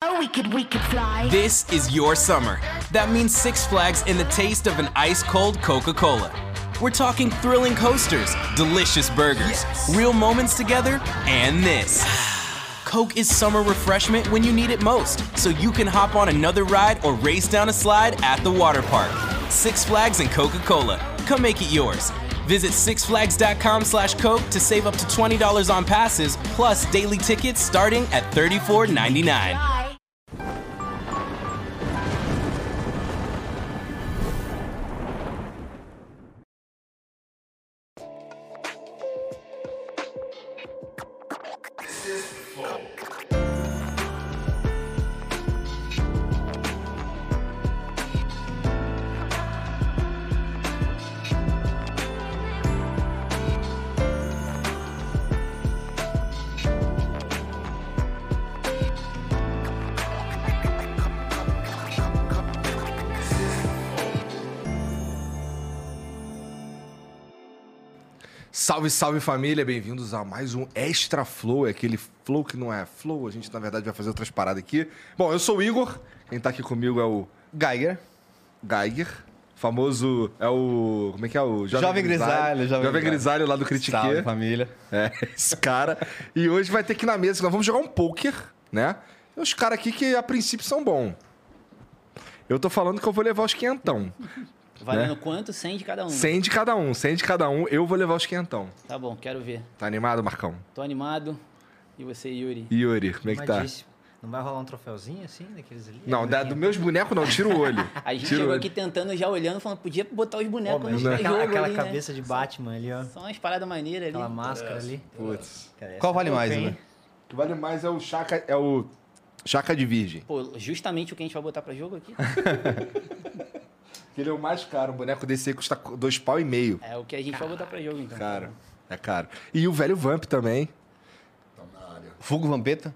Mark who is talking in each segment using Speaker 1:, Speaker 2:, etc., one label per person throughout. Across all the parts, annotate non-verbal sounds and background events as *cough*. Speaker 1: Oh, We could, we could fly.
Speaker 2: This is your summer. That means Six Flags and the taste of an ice cold Coca Cola. We're talking thrilling coasters, delicious burgers, real moments together, and this. *sighs* Coke is summer refreshment when you need it most, so you can hop on another ride or race down a slide at the water park. Six Flags and Coca Cola. Come make it yours. Visit sixflags.com slash Coke to save up to $20 on passes, plus daily tickets starting at $34.99.
Speaker 1: Fly.
Speaker 3: Salve, salve família, bem-vindos a mais um Extra Flow, é aquele flow que não é flow, a gente na verdade vai fazer outras paradas aqui. Bom, eu sou o Igor, quem tá aqui comigo é o
Speaker 4: Geiger.
Speaker 3: Geiger, famoso, é o, como é que é o?
Speaker 4: Jovem Grisalho,
Speaker 3: Jovem,
Speaker 4: Jovem Grisalho.
Speaker 3: Grisalho lá do Critique.
Speaker 4: Salve, família.
Speaker 3: É, esse cara. E hoje vai ter aqui na mesa, que nós vamos jogar um poker, né? Tem uns caras aqui que a princípio são bons. Eu tô falando que eu vou levar os quentão.
Speaker 4: Hum.
Speaker 5: Valendo
Speaker 3: Né?
Speaker 5: quanto? 100 de cada um.
Speaker 3: 100 de cada um, 100 de cada um, eu vou levar os quentão.
Speaker 5: Tá bom, quero ver.
Speaker 3: Tá animado, Marcão?
Speaker 5: Tô animado. E você, Yuri?
Speaker 3: Yuri, como é que tá?
Speaker 6: Animadíssimo. Não vai rolar um troféuzinho assim, daqueles ali? Né?
Speaker 3: Não, da, do meus bonecos não, tira o olho.
Speaker 5: é *laughs* A gente
Speaker 3: tira o
Speaker 5: chegou
Speaker 3: olho.
Speaker 5: aqui tentando, já olhando, falando, podia botar os bonecos
Speaker 6: Pô,
Speaker 5: no
Speaker 6: mas
Speaker 5: jogo
Speaker 6: é aquela, aquela
Speaker 5: ali, né?
Speaker 6: cabeça de Batman ali, ó.
Speaker 5: São umas paradas maneiras
Speaker 6: Aquela
Speaker 5: ali.
Speaker 6: máscara ali.
Speaker 3: Putz.
Speaker 6: Cara, essa
Speaker 4: Qual vale
Speaker 6: é
Speaker 4: mais, né?
Speaker 6: louca, hein?
Speaker 3: né?
Speaker 4: Igor?
Speaker 3: O que vale mais é o chaca, é o chaca de virgem.
Speaker 5: Pô, justamente o que a gente vai botar pra jogo aqui
Speaker 3: Que ele é o mais caro, um boneco desse aí custa dois pau e meio.
Speaker 5: é o que a gente vai botar pra jogo, então.
Speaker 3: Caro, é caro. E o velho Vamp também.
Speaker 4: Fugo Vampeta.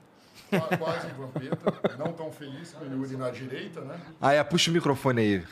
Speaker 7: Qua- Tá quase vampeta, não tão feliz com o Yuri na direita, né?
Speaker 3: Ah, é, puxa o microfone aí.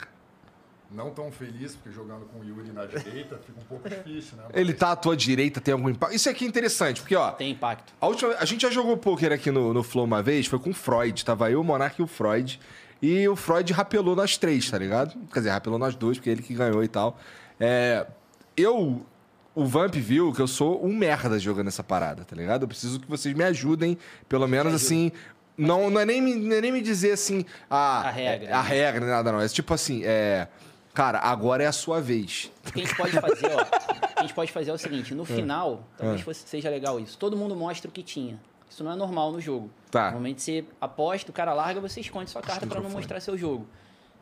Speaker 7: Não tão feliz, porque jogando com o Yuri na direita fica um pouco difícil, né?
Speaker 3: Ele tá à tua direita, tem algum impacto. Isso aqui é interessante, porque, ó,
Speaker 5: Tem impacto.
Speaker 3: A, última- a gente já jogou pôquer aqui no, no Flow uma vez, foi com o Freud. Tava eu, o Monark e o Freud. E o Freud rapelou nós três, tá ligado? Quer dizer, rapelou nós dois, porque ele que ganhou e tal. É, eu. O Vamp viu que eu sou um merda jogando essa parada, tá ligado? Eu preciso que vocês me ajudem, pelo menos assim. Não, não, é nem, me- não é nem me dizer assim. A,
Speaker 5: A regra,
Speaker 3: é- A
Speaker 5: né?
Speaker 3: regra, nem nada, não. É tipo assim, é. Cara, agora é a sua vez.
Speaker 5: O que a gente pode fazer, ó. o que A gente pode fazer é o seguinte: no final,
Speaker 3: É.
Speaker 5: talvez fosse- seja legal isso. Todo mundo mostra o que tinha. Isso não é normal no jogo.
Speaker 3: Tá.
Speaker 5: Normalmente você aposta, o cara larga, você esconde sua carta pra não mostrar seu jogo.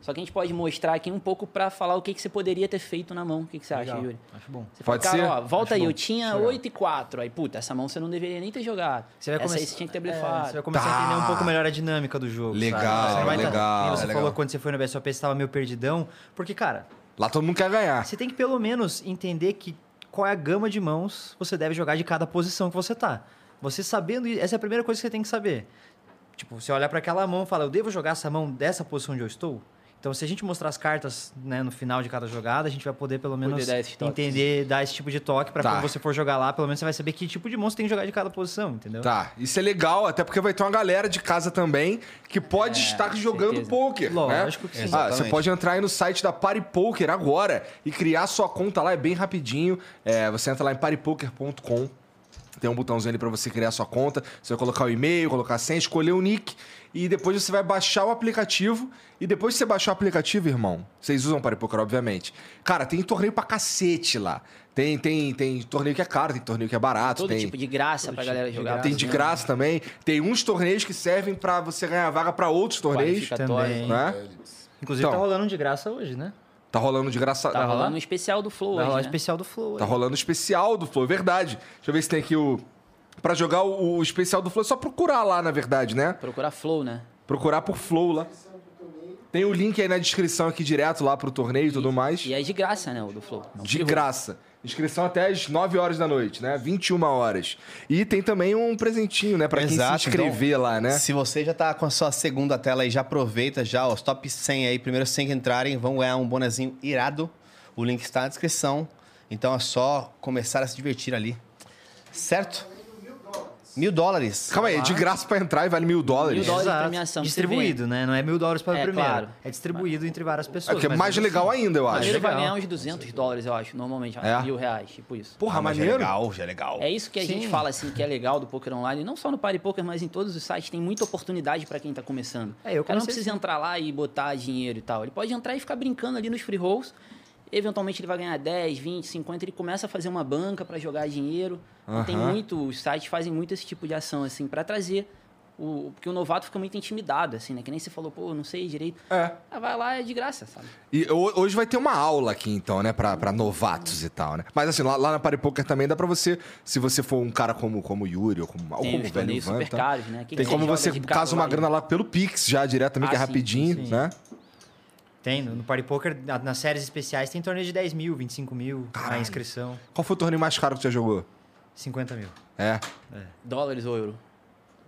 Speaker 5: Só que a gente pode mostrar aqui um pouco pra falar o que, que você poderia ter feito na mão. O que, que você acha, Yuri?
Speaker 6: Acho bom.
Speaker 5: Você
Speaker 3: Pode
Speaker 5: fala, cara,
Speaker 3: ser?
Speaker 5: ó, volta aí, eu tinha 8 e 4. Aí, puta, essa mão você não deveria nem ter jogado. essa aí você tinha que ter
Speaker 6: é,
Speaker 5: blefado.
Speaker 6: você vai começar
Speaker 3: Tá.
Speaker 6: a entender um pouco melhor a dinâmica do jogo. sabe?
Speaker 3: Legal,
Speaker 6: Você não vai tá-
Speaker 3: legal,
Speaker 6: que nem Você
Speaker 3: legal.
Speaker 6: falou quando você foi no BSOP, você tava meio perdidão. Porque, cara,
Speaker 3: Lá todo mundo quer ganhar.
Speaker 6: você tem que pelo menos entender que qual é a gama de mãos você deve jogar de cada posição que você tá. Você sabendo isso, essa é a primeira coisa que você tem que saber. Tipo, você olhar pra aquela mão e fala, eu devo jogar essa mão dessa posição onde eu estou? Então, se a gente mostrar as cartas né, no final de cada jogada, a gente vai poder pelo menos
Speaker 5: dar esse toque.
Speaker 6: entender, dar esse tipo de toque pra
Speaker 3: Tá.
Speaker 6: quando você for jogar lá, pelo menos você vai saber que tipo de mão você tem que jogar de cada posição, entendeu?
Speaker 3: Tá, isso é legal, até porque vai ter uma galera de casa também que pode estar jogando
Speaker 5: certeza.
Speaker 3: poker.
Speaker 6: Lógico
Speaker 3: né?
Speaker 6: que sim.
Speaker 3: Ah, você
Speaker 4: Exatamente.
Speaker 3: pode entrar aí no site da Party Poker agora e criar sua conta lá, é bem rapidinho. É, você entra lá em paripoker.com. Tem um botãozinho ali pra você criar sua conta. Você vai colocar o e-mail, colocar a senha, escolher o nick. E depois você vai baixar o aplicativo. E depois que você baixar o aplicativo, irmão, vocês usam para poker, obviamente. Cara, tem torneio pra cacete lá. Tem, tem, tem torneio que é caro, tem torneio que é barato.
Speaker 5: Todo
Speaker 3: tem...
Speaker 5: tipo de graça né? pra galera jogar.
Speaker 3: Tem de graça também. Tem uns torneios que servem pra você ganhar vaga pra outros torneios.
Speaker 5: Qualificatório.
Speaker 6: Também.
Speaker 3: Né?
Speaker 6: Inclusive,
Speaker 3: Então.
Speaker 6: tá rolando um de graça hoje, né?
Speaker 3: Tá rolando de graça.
Speaker 5: Tá rolando um especial do Flow
Speaker 6: Vai rolar o
Speaker 5: hoje, né?
Speaker 6: especial do Flow.
Speaker 3: Tá
Speaker 6: aí.
Speaker 3: rolando especial do Flow, é verdade. Deixa eu ver se tem aqui o. Pra jogar o, o especial do Flow, é só procurar lá, na verdade, né?
Speaker 5: Procurar Flow, né?
Speaker 3: Procurar por Flow lá. Tem o link aí na descrição aqui direto lá pro torneio e tudo mais.
Speaker 5: E é de graça, né, o do Flow. É um
Speaker 3: De
Speaker 5: free roll.
Speaker 3: graça. Inscrição até as 9 horas da noite, né? 21 horas. E tem também um presentinho, né? Pra quem se
Speaker 4: então,
Speaker 3: inscrever lá, né?
Speaker 4: Se você já tá com a sua segunda tela aí, já aproveita já, ó, os top 100 aí, primeiro 100 que entrarem, vão ganhar um bonezinho irado. O link está na descrição. Então é só começar a se divertir ali. Certo? Mil dólares.
Speaker 3: Calma aí, é de graça pra entrar e vale mil dólares.
Speaker 5: Mil dólares. de
Speaker 6: Exato.
Speaker 5: premiação, você
Speaker 6: Distribuído, né? Não é mil dólares para o
Speaker 5: É,
Speaker 6: primeiro.
Speaker 5: claro.
Speaker 6: É distribuído entre várias
Speaker 3: É
Speaker 6: pessoas.
Speaker 3: porque é
Speaker 6: mas
Speaker 3: mais
Speaker 6: ainda
Speaker 3: legal
Speaker 6: assim-
Speaker 3: ainda, eu
Speaker 5: Mas
Speaker 3: acho.
Speaker 5: ele vai
Speaker 6: legal.
Speaker 5: ganhar uns 200 dólares, eu acho, normalmente.
Speaker 3: Ah, É?
Speaker 5: Mil reais, tipo isso.
Speaker 3: Porra,
Speaker 4: Ah, mas
Speaker 3: maneiro.
Speaker 4: Já é legal, já é legal.
Speaker 5: É isso que a gente
Speaker 6: Sim.
Speaker 5: fala, assim, que é legal do poker online. Não só no Party Poker, mas em todos os sites. Tem muita oportunidade pra quem tá começando.
Speaker 6: É, eu
Speaker 5: o cara
Speaker 6: comecei
Speaker 5: não precisa entrar lá e botar dinheiro e tal. Ele pode entrar e ficar brincando ali nos free rolls. Eventualmente ele vai ganhar 10, 20, 50. Ele começa a fazer uma banca pra jogar dinheiro. E Tem
Speaker 3: Aham.
Speaker 5: muito... Os sites fazem muito esse tipo de ação, assim, pra trazer... O, porque o novato fica muito intimidado, assim, né? Que nem você falou, pô, eu não sei direito.
Speaker 3: É.
Speaker 5: Ah, vai lá, é de graça, sabe?
Speaker 3: E ho- hoje vai ter uma aula aqui, então, né? Pra, pra novatos e tal, né? Mas assim, lá, lá na Party Poker também dá pra você, se você for um cara como, como o Yuri ou como, ou
Speaker 5: Tem
Speaker 3: como
Speaker 5: os
Speaker 3: o velho
Speaker 5: torneios
Speaker 3: Ivan,
Speaker 5: super
Speaker 3: e tal,
Speaker 5: caros, né? O que que
Speaker 3: tem
Speaker 5: você
Speaker 3: como
Speaker 5: joga
Speaker 3: você
Speaker 5: de
Speaker 3: casa
Speaker 5: caro
Speaker 3: uma
Speaker 5: lá?
Speaker 3: grana lá pelo Pix já diretamente,
Speaker 5: Ah,
Speaker 3: que é
Speaker 5: sim,
Speaker 3: rapidinho,
Speaker 6: sim.
Speaker 3: né?
Speaker 6: Tem, no Party Poker, na- nas séries especiais, tem torneio de 10 mil, 25 mil, a
Speaker 3: Caralho.
Speaker 6: inscrição,
Speaker 3: Qual foi o torneio mais caro que você já jogou?
Speaker 6: 50 mil
Speaker 3: É.
Speaker 5: Dólares ou euro?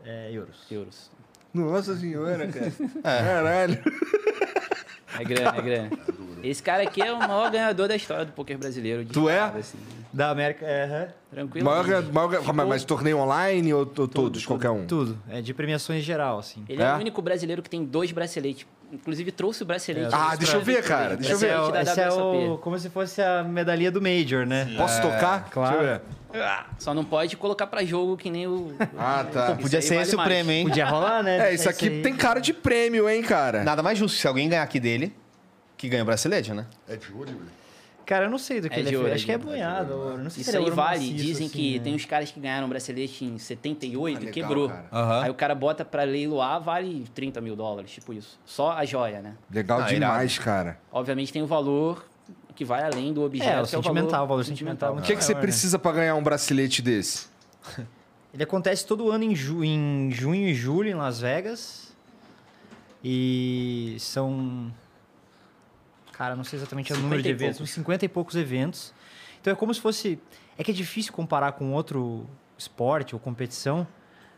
Speaker 6: é, euros.
Speaker 5: Euros.
Speaker 3: Nossa senhora, *laughs* cara. Caralho.
Speaker 5: É grana,
Speaker 3: *laughs*
Speaker 5: é grana. Esse cara aqui é o maior ganhador da história do poker brasileiro.
Speaker 3: Tu é?
Speaker 5: disparado, assim.
Speaker 6: Da América, é, aham.
Speaker 5: Tranquilo.
Speaker 3: Maior, gra- maior, gra-
Speaker 5: Ficou-
Speaker 3: mas, mas torneio online ou, ou todos, qualquer um?
Speaker 6: tudo. É de premiações geral, assim.
Speaker 5: Ele é?
Speaker 3: É?
Speaker 5: o único brasileiro que tem dois braceletes. Inclusive, trouxe o bracelete.
Speaker 3: Ah, deixa eu ver, cara. Deixa eu
Speaker 6: Esse
Speaker 3: ver.
Speaker 6: é, o-
Speaker 5: Bracelete
Speaker 6: esse
Speaker 5: da
Speaker 6: é o,
Speaker 5: WSOP.
Speaker 6: como se fosse a medalha do Major, né?
Speaker 3: Posso tocar?
Speaker 6: claro.
Speaker 3: Deixa eu ver.
Speaker 5: Só não pode colocar pra jogo que
Speaker 6: *laughs*
Speaker 5: nem o...
Speaker 3: Ah, tá.
Speaker 5: Isso
Speaker 4: Podia
Speaker 5: aí
Speaker 4: ser
Speaker 5: vale
Speaker 4: esse o
Speaker 5: mais.
Speaker 4: prêmio, hein?
Speaker 6: Podia rolar, né?
Speaker 3: É,
Speaker 6: Deixar
Speaker 3: isso aqui
Speaker 6: aí.
Speaker 3: tem cara de prêmio, hein, cara?
Speaker 4: Nada mais justo se alguém ganhar aqui dele, que ganha o bracelete, né?
Speaker 7: É de ouro, Yuri?
Speaker 6: Cara, eu não sei do que
Speaker 5: É
Speaker 6: ele
Speaker 5: de
Speaker 6: é
Speaker 5: ouro,
Speaker 6: feito.
Speaker 5: é
Speaker 6: Acho
Speaker 5: de
Speaker 6: que é
Speaker 5: ouro, é de
Speaker 6: banhado. ouro. Não sei se
Speaker 5: Isso
Speaker 6: ele é
Speaker 5: aí
Speaker 6: ouro
Speaker 5: vale.
Speaker 6: maciço,
Speaker 5: Dizem
Speaker 6: assim,
Speaker 5: que
Speaker 6: né?
Speaker 5: tem uns caras que ganharam bracelete em 78
Speaker 3: Ah,
Speaker 5: e
Speaker 3: legal,
Speaker 5: quebrou.
Speaker 3: cara.
Speaker 4: Aham.
Speaker 5: Aí o cara bota pra leiloar, vale 30 mil dólares, tipo isso. Só a joia, né?
Speaker 3: Legal
Speaker 4: Ah,
Speaker 3: demais, cara.
Speaker 5: Obviamente tem o valor que vai além do objeto.
Speaker 6: É, o
Speaker 5: que valor
Speaker 6: sentimental, o valor sentimental.
Speaker 3: O que, que você precisa pra ganhar um bracelete desse?
Speaker 6: Ele acontece todo ano em, ju- em junho e julho em Las Vegas. E são. Cara, não sei exatamente o
Speaker 5: 50
Speaker 6: número de
Speaker 5: e
Speaker 6: eventos,
Speaker 5: poucos.
Speaker 6: uns 50 e poucos eventos. Então é como se fosse. É que é difícil comparar com outro esporte ou competição,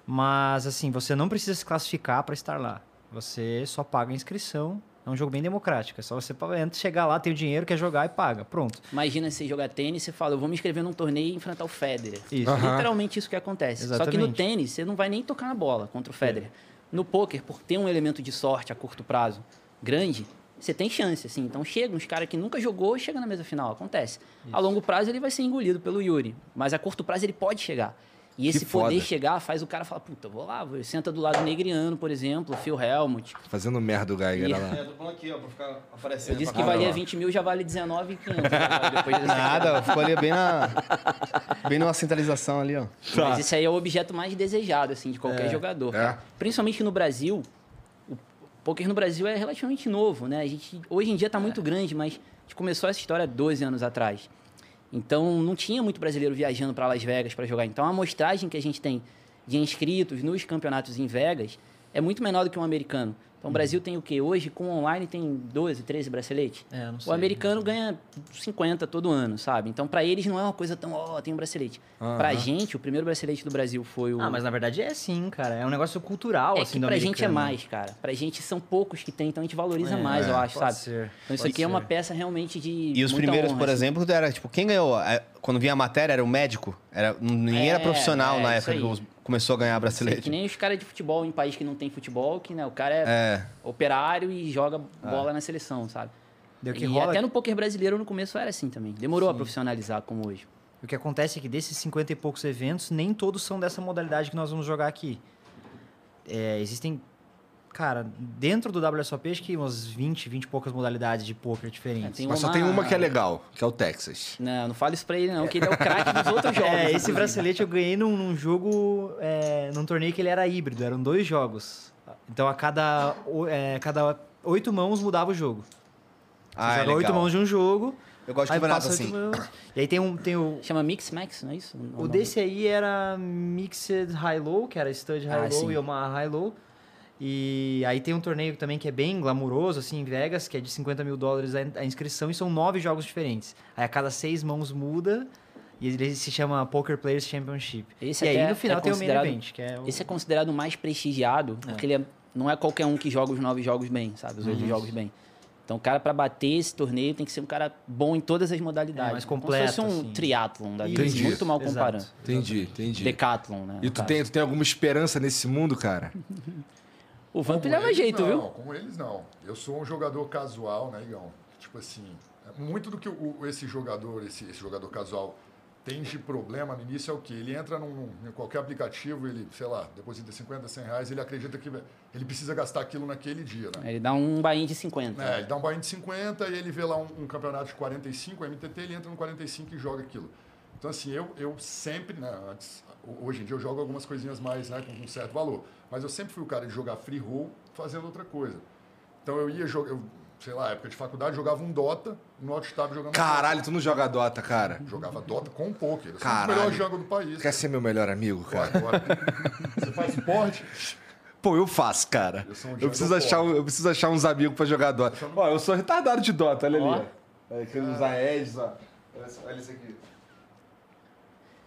Speaker 6: mas assim, você não precisa se classificar para estar lá. Você só paga a inscrição. É um jogo bem democrático. É só você pa- entra, chegar lá, tem o dinheiro, quer jogar e paga. Pronto.
Speaker 5: Imagina você jogar tênis, você fala, eu vou me inscrever num torneio e enfrentar o Federer.
Speaker 6: Isso.
Speaker 5: É Literalmente isso que acontece. Só que no
Speaker 6: Exatamente.
Speaker 5: tênis, você não vai nem tocar na bola contra o Federer. No poker, por ter um elemento de sorte a curto prazo grande, você tem chance, assim. Então chega uns caras que nunca jogou, chega na mesa final, acontece. A longo prazo ele vai ser engolido pelo Yuri, mas a curto prazo ele pode chegar. E esse poder
Speaker 3: foda.
Speaker 5: chegar faz o cara falar, puta, vou lá, vou. senta do lado do Negriano, por exemplo, Phil Helmut.
Speaker 3: Tá Fazendo merda o Geiger
Speaker 5: Ih.
Speaker 3: olha
Speaker 4: *laughs*
Speaker 3: lá.
Speaker 4: É, tô aqui, ó, pra ficar
Speaker 5: Eu
Speaker 4: aparecendo.
Speaker 5: disse que valia 20 mil, já vale 19,500. né? depois dessa
Speaker 4: Nada, ficou ali bem na. Bem numa centralização ali, ó.
Speaker 5: Mas esse aí é o objeto mais desejado, assim, de qualquer jogador. cara. Principalmente no Brasil, o poker no Brasil é relativamente novo, né? A gente, hoje em dia tá muito grande, mas a gente começou essa história 12 anos atrás. Então, não tinha muito brasileiro viajando para Las Vegas para jogar. Então, a amostragem que a gente tem de inscritos nos campeonatos em Vegas é muito menor do que um americano. Então, o Brasil tem o quê? Hoje, com online, tem 12, 13 braceletes.
Speaker 6: É, não sei.
Speaker 5: O americano ganha 50 todo ano, sabe? Então, pra eles não é uma coisa tão, ó, tem um bracelete. Pra gente, o primeiro bracelete do Brasil foi o.
Speaker 6: Ah, mas na verdade é sim, cara. É um negócio cultural,
Speaker 5: é
Speaker 6: assim,
Speaker 5: que
Speaker 6: do
Speaker 5: pra gente é
Speaker 6: americano.
Speaker 5: mais, cara. Pra gente são poucos que tem, então a gente valoriza mais, eu acho,
Speaker 6: pode
Speaker 5: sabe?
Speaker 6: ser,
Speaker 5: Então isso
Speaker 6: pode
Speaker 5: aqui é uma
Speaker 6: ser.
Speaker 5: peça realmente de.
Speaker 4: E os
Speaker 5: muita
Speaker 4: primeiros,
Speaker 5: honra,
Speaker 4: por
Speaker 5: assim.
Speaker 4: exemplo, era tipo, quem ganhou? É, Quando vinha a matéria era o médico. Era, ninguém
Speaker 5: É,
Speaker 4: era profissional
Speaker 5: é,
Speaker 4: na
Speaker 5: isso
Speaker 4: época que
Speaker 5: aí.
Speaker 4: os- começou a ganhar
Speaker 5: É
Speaker 4: bracelete.
Speaker 5: que nem os caras de futebol em país que não tem futebol, que né, o cara é,
Speaker 4: É.
Speaker 5: operário e joga bola na seleção, sabe?
Speaker 6: Deu que
Speaker 5: e
Speaker 6: rola é
Speaker 5: até no poker brasileiro no começo era assim também. Demorou a profissionalizar como hoje.
Speaker 6: O que acontece é que desses 50 e poucos eventos, nem todos são dessa modalidade que nós vamos jogar aqui. É, existem, cara, dentro do WSOP, acho que umas 20, 20 e poucas modalidades de poker diferentes.
Speaker 5: É,
Speaker 3: Mas só tem uma que é legal, que é o Texas.
Speaker 5: Não, não fala isso pra ele não, que ele é o craque dos outros
Speaker 6: *laughs*
Speaker 5: jogos.
Speaker 6: É, esse
Speaker 5: inclusive.
Speaker 6: bracelete eu ganhei num, num jogo, é, num torneio que ele era híbrido, eram dois jogos. Então a cada, o- é, cada oito mãos mudava o jogo. Você
Speaker 4: Ah, é
Speaker 6: joga oito
Speaker 4: legal.
Speaker 6: mãos de um jogo.
Speaker 4: Eu gosto de
Speaker 6: aí
Speaker 4: campeonato
Speaker 6: passa oito
Speaker 4: assim.
Speaker 6: mãos. E aí tem, um, tem o,
Speaker 5: Chama Mix Max, não é isso? Não,
Speaker 6: O
Speaker 5: não.
Speaker 6: desse aí era Mixed High-Low, que era Stud
Speaker 5: Ah,
Speaker 6: High-Low
Speaker 5: sim.
Speaker 6: e Omaha High-Low. E aí tem um torneio também que é bem glamuroso, assim, em Vegas, que é de 50 mil dólares a in- a inscrição e são nove jogos diferentes. Aí a cada seis mãos muda e ele se chama Poker Players Championship.
Speaker 5: Esse
Speaker 6: e aí
Speaker 5: até
Speaker 6: no final
Speaker 5: é
Speaker 6: tem o main
Speaker 5: considerado-
Speaker 6: event, que é o...
Speaker 5: Esse é considerado o mais prestigiado, porque ele é- não é qualquer um que joga os nove jogos bem, sabe? Os oito jogos bem. Então, o cara, pra bater esse torneio, tem que ser um cara bom em todas as modalidades.
Speaker 6: mais
Speaker 5: Como se
Speaker 6: completo,
Speaker 5: fosse um
Speaker 6: assim.
Speaker 5: triatlon da vida.
Speaker 3: Entendi.
Speaker 5: Muito mal
Speaker 6: Exato.
Speaker 5: comparando.
Speaker 3: Entendi, entendi.
Speaker 5: Decathlon, né?
Speaker 3: E
Speaker 5: no
Speaker 3: tu
Speaker 5: caso.
Speaker 3: tem, tu tem alguma esperança nesse mundo, cara?
Speaker 5: O Vamp
Speaker 7: Com
Speaker 5: leva
Speaker 7: eles,
Speaker 5: jeito,
Speaker 7: não,
Speaker 5: viu?
Speaker 7: Com eles não. Eu sou um jogador casual, né, Igão? Tipo assim, é muito do que o- o- esse jogador, esse, esse jogador casual tem de problema no início é o quê? Ele entra num, em qualquer aplicativo, ele, sei lá, deposita 50, 100 reais, ele acredita que vai- ele precisa gastar aquilo naquele dia, né?
Speaker 5: Ele dá um bainho de 50.
Speaker 7: É, ele dá um buy-in de 50 e ele vê lá um, um campeonato de 45, o MTT, ele entra no 45 e joga aquilo. Então, assim, eu, eu sempre, né, antes, ho- hoje em dia eu jogo algumas coisinhas mais, né, com um certo valor, mas eu sempre fui o cara de jogar free roll fazendo outra coisa. Então, eu ia jogar, eu, sei lá, época de faculdade, jogava um Dota, no outro estava jogando...
Speaker 3: Caralho, tu não joga Dota, cara.
Speaker 7: Jogava Dota com poker, assim, o
Speaker 3: Caralho.
Speaker 7: melhor jogo do país.
Speaker 3: Quer ser meu melhor amigo,
Speaker 7: Pô,
Speaker 3: cara?
Speaker 7: agora, *laughs* você faz esporte?
Speaker 3: Pô, eu faço, cara.
Speaker 7: Eu sou um
Speaker 3: Eu,
Speaker 7: jogador
Speaker 3: preciso, achar, um- eu preciso achar uns amigos pra jogar Dota. Ó, eu sou retardado de Dota, olha ali. ó. Aí, Aqueles Aedes, ó. Olha essa- Olha isso aqui.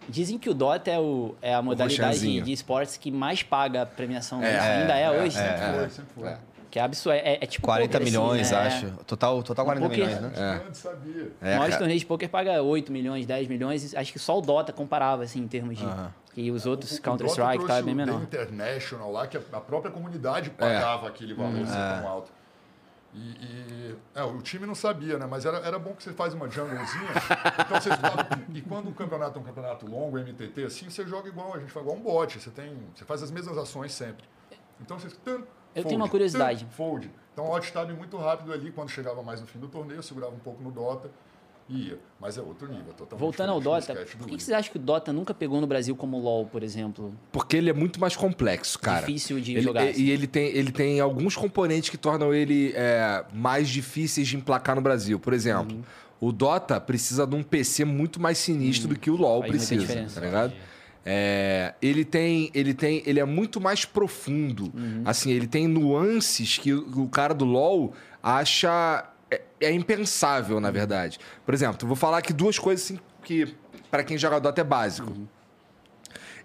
Speaker 5: Dizem que o Dota é, o, é a modalidade
Speaker 3: roxanzinho.
Speaker 5: de esportes que mais paga a premiação.
Speaker 3: É,
Speaker 5: ainda é,
Speaker 3: é,
Speaker 5: hoje.
Speaker 7: Sempre foi, sempre foi.
Speaker 5: Que é absurdo. É, é tipo
Speaker 4: 40
Speaker 5: poker, assim,
Speaker 4: milhões,
Speaker 5: né?
Speaker 4: acho. Total, total 40
Speaker 5: Um pouquinho.
Speaker 4: milhões, né?
Speaker 7: É. Eu não sabia.
Speaker 5: O maior
Speaker 3: cara.
Speaker 5: torneio de poker paga 8 milhões, 10 milhões. Acho que só o Dota comparava, assim, em termos de... E os outros,
Speaker 7: O- o Dota
Speaker 5: Counter-Strike, tá,
Speaker 7: trouxe
Speaker 5: é bem
Speaker 7: o The
Speaker 5: menor. É.
Speaker 7: International lá, que a a própria comunidade pagava aquele
Speaker 5: Hum,
Speaker 7: valor assim, tão alto. E, e- é, o time não sabia, né? Mas era, era bom que você faz uma
Speaker 5: *laughs*
Speaker 7: junglezinha. então vocês jogam- E quando o campeonato é um campeonato longo, MTT, assim, você joga igual, a gente faz igual um bote. Você, tem, você faz as mesmas ações sempre. Então vocês. tum,
Speaker 5: Eu tenho uma curiosidade.
Speaker 7: tum, fold. Então o outstime muito rápido ali, quando chegava mais no fim do torneio, eu segurava um pouco no Dota e ia. Mas é outro nível, é tipo totalmente
Speaker 5: Voltando ao
Speaker 7: diferente
Speaker 5: Dota,
Speaker 7: do sketch
Speaker 5: por
Speaker 7: do
Speaker 5: que, que
Speaker 7: Wii.
Speaker 5: vocês acham que o Dota nunca pegou no Brasil como o LoL, por exemplo?
Speaker 3: Porque ele é muito mais complexo, cara.
Speaker 5: Difícil de
Speaker 3: Ele- é,
Speaker 5: jogar. assim.
Speaker 3: E, e ele, tem, ele tem alguns componentes que tornam ele é, mais difíceis de emplacar no Brasil. Por exemplo,
Speaker 5: Uhum.
Speaker 3: o Dota precisa de um PC muito mais sinistro do que o LoL
Speaker 5: Faz muita
Speaker 3: precisa,
Speaker 5: diferença.
Speaker 3: tá ligado? É, ele tem, ele tem, ele é muito mais profundo.
Speaker 5: Uhum.
Speaker 3: Assim, ele tem nuances que o o cara do LoL acha é, é impensável, na verdade. Por exemplo, eu vou falar aqui duas coisas assim, que pra quem joga Dota é básico.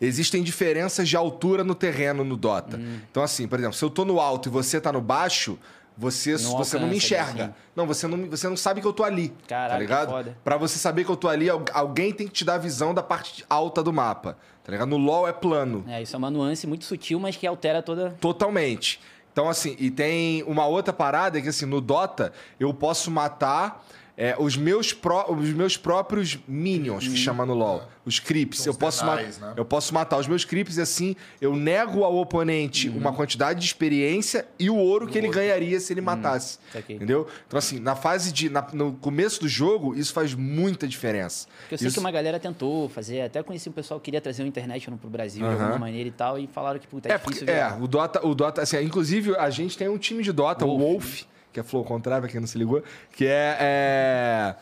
Speaker 3: Existem diferenças de altura no terreno no Dota.
Speaker 5: Hum.
Speaker 3: Então, assim, por exemplo, se eu tô no alto e você tá no baixo, você
Speaker 5: Não
Speaker 3: não, você não
Speaker 5: alcança,
Speaker 3: me
Speaker 5: assim.
Speaker 3: enxerga. Não, você não, me- você não sabe que eu tô ali.
Speaker 5: Caraca,
Speaker 3: tá ligado?
Speaker 5: que foda.
Speaker 3: Pra você saber que eu tô ali, al- alguém tem que te dar a visão da parte alta do mapa. Tá ligado? No LoL é plano.
Speaker 5: É, isso é uma nuance muito sutil, mas que altera toda...
Speaker 3: Totalmente. Então, assim, e tem uma outra parada que, assim, no Dota, eu posso matar é, os, meus pró- os meus próprios minions, que chama no LoL. Os creeps.
Speaker 7: São
Speaker 3: Eu
Speaker 7: os
Speaker 3: posso, ma-
Speaker 7: denais, né?
Speaker 3: eu posso matar os meus creeps e, assim, eu nego ao oponente uma quantidade de experiência e o ouro que ele ganharia se ele matasse.
Speaker 5: Saquei.
Speaker 3: Entendeu? Então, assim, na fase de... na- no começo do jogo, isso faz muita diferença.
Speaker 5: Porque eu sei
Speaker 3: Isso-
Speaker 5: que uma galera tentou fazer, até conheci um pessoal que queria trazer o International pro Brasil de
Speaker 3: Aham.
Speaker 5: alguma maneira e tal, e falaram que, puta, é,
Speaker 3: É,
Speaker 5: difícil
Speaker 3: porque, é,
Speaker 5: jogar.
Speaker 3: o Dota, o Dota, assim, inclusive a gente tem um time de Dota, o Wolf, que é Flow Contrário, pra quem não se ligou, que é. é,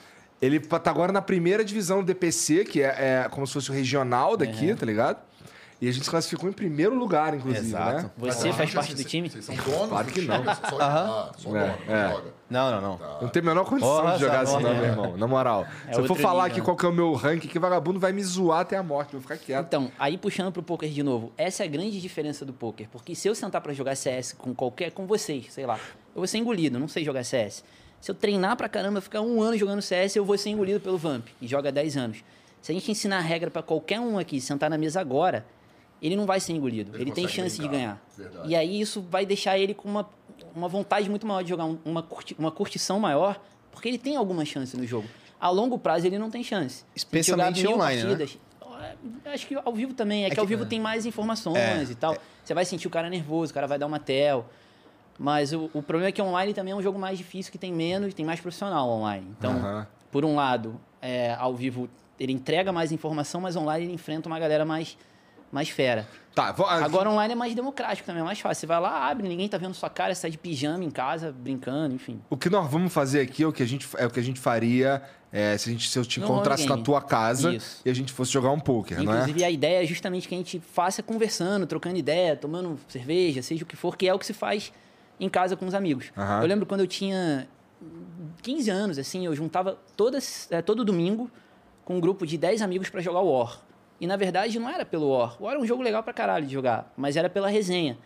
Speaker 3: ele tá agora na primeira divisão do DPC, que é, é como se fosse o regional daqui, tá ligado? E a gente se classificou em primeiro lugar, inclusive,
Speaker 4: Exato.
Speaker 3: né?
Speaker 5: Você
Speaker 7: Mas,
Speaker 5: faz
Speaker 7: gente,
Speaker 5: parte do
Speaker 7: vocês-
Speaker 5: time?
Speaker 7: Vocês são donos
Speaker 3: Claro
Speaker 7: do
Speaker 3: que
Speaker 7: time?
Speaker 3: não.
Speaker 7: Só, ah, só
Speaker 3: É,
Speaker 7: dono,
Speaker 3: é.
Speaker 7: não joga. Tá.
Speaker 4: Não, não, não.
Speaker 3: Eu Não tem a menor condição
Speaker 4: Porra,
Speaker 3: de jogar
Speaker 4: essa
Speaker 3: assim, não,
Speaker 4: porra,
Speaker 3: meu
Speaker 4: é.
Speaker 3: irmão. Na moral.
Speaker 5: É
Speaker 3: Se eu for
Speaker 5: outro
Speaker 3: falar
Speaker 5: nível,
Speaker 3: aqui
Speaker 5: né?
Speaker 3: qual que é o meu ranking, que vagabundo vai me zoar até a morte, eu vou ficar quieto.
Speaker 5: Então, aí puxando pro poker de novo, essa é a grande diferença do poker, porque se eu sentar pra jogar CS com qualquer, com vocês, sei lá, eu vou ser engolido, eu não sei jogar CS. Se eu treinar pra caramba, ficar um ano jogando CS, eu vou ser engolido pelo Vamp, e joga 10 anos. Se a gente ensinar a regra pra qualquer um aqui sentar na mesa agora, ele não vai ser engolido, ele,
Speaker 7: Ele
Speaker 5: tem
Speaker 7: consegue
Speaker 5: chance de ganhar.
Speaker 7: brincar, verdade.
Speaker 5: E aí isso vai deixar ele com uma, uma vontade muito maior de jogar, um- uma, curti- uma curtição maior, porque ele tem alguma chance no jogo. A longo prazo ele não tem chance. Se a gente jogar
Speaker 4: Especialmente
Speaker 5: mil
Speaker 4: online, né?
Speaker 5: é, Acho que ao vivo também. É, que, ao vivo tem mais informações
Speaker 4: É,
Speaker 5: e tal. Você vai sentir o cara nervoso, o cara vai dar uma tel. Mas o, o problema é que online também é um jogo mais difícil, que tem menos, tem mais profissional online. Então,
Speaker 3: Aham.
Speaker 5: por um lado, é, ao vivo ele entrega mais informação, mas online ele enfrenta uma galera mais, mais fera.
Speaker 3: Tá, vou,
Speaker 5: Agora online é mais democrático também, é mais fácil. Você vai lá, abre, ninguém tá vendo sua cara, você tá de pijama em casa, brincando, enfim.
Speaker 3: O que nós vamos fazer aqui é o que a gente, é o que a gente faria é, se, a gente, se eu te
Speaker 5: No
Speaker 3: encontrasse na
Speaker 5: online game.
Speaker 3: tua casa
Speaker 5: Isso.
Speaker 3: e a gente fosse jogar um poker, não é?
Speaker 5: Inclusive, a ideia é justamente que a gente faça conversando, trocando ideia, tomando cerveja, seja o que for, que é o que se faz em casa com os amigos.
Speaker 3: Aham.
Speaker 5: Eu lembro quando eu tinha 15 anos, assim, eu juntava todas, eh, todo domingo com um grupo de 10 amigos pra jogar War. E na verdade não era pelo War. War era um jogo legal pra caralho de jogar, mas era pela resenha.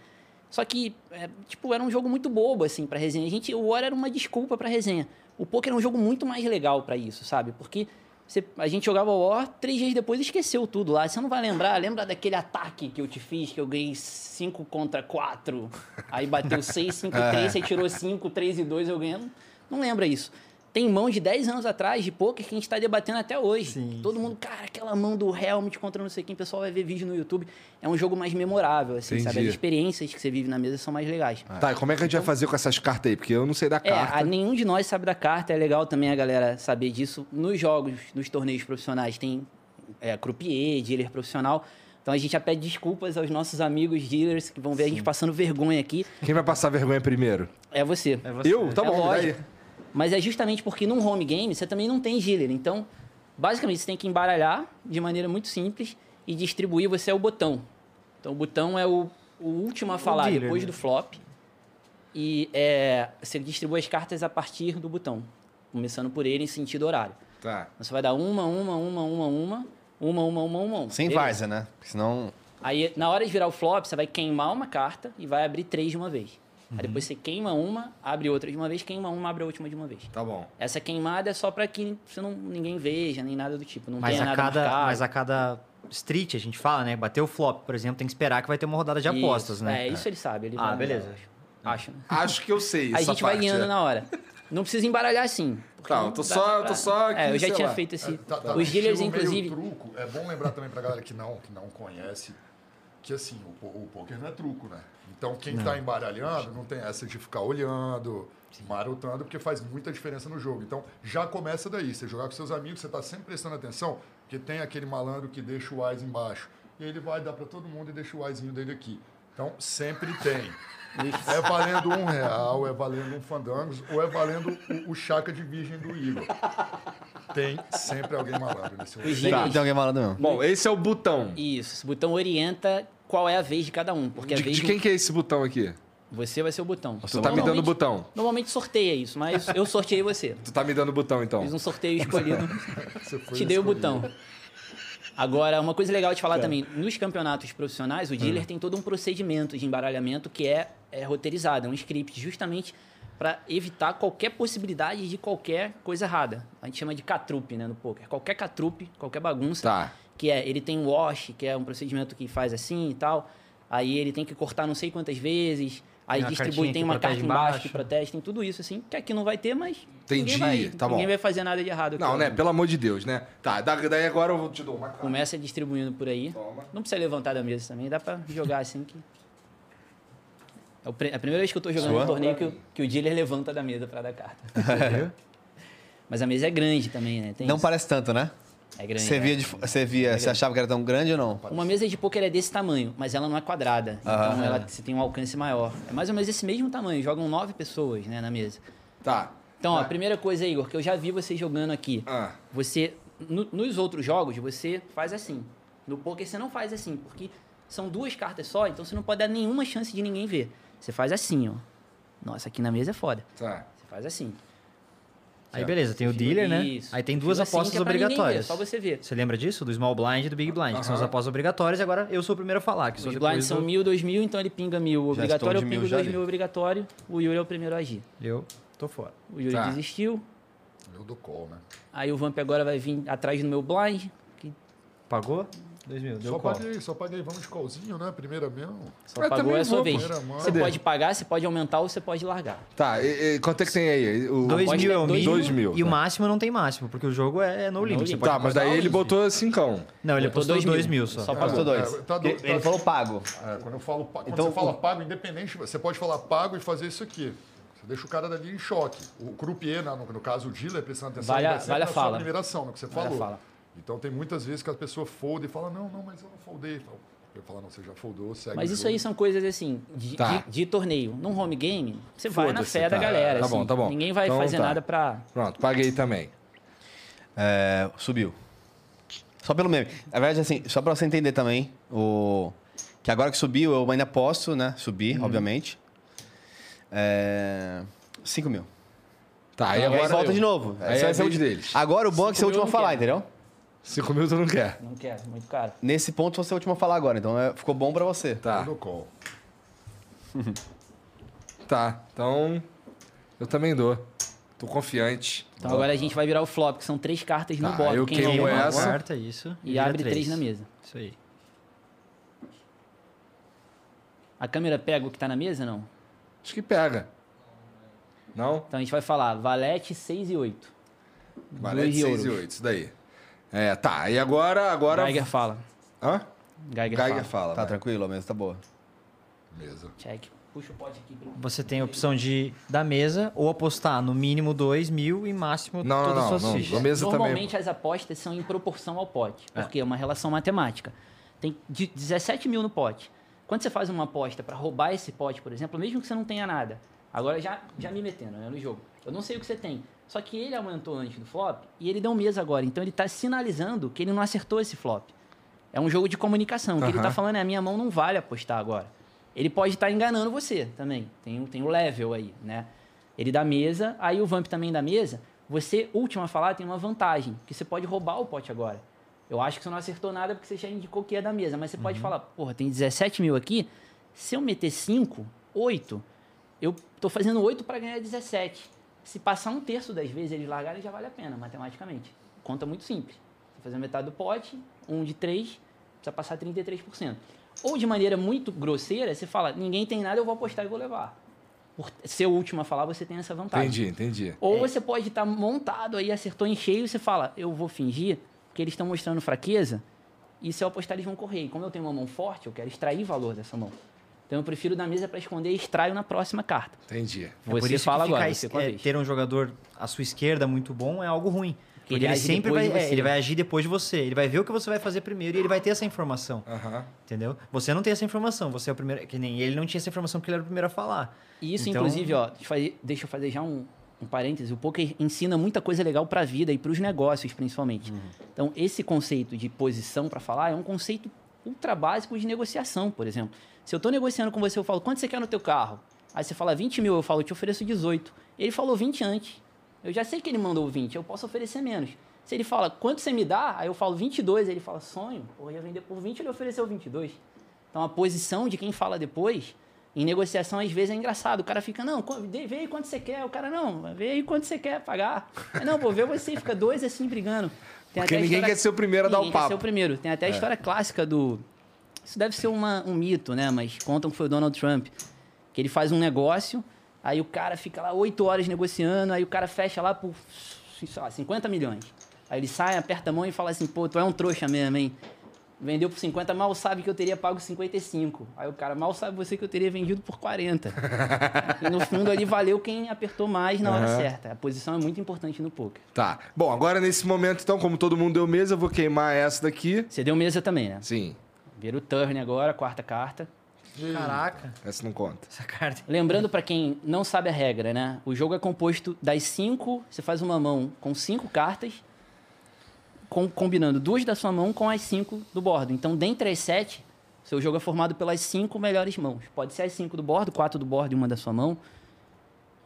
Speaker 5: Só que, é, tipo, era um jogo muito bobo, assim, pra resenha. A gente, o War era uma desculpa pra resenha. O poker era um jogo muito mais legal pra isso, sabe? Porque você- a gente jogava o War, três dias depois esqueceu tudo lá. Você não vai lembrar, lembra daquele ataque que eu te fiz, que eu ganhei 5 contra 4. Aí bateu 6, 5, 3, você tirou 5, 3 e 2, eu ganhei. Não- Não lembra isso. Tem mão de 10 anos atrás de poker que a gente tá debatendo até hoje. Todo mundo, cara, aquela mão do Helmut contra não sei quem, o pessoal vai ver vídeo no YouTube. É um jogo mais memorável, assim,
Speaker 3: Entendi.
Speaker 5: sabe? As experiências que você vive na mesa são mais legais.
Speaker 3: Tá, e como é que a gente vai fazer com essas cartas aí? Porque eu não sei da
Speaker 5: então- É,
Speaker 3: carta.
Speaker 5: a- nenhum de nós sabe da carta, é legal também a galera saber disso. Nos jogos, nos torneios profissionais, tem é, croupier, dealer profissional. Então a gente já pede desculpas aos nossos amigos dealers que vão ver a gente passando vergonha aqui.
Speaker 3: Quem vai passar vergonha primeiro?
Speaker 5: É você.
Speaker 6: É você.
Speaker 3: Eu? Tá
Speaker 5: É
Speaker 3: bom,
Speaker 5: lógico.
Speaker 3: daí.
Speaker 5: Mas é justamente porque num home game você também não tem dealer. Então, basicamente, você tem que embaralhar de maneira muito simples e distribuir. Você é o botão. Então, o botão é o, o último a falar
Speaker 6: dealer,
Speaker 5: depois
Speaker 6: né?
Speaker 5: do flop. E é, você distribui as cartas a partir do botão, começando por ele em sentido horário.
Speaker 3: Tá.
Speaker 5: Então, Você vai dar uma, uma, uma, uma, uma, uma, uma, uma, uma. uma.
Speaker 4: Sem
Speaker 5: Beleza?
Speaker 4: várzea, né? Porque senão.
Speaker 5: Aí, na hora de virar o flop, você vai queimar uma carta e vai abrir três de uma vez. Aí depois você queima uma, abre outra de uma vez, queima uma, abre a última de uma vez.
Speaker 3: Tá bom.
Speaker 5: Essa queimada é só pra que você não, ninguém veja, nem nada do tipo. Não
Speaker 6: Mas
Speaker 5: tenha
Speaker 6: a,
Speaker 5: nada
Speaker 6: cada,
Speaker 5: marcado.
Speaker 6: mas a cada street, a gente fala, né? Bateu o flop, por exemplo, tem que esperar que vai ter uma rodada de
Speaker 5: Isso,
Speaker 6: apostas, né?
Speaker 5: É, isso ele sabe. Ele
Speaker 6: Ah,
Speaker 5: vai-
Speaker 6: beleza.
Speaker 5: Acho, né?
Speaker 3: Acho que eu sei.
Speaker 5: Aí a
Speaker 3: essa
Speaker 5: gente vai
Speaker 3: parte,
Speaker 5: guiando
Speaker 3: é.
Speaker 5: na hora. Não precisa embaralhar assim. porque
Speaker 3: Tá, eu
Speaker 5: não
Speaker 3: tô
Speaker 5: dá
Speaker 3: só- eu tô só aqui,
Speaker 5: É, eu já
Speaker 3: sei
Speaker 5: tinha
Speaker 3: lá.
Speaker 5: feito esse...
Speaker 7: Tá- tá,
Speaker 5: Os dealers,
Speaker 7: estilo meio
Speaker 5: inclusive...
Speaker 7: truco, é bom lembrar também pra galera que não, que não conhece, que assim, o, po- o poker não é truco, né? Então quem tá embaralhando não tem essa de ficar olhando, marotando, porque faz muita diferença no jogo. Então já começa daí, você jogar com seus amigos, você tá sempre prestando atenção, porque tem aquele malandro que deixa o AIS embaixo. E aí ele vai dar pra todo mundo e deixa o AISinho dele aqui. Então sempre tem. É valendo um real, é valendo um fandangos, ou é valendo o, o chaca de virgem do Igor. Tem sempre alguém malandro nesse
Speaker 5: Os
Speaker 7: mundo.
Speaker 4: Tem,
Speaker 3: Tá.
Speaker 5: dealers...
Speaker 4: tem alguém malandro mesmo.
Speaker 3: Bom, esse é o botão.
Speaker 5: Isso, esse botão orienta qual é a vez de cada um. Porque
Speaker 3: De,
Speaker 5: a vez
Speaker 3: de quem que é esse botão aqui?
Speaker 5: Você vai ser o botão.
Speaker 3: Tu tá me dando o
Speaker 5: Normalmente-
Speaker 3: botão.
Speaker 5: Normalmente sorteia isso, mas eu sorteei você.
Speaker 3: Tu tá me dando o botão, então.
Speaker 5: Fiz
Speaker 3: *laughs*
Speaker 5: um sorteio escolhido.
Speaker 7: Você foi
Speaker 5: Te dei o
Speaker 7: escolhido.
Speaker 5: botão. Agora, uma coisa legal de falar também, nos campeonatos profissionais, o
Speaker 6: Hum.
Speaker 5: dealer tem todo um procedimento de embaralhamento que é, é roteirizado, é um script, justamente para evitar qualquer possibilidade de qualquer coisa errada. A gente chama de catrupe, né, no poker. Qualquer catrupe, qualquer bagunça,
Speaker 3: Tá.
Speaker 5: que é, ele tem um wash, que é um procedimento que faz assim e tal, aí ele tem que cortar não sei quantas vezes, aí
Speaker 6: Tem uma
Speaker 5: distribui,
Speaker 6: cartinha
Speaker 5: tem
Speaker 6: que
Speaker 5: uma
Speaker 6: protege
Speaker 5: carta embaixo que
Speaker 6: embaixo.
Speaker 5: protege, tem tudo isso, assim, que aqui não vai ter, mas
Speaker 3: Entendi,
Speaker 5: ninguém vai,
Speaker 3: tá bom.
Speaker 5: ninguém vai fazer nada de errado. aqui,
Speaker 3: Não, né?
Speaker 5: ó.
Speaker 3: Pelo amor de Deus, né? Tá, da- daí agora eu te dou uma carta.
Speaker 5: Começa distribuindo por aí.
Speaker 3: Toma.
Speaker 5: Não precisa levantar da mesa também, dá pra jogar assim que. É o pre- a primeira vez que eu tô jogando
Speaker 4: Sua?
Speaker 5: um torneio que, o- que o dealer levanta da mesa pra dar carta. *laughs* Mas a mesa é grande também, né? Tem
Speaker 4: É? Não
Speaker 5: isso.
Speaker 4: parece tanto, né?
Speaker 5: É grande.
Speaker 4: Você
Speaker 5: é.
Speaker 4: via, de fo- você via, você achava que era tão grande ou não?
Speaker 5: Uma mesa de pôquer é desse tamanho, mas ela não é quadrada. então ela você tem um alcance maior. É mais ou menos esse mesmo tamanho, jogam nove pessoas né, na mesa.
Speaker 3: Tá.
Speaker 5: Então, ó, a primeira coisa, Igor, que eu já vi você jogando aqui.
Speaker 3: Ah.
Speaker 5: Você, no- nos outros jogos, você faz assim. No poker você não faz assim, porque são duas cartas só, então você não pode dar nenhuma chance de ninguém ver. Você faz assim, ó. Nossa, aqui na mesa é foda.
Speaker 3: Tá.
Speaker 5: Você faz assim.
Speaker 6: Aí beleza, tem o dealer, né?
Speaker 5: Isso.
Speaker 6: Aí tem duas
Speaker 5: Fica assim,
Speaker 6: apostas
Speaker 5: que é pra ninguém ver,
Speaker 6: obrigatórias.
Speaker 5: só você ver.
Speaker 6: Você lembra disso? Do Small Blind e do Big Blind, que são as
Speaker 3: Aham.
Speaker 6: apostas obrigatórias. E agora eu sou o primeiro a falar, que sou
Speaker 5: Os
Speaker 6: depois
Speaker 5: blinds são
Speaker 6: do-
Speaker 5: mil, dois mil, então ele pinga mil
Speaker 4: estou
Speaker 5: obrigatório, eu
Speaker 4: de mil
Speaker 5: pingo
Speaker 4: já
Speaker 5: dois
Speaker 4: ali.
Speaker 5: mil obrigatório, o Yuri é o primeiro a agir.
Speaker 6: Eu tô fora.
Speaker 5: O Yuri
Speaker 3: Tá.
Speaker 5: desistiu,
Speaker 7: Eu dou call, né?
Speaker 5: aí o Vamp agora vai vir atrás do meu blind, que
Speaker 6: Pagou? Dois mil. Deu
Speaker 7: Só
Speaker 6: call.
Speaker 7: paguei, só paguei. Vamos de callzinho, né? Primeira mesmo.
Speaker 5: só
Speaker 3: Eu
Speaker 5: pagou
Speaker 3: também
Speaker 5: é a sua
Speaker 3: vou,
Speaker 5: vez.
Speaker 7: primeira mão.
Speaker 5: Você pode pagar, você pode aumentar ou você pode largar.
Speaker 3: Tá, e- e quanto é que tem aí? O...
Speaker 6: Dois
Speaker 5: aposta
Speaker 6: mil é
Speaker 5: é
Speaker 6: o
Speaker 5: dois
Speaker 6: mínimo.
Speaker 3: mil. Dois mil,
Speaker 6: E o
Speaker 3: tá.
Speaker 6: máximo não tem máximo, porque o jogo é, é no limite. Você
Speaker 5: limite.
Speaker 6: pode
Speaker 3: Tá, mas
Speaker 6: apostar
Speaker 3: daí
Speaker 6: o
Speaker 3: ele
Speaker 5: um
Speaker 6: limite.
Speaker 3: botou um. cincão.
Speaker 6: Não, ele
Speaker 5: Botou
Speaker 6: apostou
Speaker 5: dois
Speaker 6: dois,
Speaker 5: mil.
Speaker 6: mil só.
Speaker 5: Só
Speaker 4: Passou
Speaker 5: pagou.
Speaker 4: dois.
Speaker 7: é,
Speaker 3: então
Speaker 7: tá do-
Speaker 4: ele
Speaker 7: tá-
Speaker 4: ele falou pago.
Speaker 7: É, quando eu falo pa- quando
Speaker 4: Então,
Speaker 7: você fala
Speaker 4: o-
Speaker 7: pago, independente, você pode falar pago e fazer isso aqui. Você deixa o cara dali em choque. O croupier, na- no, no caso o dealer, prestando atenção,
Speaker 5: Vale
Speaker 7: ele
Speaker 5: a-
Speaker 7: vai sempre
Speaker 5: vale a
Speaker 7: na
Speaker 5: fala.
Speaker 7: sua numeração, no que você
Speaker 5: Vale a
Speaker 7: falou.
Speaker 5: fala.
Speaker 7: Então tem muitas vezes que a pessoa folda e fala, não, não, mas eu não foldei. Então, Eu falo, não, você já foldou, segue
Speaker 5: Mas
Speaker 7: o
Speaker 5: isso
Speaker 7: jogo."
Speaker 5: aí são coisas assim, de,
Speaker 3: Tá.
Speaker 5: de- de torneio. Num home game, você vai na
Speaker 3: Foda-se,
Speaker 5: fé da
Speaker 3: tá.
Speaker 5: galera.
Speaker 3: Tá bom,
Speaker 5: assim.
Speaker 3: tá bom.
Speaker 5: Ninguém vai
Speaker 3: Então
Speaker 5: fazer
Speaker 3: tá.
Speaker 5: nada pra.
Speaker 3: Pronto, paguei também.
Speaker 4: É, subiu. Só pelo meme. Na verdade, assim, só pra você entender também, o... que agora que subiu, eu ainda posso, né? Subir,
Speaker 3: Uhum.
Speaker 4: obviamente. É... 5 mil.
Speaker 3: Tá, aí
Speaker 4: E agora
Speaker 3: agora.
Speaker 4: aí volta
Speaker 3: eu.
Speaker 4: de novo.
Speaker 3: Aí
Speaker 4: Você
Speaker 3: é
Speaker 4: vai ser o
Speaker 3: vez
Speaker 4: ulti-
Speaker 3: deles.
Speaker 4: Agora o bom é que
Speaker 5: Cinco
Speaker 4: você é o
Speaker 5: mil eu
Speaker 4: último a
Speaker 5: não
Speaker 4: falar,
Speaker 5: quero.
Speaker 4: entendeu?
Speaker 3: Cinco mil tu não quer.
Speaker 5: Não quero, é muito caro.
Speaker 4: Nesse ponto você é o último a falar agora, então é, ficou bom pra você.
Speaker 7: Eu
Speaker 3: Tá.
Speaker 7: dou call.
Speaker 3: Tá, então. Eu também dou. Tô confiante.
Speaker 5: Então agora a gente vai virar o flop, que são três cartas
Speaker 3: Tá,
Speaker 5: no bota.
Speaker 3: eu queimo
Speaker 5: jogou
Speaker 3: essa.
Speaker 5: agora,
Speaker 6: Quarta, isso.
Speaker 5: E
Speaker 6: vira
Speaker 5: abre três na mesa.
Speaker 6: Isso aí.
Speaker 5: A câmera pega o que tá na mesa, não?
Speaker 3: Acho que pega. Não?
Speaker 5: Então a gente vai falar valete 6 e 8.
Speaker 3: Valete
Speaker 5: Dois
Speaker 3: 6 e
Speaker 5: euros.
Speaker 3: 8, isso daí. É, tá. E agora. agora...
Speaker 5: Geiger fala.
Speaker 3: Hã?
Speaker 5: Geiger,
Speaker 3: Geiger
Speaker 5: fala.
Speaker 3: fala.
Speaker 4: Tá
Speaker 3: vai.
Speaker 4: tranquilo, a mesa tá boa.
Speaker 7: Beleza.
Speaker 5: Check. Puxa o pote aqui. pelo-
Speaker 6: Você tem a opção de da mesa ou apostar no mínimo 2 mil e máximo
Speaker 3: Não, não,
Speaker 6: todas as
Speaker 3: não.
Speaker 6: suas
Speaker 3: não.
Speaker 6: fichas.
Speaker 3: A mesa
Speaker 5: Normalmente
Speaker 3: também.
Speaker 5: as apostas são em proporção ao pote, porque é uma relação matemática. Tem de- 17 mil no pote. Quando você faz uma aposta para roubar esse pote, por exemplo, mesmo que você não tenha nada, agora já, já me metendo né, no jogo, eu não sei o que você tem. Só que ele aumentou antes do flop e ele deu mesa agora. Então ele está sinalizando que ele não acertou esse flop. É um jogo de comunicação. O que ele
Speaker 3: Aham.
Speaker 5: está falando é a minha mão não vale apostar agora. Ele pode estar enganando você também. Tem, o- tem o level aí, né? Ele dá mesa, aí o Vamp também dá mesa. Você, última a falar, tem uma vantagem, que você pode roubar o pote agora. Eu acho que você não acertou nada porque você já indicou que é da mesa. Mas você pode falar, porra, tem 17 mil aqui. Se eu meter 5, 8, eu tô fazendo 8 para ganhar 17. Se passar um terço das vezes eles largarem, já vale a pena, matematicamente. Conta muito simples. Você fazer metade do pote, um de 3, precisa passar 33%. Ou de maneira muito grosseira, você fala, ninguém tem nada, eu vou apostar e vou levar. Por ser o último a falar, você tem essa vantagem.
Speaker 3: Entendi, entendi.
Speaker 5: Ou você pode estar montado aí, acertou em cheio, você fala, eu vou fingir, porque eles estão mostrando fraqueza, e se eu apostar eles vão correr. E como eu tenho uma mão forte, eu quero extrair valor dessa mão. Então eu prefiro da mesa para esconder e extraio na próxima carta.
Speaker 3: Entendi.
Speaker 6: É
Speaker 5: Você
Speaker 6: por isso
Speaker 5: fala
Speaker 6: que ficar
Speaker 5: agora,
Speaker 6: es-
Speaker 5: você com a
Speaker 6: é,
Speaker 5: vez.
Speaker 6: ter um jogador à sua esquerda muito bom é algo ruim. Porque
Speaker 5: ele
Speaker 6: ele,
Speaker 5: age
Speaker 6: sempre
Speaker 5: depois
Speaker 6: vai,
Speaker 5: de
Speaker 6: é,
Speaker 5: você. né?
Speaker 6: ele vai agir depois de você. Ele vai ver o que você vai fazer primeiro e ele vai ter essa informação.
Speaker 3: Aham.
Speaker 6: Entendeu? Você não tem essa informação. Você é o primeiro. Que nem ele não tinha essa informação porque ele era o primeiro a falar.
Speaker 5: E isso,
Speaker 6: Então-
Speaker 5: inclusive, ó, deixa eu fazer- deixa eu fazer já um, um parêntese. O poker ensina muita coisa legal para a vida e para os negócios, principalmente.
Speaker 6: Uhum.
Speaker 5: Então, esse conceito de posição para falar é um conceito ultra básico de negociação, por exemplo. Se eu estou negociando com você, eu falo, quanto você quer no teu carro? Aí você fala 20 mil, eu falo, eu te ofereço 18. Ele falou 20 antes. Eu já sei que ele mandou 20, eu posso oferecer menos. Se ele fala, quanto você me dá? Aí eu falo 22, aí ele fala, sonho, porra, eu ia vender por 20, ele ofereceu 22. Então a posição de quem fala depois, em negociação às vezes é engraçado. O cara fica, não, co- vê vê aí quanto você quer. O cara, não, vê aí quanto você quer pagar. É, Não, pô, vê você, fica dois assim brigando. Tem
Speaker 3: Porque
Speaker 5: a
Speaker 3: ninguém quer ser o primeiro a dar o
Speaker 5: Ninguém quer
Speaker 3: papo. É.
Speaker 5: ser o primeiro. Tem até a história clássica do. Isso deve ser uma- um mito, né? Mas contam que foi o Donald Trump. Que ele faz um negócio, aí o cara fica lá oito horas negociando, aí o cara fecha lá por sei lá, 50 milhões. Aí ele sai, aperta a mão e fala assim, pô, tu é um trouxa mesmo, hein? Vendeu por 50, mal sabe que eu teria pago 55. Aí o cara, mal sabe você que eu teria vendido por 40. e no fundo ali valeu quem apertou mais na hora certa. A posição é muito importante no poker.
Speaker 3: Tá. Bom, agora nesse momento, então, como todo mundo deu mesa, eu vou queimar essa daqui.
Speaker 5: Você deu mesa também, né?
Speaker 3: Sim,
Speaker 5: Vira o turn agora, quarta carta.
Speaker 6: Caraca,
Speaker 3: essa não conta.
Speaker 6: essa carta.
Speaker 5: Lembrando pra quem não sabe a regra, né? O jogo é composto das cinco. Você faz uma mão com cinco cartas, com- combinando duas da sua mão com as cinco do bordo. Então, dentre as sete, seu jogo é formado pelas cinco melhores mãos. Pode ser as cinco do bordo, quatro do bordo e uma da sua mão.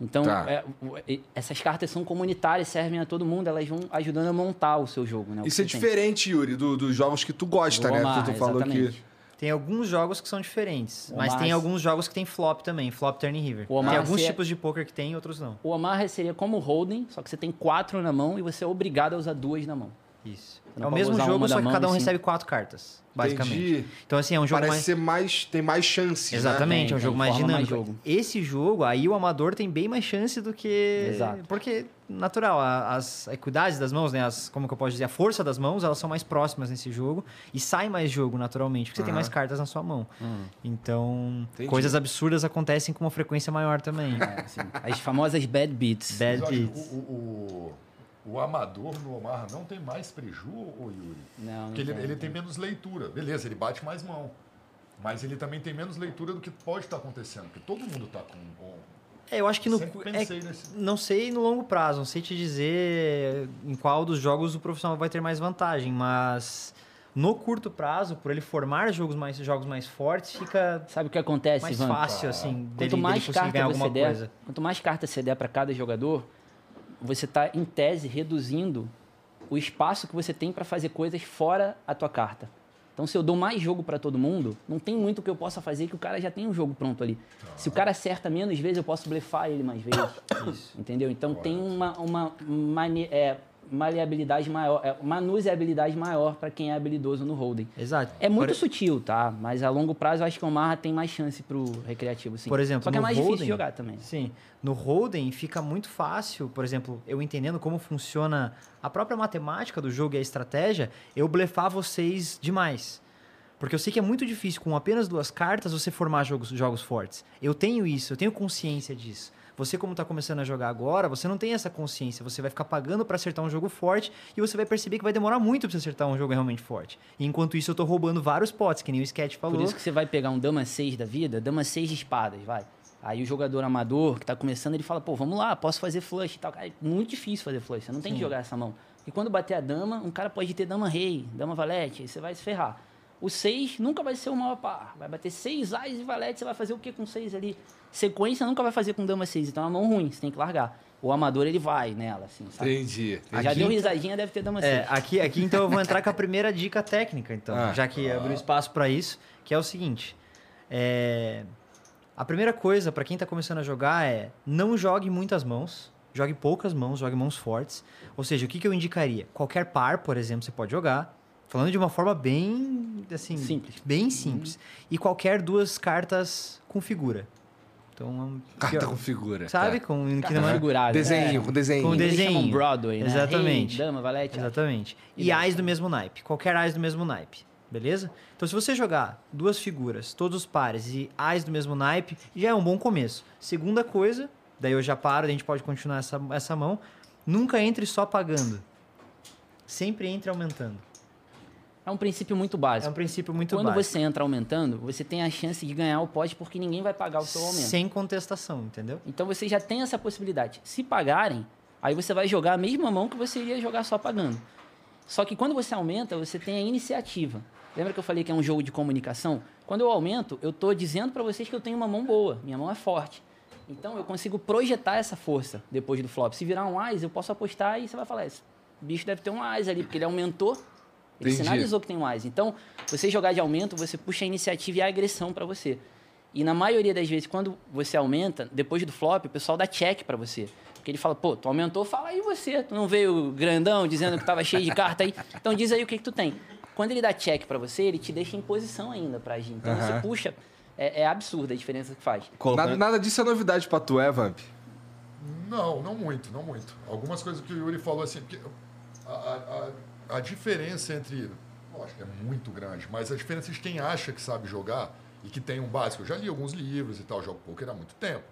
Speaker 5: Então,
Speaker 3: Tá.
Speaker 5: é, o- e- essas cartas são comunitárias, servem a todo mundo, elas vão ajudando a montar o seu jogo, né? O que
Speaker 3: Isso é
Speaker 5: você tem.
Speaker 3: diferente, Yuri, do- dos jogos que tu
Speaker 5: Do
Speaker 3: gosta, né?
Speaker 5: Omar,
Speaker 3: Porque tu falou
Speaker 5: exatamente.
Speaker 3: que.
Speaker 6: Tem alguns jogos que são diferentes, mas
Speaker 5: Omar-
Speaker 6: tem alguns jogos que tem flop também, flop turn river.
Speaker 5: O Omar
Speaker 6: Tem
Speaker 5: é
Speaker 6: alguns
Speaker 5: se-
Speaker 6: tipos de poker que tem, outros não.
Speaker 5: O Omar seria como o holding, só que você tem quatro na mão e você é obrigado a usar duas na mão.
Speaker 6: Isso.
Speaker 5: não
Speaker 6: É o
Speaker 5: pode
Speaker 6: mesmo
Speaker 5: usar uma
Speaker 6: jogo,
Speaker 5: da
Speaker 6: só que
Speaker 5: mão
Speaker 6: cada um
Speaker 5: e sim.
Speaker 6: recebe quatro cartas, basicamente.
Speaker 3: Entendi.
Speaker 6: Então assim, é um jogo
Speaker 3: Parece
Speaker 6: mais
Speaker 3: ser mais. Tem mais chances. né?
Speaker 6: Exatamente, é, um
Speaker 5: Então,
Speaker 6: jogo mais
Speaker 5: forma mais
Speaker 6: dinâmico.
Speaker 5: jogo.
Speaker 6: Esse jogo, aí o amador tem bem mais chance do que.
Speaker 5: Exato.
Speaker 6: Porque, natural, a- as equidades das mãos, né? As, como que eu posso dizer? A força das mãos, elas são mais próximas nesse jogo e sai mais jogo naturalmente, porque você tem mais cartas na sua mão.
Speaker 5: Hum.
Speaker 6: Então,
Speaker 3: Entendi.
Speaker 6: coisas absurdas acontecem com uma frequência maior também.
Speaker 5: É. Assim, As famosas bad beats.
Speaker 7: Mas,
Speaker 6: Bad
Speaker 7: olha,
Speaker 6: beats.
Speaker 7: o, o, o, o amador no Omar não tem mais preju, ô Yuri?
Speaker 5: Não, não
Speaker 7: Porque ele,
Speaker 5: tem.
Speaker 7: ele tem menos leitura. Beleza, ele bate mais mão. Mas ele também tem menos leitura do que pode estar acontecendo. Porque todo mundo está com... com-
Speaker 6: É, eu acho que no.
Speaker 7: Sempre
Speaker 6: é-
Speaker 7: pensei nesse-
Speaker 6: Não sei no longo prazo, não sei te dizer em qual dos jogos o profissional vai ter mais vantagem, mas no curto prazo, por ele formar jogos mais, jogos mais fortes, fica
Speaker 5: Sabe o que acontece,
Speaker 6: mais
Speaker 5: Ivan?
Speaker 6: fácil, assim, dele,
Speaker 5: Quanto
Speaker 6: dele
Speaker 5: mais
Speaker 6: conseguir ganhar
Speaker 5: carta
Speaker 6: alguma
Speaker 5: você der,
Speaker 6: coisa.
Speaker 5: quanto mais carta você der para cada jogador, você tá em tese reduzindo o espaço que você tem para fazer coisas fora a tua carta. Então, se eu dou mais jogo pra todo mundo, não tem muito que eu possa fazer que o cara já tem um jogo pronto ali. Se o cara acerta menos vezes, eu posso blefar ele mais vezes. Entendeu? Então, tem uma, uma mane- é, maleabilidade maior, é, manuseabilidade maior pra quem é habilidoso no holding.
Speaker 6: Exato.
Speaker 5: É muito
Speaker 6: Por-
Speaker 5: sutil, tá? Mas a longo prazo, eu acho que o Marra tem mais chance pro recreativo, sim.
Speaker 6: Por exemplo,
Speaker 5: Só que é
Speaker 6: no
Speaker 5: mais
Speaker 6: holding,
Speaker 5: difícil de jogar também.
Speaker 6: Sim. No holding fica muito fácil, por exemplo, eu entendendo como funciona a própria matemática do jogo e a estratégia, eu blefar vocês demais. Porque eu sei que é muito difícil com apenas duas cartas você formar jogos, jogos fortes. Eu tenho isso, eu tenho consciência disso. Você como tá começando a jogar agora, você não tem essa consciência, você vai ficar pagando para acertar um jogo forte e você vai perceber que vai demorar muito pra você acertar um jogo realmente forte. E enquanto isso eu tô roubando vários potes, que nem o Sketch falou.
Speaker 5: Por isso que você vai pegar um dama 6 da vida, dama 6 de espadas, vai. Aí o jogador amador que tá começando, ele fala, pô, vamos lá, posso fazer flush e tal. Cara, é muito difícil fazer flush, você não tem que jogar essa mão. E quando bater a dama, um cara pode ter dama rei, dama valete, aí você vai se ferrar. O 6 nunca vai ser o maior par. Vai bater 6 ais e valete, você vai fazer o que com 6 ali? Sequência nunca vai fazer com dama 6, então é uma mão ruim, você tem que largar. O amador, ele vai nela, assim, sabe?
Speaker 3: Entendi.
Speaker 5: Já deu risadinha, deve ter assim, dama 6.
Speaker 6: É, aqui, aqui então eu vou entrar com a primeira dica técnica, então,
Speaker 3: Ah.
Speaker 6: já que abriu espaço para isso, que é o seguinte: é, a primeira coisa para quem tá começando a jogar é não jogue muitas mãos, jogue poucas mãos, jogue mãos fortes. Ou seja, o que, que eu indicaria? Qualquer par, por exemplo, você pode jogar. Falando de uma forma bem assim,
Speaker 5: Simples.
Speaker 6: bem simples. E qualquer duas cartas com figura. Então, é um-
Speaker 3: Carta com figura.
Speaker 6: sabe,
Speaker 3: Tá.
Speaker 6: com que
Speaker 5: Carta
Speaker 6: não é-
Speaker 5: figurada. né?
Speaker 3: Desenho, com desenho.
Speaker 6: Com
Speaker 5: É. Eles
Speaker 6: desenho.
Speaker 5: chamam Broadway, né?
Speaker 6: Exatamente.
Speaker 5: Rei, dama, valete.
Speaker 6: Exatamente.
Speaker 5: E
Speaker 6: E
Speaker 5: dessa.
Speaker 6: ais do mesmo naipe. Qualquer ais do mesmo naipe. Beleza? Então, se você jogar duas figuras, todos os pares e ais do mesmo naipe, já é um bom começo. Segunda coisa, daí eu já paro, a gente pode continuar essa, essa mão. Nunca entre só pagando. Sempre entre aumentando.
Speaker 5: É um princípio muito
Speaker 6: É
Speaker 5: básico.
Speaker 6: um princípio muito
Speaker 5: Quando
Speaker 6: básico.
Speaker 5: você entra aumentando, você tem a chance de ganhar o pote porque ninguém vai pagar o seu aumento.
Speaker 6: Sem contestação, entendeu?
Speaker 5: Então você já tem essa possibilidade. Se pagarem, aí você vai jogar a mesma mão que você iria jogar só pagando. Só que quando você aumenta, você tem a iniciativa. Lembra que eu falei que é um jogo de comunicação? Quando eu aumento, eu estou dizendo para vocês que eu tenho uma mão boa, minha mão é forte. Então eu consigo projetar essa força depois do flop. Se virar um AIS, eu posso apostar e você vai falar: esse bicho deve ter um AIS ali, porque ele aumentou, ele
Speaker 3: Entendi.
Speaker 5: sinalizou que tem um AIS. Então, você jogar de aumento, você puxa a iniciativa e a agressão para você. E na maioria das vezes, quando você aumenta, depois do flop, o pessoal dá check para você. Porque ele fala, pô, tu aumentou, fala aí você. Tu não veio grandão dizendo que tava cheio de
Speaker 3: *laughs*
Speaker 5: carta aí. Então diz aí o que, que tu tem. Quando ele dá check para você, ele te deixa em posição ainda pra agir. Então você
Speaker 3: Aham.
Speaker 5: puxa. É, é absurda a diferença que faz.
Speaker 3: Nada, nada disso é novidade pra tu, é, Vamp?
Speaker 7: Não, não muito, não muito. Algumas coisas que o Yuri falou assim, porque a, a- a- a diferença entre. Lógico, é muito grande, mas a diferença de quem acha que sabe jogar e que tem um básico. Eu já li alguns livros e tal, jogo poker há muito tempo.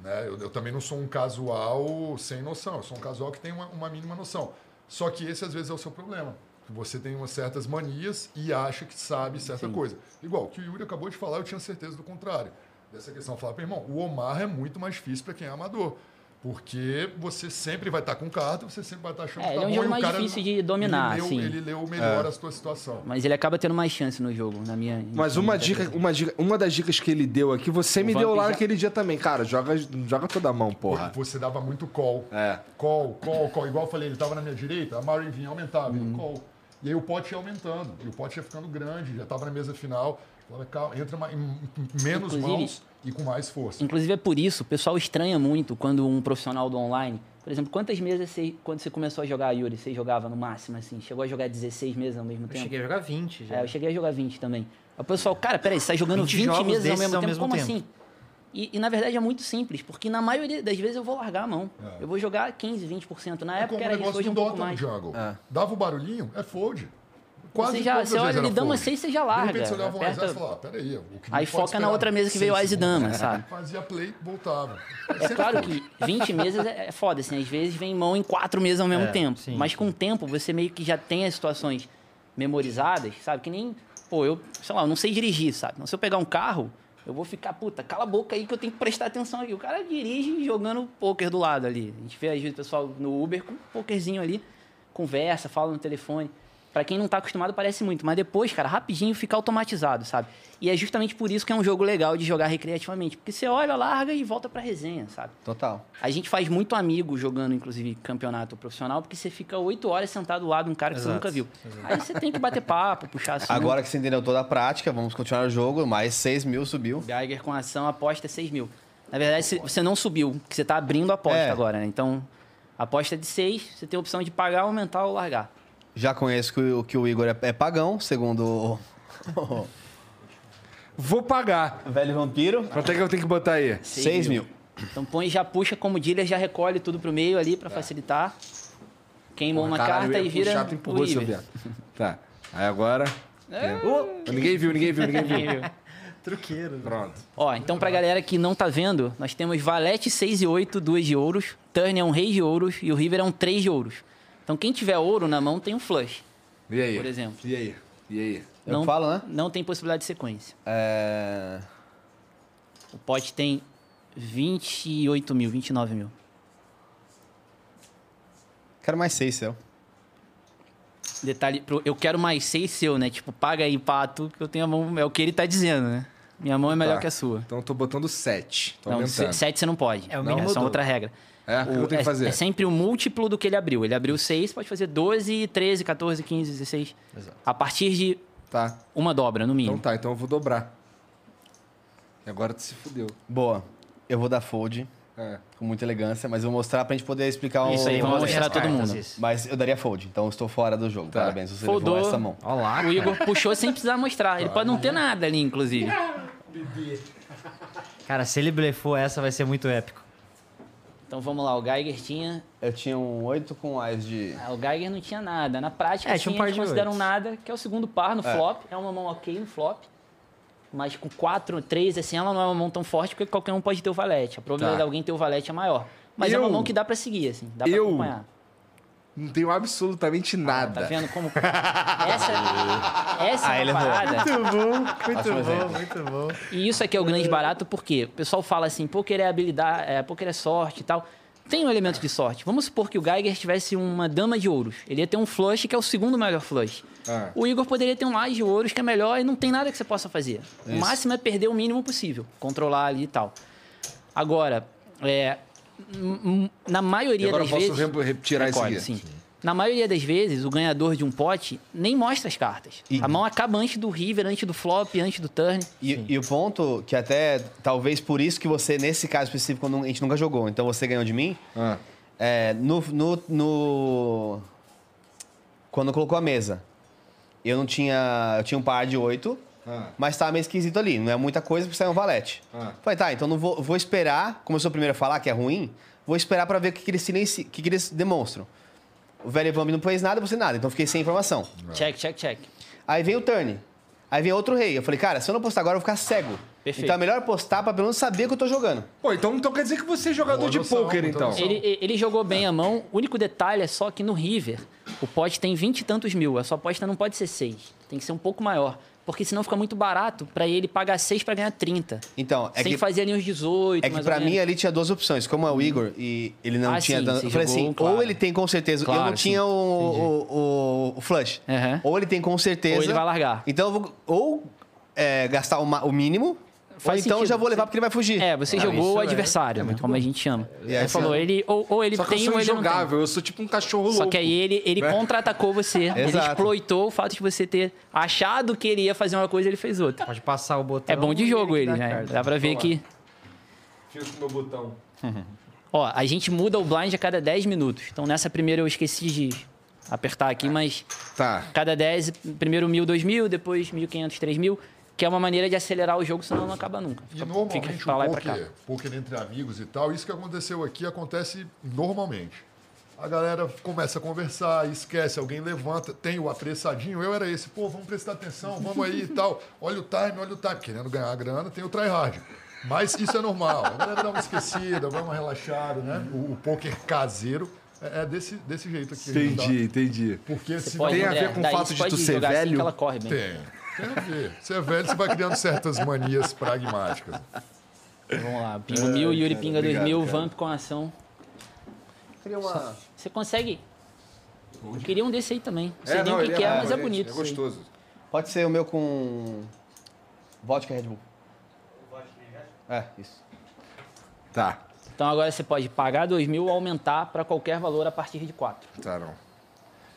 Speaker 7: Né? Eu, eu também não sou um casual sem noção, eu sou um casual que tem uma, uma mínima noção. Só que esse às vezes é o seu problema. Você tem umas certas manias e acha que sabe certa coisa. Igual o que o Yuri acabou de falar, eu tinha certeza do contrário. Dessa questão, eu falava, "Pô, irmão, o Omar é muito mais difícil para quem é amador. Porque você sempre vai estar com carta, você sempre vai estar achando
Speaker 5: É,
Speaker 7: que
Speaker 5: ele
Speaker 7: tá
Speaker 5: é um
Speaker 7: bom,
Speaker 5: jogo
Speaker 7: e o
Speaker 5: mais
Speaker 7: cara-
Speaker 5: difícil de dominar,
Speaker 7: ele leu,
Speaker 5: assim.
Speaker 7: Ele leu melhor a sua situação.
Speaker 5: Mas ele acaba tendo mais chance no jogo, na minha.
Speaker 3: Mas uma dica, uma dica, uma das dicas que ele deu aqui, você me
Speaker 5: é. Vamp
Speaker 3: deu lá
Speaker 5: já-
Speaker 3: naquele dia também. Cara, joga, joga toda a mão, porra.
Speaker 7: Você dava muito call.
Speaker 3: É.
Speaker 7: Call, call, call. Igual eu falei, ele tava na minha direita, a Mari vinha aumentava, ele call. E aí o pote ia aumentando, e o pote ia ficando grande, já tava na mesa final. Falava, calma, entra mais- em- em menos
Speaker 5: Inclusive-
Speaker 7: mãos e com mais força.
Speaker 5: Inclusive é por isso, o pessoal estranha muito quando um profissional do online. Por exemplo, quantas mesas você, quando você começou a jogar, Yuri, você jogava no máximo, assim? Chegou a jogar 16 mesas ao mesmo
Speaker 6: Eu
Speaker 5: tempo?
Speaker 6: cheguei a jogar 20 já.
Speaker 5: É, eu cheguei a jogar 20 também. O pessoal, cara, peraí, você tá jogando
Speaker 6: 20
Speaker 5: 20,
Speaker 6: jogos
Speaker 5: mesas ao
Speaker 6: desses
Speaker 5: mesmo
Speaker 6: ao
Speaker 5: tempo?
Speaker 6: mesmo
Speaker 5: Como
Speaker 6: tempo.
Speaker 5: assim? E, e, na verdade é muito simples, porque na maioria das vezes eu vou largar a mão. Eu vou jogar 15, 20%. Na
Speaker 7: É
Speaker 5: época
Speaker 7: como o
Speaker 5: era isso,
Speaker 7: É. negócio
Speaker 5: hoje
Speaker 7: do
Speaker 5: é um pouco
Speaker 7: Dota no
Speaker 5: mais.
Speaker 7: jungle. Dava o barulhinho, é fold. Quase
Speaker 5: Você já-
Speaker 7: todas
Speaker 5: você
Speaker 7: as
Speaker 5: olha,
Speaker 7: vezes
Speaker 5: ele
Speaker 7: era
Speaker 5: dama
Speaker 7: fold.
Speaker 5: seis, você já
Speaker 7: De
Speaker 5: larga,
Speaker 7: repente você olhava um
Speaker 5: aperta-
Speaker 7: aperta... e falava, peraí, o que não
Speaker 5: Aí
Speaker 7: pode
Speaker 5: foca na
Speaker 7: esperar
Speaker 5: outra mesa que veio
Speaker 7: seis
Speaker 5: as e dama,
Speaker 7: segundos."
Speaker 5: sabe?
Speaker 7: *laughs* Fazia play, voltava.
Speaker 5: É claro que 20 mesas é é foda, assim, às vezes vem mão em quatro mesas ao mesmo
Speaker 6: É,
Speaker 5: tempo.
Speaker 6: sim.
Speaker 5: Mas com o tempo você meio que já tem as situações memorizadas, sabe? Que nem, pô, eu, sei lá, eu não sei dirigir, sabe? Então, se eu pegar um carro, eu vou ficar, puta, cala a boca aí que eu tenho que prestar atenção aqui. O cara dirige jogando poker do lado ali. A gente vê às vezes o pessoal no Uber com um pokerzinho ali, conversa, fala no telefone. Pra quem não tá acostumado, parece muito. Mas depois, cara, rapidinho fica automatizado, sabe? E é justamente por isso que é um jogo legal de jogar recreativamente. Porque você olha, larga e volta pra resenha, sabe?
Speaker 4: Total.
Speaker 5: A gente faz muito amigo jogando, inclusive, campeonato profissional, porque você fica oito horas sentado ao lado de um cara que você
Speaker 6: Exato,
Speaker 5: nunca viu. Aí você tem que bater papo, puxar assunto.
Speaker 4: Agora que você entendeu toda a prática, vamos continuar o jogo. Mais 6 mil subiu.
Speaker 5: Geiger com ação, a aposta é 6 mil. Na verdade, se- você não subiu, porque você tá abrindo a aposta
Speaker 4: É.
Speaker 5: agora, né? Então, a aposta é de 6, você tem a opção de pagar, aumentar ou largar.
Speaker 4: Já conheço que o, que o Igor é, é pagão, segundo o,
Speaker 3: Vou pagar.
Speaker 4: o velho vampiro.
Speaker 3: Quanto é que eu tenho que botar aí?
Speaker 4: 6 mil. É
Speaker 5: Então põe, já puxa como dealer, já recolhe tudo pro meio ali pra facilitar. Queimou uma
Speaker 3: É. Caralho,
Speaker 5: carta
Speaker 3: eu
Speaker 5: e
Speaker 3: ia
Speaker 5: vira
Speaker 3: puxar, tu empurrou,
Speaker 5: o
Speaker 3: seu
Speaker 5: Iver.
Speaker 3: viado.
Speaker 5: *laughs*
Speaker 3: Tá. Aí agora.
Speaker 5: É.
Speaker 3: Oh, ninguém viu, ninguém viu, ninguém viu.
Speaker 6: Truqueiro.
Speaker 3: Pronto.
Speaker 5: Ó, então pra galera que não tá vendo, nós temos Valete 6 e 8, 2 de ouros, Turn é um rei de ouros e o River é um 3 de ouros. Então quem tiver ouro na mão tem um flush,
Speaker 3: E aí?
Speaker 5: por exemplo.
Speaker 3: E aí? E aí?
Speaker 4: Eu
Speaker 5: Não-
Speaker 4: falo, né?
Speaker 5: Não tem possibilidade de sequência.
Speaker 4: É...
Speaker 5: O pote tem 28 mil, 29 mil.
Speaker 4: Quero mais 6, seu.
Speaker 5: Detalhe, pro- eu quero mais seis seu, né? Tipo, paga aí, pato, que eu tenho a mão. É o que ele tá dizendo, né? Minha mão é melhor
Speaker 3: Tá.
Speaker 5: que a sua.
Speaker 3: Então eu tô botando 7. Tô
Speaker 5: Não, se-
Speaker 3: aumentando.
Speaker 5: sete você não pode.
Speaker 6: É o
Speaker 5: não,
Speaker 6: mínimo
Speaker 5: é só
Speaker 6: do-
Speaker 5: outra regra.
Speaker 3: É, o que eu tenho
Speaker 5: é,
Speaker 3: que fazer?
Speaker 5: é sempre o múltiplo do que ele abriu. Ele abriu seis, pode fazer 12, 13, 14, 15, 16. A partir de
Speaker 3: Tá.
Speaker 5: uma dobra, no
Speaker 3: Então
Speaker 5: mínimo.
Speaker 3: tá, então eu vou dobrar. E agora tu se fudeu.
Speaker 4: Boa. Eu vou dar fold
Speaker 3: É.
Speaker 4: com muita elegância, mas eu vou mostrar pra gente poder explicar o.
Speaker 5: Isso
Speaker 6: é
Speaker 5: aí, vamos
Speaker 4: o-
Speaker 5: mostrar a todo mundo.
Speaker 4: Mas eu daria fold, então eu estou fora do jogo.
Speaker 3: Tá.
Speaker 4: Parabéns, você
Speaker 5: Foldou.
Speaker 4: levou essa mão.
Speaker 6: Olha lá.
Speaker 5: O Igor puxou sem precisar mostrar.
Speaker 3: Tá.
Speaker 5: Ele pode não ter nada ali, inclusive.
Speaker 6: Cara, se ele blefou essa, vai ser muito épico.
Speaker 5: Então vamos lá, o Geiger tinha.
Speaker 4: Eu tinha um 8 com as de.
Speaker 5: Ah, O Geiger não tinha nada. Na prática,
Speaker 6: É,
Speaker 5: sim,
Speaker 6: tinha um par
Speaker 5: eles
Speaker 6: de
Speaker 5: consideram
Speaker 6: oitos.
Speaker 5: nada, que é o segundo par no flop. É uma mão ok no flop. Mas com quatro, três, assim, ela não é uma mão tão forte porque qualquer um pode ter o valete. A probabilidade
Speaker 3: Tá.
Speaker 5: de alguém ter o valete é maior. Mas é uma
Speaker 3: Eu-
Speaker 5: mão que dá pra seguir, assim. Dá
Speaker 3: eu-
Speaker 5: pra acompanhar.
Speaker 3: Não tenho absolutamente nada.
Speaker 5: Tá vendo como... *laughs* Essa, é essa
Speaker 4: Ah,
Speaker 5: é
Speaker 4: ele
Speaker 5: uma
Speaker 4: errou.
Speaker 5: parada.
Speaker 6: Muito bom, muito
Speaker 5: um
Speaker 4: Ótimo exemplo.
Speaker 6: muito bom.
Speaker 5: E isso aqui é o grande barato porque o pessoal fala assim, poker é habilidade, é, poker é sorte e tal. Tem um elemento de sorte. Vamos supor que o Geiger tivesse uma dama de ouros. Ele ia ter um flush, que é o segundo melhor flush.
Speaker 3: Ah.
Speaker 5: O Igor poderia ter um as de ouros, que é melhor e não tem nada que você possa fazer. O máximo é perder o mínimo possível, controlar ali e tal. Agora, é, m- m- na maioria
Speaker 3: E agora eu
Speaker 5: das
Speaker 3: posso
Speaker 5: vezes...
Speaker 3: re- retirar isso
Speaker 5: Recolhe,
Speaker 3: aqui.
Speaker 5: sim. Na maioria das vezes, o ganhador de um pote nem mostra as cartas. A mão acaba antes do river, antes do flop, antes do turn.
Speaker 4: E, e o ponto que até talvez por isso que você, nesse caso específico, não- a gente nunca jogou, então você ganhou de mim.
Speaker 3: Ah.
Speaker 4: É, no, no, no- Quando colocou a mesa, eu não tinha. Eu tinha um par de oito,
Speaker 3: Ah.
Speaker 4: mas tava meio esquisito ali. Não é muita coisa porque saiu um valete.
Speaker 3: Ah.
Speaker 4: Falei, tá, então não vou, vou esperar, como eu sou o primeiro a falar que é ruim, vou esperar pra ver o que, que eles silenci- o que, que eles demonstram. O velho Vambi não fez nada, você nada, então fiquei sem informação.
Speaker 5: Check, check, check.
Speaker 4: Aí vem o turn. Aí vem outro rei. Eu falei, cara, se eu não postar agora, eu vou ficar cego.
Speaker 5: Perfeito.
Speaker 4: Então é melhor postar pra pelo menos saber que eu tô jogando.
Speaker 3: Pô, então, então quer dizer que você é jogador
Speaker 7: Boa
Speaker 3: de
Speaker 7: noção,
Speaker 3: pôquer,
Speaker 7: muita
Speaker 3: então.
Speaker 7: noção.
Speaker 5: Ele, e- ele jogou bem a mão. O único detalhe é só que no river, o pote tem vinte e tantos mil. A sua aposta não pode ser seis. Tem que ser um pouco maior. Porque senão fica muito barato pra ele pagar seis pra ganhar 30.
Speaker 4: Então, é
Speaker 5: Sem
Speaker 4: que,
Speaker 5: fazer ali uns 18,
Speaker 4: é que
Speaker 5: mais
Speaker 4: pra
Speaker 5: ou menos. Hum.
Speaker 4: mim ali tinha duas opções. Como é o Igor e ele não
Speaker 5: Ah,
Speaker 4: tinha.
Speaker 5: sim,
Speaker 4: dan-
Speaker 5: você
Speaker 4: eu falei
Speaker 5: jogou,
Speaker 4: assim,
Speaker 5: claro.
Speaker 4: ou ele tem com certeza. eu
Speaker 5: Claro,
Speaker 4: não tinha
Speaker 5: sim.
Speaker 4: o, o, o- o flush.
Speaker 5: Aham.
Speaker 4: Ou ele tem com certeza.
Speaker 5: Ou ele vai largar.
Speaker 4: Então eu vou ou é, gastar o, ma- o mínimo,
Speaker 5: Faz
Speaker 4: ou então
Speaker 5: sentido.
Speaker 4: já vou levar porque ele vai fugir.
Speaker 5: É, você jogou o adversário, né, como a gente chama.
Speaker 4: E aí
Speaker 5: Você falou,
Speaker 4: você-
Speaker 5: ele ou, ou ele
Speaker 3: Só que eu
Speaker 5: tem
Speaker 3: sou
Speaker 5: ou ele não tem.
Speaker 3: injogável, eu sou tipo um cachorro
Speaker 5: Só
Speaker 3: louco.
Speaker 5: que aí ele, ele contra-atacou você. ele
Speaker 4: Exato.
Speaker 5: exploitou o fato de você ter achado que ele ia fazer uma coisa e ele fez outra.
Speaker 6: Pode passar o botão.
Speaker 5: É bom de
Speaker 6: e
Speaker 5: jogo
Speaker 6: que
Speaker 5: ele,
Speaker 6: dá
Speaker 5: né?
Speaker 6: tá carta.
Speaker 5: Dá pra ver que.
Speaker 3: Fica com o meu botão.
Speaker 5: Ó, a gente muda o blind a cada 10 minutos. Então nessa primeira eu esqueci de apertar aqui, mas
Speaker 3: Tá.
Speaker 5: cada 10, primeiro 1000, 2000, depois 1500, 3000, que é uma maneira de acelerar o jogo, senão não acaba nunca.
Speaker 7: E normalmente
Speaker 5: fica pra lá
Speaker 7: o
Speaker 5: e
Speaker 3: é
Speaker 5: pra cá.
Speaker 7: poker, poker entre amigos e tal, isso que aconteceu aqui acontece normalmente. A galera começa a conversar, esquece, alguém levanta, tem o apressadinho, eu era esse, pô, vamos prestar atenção, vamos
Speaker 5: *laughs*
Speaker 7: aí e tal. Olha o time, olha o time, querendo ganhar a grana, tem o tryhard. Mas isso é normal, a galera dá uma esquecida, vai uma relaxada, né? O, o poker caseiro é, é desse, desse jeito aqui. né?
Speaker 3: Entendi, entendi.
Speaker 7: Porque se
Speaker 5: Pode,
Speaker 3: Tem a
Speaker 5: André,
Speaker 3: ver com o
Speaker 5: daí
Speaker 3: fato
Speaker 5: você
Speaker 3: de
Speaker 5: pode
Speaker 3: tu ser
Speaker 5: jogar Assim
Speaker 3: velho?
Speaker 5: que ela corre bem.
Speaker 7: Tem, tem a ver. Você é velho, você vai criando certas manias pragmáticas.
Speaker 5: Vamos lá, Pingo 1000, Yuri Pinga
Speaker 3: É. obrigado,
Speaker 5: 2000,
Speaker 3: cara.
Speaker 5: Vamp com ação. Você consegue Eu queria um desse aí também. Não sei nem
Speaker 3: não,
Speaker 5: o que,
Speaker 3: ele
Speaker 5: que é, mas é
Speaker 3: bom, gente,
Speaker 5: bonito.
Speaker 3: É
Speaker 5: isso aí.
Speaker 3: gostoso.
Speaker 4: Pode ser o meu com. Vodka Red Bull. É, isso.
Speaker 3: Tá.
Speaker 5: Então agora você pode pagar 2 mil ou aumentar para qualquer valor a partir de 4.
Speaker 3: Tá, não.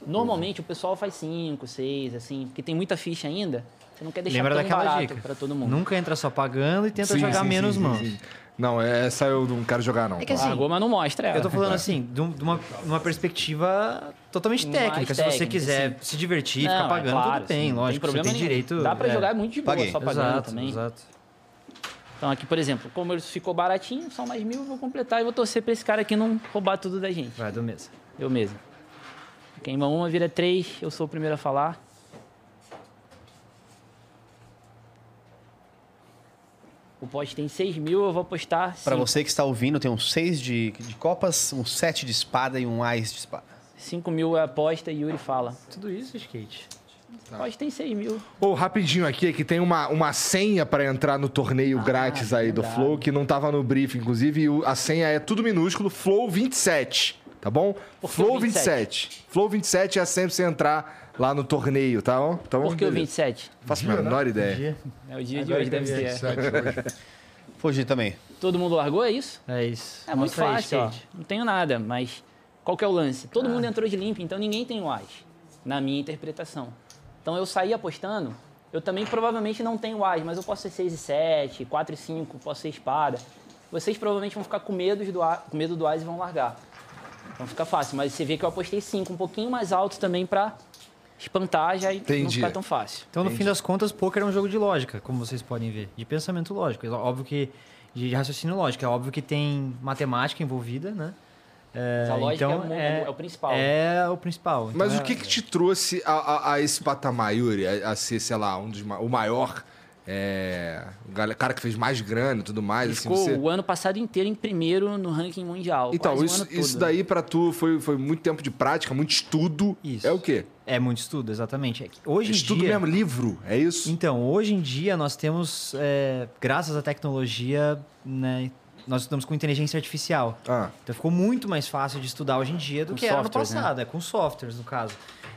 Speaker 5: Normalmente o pessoal faz 5, 6, assim, porque tem muita ficha ainda. Você não quer deixar
Speaker 6: Lembra
Speaker 5: tão
Speaker 6: daquela
Speaker 5: barato
Speaker 6: dica?
Speaker 5: para todo mundo.
Speaker 6: Nunca entra só pagando e tenta
Speaker 3: Sim,
Speaker 6: jogar
Speaker 3: sim,
Speaker 6: menos
Speaker 3: sim, sim,
Speaker 6: mãos.
Speaker 3: sim. Não, é, essa eu não quero jogar, não.
Speaker 6: É que assim,
Speaker 5: Pagou, mas não mostra ela.
Speaker 6: Eu tô falando assim, de, um- de uma, uma perspectiva totalmente
Speaker 5: Mais
Speaker 6: técnica. Se você
Speaker 5: técnica,
Speaker 6: quiser se divertir, ficar
Speaker 5: Não,
Speaker 6: pagando,
Speaker 5: é claro,
Speaker 6: tudo bem,
Speaker 5: sim, não
Speaker 6: lógico. você tem
Speaker 5: nenhum.
Speaker 6: direito.
Speaker 5: Dá pra
Speaker 6: é.
Speaker 5: jogar muito de boa,
Speaker 4: Paguei.
Speaker 5: só pagando
Speaker 6: Exato,
Speaker 5: também.
Speaker 6: exato.
Speaker 5: Então aqui, por exemplo, como ele ficou baratinho, são mais mil, eu vou completar e vou torcer pra esse cara aqui não roubar tudo da gente.
Speaker 6: Vai, do mesmo.
Speaker 5: Eu mesmo. Queima uma, vira três, eu sou o primeiro a falar. O pote tem 6 mil, eu vou apostar
Speaker 4: Pra
Speaker 5: cinco-
Speaker 4: você que está ouvindo, tem um 6 de, de copas, um 7 de espada e um ás de espada.
Speaker 5: 5 mil é aposta e Yuri fala.
Speaker 6: Tudo isso, skate.
Speaker 5: O pote tem 6 mil.
Speaker 3: Ô, rapidinho aqui, é que tem uma, uma senha pra entrar no torneio grátis aí do
Speaker 5: Ah, verdade.
Speaker 3: Flow, que não tava no brief, inclusive, e o- a senha é tudo minúsculo, Flow27, tá bom?
Speaker 5: Por que
Speaker 3: Flow27.
Speaker 5: o 27?
Speaker 3: Flow27 é sempre você entrar lá no torneio, tá bom? Tá bom?
Speaker 5: Por que o
Speaker 3: Beleza.
Speaker 5: 27?
Speaker 3: Faço a menor ideia.
Speaker 5: É o dia
Speaker 6: Agora
Speaker 5: de hoje,
Speaker 6: que eu
Speaker 5: deve
Speaker 6: vi.
Speaker 5: ser.
Speaker 7: Sete hoje.
Speaker 4: Fugir também.
Speaker 5: Todo mundo largou, é isso?
Speaker 6: É isso.
Speaker 5: É muito
Speaker 6: Mostra aí,
Speaker 5: fácil, ó.
Speaker 6: skate.
Speaker 5: Não tenho nada, mas qual que é o lance? Todo mundo entrou de limpo, então ninguém tem o as, na minha interpretação. Então eu saí apostando, eu também provavelmente não tenho as, mas eu posso ser 6 e 7, 4 e 5, posso ser espada. Vocês provavelmente vão ficar com medo do, a- com medo do as e vão largar. Então fica fácil, mas você vê que eu apostei 5, um pouquinho mais alto também pra espantar já e não
Speaker 3: Entendi.
Speaker 5: ficar tão fácil.
Speaker 6: Então, no fim das contas, poker é um jogo de lógica, como vocês podem ver. De pensamento lógico. É Óbvio que. De raciocínio lógico. É óbvio que tem matemática envolvida, né? É,
Speaker 5: Essa lógica é o- é o- é o principal.
Speaker 6: É o principal. Então,
Speaker 3: Mas
Speaker 6: é-
Speaker 3: o que, que te trouxe a, a- a esse patamar, Yuri? A, a ser, sei lá, um dos, ma- o maior, é, o gal- cara que fez mais grana e tudo mais. assim,
Speaker 5: Ficou
Speaker 3: você-
Speaker 5: o ano passado inteiro em primeiro no ranking mundial.
Speaker 3: Então,
Speaker 5: quase o
Speaker 3: isso,
Speaker 5: ano
Speaker 3: isso
Speaker 5: todo. né?
Speaker 3: daí pra tu foi, foi muito tempo de prática, muito estudo.
Speaker 6: Isso.
Speaker 3: É o quê?
Speaker 6: É muito estudo, exatamente. É que Hoje em
Speaker 3: estudo
Speaker 6: dia,
Speaker 3: mesmo, livro, é isso?
Speaker 6: Então, hoje em dia nós temos, é, graças à tecnologia, né, nós estamos com inteligência artificial.
Speaker 3: Ah.
Speaker 6: Então ficou muito mais fácil de estudar hoje em dia do
Speaker 5: Com
Speaker 6: que era no
Speaker 5: softwares, né?
Speaker 6: passado, é com softwares no caso.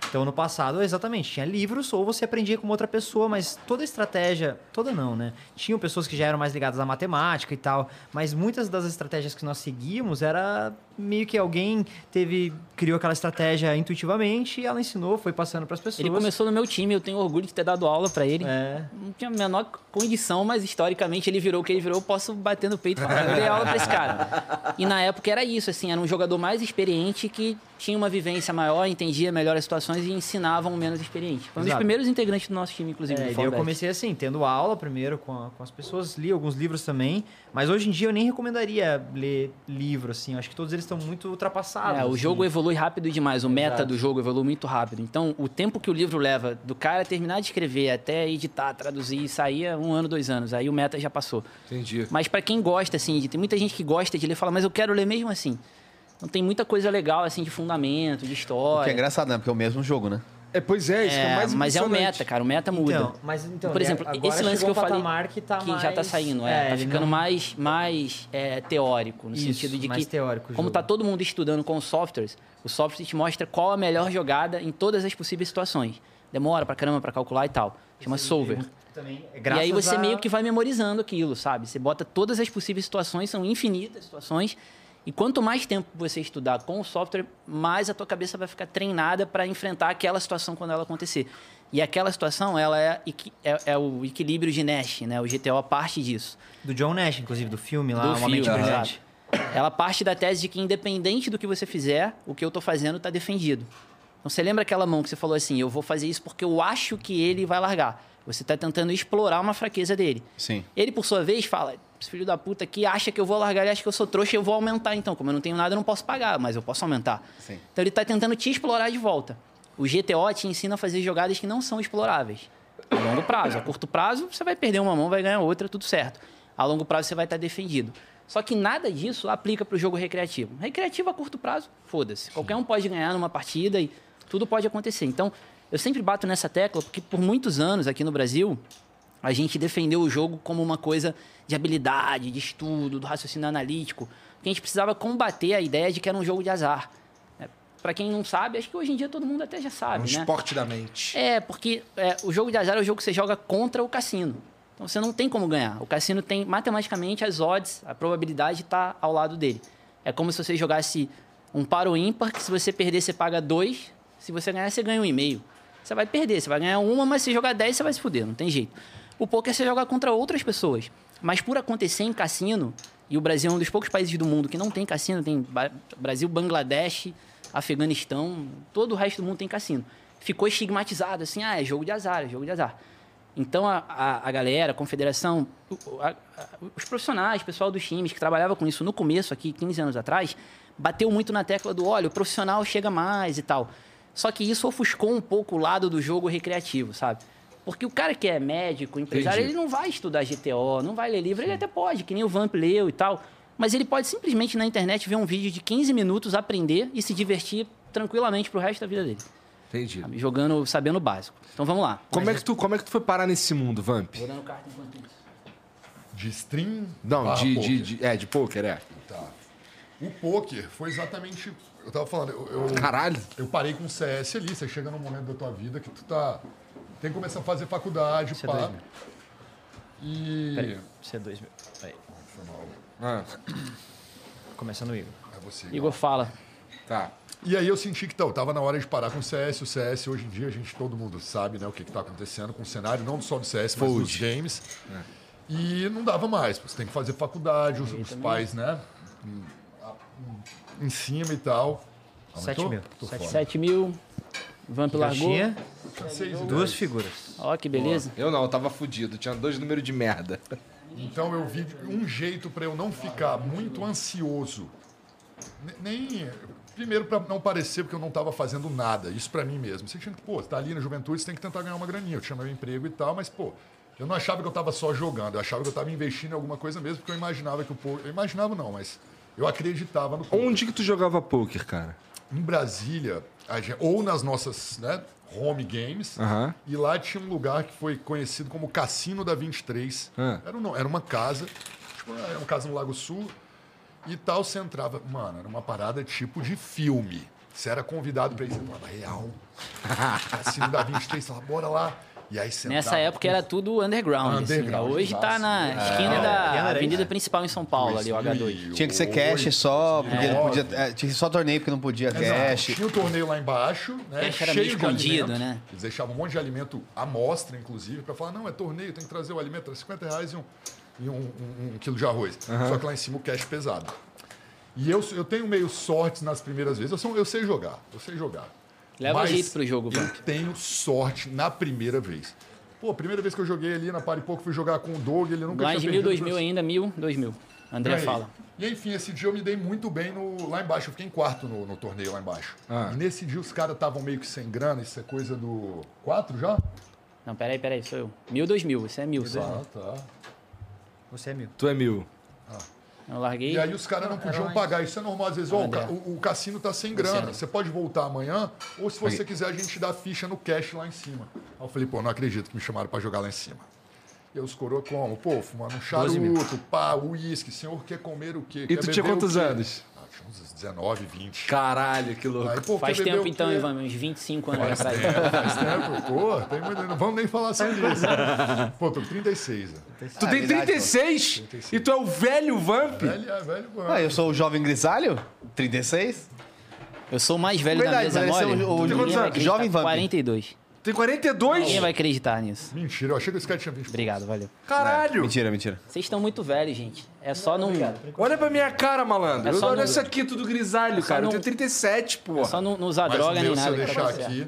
Speaker 6: Então no passado, exatamente, tinha livros ou você aprendia com outra pessoa, mas toda a estratégia, toda não, né? Tinham pessoas que já eram mais ligadas à matemática e tal, mas muitas das estratégias que nós seguíamos era meio que alguém teve criou aquela estratégia intuitivamente e ela ensinou, foi passando para as pessoas.
Speaker 5: Ele começou no meu time, eu tenho orgulho de ter dado aula pra ele.
Speaker 6: É.
Speaker 5: Não tinha a menor condição, mas historicamente ele virou o que ele virou. Eu posso bater no peito e falar, eu dei aula pra esse cara. E na época era isso, assim, era um jogador mais experiente que tinha uma vivência maior, entendia melhor as situações e ensinava um menos experiente. Foi um dos
Speaker 6: Exato.
Speaker 5: primeiros integrantes do nosso time, inclusive.
Speaker 6: É,
Speaker 5: do
Speaker 6: daí eu
Speaker 5: Fallback.
Speaker 6: comecei assim, tendo aula primeiro com, a- com as pessoas, li alguns livros também, mas hoje em dia eu nem recomendaria ler livro, assim, eu acho que todos eles estão muito ultrapassados.
Speaker 5: É, o
Speaker 6: assim.
Speaker 5: jogo evolui rápido demais, o meta do jogo evolui muito rápido. Então, o tempo que o livro leva do cara terminar de escrever até editar, traduzir, sair é um ano, dois anos. Aí o meta já passou.
Speaker 3: Entendi.
Speaker 5: Mas pra quem gosta, assim, de- tem muita gente que gosta de ler, fala, mas eu quero ler mesmo assim. Então tem muita coisa legal, assim, de fundamento, de
Speaker 4: O que é
Speaker 5: história.
Speaker 4: engraçado, né? Porque é o mesmo jogo, né?
Speaker 3: É, pois é, isso que é mais
Speaker 5: mas é o
Speaker 3: impressionante.
Speaker 5: meta, cara, o meta muda.
Speaker 6: Então, mas então,
Speaker 5: né? Por exemplo,
Speaker 6: agora
Speaker 5: esse lance que
Speaker 6: chegou
Speaker 5: eu
Speaker 6: um
Speaker 5: falei,
Speaker 6: patamar que, tá
Speaker 5: já tá
Speaker 6: mais-
Speaker 5: saindo, é, tá
Speaker 6: ele
Speaker 5: ficando
Speaker 6: não-
Speaker 5: mais, mais é, teórico, no
Speaker 6: Isso,
Speaker 5: sentido de
Speaker 6: mais
Speaker 5: que,
Speaker 6: teórico o
Speaker 5: como
Speaker 6: jogo.
Speaker 5: tá todo mundo estudando com os softwares, o software te mostra qual a melhor jogada em todas as possíveis situações. Demora pra caramba pra calcular e tal. Chama
Speaker 6: um
Speaker 5: solver.
Speaker 6: Também, é
Speaker 5: e aí
Speaker 6: graças
Speaker 5: você
Speaker 6: a-
Speaker 5: meio que vai memorizando aquilo, sabe? Você bota todas as possíveis situações, são infinitas situações. E quanto mais tempo você estudar com o software, mais a tua cabeça vai ficar treinada para enfrentar aquela situação quando ela acontecer. E aquela situação, ela é, equi- é- é o equilíbrio de Nash, né? O GTO a parte disso.
Speaker 6: Do John Nash, inclusive, do filme lá,
Speaker 5: do
Speaker 6: Uma
Speaker 5: filme,
Speaker 6: Mente
Speaker 5: exato.
Speaker 6: Brilhante.
Speaker 5: Ela parte da tese de que independente do que você fizer, o que eu tô fazendo tá defendido. Então você lembra aquela mão que você falou assim, eu vou fazer isso porque eu acho que ele vai largar. Você tá tentando explorar uma fraqueza dele.
Speaker 4: Sim.
Speaker 5: Ele, por sua vez, fala: esse filho da puta aqui acha que eu vou largar, ele acha que eu sou trouxa, eu vou aumentar então. Como eu não tenho nada, eu não posso pagar, mas eu posso aumentar.
Speaker 4: Sim.
Speaker 5: Então ele tá tentando te explorar de volta. O GTO te ensina a fazer jogadas que não são exploráveis. A longo prazo. A curto prazo, você vai perder uma mão, vai ganhar outra, tudo certo. A longo prazo, você vai estar defendido. Só que nada disso aplica pro jogo recreativo. Recreativo a curto prazo, foda-se. Qualquer um pode ganhar numa partida e tudo pode acontecer. Então, eu sempre bato nessa tecla porque por muitos anos aqui no Brasil, a gente defendeu o jogo como uma coisa de habilidade, de estudo, do raciocínio analítico. Que a gente precisava combater a ideia de que era um jogo de azar. né? Pra quem não sabe, acho que hoje em dia todo mundo até já
Speaker 3: um
Speaker 5: sabe, né?
Speaker 3: esporte da mente.
Speaker 5: É, porque é, o jogo de azar é o jogo que você joga contra o cassino. Então você não tem como ganhar. O cassino tem matematicamente as odds, a probabilidade está ao lado dele. É como se você jogasse um par ou ímpar, que se você perder, você paga dois. Se você ganhar, você ganha um e meio. Você vai perder, você vai ganhar uma, mas se jogar dez, você vai se fuder, não tem jeito. O poker é você joga contra outras pessoas. Mas por acontecer em cassino, e o Brasil é um dos poucos países do mundo que não tem cassino, tem Ba- Brasil, Bangladesh, Afeganistão, todo o resto do mundo tem cassino. Ficou estigmatizado, assim, ah, é jogo de azar, é jogo de azar. Então a, a, a galera, a confederação, o- a- a- os profissionais, o pessoal dos times que trabalhava com isso no começo, aqui 15 anos atrás, bateu muito na tecla do olha, o profissional chega mais e tal. Só que isso ofuscou um pouco o lado do jogo recreativo, sabe? Porque o cara que é médico, empresário,
Speaker 3: Entendi.
Speaker 5: ele não vai estudar GTO, não vai ler livro, ele até pode, que nem o Vamp leu e tal. Mas ele pode simplesmente na internet ver um vídeo de 15 minutos, aprender e se divertir tranquilamente pro resto da vida dele.
Speaker 3: Entendi.
Speaker 5: sabe? Jogando, sabendo o básico. Então vamos lá.
Speaker 3: Como é, que tu, como é que tu foi parar nesse mundo, Vamp?
Speaker 5: Vou dando carta enquanto isso.
Speaker 7: De stream?
Speaker 3: Não,
Speaker 7: barra
Speaker 3: de,
Speaker 7: poker.
Speaker 3: de, de- É, de poker, é.
Speaker 7: Tá. O poker foi exatamente. Eu tava falando, eu, eu-
Speaker 3: Caralho.
Speaker 7: eu parei com o CS ali, você chega num momento da tua vida que tu tá. Tem que começar a fazer faculdade,
Speaker 6: Isso é
Speaker 7: pá.
Speaker 6: dois mil.
Speaker 7: E.
Speaker 6: C2, meu. Aí.
Speaker 7: Foi mal.
Speaker 3: Ah,
Speaker 6: Começando o Igor.
Speaker 7: É você.
Speaker 5: Igor fala.
Speaker 3: tá.
Speaker 7: E aí eu senti que então, tava na hora de parar com o CS. O CS hoje em dia, a gente, todo mundo sabe né, o que, que tá acontecendo com o cenário, não só do CS, mas dos games. E não dava mais, você tem que fazer faculdade, os, os pais, né? em- a- em- Em cima e tal.
Speaker 6: Sete
Speaker 7: Aumentou?
Speaker 6: mil.
Speaker 7: Tô
Speaker 6: Sete-
Speaker 7: fora.
Speaker 5: 7 mil. Vamp largou.
Speaker 6: Caixinha,
Speaker 7: Seis e
Speaker 6: duas
Speaker 7: dez.
Speaker 6: figuras.
Speaker 5: Ó, que beleza.
Speaker 3: Eu não, eu tava fudido. Tinha dois números de merda. *laughs*
Speaker 7: Então eu vi um jeito para eu não ficar muito ansioso. Ne- Nem primeiro para não parecer porque eu não estava fazendo nada, isso para mim mesmo. Você tinha que, pô, você tá ali na juventude, você tem que tentar ganhar uma graninha. Eu tinha meu emprego e tal, mas pô, eu não achava que eu estava só jogando, eu achava que eu estava investindo em alguma coisa mesmo, porque eu imaginava que o povo, eu imaginava não, mas eu acreditava no povo.
Speaker 3: Onde que tu jogava poker, cara?
Speaker 7: Em Brasília, a gente- ou nas nossas, né, home games,
Speaker 3: Aham.
Speaker 7: e lá tinha um lugar que foi conhecido como Cassino da 23.
Speaker 3: Ah.
Speaker 7: Era, um- era uma casa, tipo, era uma casa no Lago Sul. E tal, você entrava. Mano, era uma parada tipo de filme. Você era convidado pra ir, você falava,
Speaker 4: *laughs*
Speaker 7: real. Cassino da 23, você falava, bora lá. E aí você
Speaker 5: Nessa
Speaker 7: entrava,
Speaker 5: época era tudo underground. assim,
Speaker 7: Tá. Underground,
Speaker 5: né? Hoje tá
Speaker 7: fácil.
Speaker 5: na esquina
Speaker 6: era
Speaker 5: da
Speaker 6: isso.
Speaker 5: avenida principal em São Paulo, ali, o H2.
Speaker 7: 2008.
Speaker 4: Tinha que ser cash só, porque não podia,
Speaker 7: Óbvio.
Speaker 4: é, tinha que ser só torneio porque não podia
Speaker 7: Exato.
Speaker 4: cash.
Speaker 7: Tinha o torneio lá embaixo, né?
Speaker 5: Cash era
Speaker 7: cheio
Speaker 5: meio
Speaker 7: de
Speaker 5: escondido,
Speaker 7: alimento.
Speaker 5: né?
Speaker 7: Eles deixavam um monte de alimento à mostra, inclusive, para falar, não, é torneio, tem que trazer o alimento, era 50 reais e um, e um- um- um quilo de arroz. Só que lá em cima o cash pesado. E eu, eu tenho meio sorte nas primeiras vezes. Eu, sou- eu sei jogar, eu sei jogar.
Speaker 5: Leva
Speaker 7: Mas
Speaker 5: jeito pro jogo,
Speaker 7: Eu
Speaker 5: Vamp.
Speaker 7: tenho sorte na primeira vez. Pô, a primeira vez que eu joguei ali na Pari Pouco, fui jogar com o Doug, ele nunca
Speaker 5: Lá
Speaker 7: tinha
Speaker 5: de mil,
Speaker 7: perdido
Speaker 5: dois
Speaker 7: pra-
Speaker 5: mil ainda, mil, dois mil. André
Speaker 7: Aí.
Speaker 5: fala.
Speaker 7: E enfim, esse dia eu me dei muito bem no- lá embaixo. Eu fiquei em quarto no, no torneio lá embaixo.
Speaker 3: Ah.
Speaker 7: E nesse dia os caras estavam meio que sem grana, isso é coisa do. Quatro já?
Speaker 5: Não, peraí, peraí, sou eu. Mil, dois mil, você é mil só.
Speaker 7: Ah, tá.
Speaker 6: Você é mil.
Speaker 3: Tu é mil.
Speaker 5: Eu larguei.
Speaker 7: E aí os caras não podiam pagar. Isso é normal, às vezes,
Speaker 3: Ah,
Speaker 7: ó, o, ca- o- o cassino tá sem grana. Você pode voltar amanhã, ou se você quiser, a gente dá ficha no cash lá em cima. Aí eu falei, pô, não acredito que me chamaram pra jogar lá em cima. E aí os coroa como? Pô, fumando um charuto, pá, uísque, senhor quer comer o quê?
Speaker 3: E
Speaker 7: Quer
Speaker 3: tu tinha
Speaker 7: beber o
Speaker 3: quantos
Speaker 7: quê?
Speaker 3: anos?
Speaker 7: Ah, tinha uns 19, 20.
Speaker 3: Caralho, que louco.
Speaker 7: Aí, pô,
Speaker 5: Faz
Speaker 7: quer beber
Speaker 5: tempo
Speaker 7: o
Speaker 5: então,
Speaker 7: quê?
Speaker 5: Ivan, uns 25 anos
Speaker 7: Faz
Speaker 5: atrás.
Speaker 7: tempo, faz tempo. Pô, tem muito- não vamos nem falar sobre isso. Pô, tô com 36. né?
Speaker 5: Ah, é
Speaker 3: Tu tem 36? E tu é o velho Vamp?
Speaker 7: Velho, é velho, mano.
Speaker 4: Ah, eu sou o jovem grisalho? 36?
Speaker 5: Eu sou o mais velho da
Speaker 4: Verdade,
Speaker 5: mesa
Speaker 4: mas esse é
Speaker 5: mole.
Speaker 4: o- o-
Speaker 5: Ninguém
Speaker 4: quantos
Speaker 5: vai
Speaker 4: anos?
Speaker 5: acreditar.
Speaker 4: Jovem Vamp.
Speaker 5: 42.
Speaker 3: Tem 42?
Speaker 5: Ninguém vai acreditar nisso.
Speaker 7: Mentira, eu achei que esse cara tinha 20.
Speaker 5: Obrigado, valeu.
Speaker 3: Caralho.
Speaker 4: Mentira, mentira.
Speaker 5: Vocês estão muito velhos, gente. É só não,
Speaker 3: Olha pra minha cara, malandro.
Speaker 5: É
Speaker 3: Eu-
Speaker 5: só
Speaker 3: olha
Speaker 5: no- é
Speaker 3: isso aqui, tudo grisalho, cara. Eu
Speaker 5: no- é
Speaker 3: tenho 37, porra.
Speaker 5: só não, não usar
Speaker 7: Mas o
Speaker 5: droga
Speaker 7: meu,
Speaker 5: nem
Speaker 7: se
Speaker 5: nada.
Speaker 7: eu
Speaker 5: que tá
Speaker 7: deixar
Speaker 5: certo.
Speaker 7: aqui,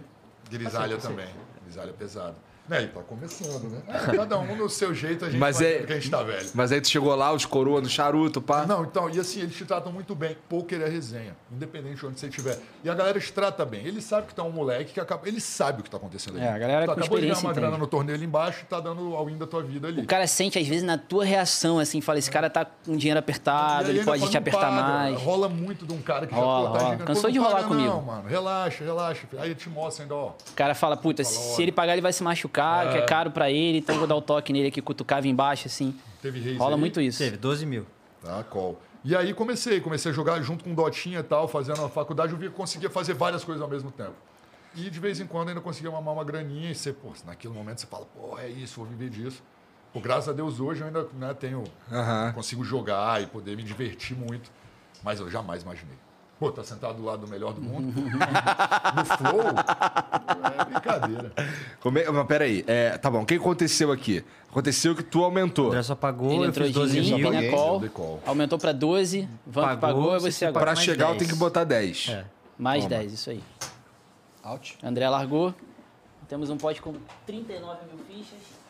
Speaker 7: grisalha também. Grisalha é pesado. Né, e tá começando, né? É, Cada um no seu jeito, a gente
Speaker 3: Mas
Speaker 7: vai
Speaker 3: é-
Speaker 7: vendo que a gente tá velho.
Speaker 3: Mas aí tu chegou lá, os coroa no charuto, pá.
Speaker 7: Não, então, e assim, eles te tratam muito bem. Poker é resenha, independente de onde você estiver. E a galera te trata bem. Ele sabe que tá um moleque que acaba. Ele sabe o que tá acontecendo ali.
Speaker 5: É, a galera
Speaker 7: tu
Speaker 5: com
Speaker 7: acabou de ganhar
Speaker 5: experiência
Speaker 7: uma grana
Speaker 5: entende.
Speaker 7: no torneio ali embaixo e tá dando all-in da tua vida ali.
Speaker 5: O cara sente, às vezes, na tua reação, assim, fala, esse cara tá com dinheiro
Speaker 7: E
Speaker 5: apertado,
Speaker 7: aí
Speaker 5: ele
Speaker 7: ainda
Speaker 5: pode
Speaker 7: fala,
Speaker 5: te
Speaker 7: não
Speaker 5: apertar
Speaker 7: paga.
Speaker 5: mais.
Speaker 7: Rola muito de um cara que
Speaker 5: Rola,
Speaker 7: já pô, tá
Speaker 5: rola.
Speaker 7: gigante.
Speaker 5: Cansou
Speaker 7: Pô, não
Speaker 5: de rolar
Speaker 7: paga Não,
Speaker 5: comigo.
Speaker 7: mano, relaxa, relaxa. filho. Aí eu te mostra ainda, ó.
Speaker 5: O cara fala, puta, se ele pagar, ele vai se machucar, que é caro pra ele, então eu vou dar o toque nele aqui, cutucava embaixo, assim.
Speaker 7: Teve reis
Speaker 5: Rola
Speaker 7: aí?
Speaker 5: muito isso.
Speaker 6: Teve 12 mil.
Speaker 7: Tá, call. E aí comecei, comecei a jogar junto com o Dotinha e tal, fazendo a faculdade, eu via que conseguia fazer várias coisas ao mesmo tempo. E de vez em quando ainda conseguia mamar uma graninha e ser, pô, naquele momento você fala, pô, é isso, vou viver disso. Pô, graças a Deus hoje eu ainda né, tenho,
Speaker 3: Aham.
Speaker 7: consigo jogar e poder me divertir muito, mas eu jamais imaginei. Pô, tá sentado do lado do melhor do mundo, no flow, é brincadeira.
Speaker 3: Come... Mas peraí, é, tá bom, o que aconteceu aqui? Aconteceu que tu aumentou.
Speaker 6: André só pagou,
Speaker 5: Ele
Speaker 6: eu
Speaker 5: entrou
Speaker 6: fiz
Speaker 5: de
Speaker 6: 12
Speaker 5: mim,
Speaker 6: mil.
Speaker 7: Eu
Speaker 5: Pinacol,
Speaker 7: dei call.
Speaker 5: aumentou pra 12, Vamp
Speaker 6: Pagou,
Speaker 5: pagou,
Speaker 6: você
Speaker 5: é você
Speaker 6: tem que
Speaker 5: agora.
Speaker 3: Pra
Speaker 6: mais
Speaker 3: chegar, eu
Speaker 6: 10.
Speaker 3: tenho que botar 10.
Speaker 6: É.
Speaker 5: Mais 10, isso aí.
Speaker 4: Out.
Speaker 5: André largou. Temos um pote com 39 mil fichas.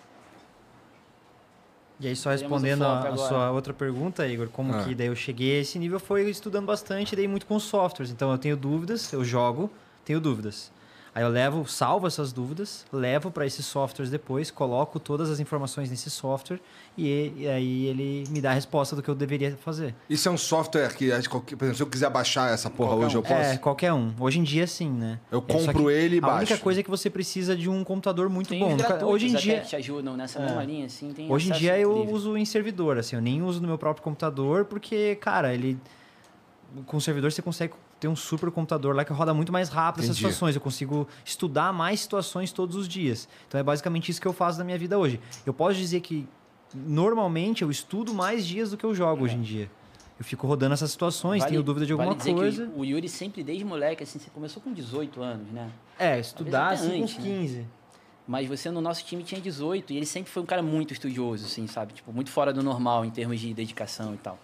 Speaker 6: E aí, só
Speaker 5: Teremos
Speaker 6: respondendo
Speaker 5: o
Speaker 6: a,
Speaker 5: flop
Speaker 6: a
Speaker 5: agora.
Speaker 6: sua outra pergunta, Igor, como
Speaker 3: Ah.
Speaker 6: que daí eu cheguei a esse nível, foi estudando bastante, dei muito com os softwares. Então, eu tenho dúvidas, eu jogo, tenho dúvidas. Aí eu levo, salvo essas dúvidas, levo para esses softwares depois, coloco todas as informações nesse software e, e aí ele me dá a resposta do que eu deveria fazer.
Speaker 3: Isso é um software que, acho que qualquer- por exemplo, se eu quiser baixar essa porra
Speaker 4: Qualquer
Speaker 3: hoje, eu
Speaker 4: um.
Speaker 3: posso?
Speaker 6: É, qualquer um. Hoje em dia, sim, né?
Speaker 3: Eu
Speaker 6: É, só
Speaker 3: compro
Speaker 6: que
Speaker 3: ele e
Speaker 6: A única
Speaker 3: baixo.
Speaker 6: coisa é que você precisa de um computador muito
Speaker 5: Tem
Speaker 6: bom.
Speaker 5: os gratuitos
Speaker 6: Hoje em
Speaker 5: até
Speaker 6: dia, É.
Speaker 5: que é te ajudam nessa mesma linha, assim. Tem
Speaker 6: Hoje em
Speaker 5: acesso
Speaker 6: dia eu
Speaker 5: incrível.
Speaker 6: uso em servidor, assim, eu nem uso no meu próprio computador, porque, cara, ele. Com o servidor você consegue ter um super computador lá que roda muito mais rápido essas
Speaker 3: Entendi.
Speaker 6: situações. Eu consigo estudar mais situações todos os dias. Então é basicamente isso que eu faço na minha vida hoje. Eu posso dizer que normalmente eu estudo mais dias do que eu jogo hoje em dia. Eu fico rodando essas situações,
Speaker 5: É. Vale-
Speaker 6: tenho dúvida de alguma
Speaker 5: vale dizer que
Speaker 6: coisa.
Speaker 5: o Yuri sempre, desde moleque, assim, você começou com 18 anos, né?
Speaker 6: É, estudar
Speaker 5: Talvez até
Speaker 6: assim, com uns
Speaker 5: antes, né?
Speaker 6: 15.
Speaker 5: Mas você no nosso time tinha 18 e ele sempre foi um cara muito estudioso, assim, sabe? Tipo, muito fora do normal em termos de dedicação e tal.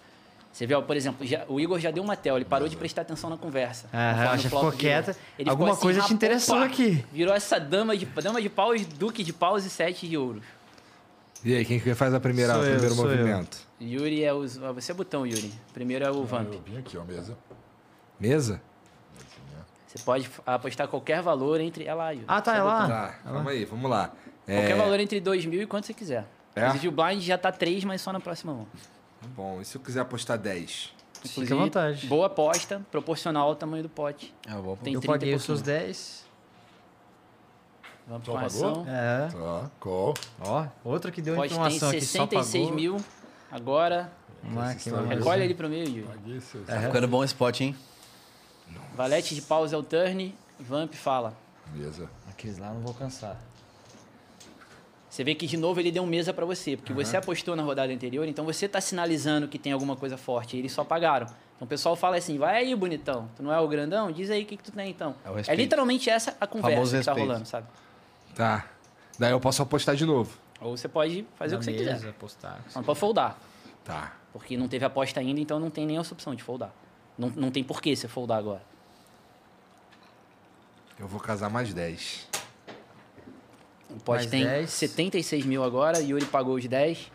Speaker 5: Você vê, ó, por exemplo, já- o Igor já deu uma tela, ele parou de prestar atenção na conversa.
Speaker 6: Aham,
Speaker 5: Conforme
Speaker 6: já
Speaker 5: o Flop
Speaker 6: ficou
Speaker 5: virou.
Speaker 6: quieta.
Speaker 5: ficou
Speaker 6: Alguma coisa te
Speaker 5: rapou,
Speaker 6: interessou aqui.
Speaker 5: Virou essa dama de, dama de paus, duque de paus e sete de ouros.
Speaker 3: E aí, quem que faz a primeira,
Speaker 6: Sou
Speaker 3: o
Speaker 6: eu,
Speaker 3: primeiro
Speaker 6: sou eu.
Speaker 3: movimento?
Speaker 5: Yuri é o... ah, Você é botão, Yuri. Primeiro é o Vamp.
Speaker 7: Eu vim aqui, ó, mesa.
Speaker 3: Mesa?
Speaker 5: Você pode apostar qualquer valor entre... É lá, Yuri.
Speaker 6: Ah, tá,
Speaker 5: Você
Speaker 6: é
Speaker 5: botou.
Speaker 6: lá?
Speaker 3: tá, calma aí, vamos lá. É,
Speaker 5: Qualquer valor entre 2 mil e quanto você quiser.
Speaker 3: É?
Speaker 5: Inclusive, o blind já tá 3, mas só na próxima mão.
Speaker 3: tá Bom, e se eu quiser apostar 10?
Speaker 5: Inclusive,
Speaker 6: à vontade.
Speaker 5: Boa aposta, proporcional ao tamanho do pote.
Speaker 4: É, eu vou...
Speaker 5: Tem
Speaker 6: eu
Speaker 5: 30
Speaker 6: paguei
Speaker 5: e
Speaker 6: os seus
Speaker 5: pouquinho.
Speaker 6: 10.
Speaker 5: Vamos
Speaker 7: Só
Speaker 5: com a
Speaker 7: pagou?
Speaker 5: ação.
Speaker 6: É.
Speaker 7: Tá, call.
Speaker 6: Ó, outra que deu
Speaker 5: Pote tem
Speaker 6: É, informação aqui, só
Speaker 5: 66
Speaker 6: pagou.
Speaker 5: mil. Agora,
Speaker 6: Vamos lá, que
Speaker 7: Mas
Speaker 5: recolhe
Speaker 6: maravilha.
Speaker 5: ele pro meio, Yuri.
Speaker 7: Paguei esse.
Speaker 4: Tá ficando bom esse spot, hein?
Speaker 5: Valete de paus é o turn. Vamp fala.
Speaker 7: Mesa.
Speaker 6: Aqueles lá eu não vou cansar.
Speaker 5: Você vê que de novo ele deu um mesa pra você, porque você apostou na rodada anterior, então você tá sinalizando que tem alguma coisa forte, e eles só pagaram. Então o pessoal fala assim: vai aí, bonitão, tu não é o grandão? Diz aí o que, que tu tem então.
Speaker 4: É o
Speaker 5: é
Speaker 4: respeito.
Speaker 5: literalmente essa a conversa
Speaker 4: Famoso
Speaker 5: que tá
Speaker 4: respeito.
Speaker 5: rolando, sabe?
Speaker 3: Tá. Daí eu posso apostar de novo.
Speaker 5: Ou você pode fazer o que você quiser. *laughs*
Speaker 6: Postar.
Speaker 5: Só não pode foldar,
Speaker 3: Tá.
Speaker 5: porque não teve aposta ainda, então não tem nem essa opção de foldar. Não, não tem porquê você foldar agora.
Speaker 3: Eu vou casar mais 10.
Speaker 5: O Pod
Speaker 6: Mais
Speaker 5: tem
Speaker 6: 10.
Speaker 5: 76 mil agora, Yuri pagou os 10,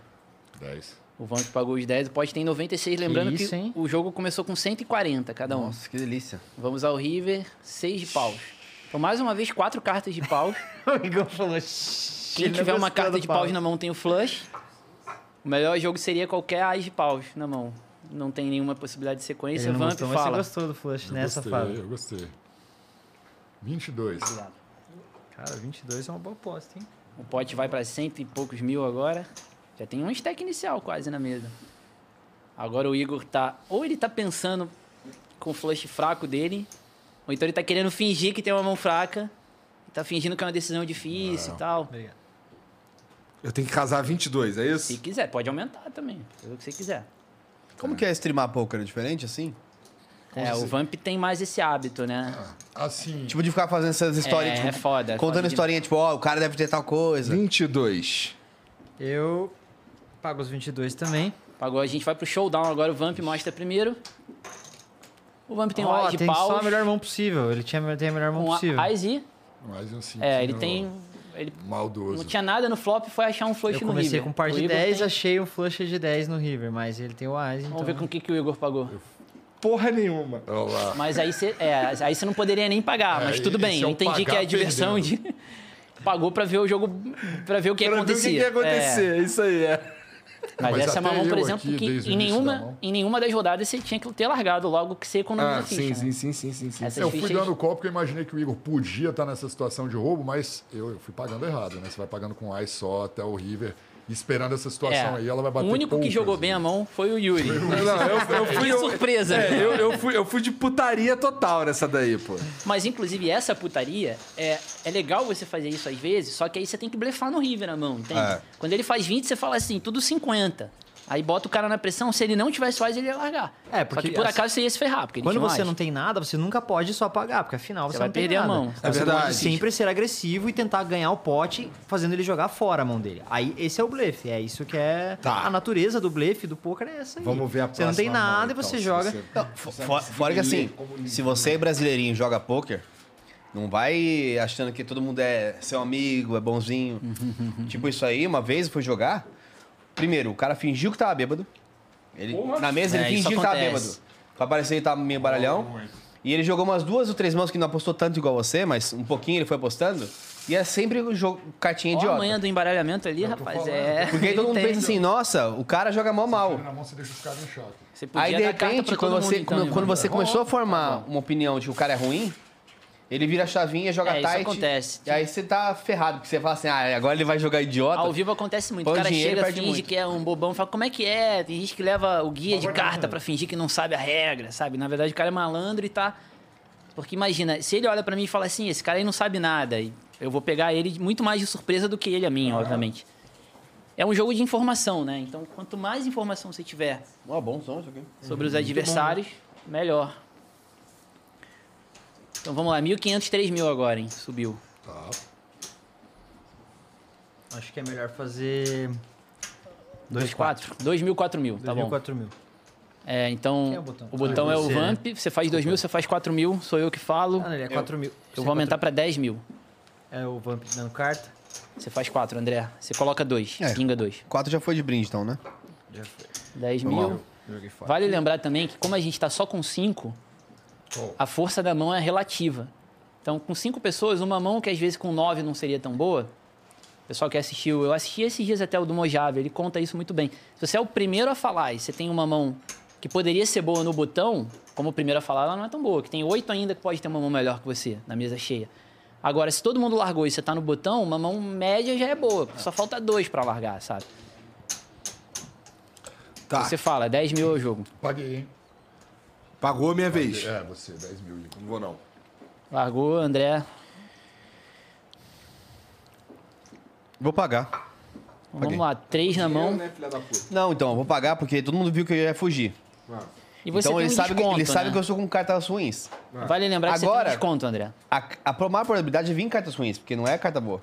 Speaker 7: 10.
Speaker 5: o Vamp pagou os 10, o Pod tem 96. Lembrando que,
Speaker 6: isso, hein?
Speaker 5: o jogo começou com 140 cada um.
Speaker 4: Nossa, que delícia.
Speaker 5: Vamos ao River, 6 de paus. Então, mais uma vez, quatro cartas de
Speaker 6: *laughs*
Speaker 5: paus.
Speaker 6: o Igor falou.
Speaker 5: Quem tiver uma carta de paus na mão tem o flush. O melhor jogo seria qualquer as de paus na mão. Não tem nenhuma possibilidade de sequência.
Speaker 6: Ele não
Speaker 5: Vamp
Speaker 6: gostou, mas você
Speaker 5: fala.
Speaker 6: gostou do flush,
Speaker 7: Eu
Speaker 6: né,
Speaker 7: gostei,
Speaker 6: safado?
Speaker 7: eu gostei. 22.
Speaker 5: Obrigado.
Speaker 6: Cara, 22 é uma boa aposta, hein?
Speaker 5: O pote vai pra cento e poucos mil agora. Já tem um stack inicial quase na mesa. Agora o Igor tá. Ou ele tá pensando com o flush fraco dele, ou então ele tá querendo fingir que tem uma mão fraca. Tá fingindo que é uma decisão difícil e tal.
Speaker 6: Obrigado.
Speaker 3: Eu tenho que casar 22, é
Speaker 5: Se
Speaker 3: isso?
Speaker 5: quiser, pode aumentar também. Fazer o que você quiser.
Speaker 4: Como que é streamar poker? É diferente assim?
Speaker 5: É, o Vamp tem mais esse hábito, né?
Speaker 6: Ah.
Speaker 7: Assim,
Speaker 4: Tipo, de ficar fazendo essas histórias,
Speaker 5: É,
Speaker 4: tipo,
Speaker 5: é foda, é
Speaker 4: contando
Speaker 5: foda de-
Speaker 4: historinha, tipo, ó, o cara deve ter tal coisa.
Speaker 3: 22.
Speaker 6: Eu pago os 22 também.
Speaker 5: Pagou, a gente vai pro showdown agora. O Vamp mostra primeiro. O Vamp tem um
Speaker 6: Ó,
Speaker 5: Ais de
Speaker 6: tem só a
Speaker 5: paus.
Speaker 6: melhor mão possível. Ele tinha, tem a melhor mão
Speaker 5: Um
Speaker 6: possível.
Speaker 5: Ais e.
Speaker 7: mais um 5.
Speaker 5: É, ele tem. Ele
Speaker 7: Maldoso.
Speaker 5: não tinha nada no flop, foi achar um flush
Speaker 6: Eu
Speaker 5: no River.
Speaker 6: comecei com um par
Speaker 5: O
Speaker 6: de
Speaker 5: Igor
Speaker 6: 10,
Speaker 5: tem-
Speaker 6: achei um flush de 10 no River, mas ele tem o Ais, então...
Speaker 5: Vamos ver com o que, que o Igor pagou.
Speaker 3: Porra nenhuma.
Speaker 7: Olha lá.
Speaker 5: Mas aí você é, aí você não poderia nem pagar,
Speaker 7: É,
Speaker 5: mas tudo
Speaker 7: esse
Speaker 5: bem.
Speaker 7: é
Speaker 5: eu
Speaker 7: o
Speaker 5: entendi que é
Speaker 7: pagar
Speaker 5: a diversão de. Pagou pra ver o jogo, pra
Speaker 3: Pra ver
Speaker 5: ver o que
Speaker 3: o que, que
Speaker 5: acontecia.
Speaker 3: ia acontecer, isso aí é.
Speaker 5: É, mas,
Speaker 7: Mas
Speaker 5: essa é uma
Speaker 7: até
Speaker 5: mão, por
Speaker 7: eu
Speaker 5: exemplo,
Speaker 7: aqui,
Speaker 5: que
Speaker 7: desde o
Speaker 5: em
Speaker 7: início da
Speaker 5: nenhuma,
Speaker 7: mão.
Speaker 5: em nenhuma das rodadas você tinha que ter largado logo que você economiza
Speaker 3: Ah,
Speaker 5: ficha.
Speaker 3: sim,
Speaker 5: né?
Speaker 3: sim, sim, sim, sim, sim.
Speaker 5: Essas
Speaker 7: Eu fui
Speaker 5: fichas
Speaker 7: dando call porque eu imaginei que o Igor podia estar nessa situação de roubo, mas eu, eu fui pagando errado, né? Você vai pagando com AIS só até o River. esperando essa situação aí. Ela vai bater
Speaker 5: É. o único que
Speaker 7: poucas,
Speaker 5: jogou
Speaker 7: né?
Speaker 5: bem a mão foi o Yuri.
Speaker 3: Não, eu, eu fui.
Speaker 5: Que surpresa.
Speaker 3: é, eu, eu fui, eu fui de putaria total nessa daí, pô.
Speaker 5: Mas, inclusive, essa putaria, é, é legal você fazer isso às vezes, só que aí você tem que blefar no River na mão, entende?
Speaker 4: É.
Speaker 5: Quando ele faz 20, você fala assim, tudo 50. Aí bota o cara na pressão, se ele não tivesse faz, ele ia largar.
Speaker 6: É,
Speaker 5: só
Speaker 6: porque
Speaker 5: que por
Speaker 6: assim,
Speaker 5: acaso você ia se ferrar, porque ele
Speaker 6: Quando
Speaker 5: tinha
Speaker 6: você
Speaker 5: mais.
Speaker 6: não tem nada, você nunca pode só apagar, porque afinal você,
Speaker 5: vai
Speaker 6: não tem
Speaker 5: perder a
Speaker 6: nada.
Speaker 5: mão. É
Speaker 6: Você pode
Speaker 3: verdade.
Speaker 6: sempre ser agressivo e tentar ganhar o pote, fazendo ele jogar fora a mão dele. Aí esse é o blefe, é isso que é
Speaker 4: Tá.
Speaker 6: a natureza do blefe do poker é essa aí.
Speaker 1: Vamos ver a
Speaker 6: Você não tem
Speaker 1: próxima mão,
Speaker 6: nada e
Speaker 1: então,
Speaker 6: você
Speaker 1: se
Speaker 6: joga.
Speaker 1: você-
Speaker 4: Fora, fora que assim, se
Speaker 5: né?
Speaker 4: você é brasileirinho e joga pôquer, não vai achando que todo mundo é seu amigo,
Speaker 5: *laughs*
Speaker 4: é bonzinho. tipo isso aí, uma vez eu fui jogar. Primeiro, o cara fingiu que tava bêbado. Ele, na mesa ele
Speaker 5: É, isso
Speaker 4: fingiu que tava
Speaker 5: acontece.
Speaker 4: bêbado. Pra parecer ele tava meio baralhão. E ele jogou umas duas ou três mãos que não apostou tanto igual você, mas um pouquinho ele foi apostando. E é sempre o jogo, cartinha
Speaker 5: Ó,
Speaker 4: idiota.
Speaker 5: a manhã do embaralhamento ali, rapaz, é... *laughs*
Speaker 4: Porque aí todo mundo
Speaker 5: Ele tem.
Speaker 4: pensa assim, nossa, o cara joga mó mal.
Speaker 7: Na mão você deixa os caras em choque.
Speaker 5: Você podia
Speaker 4: Aí, de
Speaker 5: dar carta
Speaker 4: repente,
Speaker 5: pra
Speaker 4: quando
Speaker 5: todo
Speaker 4: você,
Speaker 5: mundo, então, Tá
Speaker 4: quando, quando
Speaker 5: Evandro.
Speaker 4: você começou a formar uma opinião de que o cara é ruim, ele vira a chavinha, joga
Speaker 5: É, isso
Speaker 4: tight.
Speaker 5: acontece.
Speaker 4: E aí você tá ferrado, porque você fala assim, ah, agora ele vai jogar idiota.
Speaker 5: Ao vivo acontece muito.
Speaker 4: Põe
Speaker 5: o cara
Speaker 4: dinheiro,
Speaker 5: chega,
Speaker 4: perde
Speaker 5: finge
Speaker 4: muito.
Speaker 5: que é um bobão, fala como é que é. Tem gente que leva o guia de carta pra fingir que não sabe a regra, sabe? Na verdade, o cara é malandro e tá. Porque imagina, se ele olha pra mim e fala assim, esse cara aí não sabe nada, e eu vou pegar ele muito mais de surpresa do que ele a mim, obviamente. É um jogo de informação, né? Então, quanto mais informação você tiver
Speaker 4: Ó, Ah, bom som isso aqui.
Speaker 5: sobre os adversários, melhor. Então vamos lá, 1.500, 3.000 agora, hein? Subiu.
Speaker 7: Tá.
Speaker 6: Acho que é melhor fazer
Speaker 5: 2, 4. 2.000, 4.000, tá
Speaker 6: 2.000,
Speaker 5: bom.
Speaker 6: 4.000.
Speaker 5: É, então.
Speaker 6: Quem é o
Speaker 5: o
Speaker 6: botão?
Speaker 5: botão?
Speaker 6: Ah,
Speaker 5: é o
Speaker 6: você,
Speaker 5: Vamp, você faz 2 mil, você faz 4 mil, sou eu que falo.
Speaker 6: Ah, não, ele é 4.000.
Speaker 5: eu vou aumentar pra 10 mil.
Speaker 6: É o Vamp dando carta.
Speaker 5: Você faz 4, André. Você coloca 2,
Speaker 4: É.
Speaker 5: pinga 2.
Speaker 4: Quatro já foi de brinde, então, né?
Speaker 5: 10 mil. Vale lembrar também que, como a gente tá só com 5, a força da mão é relativa. Então, com 5 pessoas, uma mão que às vezes com 9 não seria tão boa. O pessoal que assistiu, eu assisti esses dias até o do Mojave, ele conta isso muito bem. Se você é o primeiro a falar e você tem uma mão que poderia ser boa no botão, como o primeiro a falar, ela não é tão boa. Que tem oito ainda que pode ter uma mão melhor que você na mesa cheia. Agora, se todo mundo largou e você tá no botão, uma mão média já é boa. Só falta dois pra largar, sabe?
Speaker 3: Tá,
Speaker 5: Você fala, 10 mil é o jogo.
Speaker 7: Paguei, hein?
Speaker 3: pagou a minha vez.
Speaker 7: É, você, 10 mil. Igor.
Speaker 3: Não vou não.
Speaker 5: Largou, André.
Speaker 4: Vou pagar.
Speaker 5: Vamos lá, três na mão.
Speaker 3: né, filha da puta?
Speaker 4: Não, então, eu vou pagar porque todo mundo viu que eu ia fugir.
Speaker 5: E você
Speaker 4: então
Speaker 5: tem um
Speaker 4: ele, sabe, que,
Speaker 5: desconto,
Speaker 4: ele
Speaker 5: né?
Speaker 4: sabe que eu sou com cartas ruins.
Speaker 5: Vale lembrar que você
Speaker 4: Agora-
Speaker 5: tem um desconto, André.
Speaker 4: A, a pro- maior probabilidade é vir cartas ruins, porque não é carta boa.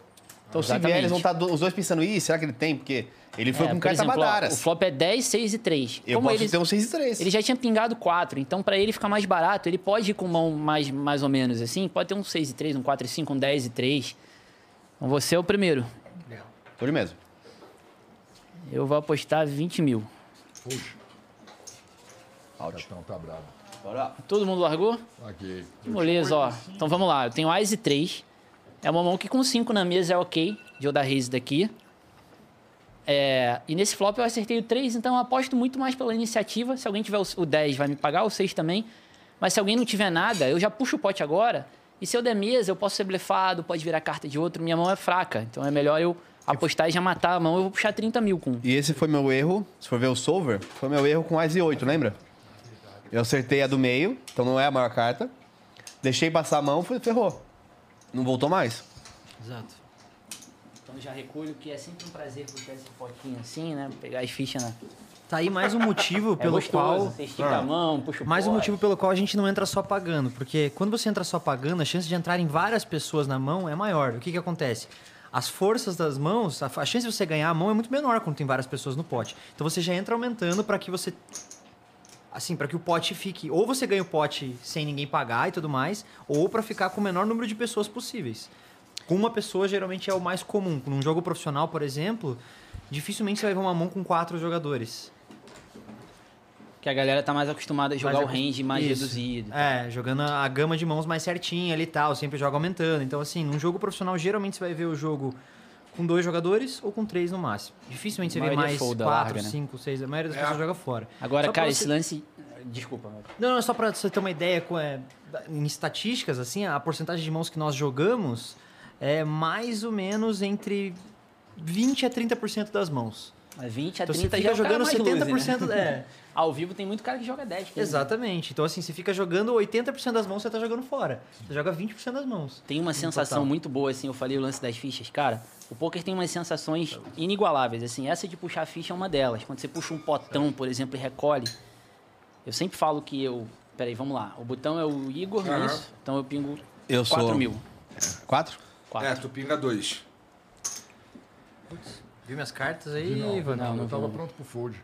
Speaker 4: Então, se vier,
Speaker 5: Exatamente.
Speaker 4: eles vão estar do- os dois pensando, ih, será que ele tem? Porque ele foi
Speaker 5: tá- É,
Speaker 4: com
Speaker 5: por
Speaker 4: carta
Speaker 5: exemplo, ó,
Speaker 4: madaras.
Speaker 5: O flop é 10, 6 e 3.
Speaker 4: Eu
Speaker 5: Como
Speaker 4: posso
Speaker 5: ele,
Speaker 4: ter um 6 e 3.
Speaker 5: ele já tinha pingado 4, então pra ele ficar mais barato, ele pode ir com mão mais, mais ou menos assim. Pode ter um 6 e 3, um 4 e 5, um 10 e 3. Então você é o primeiro.
Speaker 4: Por ele mesmo.
Speaker 5: Eu vou apostar 20 mil.
Speaker 7: Puxa,
Speaker 4: Out.
Speaker 7: então tá bravo.
Speaker 4: Bora.
Speaker 5: Todo mundo largou?
Speaker 7: Paguei.
Speaker 5: Que moleza, ó. Então vamos lá. Eu tenho Ás e 3. É uma mão que com 5 na mesa é ok. De eu dar raise daqui. É, e nesse flop eu acertei o 3, então eu aposto muito mais pela iniciativa. Se alguém tiver o- o 10, vai me pagar, o 6 também. Mas se alguém não tiver nada, eu já puxo o pote agora. E se eu der mesa, eu posso ser blefado, pode virar carta de outro. Minha mão é fraca. Então é melhor eu apostar e já matar a mão. Eu vou puxar 30 mil com. um.
Speaker 4: E esse foi meu erro, se for ver o solver, foi meu erro com as e 8, lembra? Eu acertei a do meio, então não é a maior carta. Deixei passar a mão, foi- ferrou. Não voltou mais.
Speaker 6: Exato.
Speaker 5: Então já recolho, que é sempre um prazer puxar esse potinho assim, né? Pegar as fichas na.
Speaker 6: Tá aí mais um motivo
Speaker 5: *laughs* É
Speaker 6: pelo qual
Speaker 5: Você estica a mão, puxa o
Speaker 6: Mais um
Speaker 5: pote.
Speaker 6: motivo pelo qual a gente não entra só pagando, porque quando você entra só pagando, a chance de entrarem várias pessoas na mão é maior. O que, que acontece? As forças das mãos, a fa- a chance de você ganhar a mão é muito menor quando tem várias pessoas no pote. Então você já entra aumentando para que você. Assim, para que o pote fique. Ou você ganha o pote sem ninguém pagar e tudo mais, ou para ficar com o menor número de pessoas possíveis. Com uma pessoa geralmente é o mais comum. Num jogo profissional, por exemplo, dificilmente você vai ver uma mão com quatro jogadores.
Speaker 5: Que a galera tá mais acostumada a jogar
Speaker 6: Mais
Speaker 5: o
Speaker 6: acos-
Speaker 5: range mais
Speaker 6: é Isso.
Speaker 5: reduzido. tá?
Speaker 6: É, jogando a a gama de mãos mais certinha ali e tal, sempre joga aumentando. Então, assim, num jogo profissional, geralmente você vai ver o jogo com dois jogadores ou com três no máximo. Dificilmente você
Speaker 5: A
Speaker 6: vê
Speaker 5: maioria
Speaker 6: mais
Speaker 5: folda,
Speaker 6: quatro,
Speaker 5: larga, né?
Speaker 6: cinco, seis. A maioria das pessoas joga fora.
Speaker 5: Agora,
Speaker 6: Só pra
Speaker 5: cara,
Speaker 6: você-
Speaker 5: esse lance. Desculpa, mas-
Speaker 6: Não, não, só pra você ter uma ideia, com, é, da- em estatísticas, assim, a porcentagem de mãos que nós jogamos é mais ou menos entre 20 a 30% das mãos.
Speaker 5: A 20 a
Speaker 6: Então
Speaker 5: 30
Speaker 6: você
Speaker 5: já
Speaker 6: fica
Speaker 5: é o cara
Speaker 6: jogando
Speaker 5: mais loser,
Speaker 6: 70%.
Speaker 5: né?
Speaker 6: é.
Speaker 5: *laughs* Ao vivo tem muito cara que joga 10. né?
Speaker 6: Exatamente. Então, assim, você fica jogando 80% das mãos, você tá jogando fora. Você joga 20% das mãos.
Speaker 5: Tem uma sensação
Speaker 6: total.
Speaker 5: muito boa, assim, eu falei o lance das fichas, cara. O poker tem umas sensações inigualáveis, assim. Essa de puxar a ficha é uma delas. Quando você puxa um potão, por exemplo, e recolhe. Eu sempre falo que eu. Peraí, vamos lá. O botão é o Igor, não é
Speaker 3: Aham.
Speaker 5: isso? Então eu pingo
Speaker 4: Eu
Speaker 5: 4
Speaker 4: sou- um. É,
Speaker 5: mil.
Speaker 4: Quatro?
Speaker 5: Quatro.
Speaker 3: É, tu pinga dois.
Speaker 6: Viu minhas cartas aí, Ivan?
Speaker 5: não,
Speaker 7: Eu tava pronto pro fold.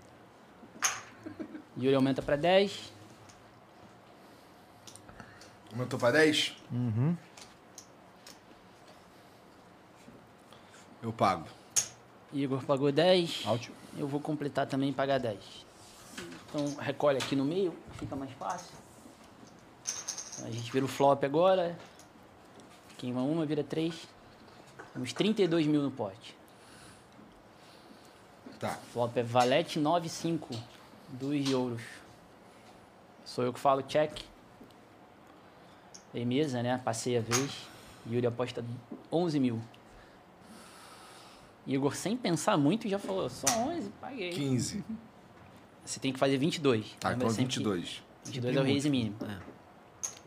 Speaker 5: Yuri aumenta pra 10.
Speaker 3: Aumentou pra 10? Uhum. Eu pago.
Speaker 5: Igor pagou 10. Eu vou completar também e pagar 10. Então recolhe aqui no meio, fica mais fácil. A gente vira o flop agora. Queima uma, vira três. Temos 32 mil no pote.
Speaker 3: Tá.
Speaker 5: Flop é valete 95 dos euros. Sou eu que falo check. Beleza, né? Passei a vez. Yuri aposta 11 mil. Igor, sem pensar muito, já falou: só 11, paguei.
Speaker 3: 15.
Speaker 5: Você tem que fazer 22.
Speaker 3: Tá,
Speaker 5: Lembra
Speaker 3: então
Speaker 5: sempre?
Speaker 3: 22.
Speaker 5: 22 é o
Speaker 6: um
Speaker 5: raise mínimo.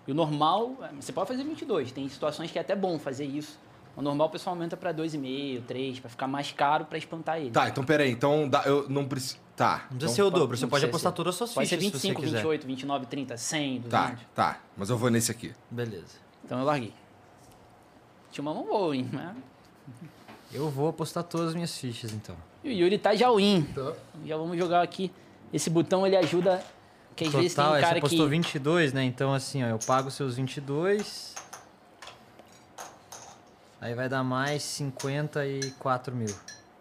Speaker 5: E o normal, é, você pode fazer 22. Tem situações que é até bom fazer isso. O normal o pessoal aumenta pra 2,5, 3, pra ficar mais caro pra espantar ele.
Speaker 3: Tá, então peraí. Então dá- eu não preciso. Tá.
Speaker 6: Não precisa
Speaker 3: então-
Speaker 6: ser o
Speaker 5: Pode-
Speaker 6: dobro, você
Speaker 5: não
Speaker 6: pode
Speaker 5: precisa
Speaker 6: apostar
Speaker 5: ser.
Speaker 6: todas as suas
Speaker 5: Pode ser
Speaker 6: fichas se você
Speaker 5: 25,
Speaker 6: quiser.
Speaker 5: 28, 29, 30, 100, 200.
Speaker 3: Tá, tá. Mas eu vou nesse aqui.
Speaker 6: Beleza.
Speaker 5: Então eu larguei. Tinha uma mão boa, hein? né?
Speaker 6: Eu vou apostar todas as minhas fichas, então.
Speaker 5: E o Yuri tá já win.
Speaker 7: Tá.
Speaker 5: Já vamos jogar aqui. Esse botão, ele ajuda... Que às vezes tem
Speaker 6: Total,
Speaker 5: um
Speaker 6: é, você
Speaker 5: cara
Speaker 6: apostou
Speaker 5: que...
Speaker 6: 22, né? Então, assim, ó, eu pago seus 22. Aí vai dar mais 54 mil.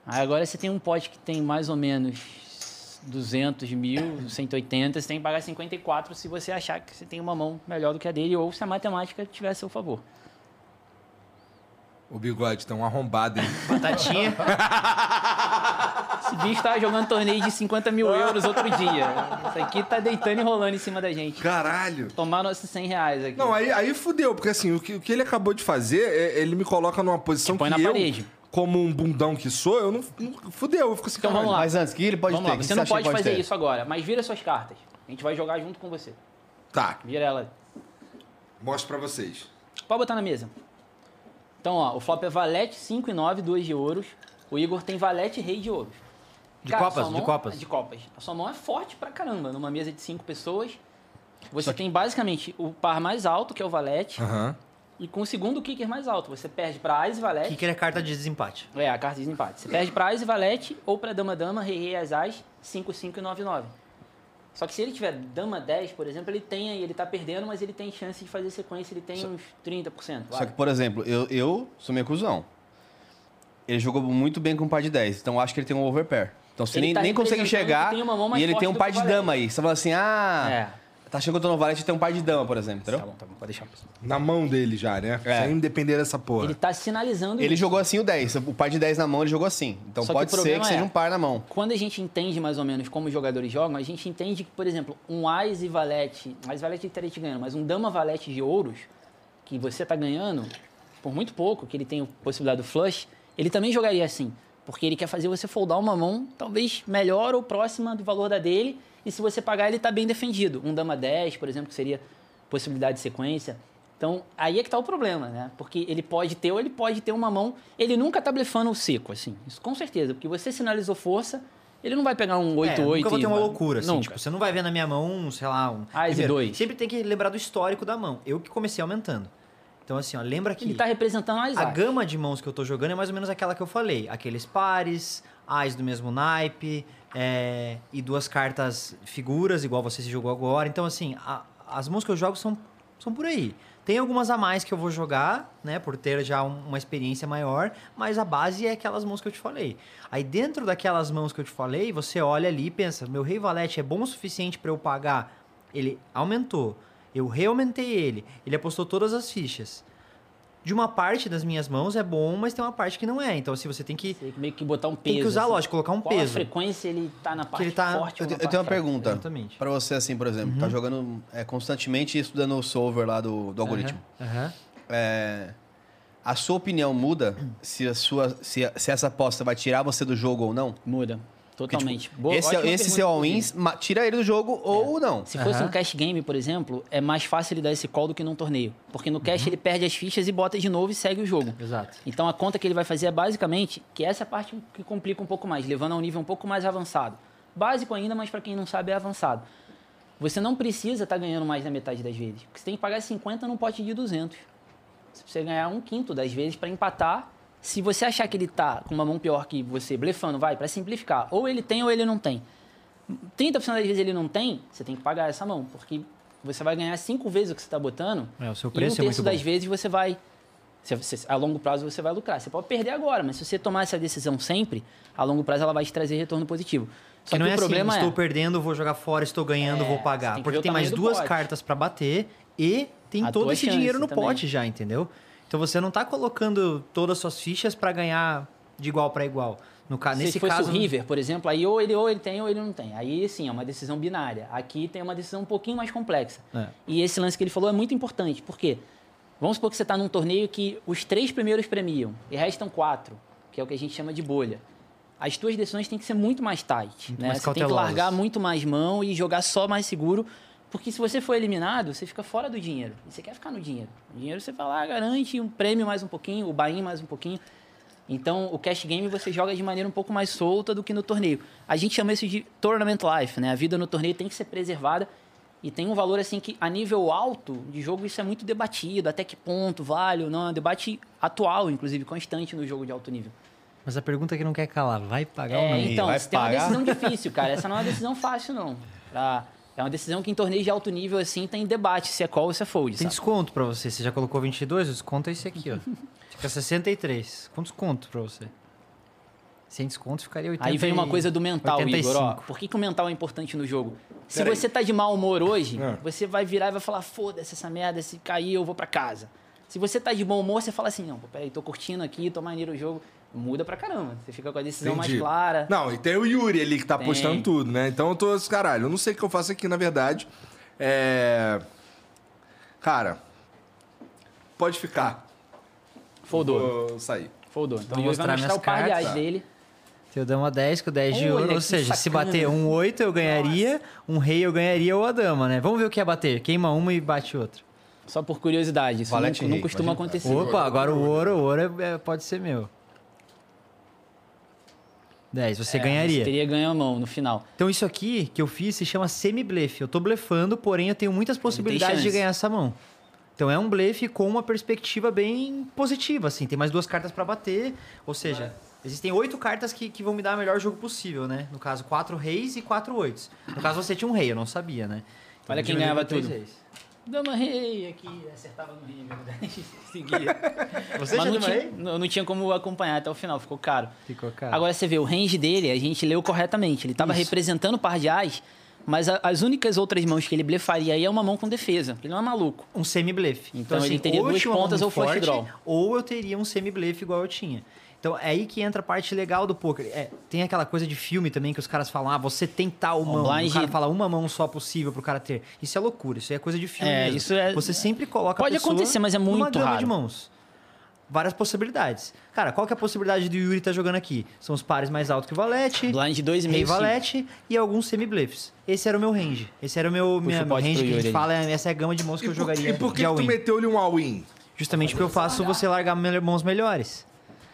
Speaker 5: Aí agora você tem um pote que tem mais ou menos 200 mil, 180, você tem que pagar 54 se você achar que você tem uma mão melhor do que a dele ou se a matemática tiver a seu favor.
Speaker 3: O bigode tá um arrombado, hein?
Speaker 6: Batatinha.
Speaker 5: Esse bicho tava jogando torneio de 50 mil euros outro dia. Isso aqui tá deitando e rolando em cima da gente.
Speaker 3: Caralho.
Speaker 5: Tomaram esses 100 reais aqui.
Speaker 4: é,
Speaker 3: Não, aí, aí fudeu, porque assim, o que, o que ele acabou de fazer, é- ele me coloca numa posição
Speaker 5: Te põe
Speaker 3: que
Speaker 5: na
Speaker 3: eu,
Speaker 5: parede.
Speaker 3: como um bundão que sou, eu não, não- fudeu, eu fico assim,
Speaker 5: Então vamos lá.
Speaker 4: Mas antes, o que ele pode
Speaker 5: Vamos
Speaker 4: ter?
Speaker 5: lá,
Speaker 4: O que
Speaker 5: você não
Speaker 4: acha que
Speaker 5: pode, fazer
Speaker 4: ter?
Speaker 5: isso agora, mas vira suas cartas. A gente vai jogar junto com você.
Speaker 3: Tá,
Speaker 5: Vira ela.
Speaker 3: mostro pra vocês.
Speaker 5: Pode botar na mesa. Então, ó, o flop é valete 5 e 9, 2 de ouros. O Igor tem valete e rei de ouros.
Speaker 6: De
Speaker 5: Cara,
Speaker 6: copas,
Speaker 5: sua
Speaker 6: de copas.
Speaker 5: De copas. A sua mão é forte pra caramba. Numa mesa de 5 pessoas, você tem basicamente o par mais alto, que é o valete,
Speaker 3: Aham.
Speaker 5: e com o segundo kicker mais alto. Você perde pra as e valete.
Speaker 6: Que que é carta de desempate.
Speaker 5: É, a carta de empate. Você perde pra as e valete ou pra dama dama, rei rei as as, 5 5 e 9 9. Só que se ele tiver dama 10, por exemplo, ele tem aí, ele tá perdendo, mas ele tem chance de fazer sequência, ele tem uns 30%.
Speaker 4: Só que, por exemplo, eu, eu sou meio cuzão. Ele jogou muito bem com um par de 10, então eu acho que ele tem um overpair. Então você
Speaker 5: Ele
Speaker 4: nem,
Speaker 5: tá
Speaker 4: nem consegue
Speaker 5: representando
Speaker 4: enxergar
Speaker 5: que tem uma mão mais
Speaker 4: e ele
Speaker 5: forte
Speaker 4: tem um
Speaker 5: do
Speaker 4: par
Speaker 5: que o
Speaker 4: de
Speaker 5: valete.
Speaker 4: dama aí. Você fala assim, ah,
Speaker 5: É.
Speaker 4: tá achando que eu tô no valete e tem um par de dama, por exemplo, entendeu?
Speaker 5: Tá bom, tá bom, pode deixar.
Speaker 3: Na mão dele já, né?
Speaker 4: É.
Speaker 3: Sem depender dessa porra.
Speaker 5: Ele tá sinalizando
Speaker 4: Ele
Speaker 5: isso.
Speaker 4: jogou assim o 10, o par de 10 na mão ele jogou assim. Então
Speaker 5: Só que
Speaker 4: pode
Speaker 5: o
Speaker 4: ser
Speaker 5: problema
Speaker 4: que seja
Speaker 5: é-
Speaker 4: um par na mão.
Speaker 5: Quando a gente entende mais ou menos como os jogadores jogam, a gente entende que, por exemplo, um Ais e Valete. um Ais e Valete estaria te ganhando, mas um Dama Valete de ouros, que você tá ganhando, por muito pouco, que ele tem a possibilidade do flush, ele também jogaria assim. Porque ele quer fazer você foldar uma mão, talvez melhor ou próxima do valor da dele, e se você pagar, ele tá bem defendido. Um Dama 10, por exemplo, que seria possibilidade de sequência. Então, aí é que tá o problema, né? Porque ele pode ter ou ele pode ter uma mão. Ele nunca tá blefando o seco, assim. Isso com certeza. Porque você sinalizou força, ele não vai pegar um 8-8.
Speaker 6: é, nunca vou
Speaker 5: e-
Speaker 6: ter uma loucura, assim.
Speaker 5: Nunca.
Speaker 6: Tipo, você não vai ver na minha mão, um, sei lá, um...
Speaker 5: Ah, esse
Speaker 6: Primeiro,
Speaker 5: dois.
Speaker 6: Sempre tem que lembrar do histórico da mão. Eu que comecei aumentando. Então, assim, ó, lembra que...
Speaker 5: Ele tá representando as
Speaker 6: A
Speaker 5: áreas.
Speaker 6: gama de mãos que eu tô jogando é mais ou menos aquela que eu falei. Aqueles pares, as do mesmo naipe, é, e duas cartas figuras, igual você se jogou agora. Então, assim, a- as mãos que eu jogo são, são por aí. Tem algumas a mais que eu vou jogar, né? Por ter já um- uma experiência maior, mas a base é aquelas mãos que eu te falei. Aí dentro daquelas mãos que eu te falei, você olha ali e pensa, meu rei valete é bom o suficiente para eu pagar? Ele aumentou. Eu reaumentei ele. Ele apostou todas as fichas de uma parte das minhas mãos é bom, mas tem uma parte que não é. Então, assim, você tem que,
Speaker 5: Você meio que botar um peso.
Speaker 6: tem que usar a
Speaker 5: assim.
Speaker 6: lógica, colocar um
Speaker 5: Qual a
Speaker 6: peso.
Speaker 5: frequência ele tá na parte
Speaker 6: ele tá-
Speaker 5: forte
Speaker 4: Eu,
Speaker 5: ou
Speaker 4: te-
Speaker 5: na
Speaker 4: eu
Speaker 5: parte
Speaker 4: tenho uma
Speaker 5: fraca?
Speaker 4: pergunta
Speaker 6: Exatamente.
Speaker 4: pra você, assim, por exemplo,
Speaker 5: Uhum.
Speaker 4: tá jogando é, constantemente estudando o solver lá do, do algoritmo.
Speaker 6: Aham.
Speaker 4: É, A sua opinião muda se, a sua, se, a- se essa aposta vai tirar você do jogo ou não?
Speaker 5: Muda.
Speaker 4: Porque, tipo,
Speaker 5: Totalmente. Boa-
Speaker 4: esse
Speaker 5: ótima
Speaker 4: esse
Speaker 5: pergunta,
Speaker 4: seu
Speaker 5: inclusive.
Speaker 4: all-in ma- tira ele do jogo ou não.
Speaker 5: Se fosse
Speaker 6: Aham.
Speaker 5: um cash game, por exemplo, é mais fácil ele dar esse call do que num torneio. Porque no
Speaker 6: Uhum.
Speaker 5: cash ele perde as fichas e bota de novo e segue o jogo.
Speaker 6: Exato.
Speaker 5: Então a conta que ele vai fazer é basicamente, que essa é a parte que complica um pouco mais, levando a um nível um pouco mais avançado. Básico ainda, mas para quem não sabe é avançado. Você não precisa estar ganhando mais da metade das vezes. Porque você tem que pagar 50 num pote de 200. Você precisa ganhar um quinto das vezes para empatar. Se você achar que ele tá com uma mão pior que você, blefando, vai, para simplificar. Ou ele tem ou ele não tem. 30% das vezes ele não tem, você tem que pagar essa mão, porque você vai ganhar cinco vezes o que você está botando.
Speaker 6: É, o seu
Speaker 5: e um
Speaker 6: preço é
Speaker 5: terço
Speaker 6: muito
Speaker 5: das
Speaker 6: bom.
Speaker 5: vezes você vai. você- você- a longo prazo você vai lucrar. Você pode perder agora, mas se você tomar essa decisão sempre, a longo prazo ela vai te trazer retorno positivo.
Speaker 6: que
Speaker 5: Só que,
Speaker 6: não é
Speaker 5: o
Speaker 6: assim,
Speaker 5: problema
Speaker 6: estou
Speaker 5: é.
Speaker 6: perdendo, vou jogar fora, estou ganhando,
Speaker 5: É,
Speaker 6: vou
Speaker 5: você
Speaker 6: pagar.
Speaker 5: tem que ver
Speaker 6: Porque
Speaker 5: o
Speaker 6: tem mais
Speaker 5: tamanho do
Speaker 6: duas
Speaker 5: pote.
Speaker 6: cartas pra bater e tem
Speaker 5: A
Speaker 6: todo
Speaker 5: tua
Speaker 6: esse
Speaker 5: chance
Speaker 6: dinheiro no
Speaker 5: também.
Speaker 6: pote já, entendeu? Então você não tá colocando todas as suas fichas pra ganhar de igual pra igual. No ca...
Speaker 5: Se
Speaker 6: Nesse
Speaker 5: fosse
Speaker 6: caso,
Speaker 5: o River, por exemplo, aí ou ele, ou ele tem ou ele não tem. Aí sim, é uma decisão binária. Aqui tem uma decisão um pouquinho mais complexa.
Speaker 6: É.
Speaker 5: E esse lance que ele falou é muito importante, porque vamos supor que você está num torneio que os três primeiros premiam e restam quatro, que é o que a gente chama de bolha. As tuas decisões têm que ser muito mais tight.
Speaker 6: Muito
Speaker 5: né?
Speaker 6: mais
Speaker 5: você tem que
Speaker 6: cautelosas.
Speaker 5: largar muito mais mão e jogar só mais seguro, porque se você for eliminado, você fica fora do dinheiro. E você quer ficar no dinheiro. O dinheiro você vai lá, garante um prêmio mais um pouquinho, o buy-in mais um pouquinho. Então, o cash game você joga de maneira um pouco mais solta do que no torneio. A gente chama isso de tournament life, né? A vida no torneio tem que ser preservada e tem um valor assim que a nível alto de jogo isso é muito debatido, até que ponto vale ou não, é um debate atual, inclusive constante no jogo de alto nível.
Speaker 6: Mas a pergunta que não quer calar, vai pagar ou
Speaker 5: É,
Speaker 6: não?
Speaker 5: então,
Speaker 4: Vai
Speaker 5: isso tem uma
Speaker 4: pagar?
Speaker 5: decisão difícil, cara. Essa não é uma decisão fácil não. Pra- É uma decisão que em torneios de alto nível assim tem debate se é call ou se é fold,
Speaker 6: Tem
Speaker 5: sabe?
Speaker 6: desconto pra você. Você já colocou 22? O desconto é esse aqui,
Speaker 5: *laughs*
Speaker 6: ó. Fica 63. Com desconto pra você. Sem desconto ficaria 80.
Speaker 5: Aí vem uma
Speaker 6: e-
Speaker 5: coisa do mental, Igor. ó.
Speaker 6: 85.
Speaker 5: Por que, que o mental é importante no jogo? Se você tá de mau humor hoje,
Speaker 6: Ah.
Speaker 5: você vai virar e vai falar, foda-se essa merda, se cair eu vou pra casa. Se você tá de bom humor, você fala assim, não, pô, peraí, tô curtindo aqui, tô maneiro o jogo. Muda pra caramba. Você fica com a decisão mais
Speaker 3: Entendi.
Speaker 5: clara.
Speaker 3: Não, e tem o Yuri ali que tá
Speaker 5: Tem.
Speaker 3: postando tudo, né? Então eu tô. Caralho, eu não sei o que eu faço aqui, na verdade. É. Cara. Pode ficar.
Speaker 5: Foldou.
Speaker 3: Vou sair.
Speaker 5: Foldou. Então
Speaker 6: Vou
Speaker 5: o Yuri
Speaker 6: mostrar
Speaker 5: vai mostrar
Speaker 6: minhas
Speaker 5: o par de
Speaker 6: cartas.
Speaker 5: as dele.
Speaker 6: Se eu der uma 10 com 10 de
Speaker 5: Olha
Speaker 6: ouro, ou
Speaker 5: que
Speaker 6: seja, se
Speaker 5: sacana.
Speaker 6: bater um 8 eu ganharia, um rei eu ganharia ou a dama, né? Vamos ver o que é bater. Queima uma e bate outra.
Speaker 5: Só por curiosidade. Isso
Speaker 4: Valete
Speaker 5: não, não
Speaker 4: rei,
Speaker 5: costuma
Speaker 4: imagina.
Speaker 5: acontecer.
Speaker 6: Opa, agora o ouro, o ouro é- é- pode ser meu. 10, você
Speaker 5: É,
Speaker 6: ganharia.
Speaker 5: Você teria ganho a mão no final.
Speaker 6: Então isso aqui que eu fiz se chama semi-blefe. Eu tô blefando, porém eu tenho muitas possibilidades de
Speaker 5: chance.
Speaker 6: ganhar essa mão. Então é um blefe com uma perspectiva bem positiva, assim. Tem mais duas cartas pra bater, ou seja, existem oito cartas que, que vão me dar o melhor jogo possível, né? No caso, quatro reis e quatro oitos. No caso, você tinha um rei, eu não sabia, né? Então,
Speaker 5: Olha quem
Speaker 6: diminuiu
Speaker 5: ganhava
Speaker 6: pra três
Speaker 5: tudo.
Speaker 6: reis.
Speaker 5: Dama rei aqui, acertava no rei, é meu Deus. *laughs* Seguia.
Speaker 6: Você
Speaker 5: Mas
Speaker 6: já
Speaker 5: não
Speaker 6: deu
Speaker 5: tinha,
Speaker 6: rei?
Speaker 5: não, não tinha como acompanhar até o final, ficou caro.
Speaker 6: Ficou caro.
Speaker 5: Agora você vê, o range dele, a gente leu corretamente. Ele estava representando o par de as, mas a- as únicas outras mãos que ele blefaria aí é uma mão com defesa. porque Ele não é maluco.
Speaker 6: Um semi-blefe.
Speaker 5: Então, ele teria
Speaker 6: ou eu
Speaker 5: duas
Speaker 6: tinha uma mão
Speaker 5: pontas
Speaker 6: muito
Speaker 5: ou flush draw.
Speaker 6: Ou eu teria um semi-blefe igual eu tinha. Então é aí que entra a parte legal do poker. É, tem aquela coisa de filme também que os caras falam, ah, você tem tal mão.
Speaker 5: blind-
Speaker 6: O cara fala uma mão só possível pro cara ter. Isso é loucura, isso é coisa de filme
Speaker 5: É,
Speaker 6: mesmo.
Speaker 5: isso é-
Speaker 6: Você sempre coloca
Speaker 5: Pode
Speaker 6: a pessoa
Speaker 5: acontecer, mas é
Speaker 6: numa
Speaker 5: muito
Speaker 6: gama de
Speaker 5: raro.
Speaker 6: mãos. Várias possibilidades. Cara, qual que é a possibilidade do Yuri estar jogando aqui? São os pares mais altos que o valete.
Speaker 5: Blind 2,5,
Speaker 6: Rei
Speaker 5: sim.
Speaker 6: valete e alguns semi-blefs. Esse era o meu range. Esse era o meu minha,
Speaker 5: o pote
Speaker 6: range
Speaker 5: pro
Speaker 6: que a
Speaker 5: Yuri
Speaker 6: gente
Speaker 5: ali.
Speaker 6: fala, é- essa é a gama de mãos que
Speaker 3: E
Speaker 6: eu
Speaker 3: por,
Speaker 6: jogaria
Speaker 3: e por que,
Speaker 6: de
Speaker 3: que tu
Speaker 6: all-in.
Speaker 3: meteu-lhe um all-in?
Speaker 6: Justamente porque eu faço você largar mel- mãos melhores.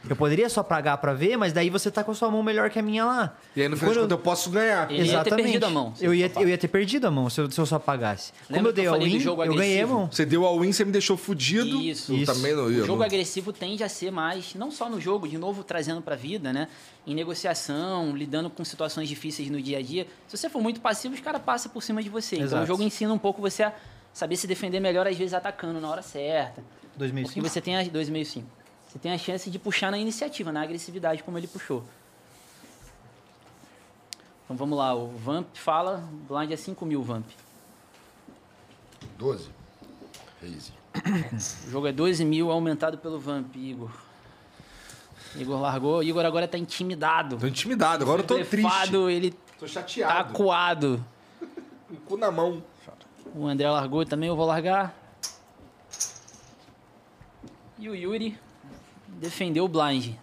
Speaker 6: Eu poderia só pagar pra ver, mas daí você tá com a sua mão melhor que a minha lá.
Speaker 3: E aí no final de
Speaker 6: Quando
Speaker 3: contas eu posso ganhar.
Speaker 5: Ele ia ter perdido a mão, se
Speaker 6: Eu
Speaker 5: ele
Speaker 6: ia,
Speaker 5: só
Speaker 6: eu ia ter perdido a mão se eu, se eu só pagasse. Como
Speaker 5: Lembra
Speaker 6: eu
Speaker 5: que eu
Speaker 6: dei
Speaker 5: falei do
Speaker 6: all-in, eu
Speaker 5: jogo
Speaker 6: ganhei a
Speaker 5: agressivo?
Speaker 6: mão.
Speaker 3: Você deu all-in, você me deixou fudido.
Speaker 5: Isso.
Speaker 3: Eu
Speaker 6: Isso.
Speaker 3: Também não,
Speaker 5: O
Speaker 3: eu
Speaker 5: jogo é
Speaker 3: não-
Speaker 5: agressivo tende a ser mais, não só no jogo, de novo trazendo pra vida, né? Em negociação, lidando com situações difíceis no dia a dia. Se você for muito passivo, os caras passam por cima de você. Então
Speaker 6: Exato.
Speaker 5: o jogo ensina um pouco você a saber se defender melhor, às vezes atacando na hora certa. Porque
Speaker 6: 2005.
Speaker 5: você tem as 2,65. Você tem a chance de puxar na iniciativa, na agressividade, como ele puxou. Então vamos lá, o Vamp fala, blind é 5 mil Vamp.
Speaker 7: 12. Reis.
Speaker 5: O jogo é 12 mil aumentado pelo Vamp, Igor. Igor largou, Igor agora tá intimidado.
Speaker 3: Tô intimidado, agora eu
Speaker 5: é
Speaker 3: tô triste.
Speaker 5: Blefado, ele
Speaker 3: Tô
Speaker 5: tá
Speaker 3: chateado.
Speaker 5: acuado.
Speaker 3: Com o cu na mão.
Speaker 5: O André largou também, eu vou largar. E o Yuri defender o blind.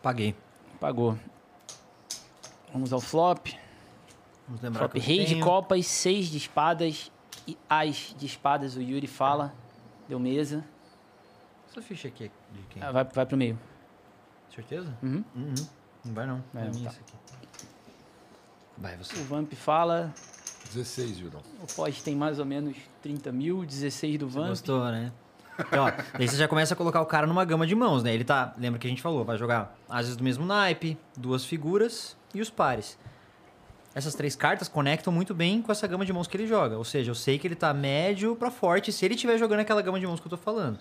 Speaker 6: Paguei.
Speaker 5: Pagou. Vamos ao flop.
Speaker 6: Vamos lembrar
Speaker 5: Flop
Speaker 6: que eu
Speaker 5: rei de
Speaker 6: tenho.
Speaker 5: copas, seis de espadas e as de espadas. O Yuri fala. Deu mesa.
Speaker 6: Essa ficha aqui é de quem?
Speaker 5: Ah, Vai, vai pro meio.
Speaker 6: Certeza?
Speaker 5: Uhum.
Speaker 6: Não vai não.
Speaker 5: Vai,
Speaker 6: é minha
Speaker 5: tá.
Speaker 6: essa aqui. Vai você.
Speaker 5: O Vamp fala.
Speaker 7: 16, Jurão.
Speaker 5: O Foz tem mais ou menos 30 mil, 16 do Vamp.
Speaker 6: Gostou, né? Então, ó, *laughs* daí você já começa a colocar o cara numa gama de mãos, né? Ele tá, lembra que a gente falou, vai jogar asas do mesmo naipe, duas figuras e os pares. Essas três cartas conectam muito bem com essa gama de mãos que ele joga. Ou seja, eu sei que ele tá médio pra forte se ele estiver jogando aquela gama de mãos que eu tô falando.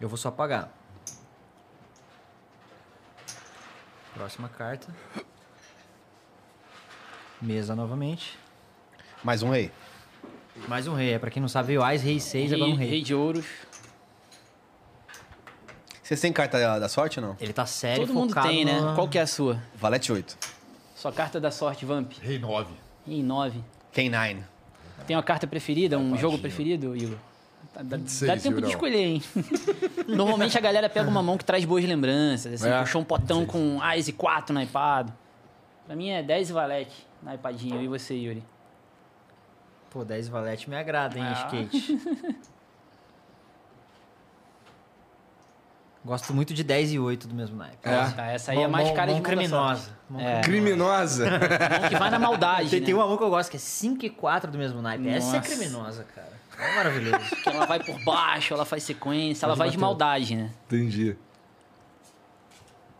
Speaker 6: Eu vou só apagar. Próxima carta. Mesa novamente.
Speaker 4: Mais um rei.
Speaker 6: Mais um rei. É, pra quem não sabe, veio Ais, Rei 6, agora um rei.
Speaker 5: de ouros.
Speaker 4: Vocês têm carta da, da sorte ou não?
Speaker 6: Ele tá sério,
Speaker 5: Todo mundo
Speaker 6: focado
Speaker 5: tem, né?
Speaker 6: no-
Speaker 5: Qual que é a sua?
Speaker 4: Valete 8.
Speaker 5: Sua carta da sorte, Vamp.
Speaker 7: Rei 9.
Speaker 5: Em 9.
Speaker 4: King 9.
Speaker 5: Tem uma carta preferida, um jogo preferido, Igor? Dá, dá- dá tempo
Speaker 7: Yurão.
Speaker 5: de escolher, hein? *laughs* Normalmente a galera pega uma mão que traz boas lembranças. Assim,
Speaker 6: É,
Speaker 5: Puxou um potão com Ice 4 naipado. Pra mim é 10 e valete naipadinho. E você, Yuri?
Speaker 6: Pô, 10 valete me agrada, hein,
Speaker 5: Ah. *laughs*
Speaker 6: skate. Gosto muito de 10 e 8 do mesmo naipe.
Speaker 3: É.
Speaker 5: Tá, essa aí
Speaker 6: Mão-
Speaker 5: é mais
Speaker 6: mão-
Speaker 5: cara
Speaker 6: mão
Speaker 5: de mão da sorte.
Speaker 6: criminosa. Mão
Speaker 5: É.
Speaker 3: Criminosa.
Speaker 5: Mão que vai na
Speaker 6: *laughs*
Speaker 5: maldade,
Speaker 6: Tem,
Speaker 5: né?
Speaker 6: tem uma mão que eu gosto, que é 5 e 4 do mesmo naipe. Essa é
Speaker 5: Nossa.
Speaker 6: criminosa, cara. É
Speaker 5: *laughs*
Speaker 6: maravilhoso.
Speaker 5: Que ela vai por baixo, ela faz sequência, ela vai de
Speaker 6: bater.
Speaker 5: maldade, né?
Speaker 3: Entendi.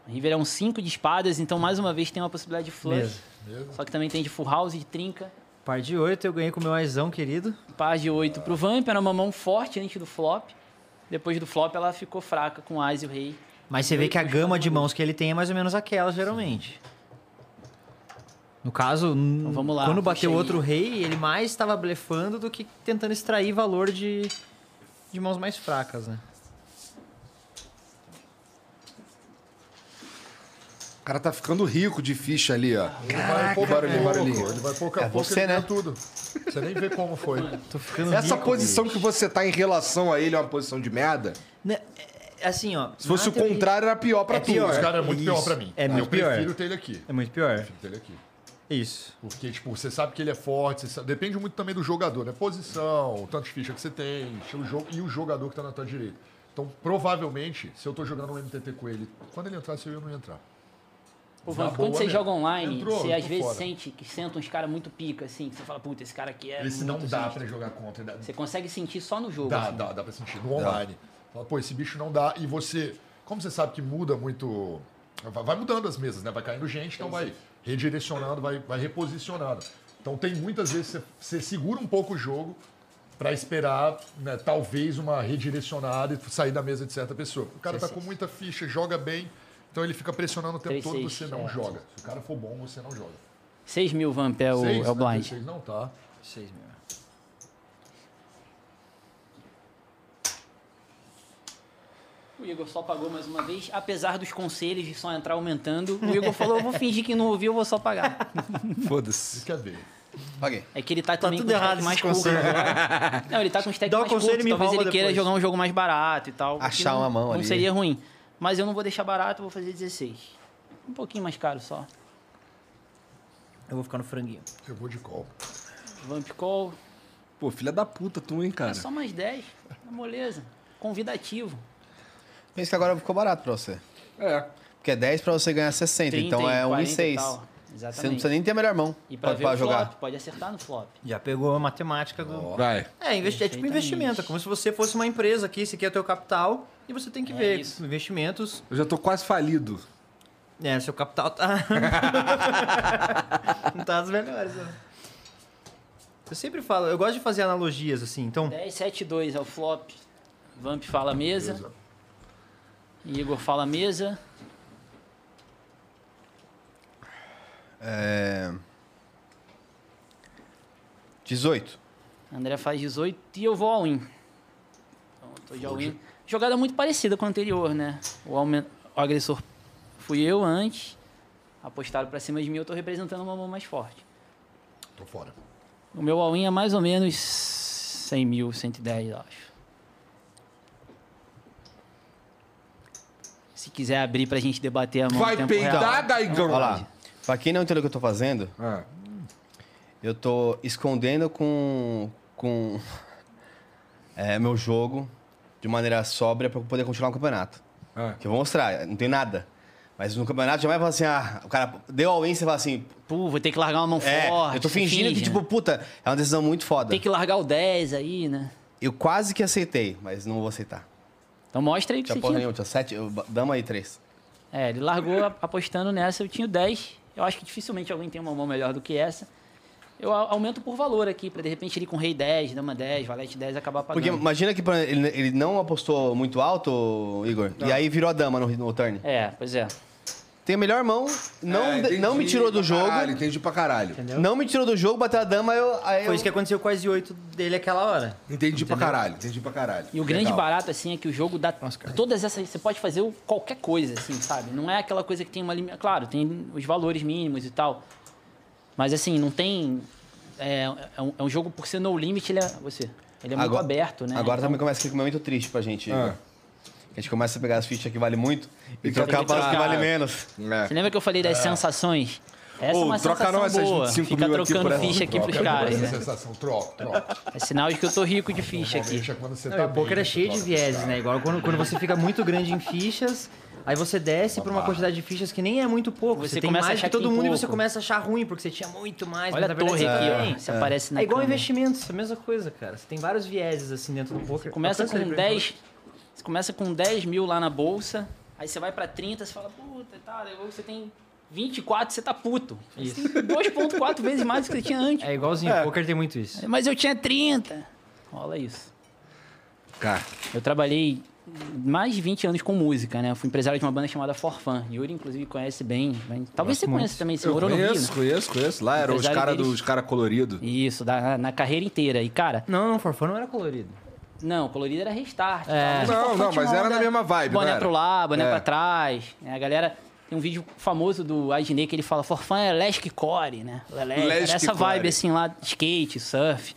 Speaker 5: River é um 5 de espadas, então mais uma vez tem uma possibilidade de flush.
Speaker 6: Mesmo.
Speaker 7: Mesmo?
Speaker 5: Só que também tem de full house, de trinca.
Speaker 6: Par de 8 eu ganhei com o meu aizão querido.
Speaker 5: Par de 8 pro Vamp, era uma mão forte antes do flop. Depois do flop ela ficou fraca com Ás e o Rei.
Speaker 6: Mas você vê que a gama de mãos que ele tem é mais ou menos aquela, geralmente. No caso, n-
Speaker 5: Então vamos lá,
Speaker 6: quando bateu
Speaker 5: puxa aí.
Speaker 6: outro rei, ele mais estava blefando do que tentando extrair valor de, de mãos mais fracas, né?
Speaker 3: O cara tá ficando rico de ficha ali, ó.
Speaker 7: Ele vai pouco a
Speaker 3: barulhinho,
Speaker 7: pouco.
Speaker 3: barulhinho.
Speaker 7: Ele vai pouco a
Speaker 4: É
Speaker 7: pouco,
Speaker 4: você,
Speaker 7: ele ganha
Speaker 4: né?
Speaker 7: tudo. Você nem vê como *laughs* foi.
Speaker 6: Tô ficando
Speaker 3: Essa
Speaker 6: rico.
Speaker 3: posição que você tá em relação a ele é uma posição de merda?
Speaker 6: Né, é- é Assim, ó.
Speaker 3: Se fosse
Speaker 6: na
Speaker 3: o
Speaker 6: teoria-
Speaker 3: contrário, era pior pra
Speaker 6: É
Speaker 3: tu.
Speaker 6: pior.
Speaker 7: Os caras é muito pior
Speaker 6: Isso.
Speaker 7: pra mim.
Speaker 6: É
Speaker 7: eu
Speaker 6: muito pior.
Speaker 7: prefiro ter ele aqui.
Speaker 6: É muito pior.
Speaker 7: Prefiro ter ele aqui.
Speaker 6: Isso.
Speaker 7: Porque, tipo, você sabe que ele é forte, você sabe- depende muito também do jogador, né? Posição, tanto de ficha que você tem, estilo de jogo e o jogador que tá na tua direita. Então, provavelmente, se eu tô jogando um MTT com ele, quando ele entrar, se eu não entrar.
Speaker 5: Ô,
Speaker 7: Na
Speaker 5: Vamp,
Speaker 7: boa
Speaker 5: quando você
Speaker 7: mesmo.
Speaker 5: joga online,
Speaker 7: né? Entrou,
Speaker 5: você
Speaker 7: eu
Speaker 5: às
Speaker 7: tô
Speaker 5: vezes
Speaker 7: fora.
Speaker 5: sente que senta uns caras muito pica, assim, que você fala, puta, esse cara aqui é.
Speaker 7: Esse não
Speaker 5: muito
Speaker 7: dá
Speaker 5: sinistro."
Speaker 7: pra jogar contra. Dá,
Speaker 5: Você consegue sentir só no jogo.
Speaker 7: dá,
Speaker 5: assim.
Speaker 7: dá, dá pra sentir. No online. Fala, pô, esse bicho não dá. E você, como você sabe que muda muito. Vai vai mudando as mesas, né? Vai caindo gente, então vai redirecionando, vai, vai reposicionando. Então, tem muitas vezes você, você segura um pouco o jogo pra esperar, né, talvez, uma redirecionada e sair da mesa de certa pessoa. O cara tá com muita ficha, joga bem, então ele fica pressionando o tempo
Speaker 5: Três,
Speaker 7: todo,
Speaker 5: seis,
Speaker 7: você não
Speaker 5: é.
Speaker 7: joga. Se o cara for bom, você não joga.
Speaker 5: 6 mil Vamp é o,
Speaker 7: Seis,
Speaker 5: é o
Speaker 7: né?
Speaker 5: blind.
Speaker 7: Seis não tá.
Speaker 6: 6 mil.
Speaker 5: O Igor só pagou mais uma vez, apesar dos conselhos de só entrar aumentando. O Igor falou: eu vou fingir que não ouviu, eu vou só pagar.
Speaker 3: né? Foda-se.
Speaker 7: Isso quer ver.
Speaker 4: Paguei.
Speaker 5: É que ele tá, também
Speaker 6: tudo
Speaker 5: com os
Speaker 6: errado
Speaker 5: decks mais né?
Speaker 6: esses conselhos.
Speaker 5: curtos agora. Não, ele tá com os decks
Speaker 6: Dá o
Speaker 5: mais
Speaker 6: conselho e
Speaker 5: curtos,
Speaker 6: me
Speaker 5: talvez ele
Speaker 6: enrola
Speaker 5: queira
Speaker 6: depois.
Speaker 5: jogar um jogo mais barato e tal. o que
Speaker 4: Achar
Speaker 5: não-
Speaker 4: uma mão
Speaker 5: Não
Speaker 4: ali.
Speaker 5: seria ruim. Mas eu não vou deixar barato, eu vou fazer 16. Um pouquinho mais caro só.
Speaker 6: Eu vou ficar no franguinho.
Speaker 7: Eu vou de call.
Speaker 5: Vamp Call,
Speaker 3: Pô, filha da puta tu, hein, cara?
Speaker 5: é só mais 10. É moleza. Convidativo.
Speaker 4: Pensa que agora ficou barato pra você.
Speaker 3: É.
Speaker 4: Porque é 10 pra você ganhar 60,
Speaker 5: 30,
Speaker 4: então é 1
Speaker 5: 40
Speaker 4: e 6.
Speaker 5: tal.
Speaker 4: Você não
Speaker 5: Exatamente.
Speaker 4: precisa nem ter a melhor mão
Speaker 5: E pra
Speaker 4: pra,
Speaker 5: ver
Speaker 4: pra
Speaker 5: o
Speaker 4: jogar.
Speaker 5: flop, pode acertar no flop.
Speaker 6: Já pegou a matemática do.
Speaker 3: Vai.
Speaker 6: É, investi- é tipo
Speaker 5: Perfeitamente.
Speaker 6: investimento. É como se você fosse uma empresa aqui, esse aqui é o teu capital. E você tem que ver
Speaker 5: É isso.
Speaker 6: investimentos.
Speaker 3: Eu já tô quase falido.
Speaker 6: É, seu capital tá. *laughs* não tá dos melhores, né? Eu sempre falo, eu gosto de fazer analogias assim, então.
Speaker 5: 10, 7, 2 é o flop. Vamp fala mesa.
Speaker 7: Beleza.
Speaker 5: Igor fala mesa.
Speaker 4: É... 18.
Speaker 5: André faz 18 e eu vou ao in. Então, eu tô de all in. Jogada muito parecida com a anterior, né? O, aumen- o agressor fui eu antes. Apostaram pra cima de mim, eu tô representando uma mão mais forte.
Speaker 7: Tô fora.
Speaker 5: O meu all-in é mais ou menos 100 mil, 110, eu acho. quiser abrir pra gente debater a mão. em
Speaker 3: Vai
Speaker 5: tempo
Speaker 3: peidar,
Speaker 5: real.
Speaker 3: Daigão?
Speaker 4: Olha lá. Pra quem não entendeu o que eu tô fazendo,
Speaker 3: Ah,
Speaker 4: eu tô escondendo com. com. *laughs* é, meu jogo de maneira sóbria pra poder continuar o campeonato.
Speaker 3: ah.
Speaker 4: Que eu vou mostrar, não tem nada. Mas no campeonato jamais fala assim, ah, o cara deu all-in, você fala assim,
Speaker 5: Pô, vou ter que largar uma mão
Speaker 4: é,
Speaker 5: forte.
Speaker 4: eu tô fingindo
Speaker 5: finge,
Speaker 4: que, tipo,
Speaker 5: né?
Speaker 4: puta, é uma decisão muito foda.
Speaker 5: Tem que largar o 10 aí, né?
Speaker 4: Eu quase que aceitei, mas não vou aceitar.
Speaker 5: Então mostra aí o que
Speaker 4: Tinha
Speaker 5: você
Speaker 4: porra
Speaker 5: tinha.
Speaker 4: nenhuma, tinha sete, eu- dama aí três.
Speaker 5: É, ele largou a- apostando nessa, eu tinha o 10. Eu acho que dificilmente alguém tem uma mão melhor do que essa. Eu a- aumento por valor aqui, pra de repente ele com rei 10, dama 10, valete 10 acabar pagando.
Speaker 4: Porque imagina que pra- ele, ele não apostou muito alto, Igor, e aí virou a dama no, no turn.
Speaker 5: É, pois é.
Speaker 4: Tem a melhor mão, não,
Speaker 3: É, entendi
Speaker 4: não me tirou
Speaker 3: pra
Speaker 4: do jogo,
Speaker 3: Caralho, entendi pra caralho.
Speaker 4: não me tirou do jogo, bateu a dama, eu, aí
Speaker 6: Foi
Speaker 4: eu...
Speaker 6: isso que aconteceu com as 8 dele aquela hora.
Speaker 3: Entendi pra caralho, entendi pra caralho.
Speaker 5: E o grande barato, assim, é que o jogo dá todas essas... Você pode fazer o- qualquer coisa, assim, sabe? Não é aquela coisa que tem uma... lim- Claro, tem os valores mínimos e tal. Mas, assim, não tem... É, é um, é um jogo, por ser no limit, ele é... Você... Ele é muito
Speaker 4: Agora-
Speaker 5: aberto, né?
Speaker 4: Agora
Speaker 6: Então-
Speaker 4: também começa aquele momento triste pra gente, Igor.
Speaker 3: Ah.
Speaker 4: A gente começa a pegar as fichas que vale muito e,
Speaker 3: E
Speaker 4: trocar
Speaker 3: trocar.
Speaker 4: para as que vale menos.
Speaker 5: Você
Speaker 3: É.
Speaker 5: lembra que eu falei das sensações? Essa é
Speaker 3: Ô,
Speaker 5: uma
Speaker 3: troca
Speaker 5: sensação
Speaker 3: nós essas
Speaker 5: boa.
Speaker 3: 25
Speaker 5: Fica
Speaker 3: mil aqui
Speaker 5: trocando
Speaker 3: por essa.
Speaker 5: ficha aqui
Speaker 7: Troca,
Speaker 5: pros
Speaker 7: eu gosto
Speaker 5: caras,
Speaker 7: dessa
Speaker 5: né?
Speaker 7: sensação, troca, troca.
Speaker 5: É sinal de que eu tô rico de ficha aqui.
Speaker 7: Normalmente é quando você
Speaker 6: Não,
Speaker 7: tá
Speaker 6: e o poker
Speaker 7: bem,
Speaker 6: é cheio de
Speaker 7: troca.
Speaker 6: vieses, né? Igual quando, quando você fica muito grande em fichas, aí você desce pra uma quantidade de fichas que nem é muito pouco. Você,
Speaker 5: Você
Speaker 6: tem
Speaker 5: começa a
Speaker 6: mais
Speaker 5: achar
Speaker 6: que todo
Speaker 5: que tem
Speaker 6: mundo e
Speaker 5: pouco.
Speaker 6: você começa a achar ruim, porque você tinha muito mais.
Speaker 5: Olha
Speaker 3: tá
Speaker 6: mas
Speaker 5: a
Speaker 6: na verdade
Speaker 5: torre
Speaker 6: você
Speaker 5: aqui,
Speaker 6: tem.
Speaker 5: ó. Se aparece na
Speaker 6: É igual
Speaker 5: câmera.
Speaker 6: investimentos, a mesma coisa, cara. Você tem vários vieses assim dentro do poker.
Speaker 5: Começa
Speaker 6: Alcança
Speaker 5: com
Speaker 6: ali pra mim,
Speaker 5: 10. Você começa com 10 mil lá na bolsa, aí você vai pra 30, você fala, puta, tá, daí você tem 24, você tá puto. Você tem 2.4 vezes mais do que você tinha
Speaker 6: por
Speaker 5: antes.
Speaker 6: favor. É igualzinho, o poker tem muito isso.
Speaker 5: Mas eu tinha 30. Rola isso.
Speaker 3: Cara,
Speaker 5: Eu trabalhei mais de 20 anos com música, né? Eu fui empresário de uma banda chamada Forfan. Yuri, inclusive, conhece bem. bem- Talvez você conheça também, você
Speaker 3: eu
Speaker 5: morou no Rio.
Speaker 3: conheço, conheço, conheço. Lá eram os
Speaker 5: Empresário
Speaker 3: caras
Speaker 5: deles.
Speaker 3: dos cara colorido.
Speaker 5: Isso, da, na carreira inteira. E, cara,
Speaker 6: Não, não, forfã não era colorido.
Speaker 5: Não, o colorido era restart. e
Speaker 6: É.
Speaker 5: tal,
Speaker 3: Não,
Speaker 5: o
Speaker 3: não,
Speaker 5: Forfã tinha
Speaker 3: mas
Speaker 5: uma
Speaker 3: era
Speaker 5: onda-
Speaker 3: na mesma vibe, não
Speaker 5: Boné
Speaker 3: era?
Speaker 5: pro lado, boné
Speaker 3: É.
Speaker 5: pra trás. né? A galera... Tem um vídeo famoso do Adnei que ele fala Forfã é Lesc Core, né? Lelé, era
Speaker 3: Lesc
Speaker 5: essa vibe,
Speaker 3: Core.
Speaker 5: assim, lá, skate, surf.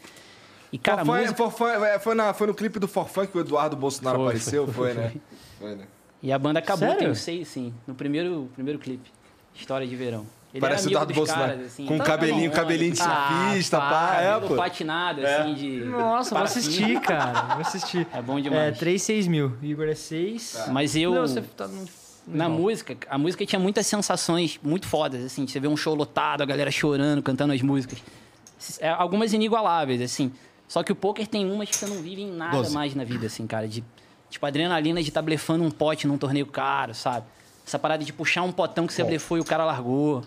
Speaker 5: E, cara,
Speaker 3: Forfã-
Speaker 5: música...
Speaker 3: Forfã- é, foi, na- foi no clipe do Forfã que o Eduardo Bolsonaro
Speaker 5: Foi,
Speaker 3: apareceu, foi,
Speaker 5: foi,
Speaker 3: né? Foi, né?
Speaker 5: E a banda acabou,
Speaker 6: Sério?
Speaker 5: tem o seis, sim. No primeiro, primeiro clipe. História de Verão. Ele
Speaker 3: Parece o
Speaker 5: era amigo
Speaker 3: Eduardo
Speaker 5: dos
Speaker 3: Bolsonaro.
Speaker 5: caras, assim,
Speaker 3: Com um
Speaker 5: tá
Speaker 3: cabelinho-
Speaker 5: na Ah,
Speaker 3: cabelinho de surfista, pá, é,
Speaker 5: cabelo
Speaker 3: pô. É.
Speaker 5: patinado, assim, de...
Speaker 6: Nossa, vou
Speaker 5: parafina.
Speaker 6: assistir, cara. Vou assistir.
Speaker 5: É bom
Speaker 6: É,
Speaker 5: demais.
Speaker 6: 3, 6 mil. Igor é 6.
Speaker 5: Mas eu...
Speaker 6: Não, você tá no...
Speaker 5: Na
Speaker 6: Bom.
Speaker 5: música, a música tinha muitas sensações muito fodas, assim. Você vê um show lotado, a galera chorando, cantando as músicas. É, algumas inigualáveis, assim. Só que o poker tem umas que você não vive em nada
Speaker 4: Doze.
Speaker 5: mais na vida, assim, cara. De, tipo, a adrenalina de estar tá blefando um pote num torneio caro, sabe? Essa parada de puxar um potão que você blefou e o cara largou.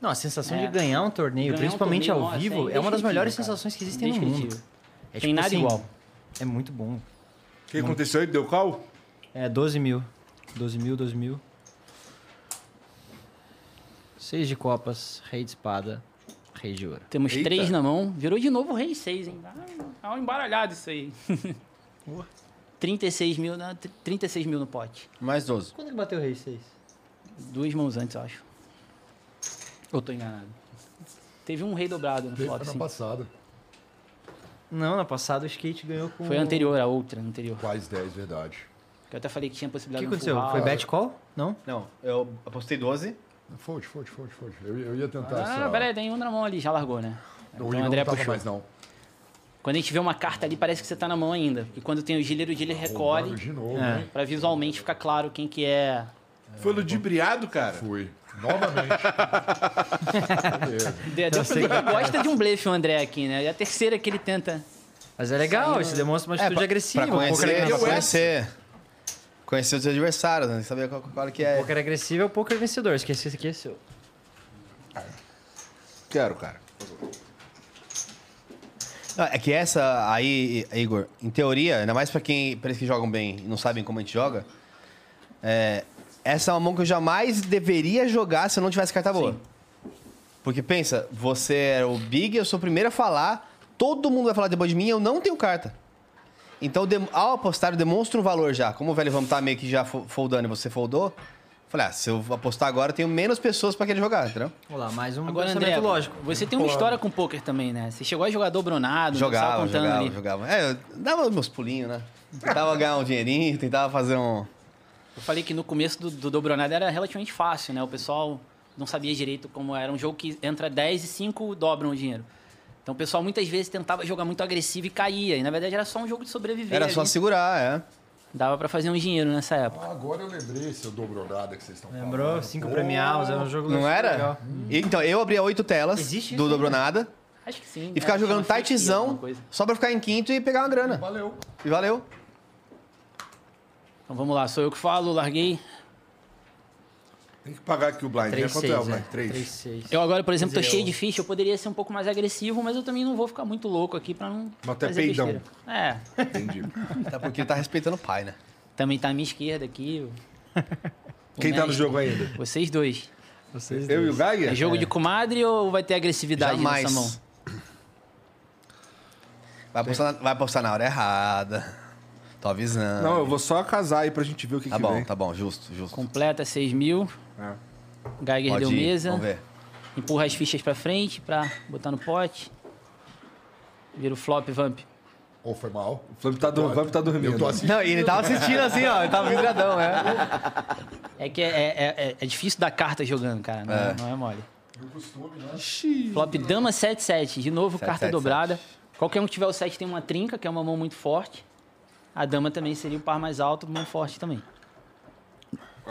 Speaker 6: Não, a sensação
Speaker 5: É.
Speaker 6: de ganhar um torneio,
Speaker 5: Ganhar um
Speaker 6: principalmente
Speaker 5: torneio,
Speaker 6: ao
Speaker 5: nossa,
Speaker 6: vivo,
Speaker 5: é
Speaker 6: é, uma das melhores
Speaker 5: indescritível,
Speaker 6: sensações que existem no
Speaker 5: Indescritível.
Speaker 6: mundo. É
Speaker 5: Tem nada igual.
Speaker 6: É muito bom.
Speaker 3: O que aconteceu aí? Deu cal?
Speaker 6: É 12 mil. 12 mil, 12 mil. 6 de copas, rei de espada, rei de ouro.
Speaker 5: Temos
Speaker 3: Eita.
Speaker 5: três na mão. Virou de novo o rei 6, hein? Tá um embaralhado isso aí. 36 mil, na- 36 mil no pote.
Speaker 4: Mais 12.
Speaker 6: Quando ele bateu o rei 6?
Speaker 5: Duas mãos antes, eu acho. Ou tô enganado. Teve um rei dobrado no
Speaker 7: Teve
Speaker 5: flop,
Speaker 7: ano
Speaker 5: sim.
Speaker 7: passado.
Speaker 6: Não, na passada o skate ganhou com...
Speaker 5: Foi a anterior, a outra, a anterior.
Speaker 7: Quase 10, verdade.
Speaker 5: Que eu até falei que tinha
Speaker 6: O
Speaker 5: possibilidade
Speaker 6: que
Speaker 5: de um
Speaker 6: aconteceu?
Speaker 5: full house.
Speaker 6: Foi bet call? Não?
Speaker 4: Não, eu apostei 12.
Speaker 7: Fode, fode, fode, fode. Eu, eu ia tentar essa...
Speaker 5: Ah, peraí, tem um na mão ali, já largou, né?
Speaker 7: O
Speaker 5: Então o
Speaker 7: Igor
Speaker 5: André
Speaker 7: não tava
Speaker 5: puxou.
Speaker 7: mais, não.
Speaker 5: Quando a gente vê uma carta ali, parece que você tá na mão ainda. E quando tem o dealer, o dealer
Speaker 7: Roubado
Speaker 5: recolhe
Speaker 7: de novo,
Speaker 6: É.
Speaker 7: hein?
Speaker 5: pra visualmente ficar claro quem que é.
Speaker 3: Foi ludibriado, cara?
Speaker 7: Fui. Novamente. Beleza.
Speaker 5: Deu deu pra ver que gosta de um blefe o André aqui, né? É a terceira que ele tenta.
Speaker 6: Mas é legal, isso demonstra uma
Speaker 5: É,
Speaker 6: atitude agressiva.
Speaker 4: Pra
Speaker 6: é o poker,
Speaker 4: conhecer, pra
Speaker 3: Eu
Speaker 5: né?
Speaker 4: conhecer. Conhecer os adversários, né? Saber qual, qual que
Speaker 6: o
Speaker 4: é.
Speaker 6: poker agressivo é o poker vencedor. Esqueci, esqueceu.
Speaker 3: *laughs* Quero, cara.
Speaker 4: Não, é que essa aí, Igor, em teoria, ainda mais pra quem, pra eles que jogam bem e não sabem como a gente joga, é, essa é uma mão que eu jamais deveria jogar se eu não tivesse carta boa. Porque pensa, você é o Big, eu sou o primeiro a falar, todo mundo vai falar depois de mim, eu não tenho carta. Então, dem- ao apostar, eu demonstro um valor já. Como o velho vamos estar meio que já fo- foldando e você foldou, eu falei, ah, se eu apostar agora, eu tenho menos pessoas pra querer jogar, entendeu?
Speaker 6: Vamos lá, mais um
Speaker 5: Agora,
Speaker 6: pensamento
Speaker 5: André,
Speaker 6: lógico.
Speaker 5: você tem uma história com poker também, né? Você chegou a jogar dobronado, não
Speaker 4: Jogava,
Speaker 5: precisava contando
Speaker 4: jogava,
Speaker 5: ali.
Speaker 4: jogava. É, eu dava meus pulinhos, né? Tentava ganhar um dinheirinho, tentava fazer um.
Speaker 5: Eu falei que no começo do, do Dobronada era relativamente fácil, né? O pessoal não sabia direito como era. Um jogo que entra 10 e 5 dobram o dinheiro. Então o pessoal muitas vezes tentava jogar muito agressivo e caía. E na verdade era só um jogo de sobreviver.
Speaker 4: Era
Speaker 5: ali.
Speaker 4: só segurar, é.
Speaker 5: Dava pra fazer um dinheiro nessa época.
Speaker 7: Ah, agora eu lembrei esse dobrorada que vocês estão falando.
Speaker 6: Lembrou? Cinco premiados, era um jogo
Speaker 4: Não
Speaker 6: super
Speaker 4: era?
Speaker 6: legal.
Speaker 4: Então, eu abria oito telas
Speaker 6: Existe
Speaker 4: do
Speaker 6: isso
Speaker 4: Dobro Nada
Speaker 5: Acho que sim. É,
Speaker 4: e ficava jogando tightzão só pra ficar em quinto e pegar uma grana.
Speaker 7: Valeu.
Speaker 4: E valeu.
Speaker 5: Então vamos lá, sou eu que falo, larguei.
Speaker 3: Tem que pagar aqui o blind, né?
Speaker 6: 3,
Speaker 3: Quanto é o
Speaker 6: 6,
Speaker 3: blind? 3.
Speaker 6: 3
Speaker 5: Eu agora, por exemplo, tô
Speaker 6: Mas eu-
Speaker 5: cheio de ficha, eu poderia ser um pouco mais agressivo, mas eu também não vou ficar muito louco aqui pra não.
Speaker 3: Mas tu é
Speaker 5: fazer
Speaker 3: peidão.
Speaker 5: besteira. É,
Speaker 3: Entendi.
Speaker 4: Até porque ele tá respeitando o pai, né?
Speaker 5: também tá à minha esquerda aqui. o- o
Speaker 3: Quem tá no
Speaker 5: mestre.
Speaker 3: jogo ainda?
Speaker 5: Vocês dois.
Speaker 3: Eu e o Geiger?
Speaker 5: É jogo de comadre ou vai ter agressividade
Speaker 4: Jamais.
Speaker 5: nessa mão?
Speaker 4: Vai apostar, na, vai apostar na hora errada. Tô avisando.
Speaker 3: Não, eu vou só casar aí pra gente ver o que
Speaker 4: tá
Speaker 3: que
Speaker 4: bom,
Speaker 3: vem.
Speaker 4: tá bom, justo, justo.
Speaker 5: Completa 6 mil.
Speaker 3: É.
Speaker 5: Geiger
Speaker 4: Pode
Speaker 5: deu
Speaker 4: ir,
Speaker 5: mesa.
Speaker 4: Vamos ver.
Speaker 5: Empurra as fichas pra frente pra botar no pote. Vira o flop, Vamp.
Speaker 7: Ou foi mal.
Speaker 3: O Flamengo tá, do... o Flamengo tá dormindo.
Speaker 7: Eu tô assim, assistindo.
Speaker 4: Não, e ele tava assistindo assim, ó. Ele tava vidradão, é.
Speaker 5: É que é, é- é- é difícil dar carta jogando, cara. Não é, não é mole.
Speaker 7: O costume, né?
Speaker 5: Flop dama 7-7. De novo, carta
Speaker 4: 7-7.
Speaker 5: dobrada. Qualquer um que tiver o 7 tem uma trinca, que é uma mão muito forte. A dama também seria o par mais alto, mão forte também.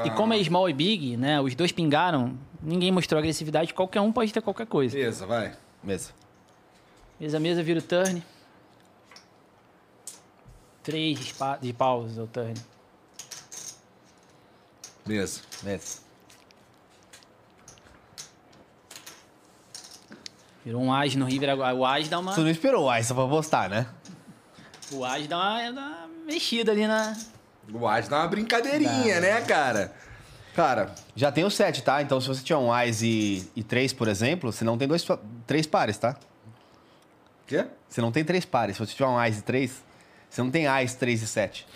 Speaker 5: E como é small e big, né? Os dois pingaram, ninguém mostrou agressividade, qualquer um pode ter qualquer coisa.
Speaker 3: Beleza, vai.
Speaker 4: Mesa.
Speaker 5: Mesa, mesa, vira o turn. Três de, pa de paus, é o turn.
Speaker 3: Beleza.
Speaker 4: Mesa.
Speaker 5: Virou um as no river agora. O as dá uma,
Speaker 4: Tu não esperou o Einstein pra apostar, né?
Speaker 5: o as dá uma, dá uma mexida ali na...
Speaker 3: O Ars dá uma brincadeirinha, né, cara? Cara,
Speaker 4: Já tem o 7, tá? Então se você tiver um Ais e, e 3, por exemplo, você não tem dois, pa- três pares, tá?
Speaker 3: quê?
Speaker 4: Você não tem três pares. Se você tiver um Ais e 3, você não tem Ais, 3 e 7.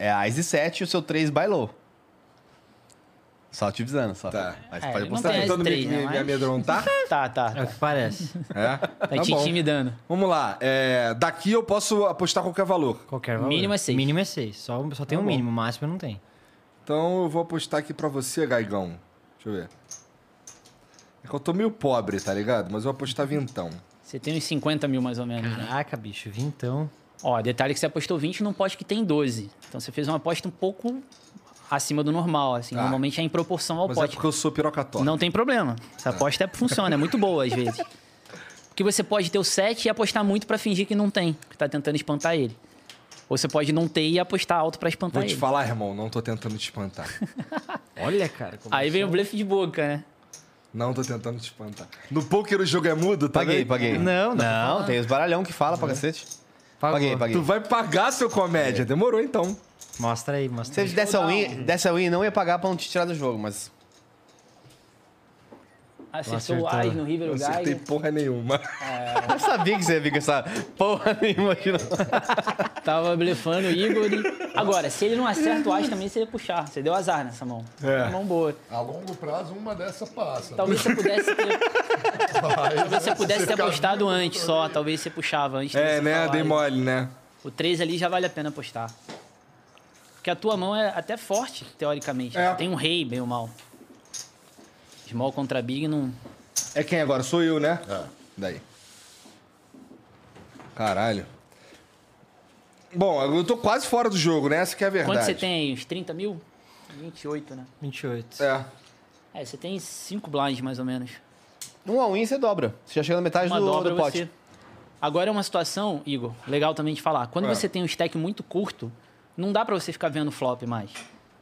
Speaker 4: É Ais e 7 e o seu 3 bailou. Só te avisando, só.
Speaker 3: Tá.
Speaker 4: Mas
Speaker 5: É, ele
Speaker 4: pode
Speaker 5: não
Speaker 4: apostar.
Speaker 3: Tá
Speaker 5: tem
Speaker 3: tentando me,
Speaker 5: três, né,
Speaker 3: me, me
Speaker 5: mas-
Speaker 3: amedrontar?
Speaker 5: *laughs* Tá, tá,
Speaker 6: É o
Speaker 5: tá.
Speaker 6: que parece.
Speaker 3: É?
Speaker 5: Tá
Speaker 3: Tá
Speaker 5: te
Speaker 3: bom.
Speaker 5: intimidando.
Speaker 3: Vamos lá. é, daqui eu posso apostar qualquer valor.
Speaker 6: *laughs* Qualquer valor.
Speaker 5: Mínimo é seis. Tá
Speaker 6: Mínimo é 6. Só, só tem um mínimo, máximo não tem.
Speaker 3: Então eu vou apostar aqui pra você, Gaigão. Deixa eu ver. É que eu tô meio pobre, tá ligado? Mas eu vou apostar vintão.
Speaker 5: Você tem uns 50 mil mais ou menos. né?
Speaker 6: Caraca, bicho, vintão.
Speaker 5: Ó, detalhe que você apostou 20 num pote que tem 12. Então você fez uma aposta um pouco acima do normal, assim. Normalmente é em proporção ao
Speaker 3: Mas é
Speaker 5: pote.
Speaker 3: porque eu sou pirocatório.
Speaker 5: Não tá tem problema. Essa aposta é, funciona, é muito boa às vezes. Porque você pode ter o 7 e apostar muito pra fingir que não tem, que tá tentando espantar ele. Ou você pode não ter e apostar alto pra espantar
Speaker 3: Vou te
Speaker 5: ele.
Speaker 3: falar, irmão, não tô tentando te espantar.
Speaker 6: Olha, cara. Como
Speaker 5: Aí vem o blefe de boca, né?
Speaker 3: Não tô tentando te espantar. No poker o jogo é mudo, tá
Speaker 4: Paguei,
Speaker 3: vendo?
Speaker 4: paguei.
Speaker 6: Não, dá pra
Speaker 4: não.
Speaker 6: falar.
Speaker 4: Tem os baralhão que fala pra cacete.
Speaker 6: Pagou.
Speaker 4: Paguei, paguei.
Speaker 3: Tu vai pagar seu comédia. Demorou então.
Speaker 6: Mostra aí, mostra
Speaker 4: Se
Speaker 6: aí.
Speaker 4: ele desse a win, desse a win, não ia pagar pra não te tirar do jogo, mas.
Speaker 5: Acertou
Speaker 6: Acertou.
Speaker 5: o Ais no River
Speaker 3: Eu
Speaker 5: o
Speaker 3: não acertei
Speaker 5: Geiger.
Speaker 3: porra nenhuma.
Speaker 4: Eu sabia que você ia vir com essa porra nenhuma aqui, não.
Speaker 5: Tava blefando o Igor. e- Agora, se ele não acerta o Ais também, você ia puxar. Você deu azar nessa mão.
Speaker 3: É.
Speaker 5: Uma Mão boa.
Speaker 7: A longo prazo, uma dessa passa.
Speaker 5: Talvez você
Speaker 3: *laughs*
Speaker 5: pudesse ter,
Speaker 7: Talvez
Speaker 5: Então, se você pudesse ter apostado antes só, talvez você puxava antes. de
Speaker 3: É,
Speaker 5: você
Speaker 3: né?
Speaker 5: falar.
Speaker 3: Dei mole, né?
Speaker 5: O 3 ali já vale a pena apostar. Porque a tua mão é até forte, teoricamente.
Speaker 3: É.
Speaker 5: Tem um rei, bem ou mal. Small contra big não...
Speaker 3: É quem agora? Sou eu, né?
Speaker 7: É.
Speaker 3: Daí. Caralho. Bom, eu tô quase fora do jogo, né? Essa que é a verdade.
Speaker 5: Quanto você tem aí? Uns 30 mil? 28, né?
Speaker 6: 28.
Speaker 3: É.
Speaker 5: É, você tem 5 blinds, mais ou menos.
Speaker 4: Um a win você dobra. Você já chega na metade
Speaker 5: Uma
Speaker 4: do,
Speaker 5: dobra
Speaker 4: do
Speaker 5: você...
Speaker 4: pote.
Speaker 5: Agora é uma situação, Igor, legal também de falar. Quando
Speaker 4: É.
Speaker 5: você tem um stack muito curto, não dá pra você ficar vendo flop mais.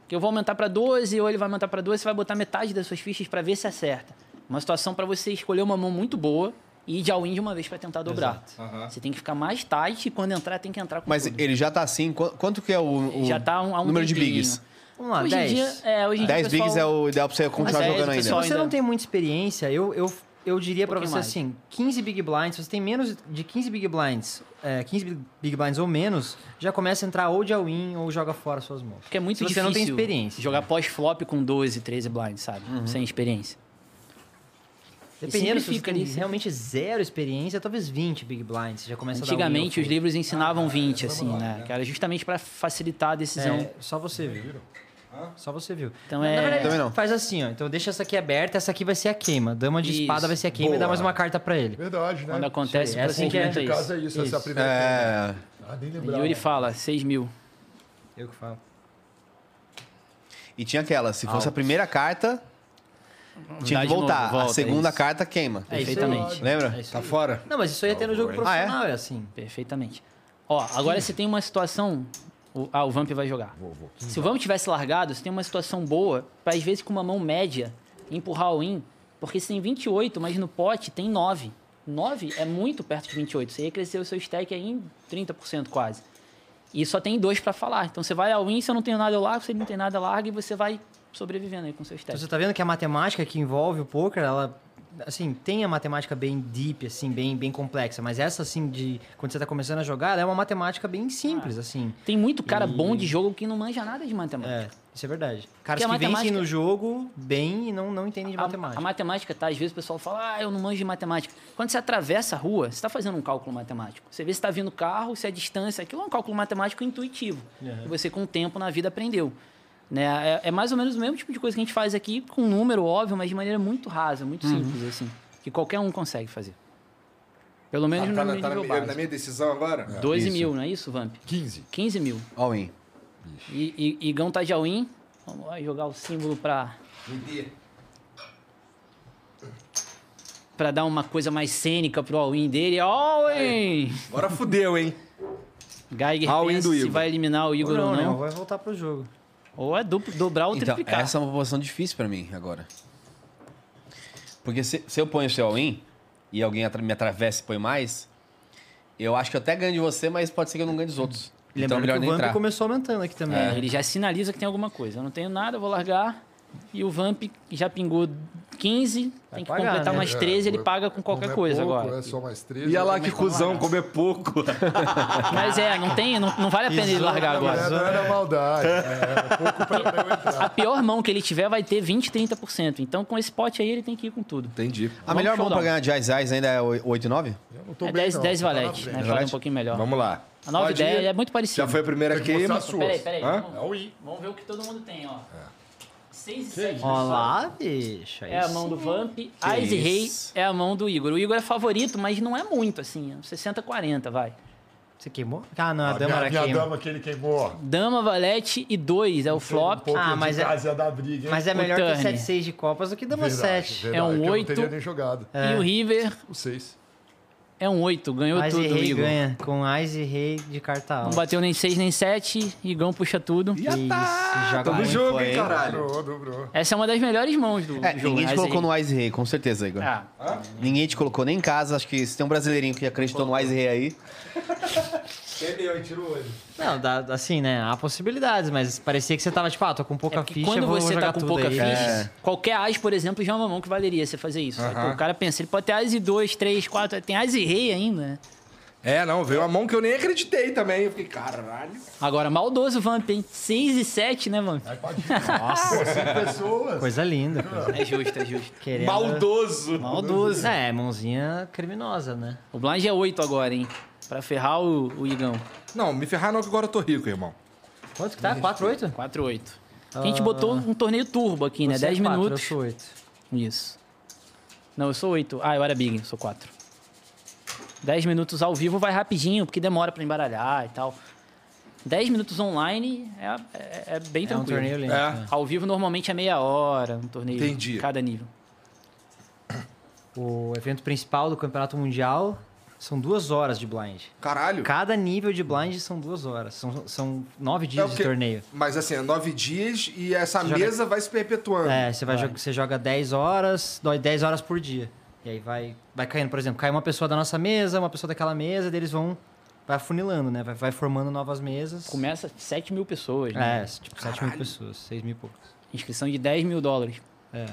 Speaker 5: Porque eu vou aumentar pra 12, ou ele vai aumentar pra 12, você vai botar metade das suas fichas pra ver se acerta. Uma situação pra você escolher uma mão muito boa e ir de all-in de uma vez pra tentar dobrar. Você tem que ficar mais tight e quando entrar tem que entrar com
Speaker 4: Mas
Speaker 5: tudo.
Speaker 4: ele já tá assim. qu- Quanto que é o, o
Speaker 5: já tá um, a um
Speaker 4: número de
Speaker 5: tempinho.
Speaker 4: bigs?
Speaker 6: Vamos lá,
Speaker 5: hoje em
Speaker 6: 10.
Speaker 5: dia, é, hoje em
Speaker 4: 10
Speaker 5: dia o
Speaker 4: bigs é
Speaker 5: pessoal-
Speaker 4: o ideal pra você continuar
Speaker 5: Mas é,
Speaker 4: jogando
Speaker 5: o
Speaker 4: ainda.
Speaker 5: pessoal-
Speaker 6: Se você
Speaker 5: ainda.
Speaker 6: não tem muita experiência, eu, eu, eu diria pra
Speaker 5: pouquinho
Speaker 6: você
Speaker 5: mais.
Speaker 6: assim, 15 Big Blinds, se você tem menos de 15 Big Blinds, é, 15 Big- Big Blinds ou menos, já começa a entrar ou de all-in ou joga fora suas mãos.
Speaker 5: Porque é muito
Speaker 6: se você
Speaker 5: difícil
Speaker 6: não tem experiência.
Speaker 5: jogar pós-flop com 12, 13 blinds, sabe?
Speaker 4: Uhum.
Speaker 5: Sem experiência.
Speaker 6: Dependendo se você
Speaker 5: simplifica
Speaker 6: tem
Speaker 5: nisso.
Speaker 6: realmente zero experiência, talvez 20 Big Blinds, você já começa
Speaker 5: Antigamente
Speaker 6: a dar um
Speaker 5: os
Speaker 6: all-in
Speaker 5: livros ensinavam 20, assim, né? Que era justamente pra facilitar a
Speaker 6: ou
Speaker 5: decisão.
Speaker 6: fora. É, só você viu. Só você viu.
Speaker 5: Então
Speaker 6: Na-
Speaker 5: é-
Speaker 6: Na verdade,
Speaker 4: Também não.
Speaker 6: faz assim, ó. Então deixa essa aqui aberta, essa aqui vai ser a queima. Dama de espada
Speaker 5: Isso.
Speaker 6: vai ser a queima e dá mais uma carta pra ele.
Speaker 7: Verdade, né?
Speaker 5: Quando acontece,
Speaker 6: Isso aí, é assim que é.
Speaker 5: procedimento
Speaker 7: No
Speaker 5: é
Speaker 7: caso
Speaker 5: isso.
Speaker 7: é isso, essa é a
Speaker 6: Isso.
Speaker 7: primeira.
Speaker 4: É.
Speaker 7: Ah, nem
Speaker 5: E
Speaker 7: lembrava.
Speaker 5: Yuri fala, 6 mil.
Speaker 6: Eu que falo.
Speaker 4: E tinha aquela, se fosse a primeira carta, tinha
Speaker 5: Dá
Speaker 4: que
Speaker 5: de novo,
Speaker 4: voltar.
Speaker 5: volta, é
Speaker 4: a segunda
Speaker 5: isso.
Speaker 4: carta queima.
Speaker 5: É, Perfeitamente.
Speaker 4: Lembra?
Speaker 5: É isso
Speaker 3: Tá
Speaker 5: aí.
Speaker 3: fora?
Speaker 6: Não, mas isso aí até no jogo
Speaker 4: Ah, é?
Speaker 6: profissional é assim.
Speaker 5: Perfeitamente. Ó, agora você tem uma situação. o- ah, o Vamp vai jogar. Se o Vamp tivesse largado, você tem uma situação boa pra, às vezes, com uma mão média, empurrar o in, porque você tem 28, mas no pote tem 9. 9 é muito perto de 28. Você ia crescer o seu stack aí em 30% quase. E só tem dois pra falar. Então você vai ao in, se eu não tenho nada, eu largo. Se ele não tem nada, eu largo. E você vai sobrevivendo aí com o seu
Speaker 6: Então
Speaker 5: stack.
Speaker 6: você tá vendo que a matemática que envolve o poker, ela assim, tem a matemática bem deep assim, bem bem complexa, mas essa assim de quando você tá começando a jogar, ela é uma matemática bem
Speaker 5: Ah.
Speaker 6: simples assim.
Speaker 5: Tem muito cara bom de jogo que não manja nada de matemática.
Speaker 6: É, isso é verdade. Caras
Speaker 5: a
Speaker 6: que vencem
Speaker 5: matemática-
Speaker 6: no jogo bem e não não entendem de
Speaker 5: A-
Speaker 6: matemática.
Speaker 5: A, matemática, tá? Às vezes o pessoal fala, ah, eu não manjo de matemática. Quando você atravessa a rua, você está fazendo um cálculo matemático. Você vê se está vindo carro, se é distância. Aquilo é um cálculo matemático intuitivo. E você, com o tempo na vida, aprendeu. Né? É, é mais ou menos o mesmo tipo de coisa que a gente faz aqui, com um número, óbvio, mas de maneira muito rasa, muito
Speaker 3: Uhum.
Speaker 5: simples, assim. Que qualquer um consegue fazer. Pelo menos
Speaker 3: Ah,
Speaker 5: no
Speaker 3: tá na, tá
Speaker 5: nível
Speaker 3: na mi-
Speaker 5: básico.
Speaker 3: na minha decisão agora?
Speaker 5: 12
Speaker 4: Isso.
Speaker 5: mil, não é isso, Vamp?
Speaker 7: 15.
Speaker 5: 15 mil.
Speaker 4: All in.
Speaker 5: E, e, e Gão Tajauim, vamos lá jogar o símbolo para Pra dar uma coisa mais cênica pro all-in dele. All-in!
Speaker 3: Agora fudeu, hein?
Speaker 5: Geiger
Speaker 3: All-in
Speaker 5: pensa
Speaker 3: do
Speaker 5: se
Speaker 3: Igor.
Speaker 5: vai eliminar o Igor
Speaker 6: não,
Speaker 5: ou não.
Speaker 6: vai voltar pro jogo.
Speaker 5: Ou é duplo, dobrar ou
Speaker 4: Então,
Speaker 5: triplicar.
Speaker 4: essa é uma posição difícil pra mim agora. Porque se, se eu ponho esse all-in e alguém atra- me atravessa e põe mais, eu acho que eu até ganho de você, mas pode ser que eu não ganhe dos outros. então
Speaker 6: Lembrando
Speaker 4: é melhor
Speaker 6: que
Speaker 4: nem
Speaker 6: o Vamp
Speaker 4: entrar.
Speaker 6: começou aumentando aqui também.
Speaker 5: É, Ele já sinaliza que tem alguma coisa. Eu não tenho nada, eu vou largar. E o Vamp já pingou 15, tem que
Speaker 6: pagar,
Speaker 5: completar
Speaker 6: né?
Speaker 5: mais 13, ele paga com qualquer
Speaker 7: Não é
Speaker 5: coisa
Speaker 7: pouco,
Speaker 5: agora.
Speaker 7: É só mais 13.
Speaker 3: Ia lá que cuzão, comer pouco.
Speaker 5: Mas é, não tem, não, não vale a pena ele largar
Speaker 7: *laughs* Não
Speaker 5: agora.
Speaker 7: era, não era maldade. É, pouco pra pra eu entrar.
Speaker 5: A pior mão que ele tiver vai ter 20, 30%. Então com esse pote aí ele tem que ir com tudo.
Speaker 3: Entendi.
Speaker 4: A melhor mão
Speaker 5: showdown.
Speaker 4: pra ganhar de Ais Ais ainda é o 8 e 9?
Speaker 7: Eu não tô
Speaker 5: É
Speaker 7: bem,
Speaker 5: 10,
Speaker 7: não,
Speaker 5: 10
Speaker 7: você tá na
Speaker 5: valete,
Speaker 7: frente.
Speaker 5: né? Joga
Speaker 4: Valete?
Speaker 5: um pouquinho melhor.
Speaker 3: Vamos lá.
Speaker 5: A 9 e
Speaker 3: Pode ir.
Speaker 5: 10 é muito parecido.
Speaker 3: Já foi a primeira
Speaker 7: Tem que
Speaker 3: queima.
Speaker 7: mostrar as suas.
Speaker 5: Peraí, peraí.
Speaker 3: Hã?
Speaker 5: Vamos,
Speaker 7: É o I.
Speaker 5: vamos ver o que todo mundo tem, ó. 6 e 7.
Speaker 6: Ó lá, bicho. aí
Speaker 5: É a
Speaker 6: sim.
Speaker 5: mão do Vamp. Ais e Rei
Speaker 4: isso.
Speaker 5: é a mão do Igor. O Igor é favorito, mas não é muito, assim. é uns 60, 40, vai.
Speaker 6: Você queimou? Ah, não, a,
Speaker 7: A
Speaker 6: dama
Speaker 7: minha,
Speaker 6: era
Speaker 7: minha
Speaker 6: queima.
Speaker 7: dama que ele queimou.
Speaker 5: Dama, Valete e 2 é o flop.
Speaker 7: Um
Speaker 6: Ah,
Speaker 7: ah,
Speaker 6: mas
Speaker 7: mas
Speaker 6: é-
Speaker 7: de casa ia dar briga, hein?
Speaker 6: Mas é
Speaker 5: O
Speaker 6: melhor ter
Speaker 5: turn.
Speaker 6: 7-6 de copas do que dama
Speaker 7: Verdade,
Speaker 6: 7.
Speaker 7: verdade,
Speaker 5: É um
Speaker 7: que Eu não
Speaker 5: oito. É.
Speaker 7: teria nem jogado. Um
Speaker 5: E o
Speaker 3: É.
Speaker 5: River
Speaker 7: O 6.
Speaker 5: é um 8. Ganhou
Speaker 6: Ais e
Speaker 5: tudo,
Speaker 6: rei
Speaker 5: Igor.
Speaker 6: ganha com Ais e rei de carta
Speaker 5: Não
Speaker 6: alta.
Speaker 5: bateu nem 6 nem 7. Igão puxa tudo.
Speaker 3: Já tá.
Speaker 6: Isso, joga
Speaker 3: Tamo
Speaker 6: muito,
Speaker 3: jogo,
Speaker 4: foi,
Speaker 3: hein,
Speaker 4: hein?
Speaker 3: caralho.
Speaker 7: Dobrou, dobrou.
Speaker 5: Essa é uma das melhores mãos do,
Speaker 4: É,
Speaker 5: do jogo. né?
Speaker 4: ninguém te
Speaker 5: Ais e
Speaker 4: colocou
Speaker 5: Rei.
Speaker 4: no Ais e Rei, com certeza, Igor.
Speaker 5: Ah,
Speaker 4: Ninguém te colocou nem em casa. Acho que se tem um brasileirinho que acreditou no Ais e Rei aí.
Speaker 3: Entendeu, hein? Tira o olho.
Speaker 6: Não, dá- assim, né? Há possibilidades, mas parecia que você tava tipo, ah, tô com pouca
Speaker 5: É porque
Speaker 6: ficha,
Speaker 5: quando
Speaker 6: vou
Speaker 5: você
Speaker 6: jogar
Speaker 5: tá com
Speaker 6: tudo
Speaker 5: pouca
Speaker 6: aí.
Speaker 5: ficha,
Speaker 4: É.
Speaker 5: qualquer as, por exemplo, já é uma mão que valeria você fazer isso. sabe? O cara pensa, ele pode ter as e 2, 3, 4, tem as e rei ainda. né?
Speaker 3: É, não, veio a mão que eu nem acreditei também. Eu fiquei, caralho.
Speaker 5: Agora, maldoso Vamp, hein? 6 e 7, né, Vamp?
Speaker 7: Aí *laughs* pode Nossa. pessoas.
Speaker 6: Coisa
Speaker 7: *laughs*
Speaker 6: linda. Coisa...
Speaker 5: É justo, é *laughs* justo.
Speaker 6: Querendo...
Speaker 3: Maldoso.
Speaker 6: Maldoso. É, mãozinha criminosa, né?
Speaker 5: O blind é 8 agora, hein? Pra ferrar o, o Igão.
Speaker 3: Não, me ferrar não, que agora eu tô rico, irmão.
Speaker 6: Quanto que tá? 4, 8?
Speaker 5: 4 8. A
Speaker 6: Ah.
Speaker 5: gente botou um torneio turbo aqui, né? 10
Speaker 6: é Eu
Speaker 5: minutos.
Speaker 6: sou 8.
Speaker 5: Isso. Não, eu sou 8. Ah, eu era big, eu sou 4. 10 minutos ao vivo vai rapidinho, porque demora pra embaralhar e tal. 10 minutos online é, é- é bem
Speaker 6: É um
Speaker 5: tranquilo.
Speaker 6: torneio lento.
Speaker 3: É.
Speaker 6: né?
Speaker 5: Ao vivo normalmente é meia hora, um torneio
Speaker 3: Entendi.
Speaker 5: cada nível.
Speaker 6: O evento principal do Campeonato Mundial são duas horas de blind.
Speaker 3: Caralho.
Speaker 6: Cada nível de blind são duas horas. São, são nove
Speaker 3: É
Speaker 6: dias
Speaker 3: o
Speaker 6: de
Speaker 3: quê?
Speaker 6: torneio.
Speaker 3: Mas assim, é nove dias e essa
Speaker 6: Joga-
Speaker 3: mesa vai se perpetuando.
Speaker 6: É, você, vai joga, você joga 10 horas, dói 10 horas por dia. E aí vai, vai caindo, por exemplo, cai uma pessoa da nossa mesa, uma pessoa daquela mesa, daí eles vão. Vai afunilando, né? Vai, vai formando novas mesas.
Speaker 5: Começa 7 mil pessoas, né?
Speaker 6: É, tipo, 7 mil pessoas, 6 mil e poucos.
Speaker 5: Inscrição de 10 mil dólares.
Speaker 6: É.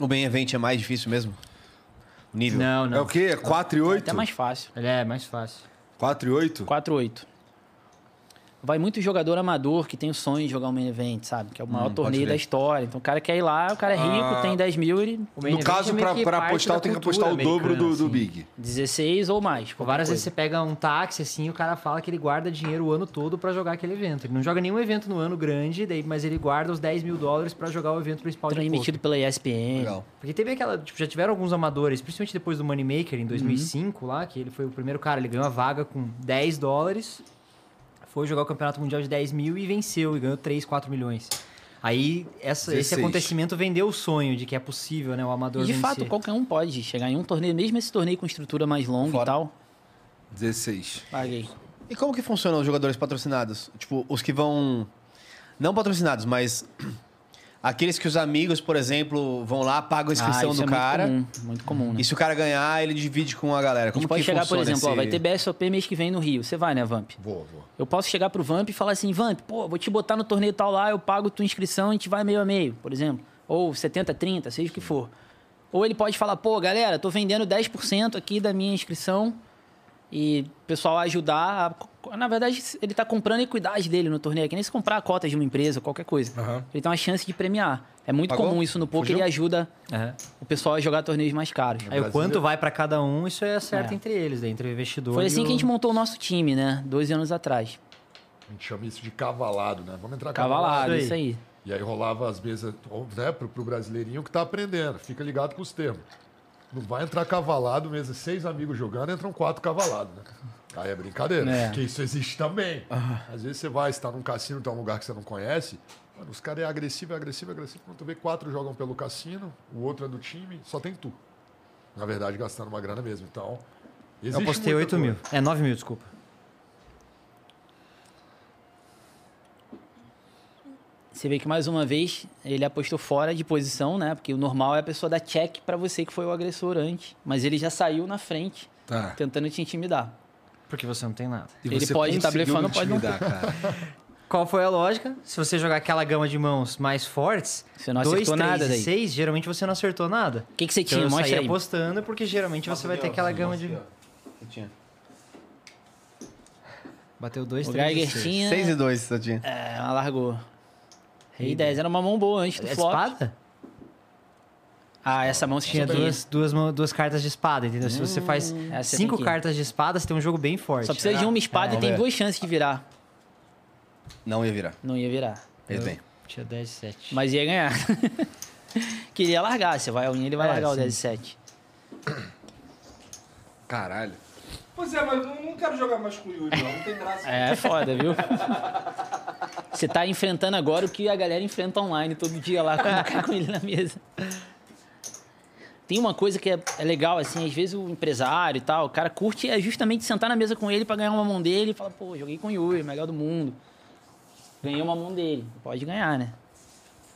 Speaker 4: O main event é mais difícil mesmo? O nível?
Speaker 6: Não,
Speaker 3: É
Speaker 6: não.
Speaker 3: o quê? 4 e 8?
Speaker 5: Até mais fácil.
Speaker 6: Ele é mais fácil.
Speaker 3: 4 e 8?
Speaker 5: 4-8. vai muito jogador amador que tem o sonho de jogar um main event, sabe? Que é o maior
Speaker 6: Hum,
Speaker 5: torneio da história. Então o cara quer ir lá, o cara é rico,
Speaker 3: Ah.
Speaker 5: tem 10 mil, ele.
Speaker 6: O main
Speaker 3: No
Speaker 6: event é
Speaker 3: caso,
Speaker 6: meio
Speaker 3: pra,
Speaker 6: que
Speaker 3: pra
Speaker 6: parte
Speaker 3: apostar,
Speaker 6: da
Speaker 3: eu tenho que
Speaker 6: cultura
Speaker 3: apostar o dobro do,
Speaker 6: americana,
Speaker 3: do
Speaker 6: assim.
Speaker 3: Big.
Speaker 5: 16 ou mais.
Speaker 6: Tipo, várias vezes você pega um táxi, assim, e o cara fala que ele guarda dinheiro o ano todo pra jogar aquele evento. Ele não joga nenhum evento no ano grande, daí, mas ele guarda os 10 mil dólares pra jogar o evento principal de poker.
Speaker 5: Transmitido pela ESPN.
Speaker 4: Legal.
Speaker 6: Porque teve aquela. Tipo, já tiveram alguns amadores, principalmente depois do Moneymaker em 2005 lá, que ele foi o primeiro cara. Ele ganhou a vaga com 10 dólares, foi jogar o campeonato mundial de 10 mil e venceu, e ganhou 3, 4 milhões. Aí essa- esse
Speaker 3: 16.
Speaker 6: acontecimento vendeu o sonho de que é possível, né? O amador
Speaker 5: E de
Speaker 6: vencer.
Speaker 5: fato, qualquer um pode chegar em um torneio, mesmo esse torneio com estrutura mais longa
Speaker 4: Fora.
Speaker 5: e tal.
Speaker 3: 16.
Speaker 5: Paguei.
Speaker 4: E como que funcionam os jogadores patrocinados? Tipo, os que vão. Não patrocinados, mas. *clears throat* Aqueles que os amigos, por exemplo, vão lá, pagam a inscrição
Speaker 5: Ah, isso
Speaker 4: do
Speaker 5: é
Speaker 4: cara.
Speaker 5: Muito comum, muito comum, né?
Speaker 4: E se o cara ganhar, ele divide com a galera.
Speaker 5: a
Speaker 4: Como
Speaker 5: gente pode
Speaker 4: que
Speaker 5: chegar, por
Speaker 4: funciona
Speaker 5: exemplo, ó,
Speaker 4: esse-
Speaker 5: vai ter BSOP mês que vem no Rio. Você vai, né, Vamp?
Speaker 7: Vou, vou.
Speaker 5: Eu posso chegar pro Vamp e falar assim, Vamp, pô, vou te botar no torneio tal lá, eu pago tua inscrição, a gente vai meio a meio, por exemplo. Ou 70, 30, seja o que for. Ou ele pode falar, pô, galera, tô vendendo 10% aqui da minha inscrição e o pessoal ajudar. a- Na verdade, ele tá comprando a equidade dele no torneio, é que nem se comprar a cota de uma empresa, qualquer coisa.
Speaker 3: Aham.
Speaker 5: Ele tem uma chance de premiar. É muito
Speaker 4: Pagou?
Speaker 5: comum isso no poker,
Speaker 4: Fugiu?
Speaker 5: ele ajuda
Speaker 6: Aham.
Speaker 5: o pessoal a jogar torneios mais caros.
Speaker 6: Aí o quanto vai pra cada um, isso é certo
Speaker 5: É.
Speaker 6: entre eles, né? entre o investidor
Speaker 5: Foi
Speaker 6: e
Speaker 5: assim
Speaker 6: o-
Speaker 5: que a gente montou o nosso time, né? Dois anos atrás.
Speaker 7: A gente chama isso de cavalado, né? Vamos entrar
Speaker 5: Cavalado,
Speaker 6: aí.
Speaker 5: isso aí.
Speaker 7: E aí rolava às vezes né, pro, pro brasileirinho que tá aprendendo. Fica ligado com os termos. Não vai entrar cavalado mesmo. Seis amigos jogando, entram quatro cavalados, né? Aí é brincadeira.
Speaker 5: É.
Speaker 7: Porque isso existe também. Às vezes você vai, está num cassino, tá num lugar que você não conhece. Mano, os caras é agressivo, é agressivo, é agressivo. Quando tu vê, quatro jogam pelo cassino, o outro é do time, só tem tu. Na verdade, gastando uma grana mesmo. Então, existe
Speaker 6: Eu postei
Speaker 7: muita
Speaker 6: 8 mil. É, 9 mil, desculpa.
Speaker 5: Você vê que mais uma vez ele apostou fora de posição, né? Porque o normal é a pessoa dar check pra você que foi o agressor antes. Mas ele já saiu na frente,
Speaker 3: Tá.
Speaker 5: tentando te intimidar.
Speaker 6: Porque você não tem nada.
Speaker 3: E
Speaker 5: Ele
Speaker 3: você
Speaker 5: pode tá
Speaker 3: conseguiu
Speaker 5: blefando,
Speaker 3: me
Speaker 5: pode não. *laughs*
Speaker 3: intimidar, cara.
Speaker 6: Qual foi a lógica? Se você jogar aquela gama de mãos mais fortes,
Speaker 5: Você não
Speaker 6: 2,
Speaker 5: acertou
Speaker 6: 3
Speaker 5: nada
Speaker 6: e
Speaker 5: daí.
Speaker 6: 6, geralmente você não acertou nada.
Speaker 5: O que, que você
Speaker 6: Então
Speaker 5: tinha?
Speaker 6: eu saí
Speaker 5: Mostra aí.
Speaker 6: apostando, porque geralmente você vai ter aquela gama de...
Speaker 4: Eu tinha.
Speaker 6: Bateu 2,
Speaker 5: O
Speaker 6: 3 e
Speaker 5: Geiger
Speaker 6: 6.
Speaker 5: tinha.
Speaker 4: 6 e 2, só tinha.
Speaker 5: É, ela largou. Rei 10. Era uma mão boa antes do
Speaker 6: É
Speaker 5: flop.
Speaker 6: espada?
Speaker 5: Ah, essa mão você
Speaker 6: Tinha
Speaker 5: tinha
Speaker 6: duas,
Speaker 5: duas.
Speaker 6: duas, mão- duas cartas de espada, entendeu? Se você faz
Speaker 5: essa É, tem
Speaker 6: 5
Speaker 5: que-
Speaker 6: cartas de espada, você tem um jogo bem forte.
Speaker 5: Só precisa de uma
Speaker 6: É,
Speaker 5: espada e
Speaker 4: Vamos
Speaker 5: tem
Speaker 4: ver.
Speaker 5: duas chances de virar.
Speaker 4: Não ia virar.
Speaker 5: Não ia virar.
Speaker 4: Fez bem.
Speaker 6: Tinha 10 e 7.
Speaker 5: Mas ia ganhar. *laughs* Queria largar. Você vai ao in, ele vai
Speaker 6: É,
Speaker 5: largar o
Speaker 6: sim.
Speaker 5: 10 e 7.
Speaker 3: Caralho. Pois é, mas eu não quero jogar mais com o Yuri, não. Não tem graça.
Speaker 5: É foda, viu? Você tá enfrentando agora o que a galera enfrenta online todo dia lá quando cai com ele na mesa. Tem uma coisa que é, é legal, assim, às vezes o empresário e tal, o cara curte é justamente sentar na mesa com ele pra ganhar uma mão dele e falar, pô, joguei com o Yuri, melhor do mundo. Ganhei uma mão dele. Pode ganhar, né?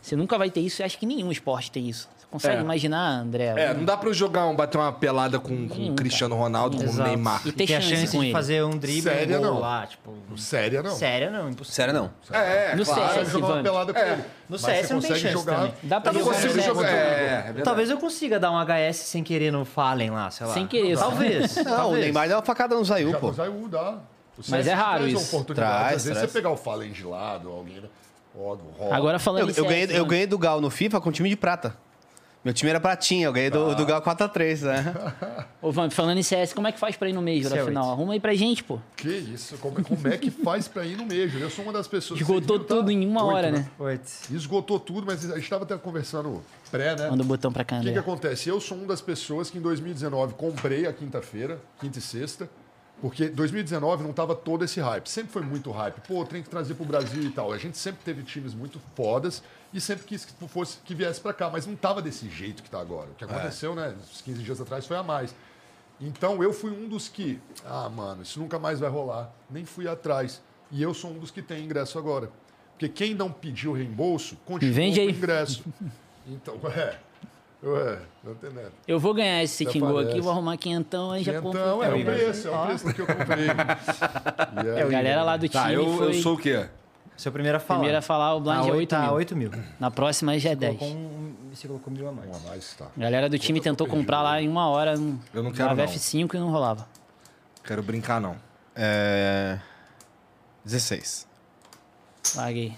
Speaker 5: Você nunca vai ter isso, eu acho que nenhum esporte tem isso. Você consegue
Speaker 3: É.
Speaker 5: imaginar, André?
Speaker 3: É, não dá pra eu jogar um, bater uma pelada com, com o Cristiano Ronaldo, com o
Speaker 6: Exato.
Speaker 3: Neymar.
Speaker 5: um E
Speaker 6: E
Speaker 5: ter
Speaker 6: tem a
Speaker 5: chance,
Speaker 6: chance
Speaker 5: com
Speaker 6: de
Speaker 5: ele.
Speaker 6: fazer um drible
Speaker 7: Séria,
Speaker 6: um gol
Speaker 7: não.
Speaker 6: lá, tipo...
Speaker 7: Séria, não.
Speaker 6: Sério, não, impossível.
Speaker 4: Sério, não.
Speaker 3: É, é.
Speaker 5: No
Speaker 3: claro.
Speaker 7: Para
Speaker 5: CS,
Speaker 7: jogar uma
Speaker 5: Vamp.
Speaker 7: pelada com ele.
Speaker 6: No
Speaker 7: Mas
Speaker 6: CS
Speaker 7: você
Speaker 6: É. não tem
Speaker 7: consegue
Speaker 6: chance
Speaker 7: jogar.
Speaker 6: também.
Speaker 5: Dá pra
Speaker 3: Eu não
Speaker 5: jogar no
Speaker 3: consigo
Speaker 5: CS.
Speaker 3: jogar. É, é verdade.
Speaker 6: Talvez eu consiga dar um HS sem querer no Fallen lá, sei lá.
Speaker 5: Sem querer, só.
Speaker 6: Talvez.
Speaker 4: Não, o
Speaker 6: talvez.
Speaker 4: Neymar deu uma facada no Zayu,
Speaker 7: Já
Speaker 4: pô.
Speaker 7: usar o dá. O
Speaker 5: Mas
Speaker 7: CS
Speaker 5: é raro
Speaker 7: traz
Speaker 5: isso.
Speaker 7: oportunidades.
Speaker 4: Traz,
Speaker 7: Às vezes
Speaker 4: traz.
Speaker 7: você pegar o Fallen de lado, alguém, né? Ó, do Rob.
Speaker 5: Agora falando
Speaker 4: Eu,
Speaker 5: de
Speaker 4: eu
Speaker 5: CS,
Speaker 4: ganhei, eu
Speaker 5: né?
Speaker 4: ganhei do Gal no FIFA com time de prata. Meu time era pratinha, eu ganhei
Speaker 6: Ah.
Speaker 4: do, do Gal 4x3, né?
Speaker 5: Ô, Vamp, falando em CS, como é que faz pra ir no Major,
Speaker 6: Certo.
Speaker 5: afinal? Arruma aí pra gente, pô.
Speaker 7: Que isso? Como, como é que faz pra ir no Major? Eu sou uma das pessoas...
Speaker 5: Esgotou
Speaker 7: Você viu, tá?
Speaker 5: tudo em uma
Speaker 7: Oito,
Speaker 5: hora, né?
Speaker 6: Oito.
Speaker 7: Esgotou tudo, mas a gente estava até conversando pré, né?
Speaker 5: Manda o botão pra cá,
Speaker 7: O que,
Speaker 5: André.
Speaker 7: que acontece? Eu sou uma das pessoas que em 2019 comprei a quinta-feira, quinta e sexta, porque 2019 não tava todo esse hype. Sempre foi muito hype. Pô, tem que trazer pro Brasil e tal. A gente sempre teve times muito fodas e sempre quis que fosse que viesse para cá, mas não tava desse jeito que tá agora. O que aconteceu, né, uns 15 dias atrás foi a mais. Então eu fui um dos que, ah, mano, isso nunca mais vai rolar. Nem fui atrás. E eu sou um dos que tem ingresso agora. Porque quem não pediu reembolso, continua
Speaker 5: Vende aí.
Speaker 7: com o ingresso. Então, *laughs* é. Ué, não tem nada.
Speaker 5: Eu vou ganhar esse
Speaker 7: Já
Speaker 5: Tingo aqui,
Speaker 7: parece.
Speaker 5: vou arrumar quinhentão, aí já um compro.
Speaker 7: Então, é o
Speaker 5: também.
Speaker 7: preço, é o preço que
Speaker 5: *laughs*
Speaker 7: eu comprei. é E aí,
Speaker 5: A galera lá do time
Speaker 3: é Tá, eu, eu
Speaker 5: foi
Speaker 3: sou Tá, o quê?
Speaker 6: Seu primeiro a falar.
Speaker 5: primeiro a falar, o blind
Speaker 6: Ah,
Speaker 5: é 8
Speaker 6: oito- ah,
Speaker 5: mil.
Speaker 6: 8 mil.
Speaker 5: Na próxima já é 10.
Speaker 6: Colocou um, um- você colocou mil a mais.
Speaker 7: Ah, mas tá.
Speaker 3: um.
Speaker 5: A galera do time tentou comprar lá em uma hora, um,
Speaker 3: Eu não quero,
Speaker 5: dava
Speaker 3: não.
Speaker 5: F5 e não rolava.
Speaker 3: Quero brincar, não.
Speaker 4: É... 16.
Speaker 3: *coughs*
Speaker 5: Larguei.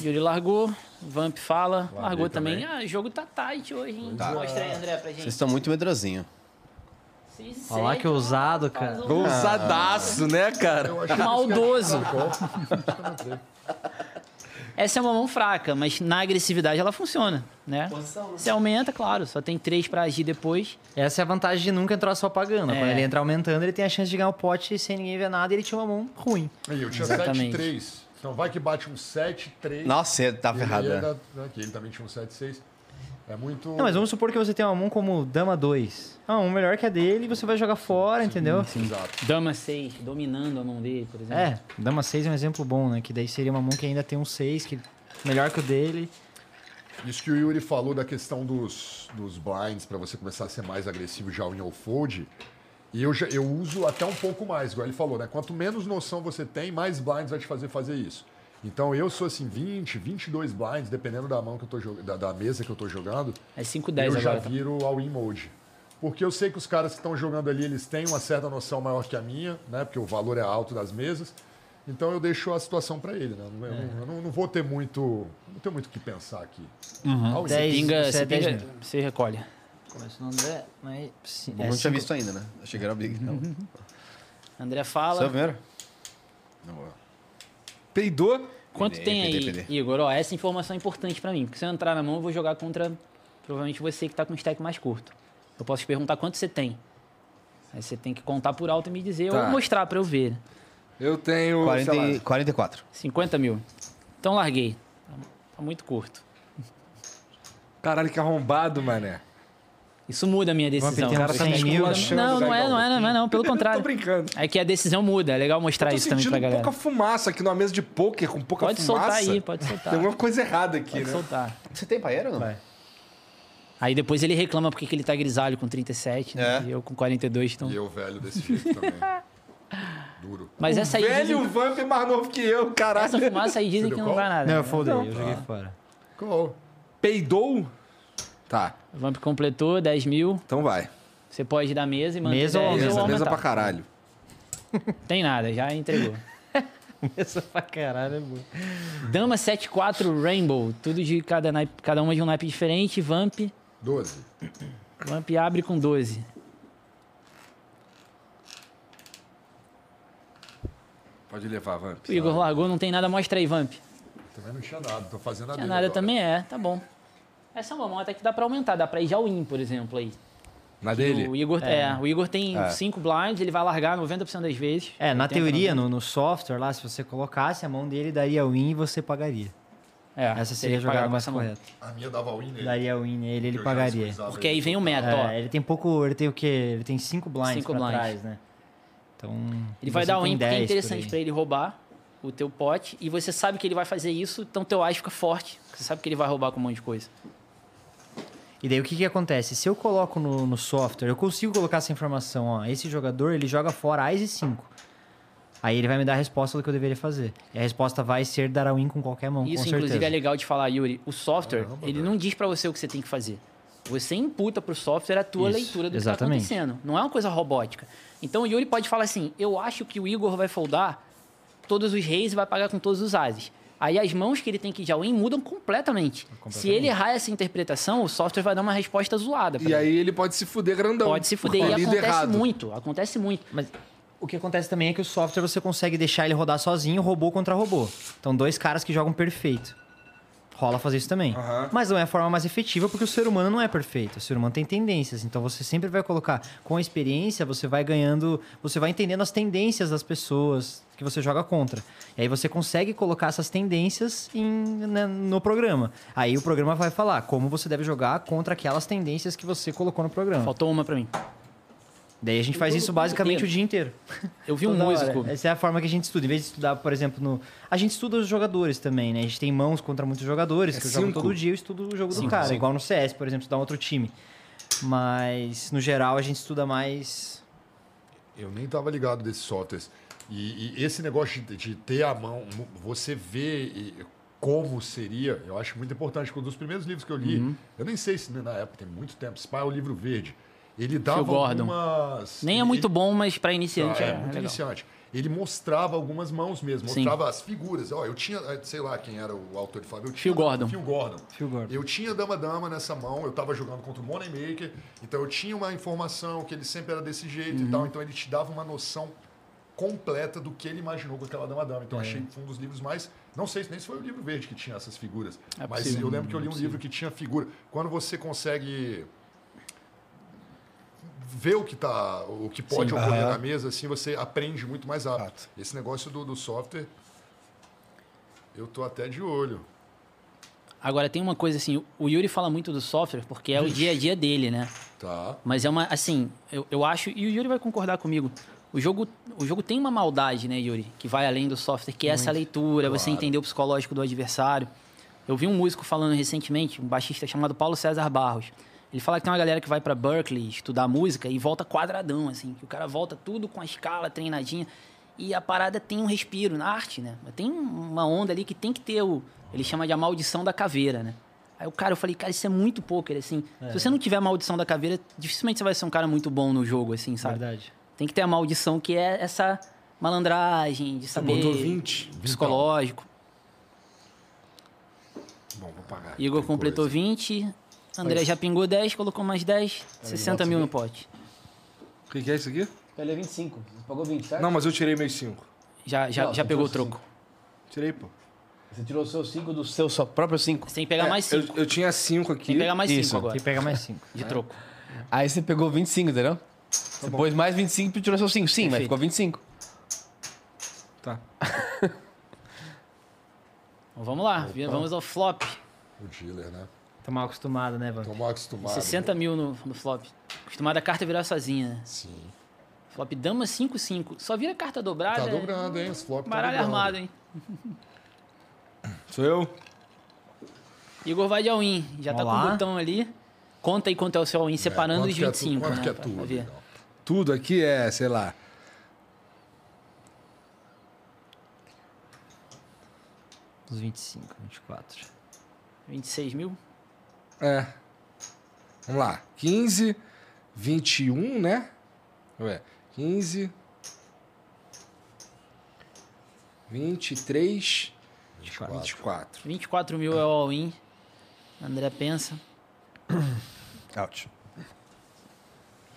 Speaker 5: Yuri largou, Vamp fala, largou também. Ah, o jogo tá tight hoje, hein?
Speaker 3: Tá.
Speaker 5: Mostra aí, André, pra gente.
Speaker 4: Vocês estão muito medrosinho.
Speaker 5: Se
Speaker 6: Olha lá
Speaker 5: sente,
Speaker 6: que ousado, cara.
Speaker 5: faz um
Speaker 3: Ousadaço, né, cara?
Speaker 7: Eu acho que
Speaker 5: *laughs* Maldoso.
Speaker 7: eu não entrei.
Speaker 5: Essa é uma mão fraca, mas na agressividade ela funciona, né? Você aumenta, claro, só tem três pra agir depois.
Speaker 6: Essa é a vantagem de nunca entrar só pagando.
Speaker 5: É.
Speaker 6: Quando ele entra aumentando, ele tem a chance de ganhar o pote sem ninguém ver nada e ele tinha uma mão ruim.
Speaker 7: Aí, eu tinha
Speaker 5: Exatamente.
Speaker 7: 7-3. Então vai que bate um 7-3.
Speaker 4: Nossa, você tá
Speaker 7: Ele
Speaker 4: ferrado.
Speaker 7: ia
Speaker 4: né?
Speaker 7: dar- Aqui ele também tinha um 7-6. É muito.
Speaker 5: um
Speaker 6: Não, mas vamos supor que você tem uma mão como Dama 2. Ah, um melhor que a dele, você vai jogar fora, entendeu?
Speaker 7: Exato.
Speaker 5: Dama 6, dominando a mão dele, por exemplo.
Speaker 6: É, Dama 6 é um exemplo bom, né? Que daí seria uma mão que ainda tem um 6, que melhor que o dele.
Speaker 7: Isso que o Yuri falou da questão dos, dos blinds, para você começar a ser mais agressivo já em off-fold. E eu, já- eu uso até um pouco mais, igual ele falou, né? Quanto menos noção você tem, mais blinds vai te fazer fazer isso. Então eu sou assim, 20, 22 blinds, dependendo da mão que eu tô jogando, da, da mesa que eu tô jogando,
Speaker 5: É
Speaker 7: eu
Speaker 5: 5-10
Speaker 7: já
Speaker 5: agora. tá?
Speaker 7: viro all-in mode. Porque eu sei que os caras que estão jogando ali, eles têm uma certa noção maior que a minha, né? Porque o valor é alto das mesas. Então eu deixo a situação para ele,
Speaker 5: É.
Speaker 7: né? Eu, não- eu não, não vou ter muito. Não tenho muito o que pensar aqui. All in.
Speaker 6: Dez. Isso
Speaker 5: Pinga,
Speaker 6: é
Speaker 5: Uhum. você,
Speaker 6: dez
Speaker 5: pinga, você recolhe.
Speaker 6: Começou no André, mas... sim,
Speaker 4: Bom,
Speaker 6: é
Speaker 4: não tinha
Speaker 6: cinco-
Speaker 4: visto ainda, né? Achei que era o Big. Não.
Speaker 5: André
Speaker 4: Sou
Speaker 5: Uhum. fala.
Speaker 4: eu primeiro?
Speaker 3: Peidou?
Speaker 5: Quanto
Speaker 4: Perdei,
Speaker 5: tem aí,
Speaker 4: perdei, perdei.
Speaker 5: Igor? Ó, essa informação é importante pra mim, porque se eu entrar na mão, eu vou jogar contra provavelmente você que tá com o stack mais curto. Eu posso te perguntar quanto você tem. Aí você tem que contar por alto e me dizer,
Speaker 3: Tá.
Speaker 5: ou mostrar pra eu ver.
Speaker 3: Eu tenho,
Speaker 4: 40
Speaker 3: sei
Speaker 4: e-
Speaker 3: lá,
Speaker 4: 44.
Speaker 5: 50 mil. Então larguei. Tá- Tá muito curto.
Speaker 3: Caralho, que arrombado, mané.
Speaker 5: Isso muda a minha decisão.
Speaker 6: tem um cara
Speaker 5: Isso
Speaker 6: cem
Speaker 5: muda-
Speaker 6: mil
Speaker 3: achando,
Speaker 5: não, não
Speaker 3: legal.
Speaker 5: é, não é, não é, não. Pelo
Speaker 3: *laughs*
Speaker 5: contrário.
Speaker 3: Tô brincando.
Speaker 5: É que a decisão muda. É legal mostrar
Speaker 3: Tô
Speaker 5: isso também pra
Speaker 3: sentindo
Speaker 5: galera.
Speaker 3: pouca fumaça aqui numa mesa de pôquer, com pouca
Speaker 5: Pode
Speaker 3: fumaça.
Speaker 5: soltar aí, pode soltar.
Speaker 3: Tem alguma coisa errada aqui,
Speaker 5: Pode
Speaker 3: né?
Speaker 5: soltar.
Speaker 4: Você tem paeiro ou não?
Speaker 5: Aí depois ele reclama porque que ele tá grisalho com 37, né?
Speaker 4: É.
Speaker 5: E eu com 42, então...
Speaker 7: E eu velho desse jeito também.
Speaker 5: *laughs*
Speaker 7: Duro.
Speaker 5: Mas essa aí
Speaker 3: Velho,
Speaker 5: dizem-
Speaker 3: o Vamp é mais novo que eu, caralho.
Speaker 5: Essa fumaça aí dizem
Speaker 7: Você
Speaker 5: que
Speaker 7: deu
Speaker 5: não vai
Speaker 7: qual?
Speaker 5: nada.
Speaker 6: Não, eu
Speaker 5: né?
Speaker 6: foldei, eu joguei fora.
Speaker 7: Qual?
Speaker 3: Peidou? Tá,
Speaker 5: O Vamp completou 10 mil.
Speaker 3: então vai.
Speaker 5: Você pode dar mesa e manter
Speaker 6: Mesa ou
Speaker 5: 10
Speaker 6: aumenta?
Speaker 3: Mesa, mesa
Speaker 5: aumentar.
Speaker 3: pra caralho.
Speaker 5: Tem nada, já
Speaker 6: *laughs*
Speaker 5: entregou.
Speaker 6: Essa pra caralho é boa.
Speaker 5: Dama 7-4 Rainbow. Tudo de cada, naipe- cada uma de um naipe diferente. Vamp.
Speaker 7: 12.
Speaker 5: Vamp abre com 12.
Speaker 3: Pode levar, Vamp.
Speaker 5: O Igor largou, não tem nada. Mostra aí, Vamp.
Speaker 7: Também não tinha nada, tô fazendo a
Speaker 5: Não é
Speaker 7: dele
Speaker 5: nada
Speaker 7: agora.
Speaker 5: também é, tá bom. Essa é uma mão até que dá pra aumentar. Dá pra ir já o in, por exemplo, aí.
Speaker 3: Na
Speaker 5: O
Speaker 3: dele?
Speaker 5: Igor, é. o Igor tem 5 blinds, ele vai largar 90% das vezes.
Speaker 6: É, na
Speaker 5: 80%,
Speaker 6: teoria,
Speaker 5: 90%.
Speaker 6: no, no software lá, se você colocasse a mão dele, daria win e você pagaria.
Speaker 5: É,
Speaker 6: Essa seria
Speaker 5: teria
Speaker 6: a
Speaker 5: que pagar
Speaker 6: jogada
Speaker 5: com
Speaker 6: mais
Speaker 5: essa mão.
Speaker 6: correta.
Speaker 7: A minha dava win nele.
Speaker 6: Daria win nele,
Speaker 7: que
Speaker 6: ele
Speaker 7: eu já
Speaker 6: pagaria.
Speaker 7: descoisava
Speaker 5: Porque
Speaker 7: ele.
Speaker 5: aí vem o meta, ó.
Speaker 6: É, ele tem pouco. Ele tem o quê? Ele tem cinco blinds
Speaker 5: Cinco
Speaker 6: pra
Speaker 5: blinds.
Speaker 6: trás, né? Então.
Speaker 5: Ele vai
Speaker 6: você
Speaker 5: dar um
Speaker 6: tem
Speaker 5: win porque é
Speaker 6: 10 por
Speaker 5: interessante
Speaker 6: aí.
Speaker 5: pra ele roubar o teu pote e você sabe que ele vai fazer isso, então teu as fica forte. Você sabe que ele vai roubar com um monte de coisa.
Speaker 6: E daí o que que acontece? Se eu coloco no, no software, eu consigo colocar essa informação, ó. Esse jogador, ele joga fora as e 5. Aí ele vai me dar a resposta do que eu deveria fazer. E a resposta vai ser dar a win com qualquer mão,
Speaker 5: Isso,
Speaker 6: com
Speaker 5: inclusive,
Speaker 6: certeza.
Speaker 5: é legal de falar, Yuri. O software, ele não diz pra você o que você tem que fazer. Você imputa pro software a tua
Speaker 6: Isso,
Speaker 5: leitura do
Speaker 6: exatamente.
Speaker 5: que tá acontecendo. Não é uma coisa robótica. Então o Yuri pode falar assim: eu acho que o Igor vai foldar todos os reis e vai pagar com todos os ases. Aí as mãos que ele tem que ir de all-in mudam completamente. Se ele errar essa interpretação, o software vai dar uma resposta zoada. pra
Speaker 3: E aí ele pode se fuder grandão.
Speaker 5: Pode se fuder.
Speaker 3: Com
Speaker 5: E
Speaker 3: Então, o líder
Speaker 5: acontece
Speaker 3: errado.
Speaker 5: muito, acontece muito.
Speaker 6: Mas o que acontece também é que o software você consegue deixar ele rodar sozinho, robô contra robô. Então, dois caras que jogam perfeito. Rola fazer isso também. Mas não é a forma mais efetiva porque o ser humano não é perfeito. O ser humano tem tendências. Então você sempre vai colocar. Com a experiência, você vai ganhando. Você vai entendendo as tendências das pessoas que você joga contra. E aí você consegue colocar essas tendências em- né, no programa. Aí o programa vai falar como você deve jogar contra aquelas tendências que você colocou no programa.
Speaker 5: Faltou uma pra mim.
Speaker 6: Daí a gente faz isso basicamente o dia inteiro.
Speaker 5: Eu vi um
Speaker 6: Toda hora.
Speaker 5: músico.
Speaker 6: Essa é a forma que a gente estuda. Em vez de estudar, por exemplo, no. A gente estuda os jogadores também, né? A gente tem mãos contra muitos jogadores, que eu jogo
Speaker 3: cinco?
Speaker 6: todo dia, eu estudo o jogo do cara. Igual no CS, por exemplo, estudar um outro time. Mas, no geral, a gente estuda mais.
Speaker 7: Eu nem tava ligado desses softwares. E, e esse negócio de, de ter a mão, mu- você vê e- como seria,
Speaker 5: Uhum.
Speaker 7: né, eu acho muito importante. porque Um dos primeiros livros que eu li, eu nem sei se na época, tem muito tempo, Spy é o livro verde. Ele dava
Speaker 5: Gordon.
Speaker 7: algumas...
Speaker 5: Nem é
Speaker 7: ele-
Speaker 5: muito bom, mas pra iniciante
Speaker 7: Ah,
Speaker 5: é,
Speaker 7: é, muito
Speaker 5: legal.
Speaker 7: iniciante. Ele mostrava algumas mãos mesmo,
Speaker 5: Sim.
Speaker 7: mostrava as figuras. Ó, eu tinha, eh, sei lá quem era o autor de Fábio. eu tinha-
Speaker 5: Gordon.
Speaker 7: Phil Gordon.
Speaker 6: Phil Gordon.
Speaker 7: Eu tinha Dama Dama nessa mão, eu tava jogando contra o Moneymaker, então eu tinha uma informação que ele sempre era desse jeito e tal, então ele te dava uma noção completa do que ele imaginou com aquela Dama Dama. Então eu achei que foi um dos livros mais. Não sei se nem se foi o livro verde que tinha essas figuras,
Speaker 5: É
Speaker 7: mas
Speaker 5: possível.
Speaker 7: eu lembro que eu li um livro que tinha figura. Quando você consegue ver o que tá, o que pode ocorrer na mesa, assim você aprende muito mais rápido. Esse negócio do, do software, eu tô até de olho.
Speaker 5: Agora, tem uma coisa assim, o Yuri fala muito do software porque é o dia a dia dele, né?
Speaker 7: Tá.
Speaker 5: Mas é uma, assim, eu, eu acho, e o Yuri vai concordar comigo. O jogo, o jogo tem uma maldade, né, Yuri? Que vai além do software, que é essa leitura, você entender o psicológico do adversário. Eu vi um músico falando recentemente, um baixista chamado Paulo César Barros. Ele fala que tem uma galera que vai pra Berkeley estudar música e volta quadradão, assim. Que o cara volta tudo com a escala treinadinha. E a parada tem um respiro na arte, né? Mas Tem um- uma onda ali que tem que ter o. Ele chama de a maldição da caveira, né? Aí o cara, eu falei, cara, isso é muito pouco. Ele assim,
Speaker 6: É.
Speaker 5: se você não tiver a maldição da caveira, dificilmente você vai ser um cara muito bom no jogo, assim, sabe?
Speaker 6: Verdade.
Speaker 5: Tem que ter a maldição que é essa malandragem de saber.
Speaker 3: botou 20,
Speaker 5: Psicológico.
Speaker 7: Bom, vou pagar.
Speaker 5: Igor
Speaker 7: Tem
Speaker 5: completou
Speaker 7: coisa.
Speaker 6: assim.
Speaker 5: 20. André já pingou 10, colocou mais 10, 60 mil no pote.
Speaker 3: O que, que é isso aqui?
Speaker 1: Eu levei 25. Você pagou 20, certo?
Speaker 3: Não, mas eu tirei meio 5.
Speaker 5: Já, já,
Speaker 1: Não,
Speaker 5: já
Speaker 1: não
Speaker 5: pegou o
Speaker 1: trouxe
Speaker 6: então,
Speaker 5: troco.
Speaker 6: assim,
Speaker 3: Tirei, pô.
Speaker 1: Você tirou o seu 5 do
Speaker 4: Seu só próprio 5.
Speaker 5: Você tem que pegar mais 5.
Speaker 3: Eu, eu tinha 5
Speaker 5: Tem
Speaker 3: aqui.
Speaker 5: que pegar mais 5
Speaker 4: Isso.
Speaker 5: agora,
Speaker 6: é, Tem que pegar mais cinco. né?
Speaker 5: de troco.
Speaker 4: Aí você pegou 25, entendeu? Você pôs mais 25 e tirou seu 5. Sim, mas
Speaker 5: Tá Perfeito.
Speaker 4: ficou 25.
Speaker 3: Tá.
Speaker 5: Então, vamos lá, vi- vamos ao flop.
Speaker 7: O dealer, né?
Speaker 6: Tá mal acostumado, né, Van?
Speaker 7: Tô mal acostumado.
Speaker 5: 60 mil no, no flop. Acostumada a carta virar sozinha, né?
Speaker 7: Sim.
Speaker 5: Flop dama 5-5. Só vira carta
Speaker 7: Tá
Speaker 5: dobrada.
Speaker 7: dobrando, hein? Os flop
Speaker 5: né? Baralho
Speaker 7: tá dobrando.
Speaker 5: armado, hein?
Speaker 3: Sou eu?
Speaker 5: Igor vai de all-in. Já tá com
Speaker 6: Olá.
Speaker 5: o botão ali. Conta aí quanto é o seu all-in, separando
Speaker 7: quanto
Speaker 5: os
Speaker 7: que é tu-
Speaker 5: 25.
Speaker 7: quanto
Speaker 5: né,
Speaker 7: que é
Speaker 5: pra-
Speaker 7: tu,
Speaker 5: pra ver.
Speaker 7: Miguel?
Speaker 3: Tudo aqui é, sei lá.
Speaker 6: Uns 25, 24.
Speaker 5: 26 mil?
Speaker 3: É. Vamos lá. 15, 21, né? Ué. 15. 23. 24. 24.
Speaker 5: 24 mil é o all-in. André pensa.
Speaker 4: Out.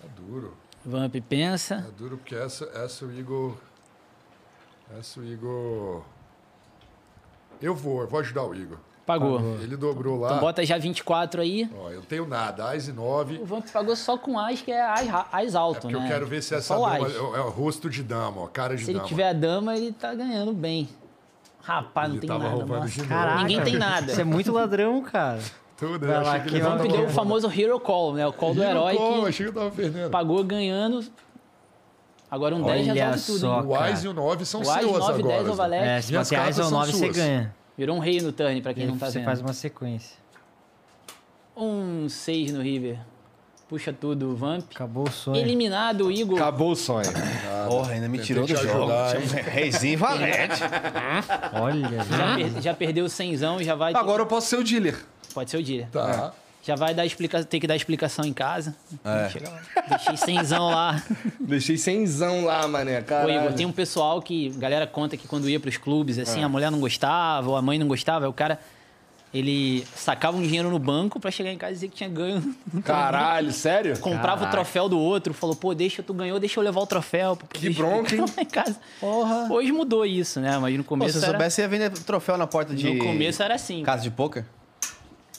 Speaker 7: É duro.
Speaker 5: Vamp pensa.
Speaker 7: É duro porque essa, essa o Igor. Essa o Igor. Eu vou, eu vou ajudar o Igor.
Speaker 5: Pagou.
Speaker 7: Ele dobrou lá.
Speaker 5: Então bota já 24 aí.
Speaker 7: Ó, eu não tenho nada. As e 9.
Speaker 5: O Vamp pagou só com as, que é as, ra- as
Speaker 7: É
Speaker 5: alto,
Speaker 7: porque
Speaker 5: né?
Speaker 7: eu quero ver se
Speaker 5: É
Speaker 7: essa
Speaker 5: só
Speaker 7: dama.
Speaker 5: as.
Speaker 7: É o é o rosto de dama, ó. Cara de
Speaker 5: Se ele
Speaker 7: dama.
Speaker 5: tiver a dama, ele tá ganhando bem. Rapaz, não
Speaker 7: Ele
Speaker 5: tem
Speaker 7: tava
Speaker 5: nada.
Speaker 7: roubando
Speaker 5: Nossa.
Speaker 7: de novo.
Speaker 6: Caraca.
Speaker 5: Ninguém tem nada.
Speaker 6: Você é muito ladrão,
Speaker 5: *laughs*
Speaker 6: cara.
Speaker 7: Tudo, né?
Speaker 6: Vai
Speaker 7: eu
Speaker 6: lá
Speaker 7: achei que
Speaker 6: que
Speaker 7: ele
Speaker 6: eu-
Speaker 7: tava
Speaker 5: Vamp deu o famoso Hero Call, né? O call do
Speaker 7: Ih,
Speaker 5: herói
Speaker 7: pô,
Speaker 5: que
Speaker 7: achei que eu tava perdendo.
Speaker 5: pagou ganhando. Agora um 10 já
Speaker 6: Olha
Speaker 5: resolve tudo.
Speaker 6: só.
Speaker 5: hein?
Speaker 7: O Ais e o 9 são
Speaker 5: O Ais,
Speaker 7: seus
Speaker 5: 9, 10,
Speaker 7: agora.
Speaker 5: Ovalete.
Speaker 6: É, se
Speaker 7: Minhas
Speaker 6: bater Eyes
Speaker 7: cartas
Speaker 6: ou
Speaker 7: são
Speaker 6: 9, você
Speaker 7: suas.
Speaker 6: ganha.
Speaker 5: Virou um rei no turn, pra quem não tá
Speaker 6: você
Speaker 5: vendo.
Speaker 6: faz uma sequência.
Speaker 5: Um 6 no River. Puxa tudo, o Vamp.
Speaker 6: Acabou o sonho.
Speaker 5: Eliminado o Igor.
Speaker 3: Acabou o sonho.
Speaker 5: Ah,
Speaker 4: Porra, ainda me tirou do
Speaker 7: te
Speaker 4: jogo. um
Speaker 7: ajudar, hein?
Speaker 4: Reizinho valente.
Speaker 6: Olha,
Speaker 5: *laughs* Já, per- já perdeu o 100zão, já vai.
Speaker 3: Agora eu posso ser o dealer.
Speaker 5: Pode ser o dia.
Speaker 7: Tá.
Speaker 5: Já vai dar explica... ter que dar explicação em casa.
Speaker 6: É.
Speaker 5: Chega lá. Deixei 100zão lá.
Speaker 3: Deixei cenzão lá, mané.
Speaker 5: Ô,
Speaker 3: Caralho.
Speaker 5: Igor, tem um pessoal que a galera conta que quando ia pros clubes, assim,
Speaker 6: É.
Speaker 5: a mulher não gostava, ou a mãe não gostava, aí o cara. Ele sacava um dinheiro no banco pra chegar em casa e dizer que tinha ganho.
Speaker 3: Caralho, sério?
Speaker 5: Comprava o troféu do outro, falou, pô, deixa, tu ganhou, deixa eu levar o troféu. pô,
Speaker 3: Que
Speaker 5: deixa eu
Speaker 3: bronca, hein?
Speaker 5: levar em casa. Hoje mudou isso, né? Mas no
Speaker 4: Pô,
Speaker 5: começo.
Speaker 4: se eu
Speaker 5: era...
Speaker 4: soubesse, ia vender troféu na porta de.
Speaker 5: No começo era assim.
Speaker 4: Casa de poker?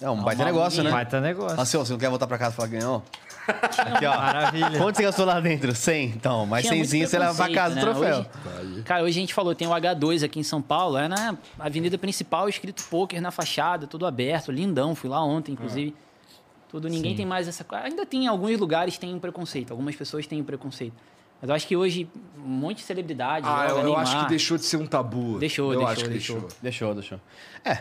Speaker 4: É um baita
Speaker 5: uma
Speaker 4: negócio, né?
Speaker 5: linha.
Speaker 6: Baita negócio.
Speaker 4: Assim, ó, você não quer voltar pra casa e falar, ganhou? Aqui, ó.
Speaker 6: Maravilha.
Speaker 4: É. Quanto você gastou lá dentro? 100, então. Mais
Speaker 5: Tinha muito
Speaker 4: 100zinho você leva pra
Speaker 5: preconceito,
Speaker 4: casa do
Speaker 5: né?
Speaker 4: troféu.
Speaker 5: Hoje- cara, hoje a gente falou, tem o H2 aqui em São Paulo, é na avenida principal, escrito poker na fachada, tudo aberto, lindão, fui lá ontem, inclusive.
Speaker 3: É.
Speaker 5: Tudo, ninguém tem mais essa coisa. Ainda tem em alguns lugares tem um preconceito, algumas pessoas têm um preconceito. Mas eu acho que hoje um monte de celebridade,
Speaker 3: Ah,
Speaker 5: joga,
Speaker 3: eu, eu
Speaker 5: Neymar.
Speaker 3: acho que deixou de ser um tabu.
Speaker 5: Deixou,
Speaker 3: eu
Speaker 5: deixou,
Speaker 3: acho que
Speaker 5: deixou.
Speaker 4: Deixou, deixou. É,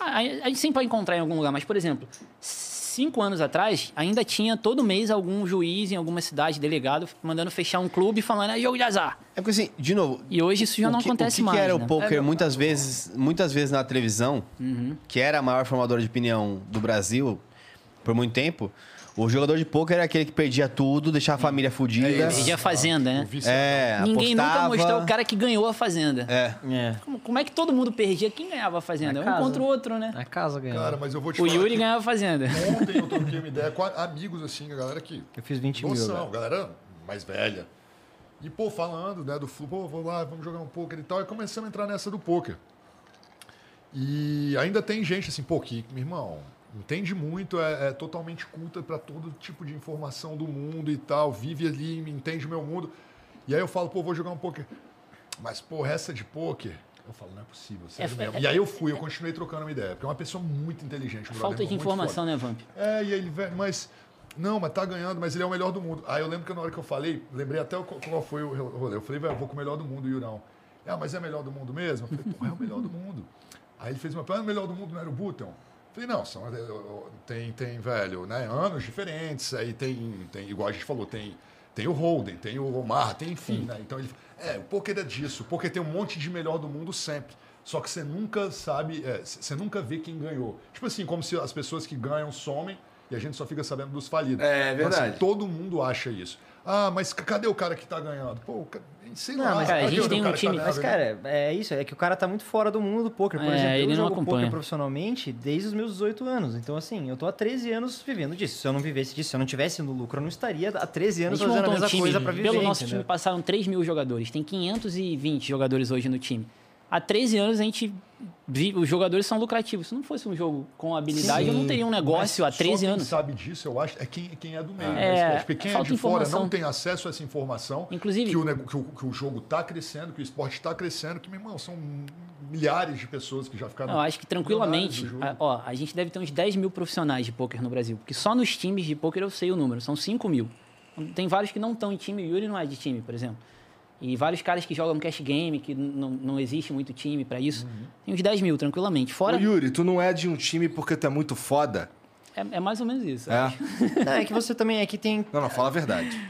Speaker 5: Ah, A, a gente sempre vai encontrar em algum lugar, mas, por exemplo, cinco anos atrás, ainda tinha todo mês algum juiz em alguma cidade, delegado, mandando fechar um clube e falando, é jogo de azar.
Speaker 4: é porque assim, de novo,
Speaker 5: E hoje isso já não
Speaker 4: o que,
Speaker 5: acontece
Speaker 4: o que que
Speaker 5: mais.
Speaker 4: era
Speaker 5: né?
Speaker 4: o poker muitas vezes, muitas vezes na
Speaker 5: Uhum.
Speaker 4: televisão, que era a maior formadora de opinião do Brasil por muito tempo, O jogador de pôquer era aquele que perdia tudo, deixava a família
Speaker 6: É
Speaker 4: fudida.
Speaker 5: E a fazenda, né?
Speaker 4: É,
Speaker 5: Ninguém nunca
Speaker 4: apostava.
Speaker 5: mostrou o cara que ganhou a fazenda.
Speaker 4: É.
Speaker 6: É.
Speaker 5: Como, como é que todo mundo perdia? Quem ganhava a fazenda?
Speaker 6: Na
Speaker 5: Um
Speaker 6: casa.
Speaker 5: contra o outro, né?
Speaker 6: A casa ganhou.
Speaker 7: Cara, mas eu vou te
Speaker 5: O
Speaker 7: falar
Speaker 5: Yuri
Speaker 7: que
Speaker 5: ganhava a fazenda.
Speaker 7: Ontem eu troquei uma ideia com a- amigos, assim, a galera que
Speaker 6: né? Eu fiz 20 mil.
Speaker 7: Noção,
Speaker 6: velho.
Speaker 7: galera mais velha. E, pô, falando, né, do flu, pô, vou lá, vamos jogar um pôquer e tal. E começamos a entrar nessa do pôquer. E ainda tem gente, assim, pô, que, meu irmão, entende muito, é, é totalmente culta pra todo tipo de informação do mundo e tal, vive ali, entende o meu mundo. E aí eu falo, pô, vou jogar um pôquer. Mas, pô, essa de pôquer. Eu falo, não é possível, sério
Speaker 5: É,
Speaker 7: mesmo. E aí eu fui, eu continuei trocando uma ideia, porque é uma pessoa muito inteligente. um brother
Speaker 5: Falta de
Speaker 7: meu, muito foda.
Speaker 5: informação, né, Vamp?
Speaker 7: É, e ele, velho, mas. Não, mas tá ganhando, mas ele é o melhor do mundo. Aí eu lembro que na hora que eu falei, lembrei até o- qual foi o rolê. Eu falei, velho, eu vou com o melhor do mundo, Yurão. Ah, mas é o melhor do mundo mesmo? Eu falei, pô, é o melhor do mundo. Aí ele fez uma pergunta, ah, o melhor do mundo não era o Button? Falei, não, são, eu- eu- tem, tem, velho, né, anos diferentes, aí tem, tem igual a gente falou, tem, tem o Holden, tem o Omar, tem enfim, né? Então ele, é, o poker é disso, porque tem um monte de melhor do mundo sempre. Só que você nunca sabe, é, c- você nunca vê quem ganhou. Tipo assim, como se as pessoas que ganham somem e a gente só fica sabendo dos falidos.
Speaker 3: É,
Speaker 7: Então,
Speaker 3: verdade.
Speaker 7: assim, todo mundo acha isso. Ah, mas c- cadê o cara que tá ganhando? Pô, o ca- sei lá.
Speaker 6: Não, mas,
Speaker 7: cadê
Speaker 5: cara, a gente
Speaker 7: o
Speaker 5: tem um
Speaker 7: cara que
Speaker 5: time-
Speaker 7: ganhando,
Speaker 6: Mas,
Speaker 7: né?
Speaker 6: cara, é isso. É que o cara tá muito fora do mundo do poker. Por
Speaker 5: É,
Speaker 6: exemplo,
Speaker 5: ele
Speaker 6: eu
Speaker 5: não
Speaker 6: jogo
Speaker 5: acompanha.
Speaker 6: poker profissionalmente desde os meus 18 anos. Então, assim, eu tô há 13 anos vivendo disso. Se eu não vivesse disso, se eu não tivesse no lucro, eu não estaria há 13
Speaker 5: A
Speaker 6: anos
Speaker 5: gente
Speaker 6: fazendo a
Speaker 5: montou um
Speaker 6: mesma
Speaker 5: time.
Speaker 6: coisa pra viver,
Speaker 5: Pelo nosso
Speaker 6: entendeu?
Speaker 5: time passaram 3 mil jogadores. Tem 520 jogadores hoje no time. Há 13 anos a gente. vi- Os jogadores são lucrativos. Se não fosse um jogo com habilidade,
Speaker 6: Sim.
Speaker 5: eu não teria um negócio há
Speaker 7: Só
Speaker 5: 13
Speaker 7: quem
Speaker 5: anos.
Speaker 7: sabe disso, eu acho, é quem, quem é do meio.
Speaker 5: É,
Speaker 7: né, Scott? Porque quem é
Speaker 5: falta
Speaker 7: de fora
Speaker 5: informação.
Speaker 7: não tem acesso a essa informação.
Speaker 5: Inclusive-
Speaker 7: Que o, nego- que o, que o jogo está crescendo, que o esporte está crescendo, que, meu irmão, são milhares de pessoas que já ficaram.
Speaker 5: Eu acho que tranquilamente, a,
Speaker 7: milionárias do jogo.
Speaker 5: ó, a gente deve ter uns 10 mil profissionais de pôquer no Brasil. Porque só nos times de pôquer eu sei o número, são 5 mil. Tem vários que não estão em time, o Yuri não é de time, por exemplo. E vários caras que jogam cash game, que n- não não existe muito time pra isso.
Speaker 6: Uhum.
Speaker 5: Tem uns 10 mil, tranquilamente. Fora,
Speaker 3: Ô, Yuri, tu não é de um time porque tu é muito foda?
Speaker 5: é, é mais ou menos isso.
Speaker 3: É.
Speaker 6: Não, é que você também é que tem
Speaker 3: Não, não, fala a
Speaker 5: *laughs*
Speaker 3: verdade.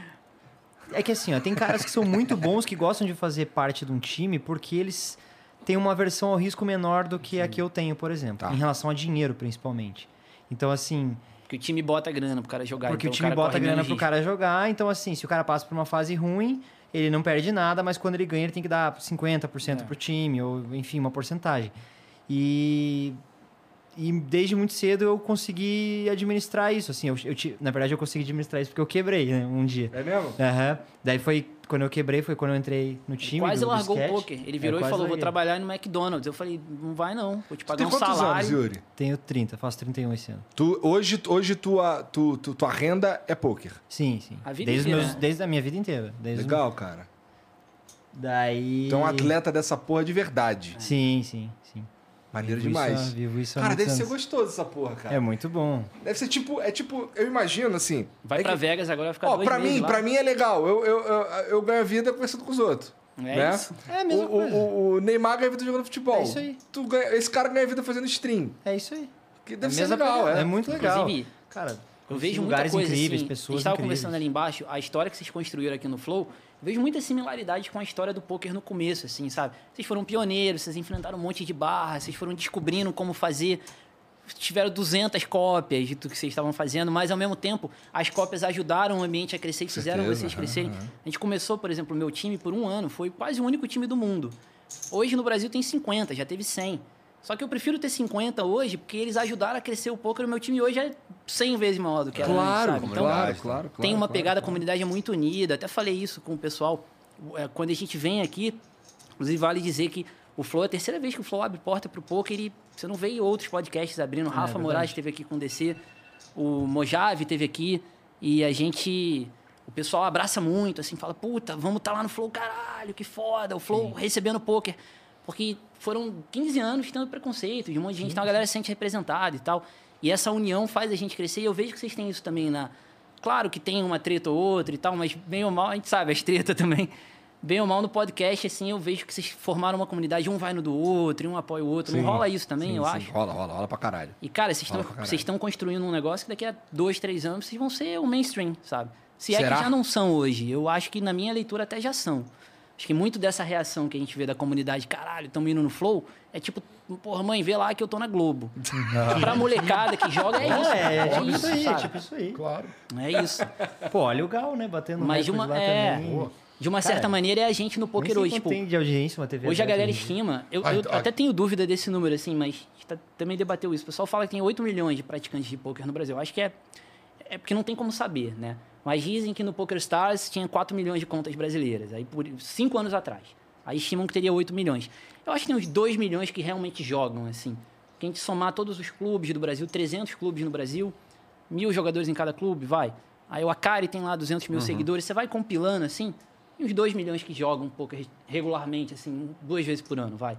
Speaker 6: É que assim, ó, tem caras que são muito bons que gostam de fazer parte de um time porque eles têm uma versão ao risco menor do que a que eu tenho, por exemplo, em relação a dinheiro, principalmente. Então, assim,
Speaker 5: Porque o time bota grana pro cara jogar.
Speaker 6: porque
Speaker 5: então
Speaker 6: o time
Speaker 5: cara
Speaker 6: bota
Speaker 5: corre
Speaker 6: grana
Speaker 5: menos
Speaker 6: pro
Speaker 5: risco.
Speaker 6: cara jogar, então, assim, se o cara passa por uma fase ruim, ele não perde nada, mas quando ele ganha, ele tem que dar 50%
Speaker 5: É.
Speaker 6: pro time, ou enfim, uma porcentagem. E. E desde muito cedo eu consegui administrar isso. Assim, eu, eu ti- na verdade, eu consegui administrar isso porque eu quebrei né, um dia.
Speaker 3: É mesmo?
Speaker 6: Aham. Daí foi quando eu quebrei, foi quando eu entrei no time.
Speaker 5: Quase
Speaker 6: do
Speaker 5: largou o
Speaker 6: basquete.
Speaker 5: poker. Ele
Speaker 6: É,
Speaker 5: virou e
Speaker 6: quase
Speaker 5: falou: vou
Speaker 6: larguei.
Speaker 5: trabalhar no McDonald's. Eu falei: não vai não, vou te
Speaker 3: Tu
Speaker 5: pagar
Speaker 3: tem
Speaker 5: um
Speaker 3: quantos anos,
Speaker 5: salário.
Speaker 3: Yuri?
Speaker 6: Tenho 30, faço 31 esse ano.
Speaker 3: Tu, hoje hoje tua, tu, tu- tua renda é pôquer.
Speaker 6: Sim, sim.
Speaker 5: A vida
Speaker 6: desde, os
Speaker 5: inteira,
Speaker 6: meus-
Speaker 5: né?
Speaker 6: desde a minha vida inteira. Desde os-
Speaker 3: Legal, cara.
Speaker 6: Daí.
Speaker 3: Tu é um atleta dessa porra de verdade.
Speaker 6: Sim, sim, sim.
Speaker 3: Maneiro
Speaker 6: Vivo
Speaker 3: demais.
Speaker 5: é
Speaker 6: Isso, há- vivo isso há
Speaker 3: Cara,
Speaker 6: muitos
Speaker 3: deve ser
Speaker 6: anos.
Speaker 3: gostoso essa porra, cara.
Speaker 6: É muito bom.
Speaker 3: Deve ser tipo, é tipo, eu imagino assim.
Speaker 5: Vai
Speaker 3: é
Speaker 5: pra
Speaker 3: que-
Speaker 5: Vegas agora, vai ficar
Speaker 3: Ó,
Speaker 5: dois
Speaker 3: pra
Speaker 5: meses
Speaker 3: mim,
Speaker 5: lá.
Speaker 3: pra mim é legal. Eu, eu, eu, eu ganho a vida conversando com os outros.
Speaker 5: É
Speaker 3: né?
Speaker 5: isso.
Speaker 6: É a mesma
Speaker 3: o,
Speaker 6: coisa.
Speaker 3: O, o Neymar ganha vida jogando futebol.
Speaker 6: É isso aí.
Speaker 3: Tu ganha- esse cara ganha vida fazendo stream.
Speaker 6: É isso aí.
Speaker 3: Que
Speaker 6: A
Speaker 3: deve ser
Speaker 6: mesma
Speaker 3: legal,
Speaker 6: pegada.
Speaker 3: é.
Speaker 6: É muito legal.
Speaker 5: Inclusive,
Speaker 6: Cara,
Speaker 5: Eu vejo
Speaker 6: lugares
Speaker 5: muita coisa
Speaker 6: incríveis,
Speaker 5: assim, A
Speaker 6: pessoas
Speaker 5: gente tava
Speaker 6: incríveis.
Speaker 5: conversando ali embaixo, a história que vocês construíram aqui no Flow, eu vejo muita similaridade com a história do poker no começo, assim, sabe? Vocês foram pioneiros, vocês enfrentaram um monte de barra, vocês foram descobrindo como fazer. Tiveram 200 cópias do que vocês estavam fazendo, mas ao mesmo tempo as cópias ajudaram o ambiente a crescer e fizeram
Speaker 3: certeza,
Speaker 5: vocês crescerem. A gente começou, por exemplo, o meu time por um ano, foi quase o único time do mundo. Hoje no Brasil tem 50, já teve 100. Só que eu prefiro ter 50 hoje, porque eles ajudaram a crescer o poker. O meu time hoje é 100 vezes maior do que era antes,
Speaker 3: Claro,
Speaker 5: sabe? Então,
Speaker 3: claro, claro, claro.
Speaker 5: tem uma
Speaker 3: claro.
Speaker 5: pegada, a comunidade é muito unida. Até falei isso com o pessoal. É, Quando a gente vem aqui, inclusive vale dizer que o Flow é a terceira vez que o Flow abre porta pro poker e você não vê outros podcasts
Speaker 3: É
Speaker 5: abrindo. O Rafa Moraes esteve aqui com o DC, o Mojave esteve aqui e a gente. O pessoal abraça muito, assim, fala, puta, vamos estar lá no Flow, caralho, que foda, o Flow recebendo poker. Porque foram 15 anos tendo preconceito de um monte de gente, então a galera se sente representada e tal. E essa união faz a gente crescer e eu vejo que vocês têm isso também na, Claro que tem uma treta ou outra e tal, mas bem ou mal, a gente sabe as tretas *laughs* também. Bem ou mal no podcast, assim, eu vejo que vocês formaram uma comunidade, um vai no do outro, e um apoia o outro. não rola isso também, eu acho.
Speaker 3: Rola, rola, rola pra caralho.
Speaker 5: E, cara, vocês estão-
Speaker 3: Rola pra caralho.
Speaker 5: vocês estão construindo um negócio que daqui a dois, três anos vocês vão ser o mainstream, sabe? Se é
Speaker 3: Será?
Speaker 5: que já não são hoje. Eu acho que, na minha leitura, até já são. Acho que muito dessa reação que a gente vê da comunidade, caralho, tamo indo no flow, é tipo, porra, mãe, vê lá que eu tô
Speaker 6: *laughs*
Speaker 5: na Globo. pra molecada que joga, é isso.
Speaker 6: É, é tipo isso aí, é
Speaker 5: sabe?
Speaker 6: tipo isso aí.
Speaker 7: Claro.
Speaker 5: É isso.
Speaker 6: Pô, olha o Gal, né? Batendo
Speaker 5: Mas de
Speaker 6: recorde
Speaker 5: uma,
Speaker 6: lá
Speaker 5: é,
Speaker 6: também. Nem
Speaker 5: de uma certa
Speaker 6: Cara,
Speaker 5: maneira é a gente no poker
Speaker 6: sei
Speaker 5: hoje.
Speaker 6: quanto
Speaker 5: Tipo,
Speaker 6: tem de audiência uma TV
Speaker 5: Hoje a
Speaker 6: aberta
Speaker 5: galera
Speaker 6: hoje em dia.
Speaker 5: estima, eu,
Speaker 7: Ai,
Speaker 5: eu
Speaker 7: ai.
Speaker 5: até tenho dúvida desse número, assim, mas a gente tá- também debateu isso. O pessoal fala que tem 8 milhões de praticantes de pôquer no Brasil. Acho que é, é porque não tem como saber, né? Mas dizem que no Poker Stars tinha 4 milhões de contas brasileiras, aí por 5 anos atrás. Aí estimam que teria 8 milhões. Eu acho que tem uns 2 milhões que realmente jogam, assim. Porque a gente somar todos os clubes do Brasil, 300 clubes no Brasil, mil jogadores em cada clube, vai. Aí o Akari tem lá 200 mil seguidores, você vai compilando assim, e uns 2 milhões que jogam poker regularmente, assim, duas vezes por ano, vai.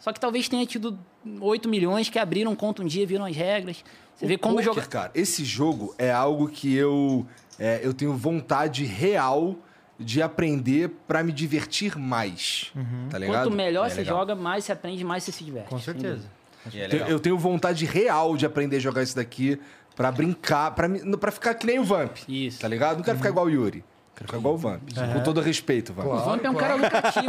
Speaker 5: Só que talvez tenha tido 8 milhões que abriram conta um dia, viram as regras. Você vê como
Speaker 3: Poker,
Speaker 5: jogar.
Speaker 3: cara, esse jogo é algo que eu, é, eu tenho vontade real de aprender pra me divertir mais. Tá ligado?
Speaker 5: Quanto melhor
Speaker 3: É
Speaker 5: você
Speaker 3: legal.
Speaker 5: joga, mais você aprende, mais você se diverte.
Speaker 6: Com
Speaker 5: sem
Speaker 6: certeza.
Speaker 5: dúvida.
Speaker 4: E é
Speaker 3: Te-
Speaker 4: legal.
Speaker 3: Então, Eu tenho vontade real de aprender a jogar isso daqui pra brincar, pra, me- não, pra ficar que nem o Vamp.
Speaker 5: Isso.
Speaker 3: Tá ligado? Não quero ficar igual o Yuri. Quero ficar igual o Vamp. Com todo respeito, Vamp.
Speaker 5: O Vamp é um cara lucrativo.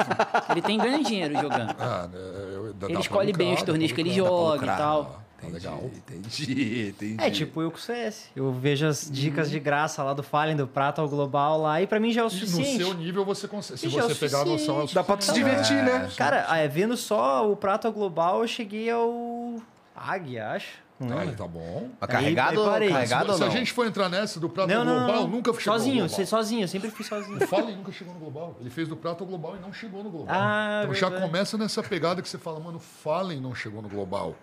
Speaker 5: ele tem ganha dinheiro
Speaker 7: *laughs*
Speaker 5: jogando.
Speaker 7: Ah, né, eu- dá- dá
Speaker 5: Ele
Speaker 7: pra
Speaker 5: escolhe bem
Speaker 7: lucrar,
Speaker 5: os
Speaker 7: dá
Speaker 5: torneios
Speaker 7: pra
Speaker 5: que ele
Speaker 7: lucrar.
Speaker 5: joga
Speaker 3: lucrar,
Speaker 5: e tal.
Speaker 7: Tá legal.
Speaker 3: Entendi, entendi.
Speaker 6: É tipo eu com o CS. Eu vejo
Speaker 5: Uhum.
Speaker 6: as dicas de graça lá do Fallen, do Prata ao Global lá, e pra mim já é o
Speaker 7: E no
Speaker 6: suficiente.
Speaker 7: seu nível você consegue. Se
Speaker 6: Isso é o
Speaker 7: você pegar a noção, é o
Speaker 3: Dá pra se divertir, né?
Speaker 6: Cara, ah, é, vendo só o Prata ao Global, eu cheguei ao Águia, acho. Não lembro.
Speaker 7: Aí, tá bom.
Speaker 4: Mas
Speaker 6: Aí-
Speaker 4: carregado,
Speaker 6: aí parei.
Speaker 4: carregado ou
Speaker 7: Se a
Speaker 4: não?
Speaker 7: gente for entrar nessa do prato
Speaker 6: Não, não, não,
Speaker 7: global,
Speaker 6: não.
Speaker 7: nunca chegou
Speaker 6: Sozinho,
Speaker 7: no
Speaker 6: se-
Speaker 7: global.
Speaker 6: sozinho, eu sempre fui
Speaker 7: *laughs*
Speaker 6: sozinho.
Speaker 7: O Fallen nunca chegou no global. Ele fez do prato ao global e não chegou no global.
Speaker 6: Ah,
Speaker 7: então já
Speaker 6: verdade.
Speaker 7: começa nessa pegada que você fala, mano, o Fallen não chegou no global.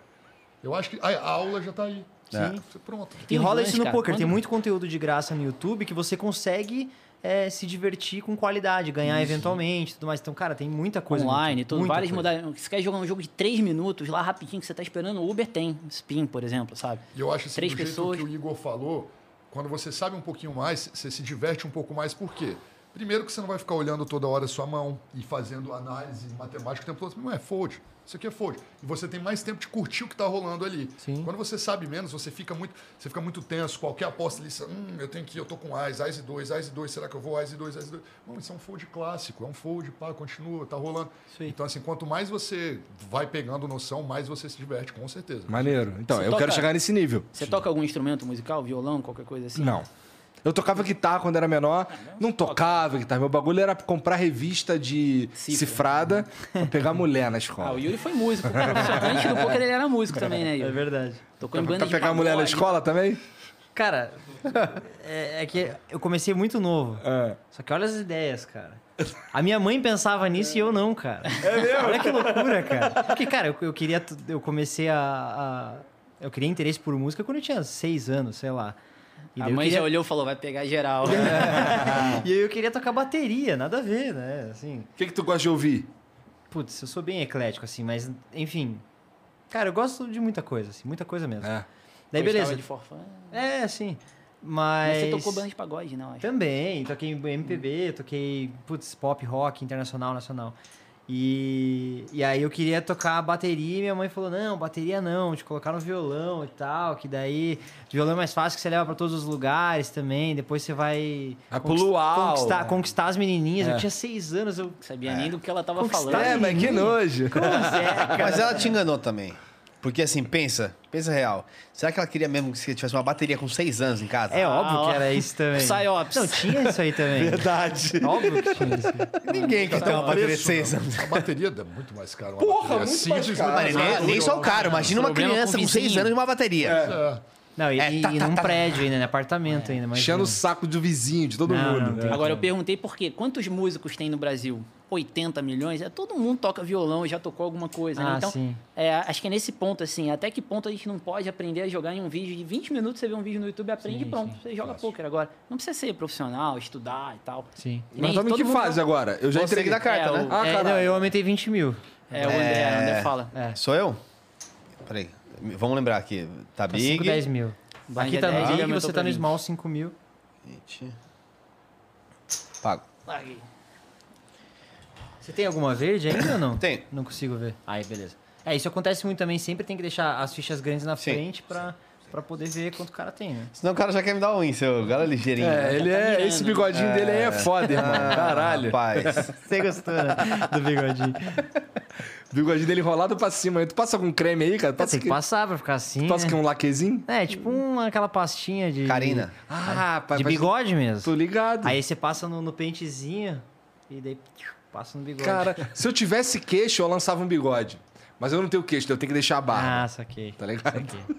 Speaker 7: Eu acho que a, a aula já tá aí.
Speaker 6: Sim.
Speaker 7: Você- Pronto.
Speaker 6: E
Speaker 5: Tem
Speaker 6: rola
Speaker 5: milhões,
Speaker 6: isso no
Speaker 5: cara.
Speaker 6: poker. Tem
Speaker 5: Quando-
Speaker 6: muito conteúdo de graça no YouTube que você consegue é, se divertir com qualidade, ganhar eventualmente e tudo mais. Então, cara, tem muita coisa. no
Speaker 5: Online,
Speaker 6: YouTube,
Speaker 5: tudo,
Speaker 6: muita
Speaker 5: várias
Speaker 6: coisa.
Speaker 5: modalidades. Se você quer jogar um jogo de 3 minutos lá rapidinho que você tá esperando, o Uber tem. Spin, por exemplo, sabe?
Speaker 7: E eu acho assim,
Speaker 5: Três
Speaker 7: do jeito
Speaker 5: pessoas.
Speaker 7: que o Igor falou, quando você sabe um pouquinho mais, você se diverte um pouco mais. Por quê? Primeiro que você não vai ficar olhando toda hora a sua mão e fazendo análise matemática o tempo todo. Não é fold. Isso aqui é fold. E você tem mais tempo de curtir o que está rolando ali. Quando você sabe menos, você fica muito, você fica muito tenso. Qualquer aposta ali, você, hum, eu tenho que ir, eu tô com AIS, AIS e 2, AIS e 2, será que eu vou AIS e 2, AIS e 2? Mano, isso é um fold clássico, é um fold, pá, continua, tá rolando. Então, assim, quanto mais você vai pegando noção, mais você se diverte, com certeza.
Speaker 3: Maneiro. Então,
Speaker 5: Você
Speaker 3: eu
Speaker 5: toca-
Speaker 3: quero chegar nesse nível.
Speaker 5: Você toca algum instrumento musical, violão, qualquer coisa assim?
Speaker 3: Não. Eu tocava guitarra quando era menor, não tocava guitarra. Meu bagulho era comprar revista de
Speaker 5: Cifra.
Speaker 3: cifrada pra pegar mulher na
Speaker 5: Ah,
Speaker 3: escola.
Speaker 5: o Yuri foi músico, cara. O seu- Antes do poker ele era músico também, né,
Speaker 6: É
Speaker 5: Yuri?
Speaker 6: verdade.
Speaker 5: Tocou em
Speaker 3: Pra,
Speaker 5: banda
Speaker 3: pra
Speaker 5: de
Speaker 3: pegar mulher na
Speaker 5: pagode.
Speaker 3: escola também?
Speaker 6: Cara, *laughs* é, é que eu comecei muito novo.
Speaker 3: É.
Speaker 6: Só que olha as ideias, cara. A minha mãe pensava nisso e eu não, cara. É mesmo? Olha que loucura, cara. Porque, cara, eu, eu queria. tu- Eu comecei a, a- Eu queria interesse por música quando eu tinha seis anos, sei lá. E
Speaker 5: A
Speaker 6: daí eu
Speaker 5: mãe
Speaker 6: queria-
Speaker 5: já olhou e falou, vai pegar geral.
Speaker 6: E aí eu queria tocar bateria, nada a ver, né? Assim.
Speaker 3: O que, que tu gosta de ouvir?
Speaker 6: Putz, eu sou bem eclético, assim, mas, enfim. Cara, eu gosto de muita coisa, assim, muita coisa mesmo.
Speaker 3: É.
Speaker 6: Daí,
Speaker 5: Gostava
Speaker 6: beleza.
Speaker 5: de forfã.
Speaker 6: É, sim. Mas.
Speaker 5: Mas você tocou banda de pagode, não, acho.
Speaker 6: Também, toquei MPB, toquei, putz, pop, rock, internacional, nacional. E, e aí eu queria tocar bateria e minha mãe falou, não, bateria não, te colocar no violão e tal, que daí violão é mais fácil que você leva pra todos os lugares também, depois você vai
Speaker 3: Vai pro
Speaker 6: conquist-
Speaker 3: luau,
Speaker 6: conquistar,
Speaker 3: né?
Speaker 6: conquistar as menininhas. Eu tinha seis anos, eu...
Speaker 5: Não sabia nem do que ela tava
Speaker 6: Conquistar
Speaker 5: falando. É,
Speaker 6: é
Speaker 3: É, mas que nojo.
Speaker 4: Mas ela
Speaker 6: *laughs*
Speaker 4: te enganou também. Porque assim, pensa, pensa real. Será que ela queria mesmo que você tivesse uma bateria com seis anos em casa?
Speaker 6: É óbvio
Speaker 5: Ah, ó.
Speaker 6: que era isso também.
Speaker 5: Psyops.
Speaker 6: Não, tinha isso aí
Speaker 3: *laughs*
Speaker 6: também.
Speaker 4: Verdade.
Speaker 6: óbvio que tinha isso.
Speaker 4: Ninguém quer ter uma bateria de seis anos.
Speaker 7: *laughs* A bateria é muito mais cara. uma
Speaker 3: Porra, *laughs*
Speaker 7: bateria
Speaker 3: muito mais
Speaker 7: simples,
Speaker 3: cara.
Speaker 7: muito
Speaker 4: Mano, nem, nem só o cara, imagina uma
Speaker 5: Problema
Speaker 4: criança
Speaker 5: com
Speaker 4: com seis
Speaker 5: vizinho.
Speaker 4: anos e uma bateria.
Speaker 7: É.
Speaker 6: Não, e,
Speaker 4: É,
Speaker 6: e
Speaker 4: tá, tá,
Speaker 6: num
Speaker 4: tá.
Speaker 6: prédio ainda, né? Apartamento ainda, mas...
Speaker 3: É. Enchendo o saco do vizinho, de todo
Speaker 6: Não, não,
Speaker 3: mundo.
Speaker 6: tem-
Speaker 5: Agora eu perguntei por quê. Quantos músicos tem no Brasil? 80 milhões? É, todo mundo toca violão, já tocou alguma coisa, né?
Speaker 6: Ah,
Speaker 5: Então,
Speaker 6: sim.
Speaker 5: é, acho que é nesse ponto, assim, até que ponto a gente não pode aprender a jogar em um vídeo de 20 minutos, você vê um vídeo no YouTube, aprende e pronto, você joga poker agora. Não precisa ser profissional, estudar e tal.
Speaker 6: Sim.
Speaker 5: Nem
Speaker 3: Mas estamos em
Speaker 5: todo
Speaker 3: que
Speaker 5: mundo- tá-
Speaker 3: fase agora? Eu já
Speaker 4: Você
Speaker 3: entreguei
Speaker 4: que dá carta,
Speaker 5: É,
Speaker 4: né?
Speaker 5: o-
Speaker 3: Ah,
Speaker 6: É, não,
Speaker 3: caralho.
Speaker 6: eu aumentei 20 mil.
Speaker 5: É, o André, o André fala.
Speaker 6: É.
Speaker 4: Sou eu? Peraí, vamos lembrar aqui. Tá
Speaker 6: Tá 5,
Speaker 4: big.
Speaker 6: 10 mil.
Speaker 5: Vai
Speaker 6: Aqui
Speaker 5: de
Speaker 6: tá no
Speaker 5: 10,
Speaker 6: Big,
Speaker 5: aumentou
Speaker 6: você
Speaker 5: pra
Speaker 6: tá no
Speaker 5: 20.
Speaker 6: Small 5 mil.
Speaker 4: 20. Pago.
Speaker 5: Larguei.
Speaker 6: Você tem alguma verde ainda ou não?
Speaker 4: Tem.
Speaker 6: Não consigo ver. Aí, beleza. É, isso acontece muito também. Sempre tem que deixar as fichas grandes na
Speaker 4: Sim.
Speaker 6: frente pra, pra poder ver quanto o cara tem, né?
Speaker 4: Senão o cara já quer me dar um win, seu cara ligeirinho.
Speaker 6: tá
Speaker 3: É, ele é. Esse bigodinho dele aí é foda, irmão.
Speaker 6: Ah,
Speaker 3: Caralho.
Speaker 4: *laughs* Rapaz.
Speaker 6: Você gostou, né? Do bigodinho.
Speaker 3: O bigodinho dele enrolado pra cima. aí. Tu passa algum creme aí, cara? Passa
Speaker 6: Tem que
Speaker 3: que,
Speaker 6: passar pra ficar assim.
Speaker 3: passa
Speaker 6: né?
Speaker 3: que um laquezinho?
Speaker 6: É, tipo uma, aquela pastinha de.
Speaker 4: Carina.
Speaker 3: Ah, pai.
Speaker 6: De
Speaker 3: mas
Speaker 6: bigode
Speaker 3: Tô
Speaker 6: mesmo.
Speaker 3: ligado.
Speaker 6: Aí você passa no, no pentezinho e daí tchiu, passa no bigode.
Speaker 3: Cara, se eu tivesse queixo, eu lançava um bigode. Mas eu não tenho queixo, então eu tenho que deixar a barba.
Speaker 6: *laughs* Ah, saquei.
Speaker 3: Tá ligado?
Speaker 6: Saquei.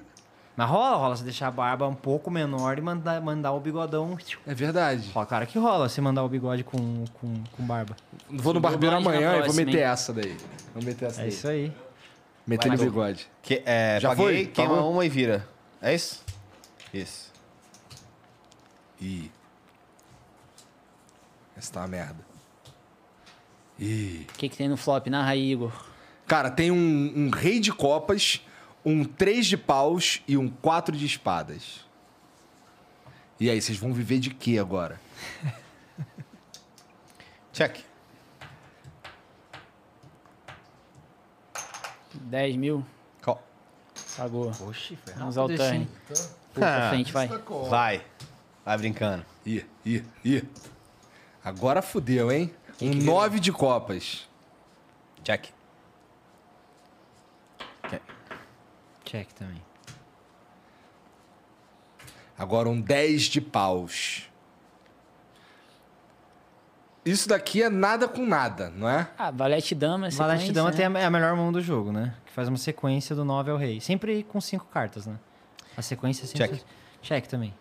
Speaker 6: Mas rola, rola. Você deixar a barba um pouco menor e mandar, mandar o bigodão. tchiu.
Speaker 3: É verdade.
Speaker 6: Rola, cara, que rola você mandar o bigode com, com, com barba.
Speaker 3: Vou no barbeiro
Speaker 5: mais na
Speaker 3: amanhã e vou
Speaker 5: próxima,
Speaker 3: meter
Speaker 5: hein?
Speaker 3: essa daí. Vou meter essa
Speaker 6: É
Speaker 3: daí.
Speaker 6: isso aí.
Speaker 3: Meter no bigode.
Speaker 4: Que, é,
Speaker 3: Já
Speaker 4: paguei,
Speaker 3: foi?
Speaker 4: queima
Speaker 3: Pagou?
Speaker 4: uma e vira. É isso? Isso.
Speaker 3: Ih. Essa tá uma merda. Ih.
Speaker 5: O que, que tem no flop? Narra aí, Igor.
Speaker 3: Cara, tem um, um rei de copas, um três de paus e um quatro de espadas. E aí, vocês vão viver de quê agora?
Speaker 4: Check.
Speaker 5: 10 mil,
Speaker 4: Call.
Speaker 5: pagou.
Speaker 6: Oxi, foi
Speaker 5: Vamos ao turn. Pô,
Speaker 6: Ah.
Speaker 5: pra frente, vai.
Speaker 7: Sacou.
Speaker 4: Vai. Vai brincando.
Speaker 3: Ih, ih, ih. Agora fudeu, hein? um nove de copas.
Speaker 4: Check.
Speaker 6: Check também.
Speaker 3: Agora um 10 de paus. Isso daqui é nada com nada, não é?
Speaker 5: Ah, Valete Dama, né? essa
Speaker 6: Valete Dama tem a, é a melhor mão do jogo, né? Que faz uma sequência do 9 ao rei. Sempre com cinco cartas, né? A sequência é sempre.
Speaker 4: Check.
Speaker 6: Check também.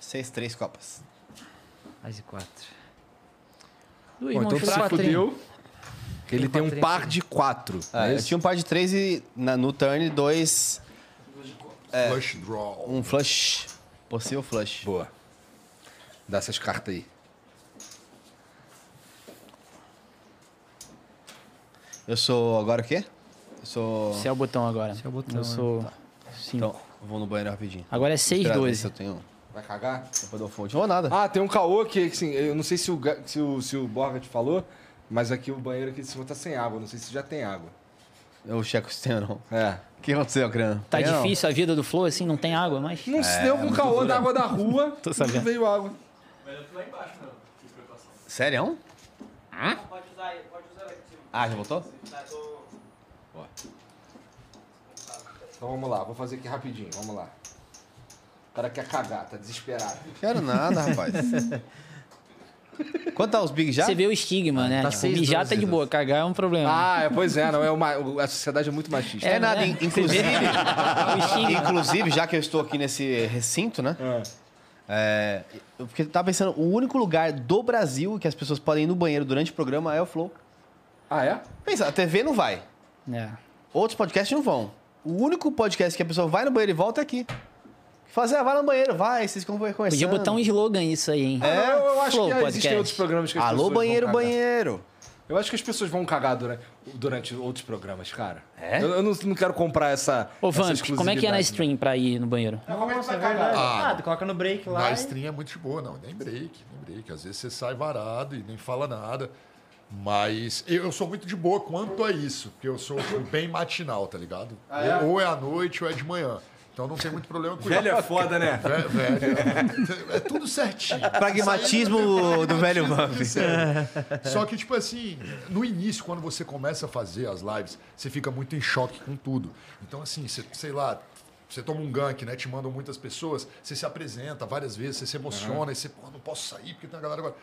Speaker 4: Seis, três copas.
Speaker 6: Mais e quatro.
Speaker 5: Duas
Speaker 3: Bom,
Speaker 5: mãos
Speaker 3: então
Speaker 5: então
Speaker 3: se
Speaker 5: fracas.
Speaker 3: fudeu. que Ele tem um
Speaker 6: quatro,
Speaker 3: par
Speaker 6: hein?
Speaker 3: de quatro. é
Speaker 4: Ah, eu tinha um par de três e na- no turn, dois.
Speaker 7: Flush draw.
Speaker 4: Um flush. Possível flush.
Speaker 3: Boa. Dá essas cartas aí.
Speaker 4: Eu sou agora o quê? Eu sou.
Speaker 5: Você é o botão agora.
Speaker 6: Você é o botão,
Speaker 5: Eu sou.
Speaker 3: né?
Speaker 5: Cinco.
Speaker 4: Então, eu vou no banheiro rapidinho.
Speaker 5: Agora é
Speaker 4: Esperar ver
Speaker 5: 6-12.
Speaker 4: Se eu tenho.
Speaker 3: Vai cagar?
Speaker 4: Depois dou fonte. Não vou nada.
Speaker 3: Ah, tem um caô que, assim, eu não sei se o, Ga- se o, se o Borga te falou, mas aqui o banheiro aqui de cima tá sem água. Não sei se já tem água.
Speaker 4: Eu checo se tem ou não.
Speaker 3: É.
Speaker 4: O que aconteceu, Criano?
Speaker 5: Tá
Speaker 4: Tem um- ou não?
Speaker 5: difícil a vida do Flow, assim, não tem água mais?
Speaker 3: Não se deu com caô da água da rua,
Speaker 5: é *laughs* Tô sabendo.
Speaker 3: não veio água.
Speaker 4: Sério? Hã? Ah, já voltou?
Speaker 3: Então vamos lá, vou fazer aqui rapidinho, vamos lá. O cara quer cagar, tá desesperado.
Speaker 4: Quero
Speaker 5: *laughs*
Speaker 4: nada, rapaz. Quanto tá os big já?
Speaker 5: Você vê o estigma, né?
Speaker 6: Tá
Speaker 5: tipo,
Speaker 6: seis,
Speaker 5: mijar
Speaker 6: doze,
Speaker 5: tá de boa, cagar é um problema.
Speaker 3: Ah, é, pois é, não é uma, o- a sociedade é muito machista.
Speaker 4: É nada,
Speaker 5: né?
Speaker 4: in- inclusive,
Speaker 5: É O estigma.
Speaker 4: inclusive, já que eu estou aqui nesse recinto, né? É, eu fiquei- tava pensando, o único lugar do Brasil que as pessoas podem ir no banheiro durante o programa é o Flow.
Speaker 3: Ah, é?
Speaker 4: Pensa, a TV não vai,
Speaker 5: É.
Speaker 4: outros podcasts não vão. O único podcast que a pessoa vai no banheiro e volta é aqui. Fazer, ah, vai no banheiro, vai, vocês ficam conversando.
Speaker 5: Podia botar um slogan isso aí, hein?
Speaker 3: Ah, não, eu, eu acho
Speaker 5: É, Flow
Speaker 3: que existem
Speaker 5: Podcast.
Speaker 3: outros programas que as pessoas
Speaker 4: Alô,
Speaker 3: vão
Speaker 4: banheiro,
Speaker 3: cagar.
Speaker 4: banheiro.
Speaker 3: Eu acho que as pessoas vão cagar durante, durante outros programas, cara.
Speaker 4: É?
Speaker 3: Eu, eu não, não quero comprar essa.
Speaker 5: Ô,
Speaker 3: essa
Speaker 5: Vamp, como é que é na
Speaker 3: exclusividade,
Speaker 5: stream pra ir no banheiro?
Speaker 6: Nossa, é verdade. Ah, tu coloca no break lá.
Speaker 7: Na
Speaker 6: e-
Speaker 7: stream é muito de boa, não. Nem break, nem break. Às vezes você sai varado e nem fala nada. Mas eu eu sou muito de boa quanto a isso, porque eu sou tipo, bem matinal, tá ligado? Ou ou é à noite ou é de manhã. Então não tem muito problema com
Speaker 3: né? Velho é foda, né?
Speaker 7: isso. É, velho. É tudo certinho.
Speaker 4: Pragmatismo do velho Vamp.
Speaker 7: Só que, tipo assim, no início, quando você começa a fazer as lives, você fica muito em choque com tudo. Então, assim, você, sei lá, você toma um gank, né? Te mandam muitas pessoas, você se apresenta várias vezes, você se emociona, e você, pô, não posso sair porque tem a galera agora.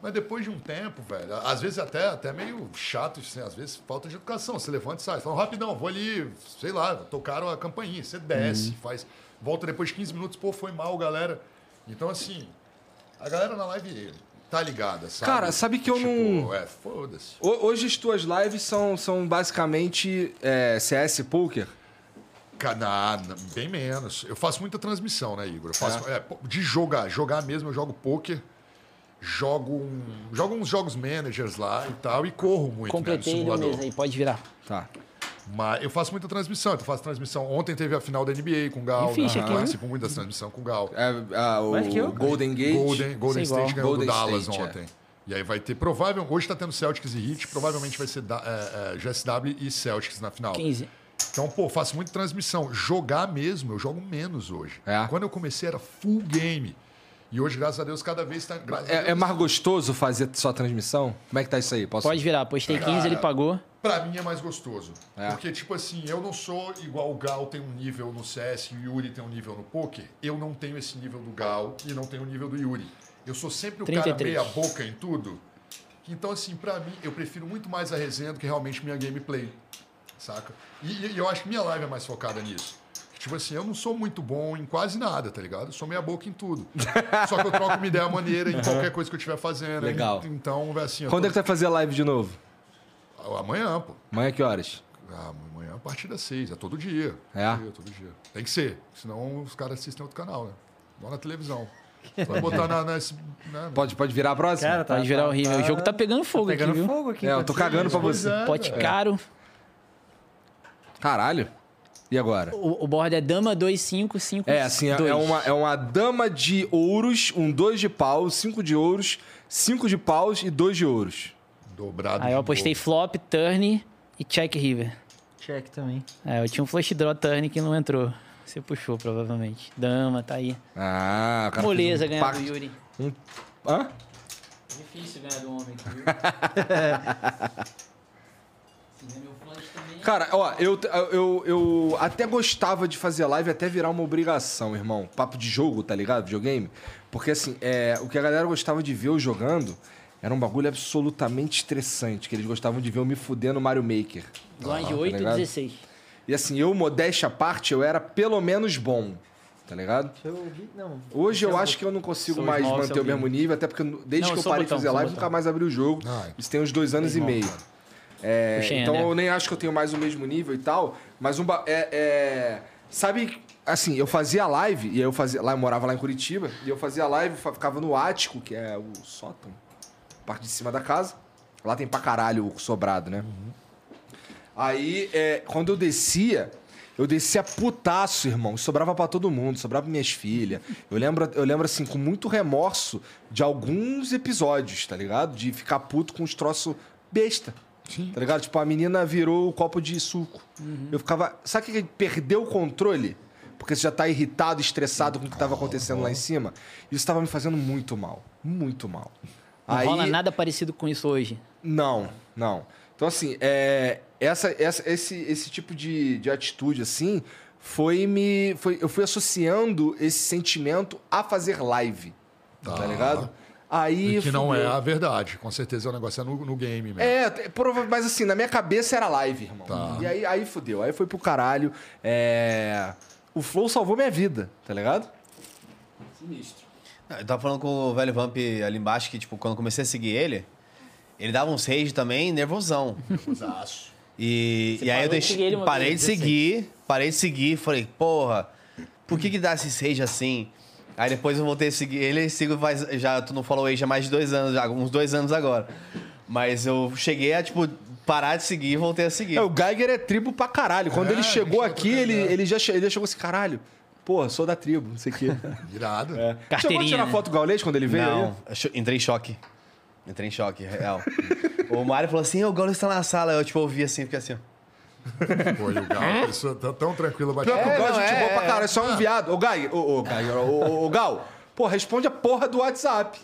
Speaker 7: Mas depois de um tempo, velho, às vezes até, até meio chato, assim, às vezes falta de educação. Você levanta e sai. Fala, rapidão, vou ali, sei lá, tocaram a campainha. Você desce, faz. Volta depois de 15 minutos, pô, foi mal, galera. Então, assim, a galera na live tá ligada, sabe?
Speaker 3: Cara, sabe que eu não-
Speaker 7: É, foda-se.
Speaker 3: Ho- Hoje as tuas lives são, são basicamente é, CS Poker.
Speaker 7: Ca- na- na- bem menos. Eu faço muita transmissão, né, Igor? Eu faço, é, po- de jogar. Jogar mesmo, eu jogo poker. Jogo, um, jogo uns jogos managers lá e tal. E corro muito,
Speaker 5: Completei
Speaker 7: né,
Speaker 5: ele
Speaker 7: no
Speaker 5: um
Speaker 7: simulador.
Speaker 5: mês aí, pode virar.
Speaker 3: Tá.
Speaker 7: Mas eu faço muita transmissão. então Eu faço transmissão. Ontem teve a final da NBA com o Gal.
Speaker 5: E ficha
Speaker 7: né?
Speaker 5: aqui,
Speaker 7: Eu
Speaker 5: né?
Speaker 7: participo muito das transmissões com o Gal.
Speaker 3: É, ah, o
Speaker 6: Mas que eu-
Speaker 3: Golden Gate.
Speaker 7: Golden, Golden
Speaker 5: Isso é
Speaker 7: State
Speaker 5: igual.
Speaker 7: ganhou
Speaker 3: Golden
Speaker 7: do Dallas
Speaker 3: State, é.
Speaker 7: ontem. E aí vai ter, provável, hoje tá tendo Celtics e Heat, provavelmente vai ser da- é, é, GSW e Celtics na final.
Speaker 5: 15.
Speaker 7: Então, pô, faço muito transmissão. Jogar mesmo, eu jogo menos hoje.
Speaker 3: É.
Speaker 7: Quando eu comecei era full game. E hoje, graças a Deus, cada vez tá. graças a
Speaker 3: É, é
Speaker 7: Deus,
Speaker 3: mais gostoso fazer só transmissão? Como é que tá isso aí? Posso...
Speaker 5: Pode virar, postei 15, ele pagou.
Speaker 7: Pra mim é mais gostoso.
Speaker 3: É.
Speaker 7: Porque, tipo assim, eu não sou igual o Gal tem um nível no CS, o Yuri tem um nível no poker. Eu não tenho esse nível do Gal e não tenho o nível do Yuri. Eu sou sempre o cara
Speaker 5: 33.
Speaker 7: meia boca em tudo. Então, assim, pra mim, eu prefiro muito mais a resenha do que realmente minha gameplay. Saca? E, e- e eu acho que minha live é mais focada nisso. Tipo assim, eu não sou muito bom em quase nada, tá ligado? Eu sou meia boca em
Speaker 3: *laughs*
Speaker 7: tudo. Só que eu troco uma ideia maneira em qualquer coisa que eu estiver fazendo.
Speaker 3: Legal.
Speaker 7: Então, é assim, eu
Speaker 3: Quando
Speaker 7: tô-
Speaker 3: é que tu vai fazer a live de novo?
Speaker 7: amanhã, pô.
Speaker 3: Amanhã que horas?
Speaker 7: Ah, amanhã a partir das seis, é todo dia.
Speaker 3: É?
Speaker 7: Todo dia, todo dia. Tem que ser, senão os caras assistem outro canal, né? Não na televisão. Vai botar na. né, na, S- na-
Speaker 3: Pode, pode virar a próxima?
Speaker 6: Cara, tá,
Speaker 5: Pode virar
Speaker 6: tá-
Speaker 5: horrível. o jogo tá pegando fogo
Speaker 6: pegando
Speaker 5: aqui, viu?
Speaker 6: fogo aqui.
Speaker 3: É, eu
Speaker 6: pode
Speaker 3: tô
Speaker 6: ser.
Speaker 3: cagando pra você.
Speaker 5: Pote caro.
Speaker 3: Caralho. E agora?
Speaker 5: O, o board é dama 255.
Speaker 3: É, assim, é, é uma, é uma dama de ouros, um dois de paus, cinco de ouros, cinco de paus e dois de ouros. Tá
Speaker 7: Dobrado.
Speaker 5: Aí
Speaker 7: de
Speaker 5: eu apostei
Speaker 7: novo.
Speaker 5: flop, turn e check river.
Speaker 6: Check também.
Speaker 5: É, eu tinha um flash draw turn que não entrou. Você puxou, provavelmente. Dama, tá aí.
Speaker 3: Ah, o cara.
Speaker 5: Moleza
Speaker 3: fez um
Speaker 6: né?
Speaker 5: ganhar do
Speaker 3: pacto.
Speaker 5: Yuri.
Speaker 3: Hã?
Speaker 5: Difícil ganhar do homem
Speaker 3: *laughs*
Speaker 5: aqui, viu? Se meu flash também.
Speaker 3: Cara, ó, eu, eu, eu até gostava de fazer live até virar uma obrigação, irmão. Papo de jogo, tá ligado? Videogame. Porque, assim, é, o que a galera gostava de ver eu jogando era um bagulho absolutamente estressante. Que eles gostavam de ver eu me fuder no Mario Maker.
Speaker 5: Blind
Speaker 3: tá
Speaker 5: 8 e
Speaker 3: ligado?
Speaker 5: 16.
Speaker 3: E, assim, eu, modéstia à parte, eu era pelo menos bom, tá ligado?
Speaker 6: Deixa eu ouvir. Não. é
Speaker 3: Hoje eu acho que eu não consigo
Speaker 5: Sou
Speaker 3: mais
Speaker 5: small,
Speaker 3: manter
Speaker 5: sou
Speaker 3: o mesmo nível, até porque eu- desde
Speaker 5: Não,
Speaker 3: que eu
Speaker 5: sou
Speaker 3: parei
Speaker 5: botão,
Speaker 3: de fazer
Speaker 5: sou
Speaker 3: live,
Speaker 5: botão.
Speaker 3: nunca mais abri o jogo.
Speaker 7: Ah, é.
Speaker 3: Isso tem uns dois anos e meio. É,
Speaker 5: Puxei,
Speaker 3: então
Speaker 5: né?
Speaker 3: eu nem acho que eu tenho mais o mesmo nível e tal, mas um. ba- É, é- sabe, assim, eu fazia live, e aí eu fazia. Lá, eu morava lá em Curitiba, e eu fazia live, fa- ficava no ático, que é o sótão, parte de cima da casa. Lá tem pra caralho o sobrado, né? Aí, é, quando eu descia, eu descia putaço, irmão. Sobrava pra todo mundo, sobrava pra minhas filhas. Eu lembro, eu lembro, assim, com muito remorso de alguns episódios, tá ligado? De ficar puto com os troços besta. Tá ligado? Tipo, a menina virou o copo de suco.
Speaker 5: Uhum.
Speaker 3: Eu ficava. Sabe o que que perdeu o controle? Porque você já tá irritado, estressado com o que tava acontecendo lá em cima. Isso tava me fazendo muito mal. Muito mal.
Speaker 5: Não rola nada parecido com isso hoje.
Speaker 3: Não, não. Então, assim, é, essa, essa- esse, esse tipo de, de atitude, assim, foi me. Foi, eu fui associando esse sentimento a fazer live. Tá,
Speaker 7: Tá.
Speaker 3: ligado? Aí.
Speaker 7: E que não é
Speaker 3: fudeu.
Speaker 7: a verdade. Com certeza o negócio é no, no game mesmo.
Speaker 3: É, t- prova- mas assim, na minha cabeça era live, irmão.
Speaker 7: Tá.
Speaker 3: E aí, aí fudeu, aí foi pro caralho. É, O Flow salvou minha vida, tá ligado?
Speaker 4: Eu tava falando com o velho Vamp ali embaixo que, tipo, quando eu comecei a seguir ele, ele dava uns rage também, nervosão.
Speaker 7: Usaço.
Speaker 4: E, e aí
Speaker 5: parou
Speaker 4: eu
Speaker 5: de seguir
Speaker 4: deixei,
Speaker 5: ele uma
Speaker 4: parei de
Speaker 5: vez,
Speaker 4: seguir, parei de seguir, falei, porra, por que que dá esse rage assim? Aí depois eu voltei a seguir ele e sigo faz, já, tu não falou rage há mais de dois anos, já, uns dois anos agora. Mas eu cheguei a, tipo, parar de seguir e voltei a seguir.
Speaker 3: É, o Geiger é tribo pra caralho. Quando
Speaker 7: É,
Speaker 3: ele chegou
Speaker 7: ele
Speaker 3: aqui,
Speaker 7: chegou pra
Speaker 3: ele,
Speaker 7: caralho.
Speaker 3: ele, já, che- ele já chegou assim, caralho. Pô, sou da tribo, não sei o quê.
Speaker 7: Irado.
Speaker 3: Chegou a
Speaker 5: Carteirinha.
Speaker 3: tirar
Speaker 5: né?
Speaker 3: foto do Gaulês quando ele é veio? aí?
Speaker 4: Não, eu cho- entrei em choque. Entrei em choque, real. o Mário falou assim, "Ô, o Gaules está na sala. Eu, tipo, ouvi assim, fiquei assim, ó.
Speaker 7: Pô, e o Gal, a pessoa tá tão tranquila
Speaker 3: É. Pior
Speaker 7: batendo.
Speaker 3: que o Gal é gente
Speaker 4: é,
Speaker 3: boa pra
Speaker 4: é.
Speaker 3: caralho, é só um viado. Ô, Gai, ô, ô, Gai, ô, ô, ô, Gal, pô, responde a porra do WhatsApp.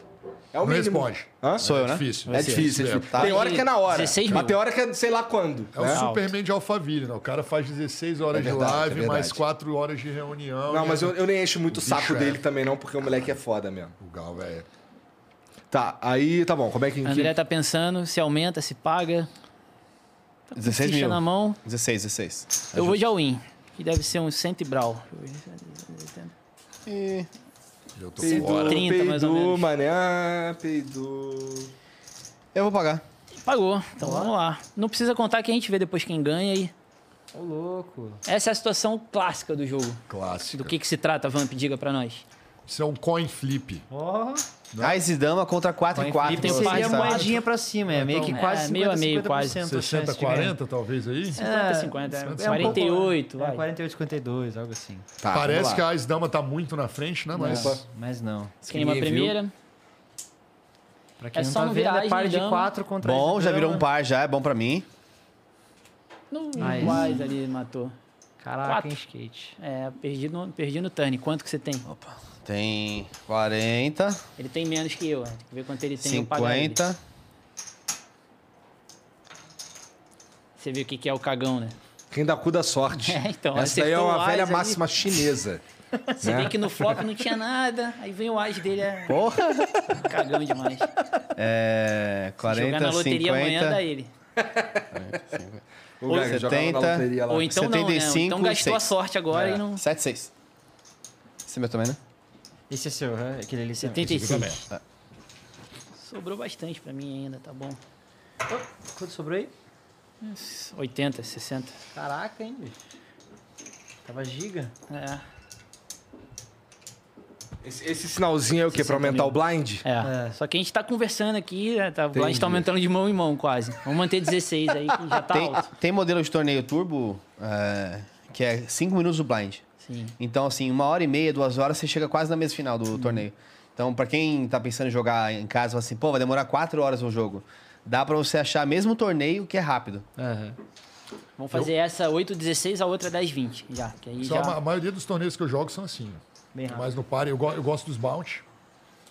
Speaker 3: É o
Speaker 7: Não
Speaker 3: mínimo.
Speaker 7: responde.
Speaker 3: Hã?
Speaker 4: Sou eu, né?
Speaker 7: Difícil.
Speaker 3: É difícil, é difícil.
Speaker 4: Tá.
Speaker 3: Tem hora que é na hora.
Speaker 5: 16
Speaker 3: mas
Speaker 5: mil.
Speaker 3: tem hora que é sei lá quando.
Speaker 7: É o
Speaker 3: né?
Speaker 7: Superman de Alphaville, né? O cara faz 16 horas
Speaker 3: É verdade, é
Speaker 7: de live,
Speaker 3: verdade.
Speaker 7: mais 4 horas de reunião.
Speaker 3: Não,
Speaker 7: e- é
Speaker 3: mas eu, eu nem encho muito o saco
Speaker 7: Bicho, é.
Speaker 3: dele também, não, porque o moleque é foda mesmo.
Speaker 7: O Gal, velho.
Speaker 3: Tá, aí tá bom. Como é que.
Speaker 5: André tá pensando se aumenta, se paga. tá
Speaker 4: 16
Speaker 5: Ficha
Speaker 4: mil.
Speaker 5: na mão.
Speaker 4: 16, 16.
Speaker 3: É
Speaker 5: Eu vou de all-in, que deve ser um cento e brau.
Speaker 4: E...
Speaker 7: Eu tô
Speaker 3: Peidu,
Speaker 7: fora.
Speaker 5: 30 mais ou
Speaker 3: peidu,
Speaker 5: menos.
Speaker 3: mané, ah, peidu.
Speaker 4: Eu vou pagar.
Speaker 5: Pagou, então vamos lá. Não precisa contar que a gente vê depois quem ganha e...
Speaker 6: Ô, louco.
Speaker 5: Essa é a situação clássica do jogo.
Speaker 7: Clássico.
Speaker 5: Do que que se trata, Vamp? Diga pra nós.
Speaker 7: Isso é um coin flip.
Speaker 6: Ó.
Speaker 4: Ice Ah, Dama contra 4 e 4.
Speaker 5: Tem um par
Speaker 6: Seria
Speaker 5: de quatro.
Speaker 6: moedinha pra cima, é meio que
Speaker 5: É,
Speaker 6: quase 50,
Speaker 5: meio a meio,
Speaker 6: 50%,
Speaker 5: quase.
Speaker 6: a chance
Speaker 7: 60,
Speaker 6: de ganhar.
Speaker 7: 40, talvez aí?
Speaker 5: 50, 50.
Speaker 6: É um pouco-
Speaker 5: 48,
Speaker 6: é,
Speaker 5: vai.
Speaker 6: 48, 52, algo assim.
Speaker 3: Tá, vamos
Speaker 7: Parece
Speaker 3: lá.
Speaker 7: que a Asdama tá muito na frente, né? Mas.
Speaker 3: Opa.
Speaker 6: Mas não.
Speaker 5: Queima a
Speaker 3: ninguém viu.
Speaker 5: primeira.
Speaker 6: Pra quem
Speaker 5: É
Speaker 6: não
Speaker 5: só
Speaker 6: tá
Speaker 5: uma
Speaker 6: vendo, é
Speaker 5: viragem,
Speaker 6: par de
Speaker 5: dama.
Speaker 6: 4 contra
Speaker 4: Bom,
Speaker 6: esse
Speaker 4: já
Speaker 6: um dama.
Speaker 4: virou um par já, é bom pra mim.
Speaker 5: No
Speaker 6: Mas-
Speaker 5: Wise ali matou.
Speaker 6: Caraca,
Speaker 5: Quatro.
Speaker 6: hein, skate.
Speaker 5: É, perdi no, perdi no turn. Quanto que você tem?
Speaker 4: Opa. Tem 40,
Speaker 5: Ele tem menos que eu. é. Tem que ver quanto ele tem. eu pagar ele.
Speaker 4: 50.
Speaker 5: Você viu o que, que é o cagão, né?
Speaker 3: Quem dá cu da sorte.
Speaker 5: *laughs* É, então,
Speaker 3: Essa daí é
Speaker 5: acertou o
Speaker 3: uma
Speaker 5: Wise
Speaker 3: velha
Speaker 5: ali.
Speaker 3: máxima chinesa.
Speaker 5: *laughs* Você
Speaker 3: né?
Speaker 5: vê que no flop não tinha nada. Aí vem o as dele. É
Speaker 4: Porra!
Speaker 5: *laughs* cagão demais.
Speaker 4: É.
Speaker 5: Jogar na
Speaker 4: 40,
Speaker 5: loteria amanhã dá
Speaker 4: 50.
Speaker 5: ele.
Speaker 3: O
Speaker 4: Ou
Speaker 3: Gaga jogava na
Speaker 4: 70,
Speaker 3: loteria lá.
Speaker 5: Ou então não, né?
Speaker 4: 75,
Speaker 5: Então gastou a
Speaker 4: seis.
Speaker 5: sorte agora e não...
Speaker 4: 7, 6. Esse é meu também, né?
Speaker 6: Esse é seu, né? aquele ali. seu.
Speaker 5: 75.
Speaker 3: É.
Speaker 5: Sobrou bastante pra mim ainda, tá bom.
Speaker 6: Oh, Quanto sobrou aí?
Speaker 5: 80, 60.
Speaker 6: Caraca, hein, bicho. Tava giga.
Speaker 5: É,
Speaker 3: Esse, esse sinalzinho é o quê? Pra
Speaker 5: 60
Speaker 3: aumentar
Speaker 5: mil.
Speaker 3: o blind?
Speaker 5: é.
Speaker 6: É.
Speaker 5: Só que a gente tá conversando aqui, né? Tá, o blind
Speaker 3: Entendi.
Speaker 5: tá aumentando de mão em mão quase. Vamos manter 16 aí, que já tá
Speaker 4: Tem,
Speaker 5: alto.
Speaker 4: tem modelo de torneio turbo é, que é 5 minutos do blind.
Speaker 5: Sim.
Speaker 4: Então, assim, uma hora e meia, duas horas, você chega quase na mesa final
Speaker 5: Uhum.
Speaker 4: do torneio. Então, pra quem tá pensando em jogar em casa, fala assim, pô, vai demorar quatro horas um jogo. Dá pra você achar mesmo o torneio que é rápido.
Speaker 5: Vamos fazer essa 8, 16, a outra 10, 20 já. Que aí
Speaker 7: Só
Speaker 5: já...
Speaker 7: a ma- a maioria dos torneios que eu jogo são assim.
Speaker 6: Bem rápido.
Speaker 7: Mas no par eu, go- eu gosto dos bounty.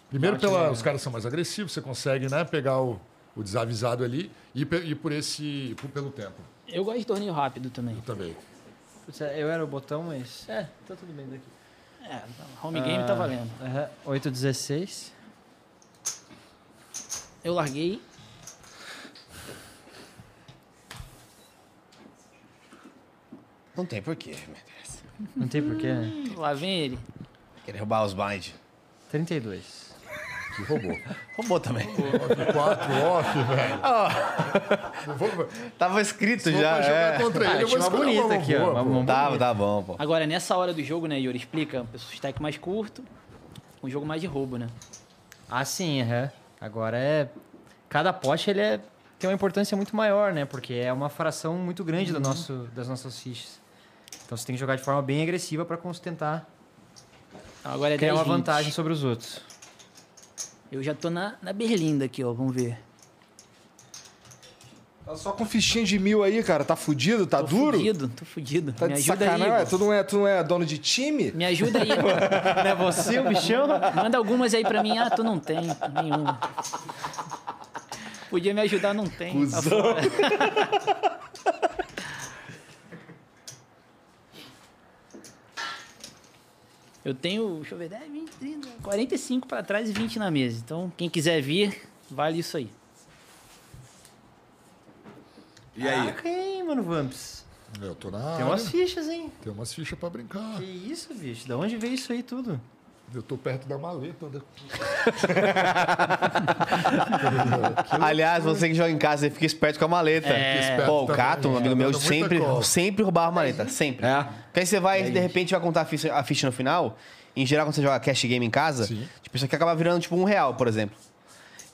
Speaker 7: Primeiro, pela, os caras são mais agressivos, você consegue né, pegar o, o desavisado ali e, pe- e por esse. por- pelo tempo
Speaker 5: Eu gosto de torneio rápido também.
Speaker 7: também.
Speaker 6: Putz, é, eu era o botão, mas. É, tá tudo bem daqui.
Speaker 5: É, home game
Speaker 6: Ah.
Speaker 5: tá valendo.
Speaker 6: Aham, 8,16.
Speaker 5: Eu larguei.
Speaker 4: Não tem porquê, meu Deus.
Speaker 6: Não tem porquê, né?
Speaker 5: Lá vem ele.
Speaker 4: Querer roubar os blind.
Speaker 6: 32.
Speaker 7: Que roubou.
Speaker 4: Roubou também.
Speaker 7: Quatro off, velho. Eu vou- vou
Speaker 4: *laughs* Tava escrito já.
Speaker 7: pra jogar
Speaker 4: é.
Speaker 7: contra ele, eu vou
Speaker 6: Ah, tinha uma
Speaker 7: escolher uma
Speaker 6: bonita aqui, ó,
Speaker 7: boa,
Speaker 6: uma
Speaker 7: pô.
Speaker 6: bonita.
Speaker 4: Tava, tá bom, pô.
Speaker 5: Agora, nessa hora do jogo, né, Yuri? Explica. O stack mais curto, um jogo mais de roubo, né?
Speaker 6: Ah, sim, aham. Agora é. Cada pote ele é... tem uma importância muito maior, né? Porque é uma fração muito grande do nosso... das nossas fichas. Então você tem que jogar de forma bem agressiva pra cons- tentar
Speaker 5: Então, agora é
Speaker 6: criar
Speaker 5: 10,
Speaker 6: uma
Speaker 5: 20.
Speaker 6: vantagem sobre os outros.
Speaker 5: Eu já tô na, na berlinda aqui, ó. Vamos ver.
Speaker 3: Tá só com fichinha de mil aí, cara. Tá fudido? Tá
Speaker 5: tô
Speaker 3: duro?
Speaker 5: fudido, tô fudido.
Speaker 3: Tá
Speaker 5: Me
Speaker 3: de
Speaker 5: ajuda aí.
Speaker 3: sacanagem?
Speaker 5: Igor.
Speaker 3: Ué, tu, não é, tu não é dono de time?
Speaker 5: Me ajuda aí.
Speaker 6: Não é você, o bichão?
Speaker 5: Manda algumas aí pra mim. Ah, tu não tem nenhuma. Podia me ajudar, não tem. Tá fora. Eu tenho, deixa eu ver, 10, 20, 30, 45 pra trás e 20 na mesa. Então, quem quiser vir, vale isso aí.
Speaker 3: E aí?
Speaker 6: Caraca, hein, mano, Vamps?
Speaker 7: Eu tô na
Speaker 6: Tem
Speaker 7: área,
Speaker 6: umas fichas, hein?
Speaker 7: tem umas fichas pra brincar.
Speaker 6: Que isso, bicho? Da onde veio isso aí tudo?
Speaker 7: Eu tô perto da maleta. né?
Speaker 4: Aliás, você que joga em casa, você fica esperto com a maleta.
Speaker 3: É.
Speaker 7: Fica
Speaker 4: Pô,
Speaker 7: esperto
Speaker 4: o Cato, um
Speaker 7: também,
Speaker 4: amigo
Speaker 7: tá
Speaker 4: meu,
Speaker 7: dando muita
Speaker 4: sempre,
Speaker 7: cola.
Speaker 4: sempre roubava a maleta. Sempre.
Speaker 3: É.
Speaker 4: Porque aí você vai, de repente, vai contar a ficha, a ficha no final. Em geral, quando você joga cash game em casa,
Speaker 7: Sim.
Speaker 4: tipo, isso aqui acaba virando, tipo, um real, por exemplo.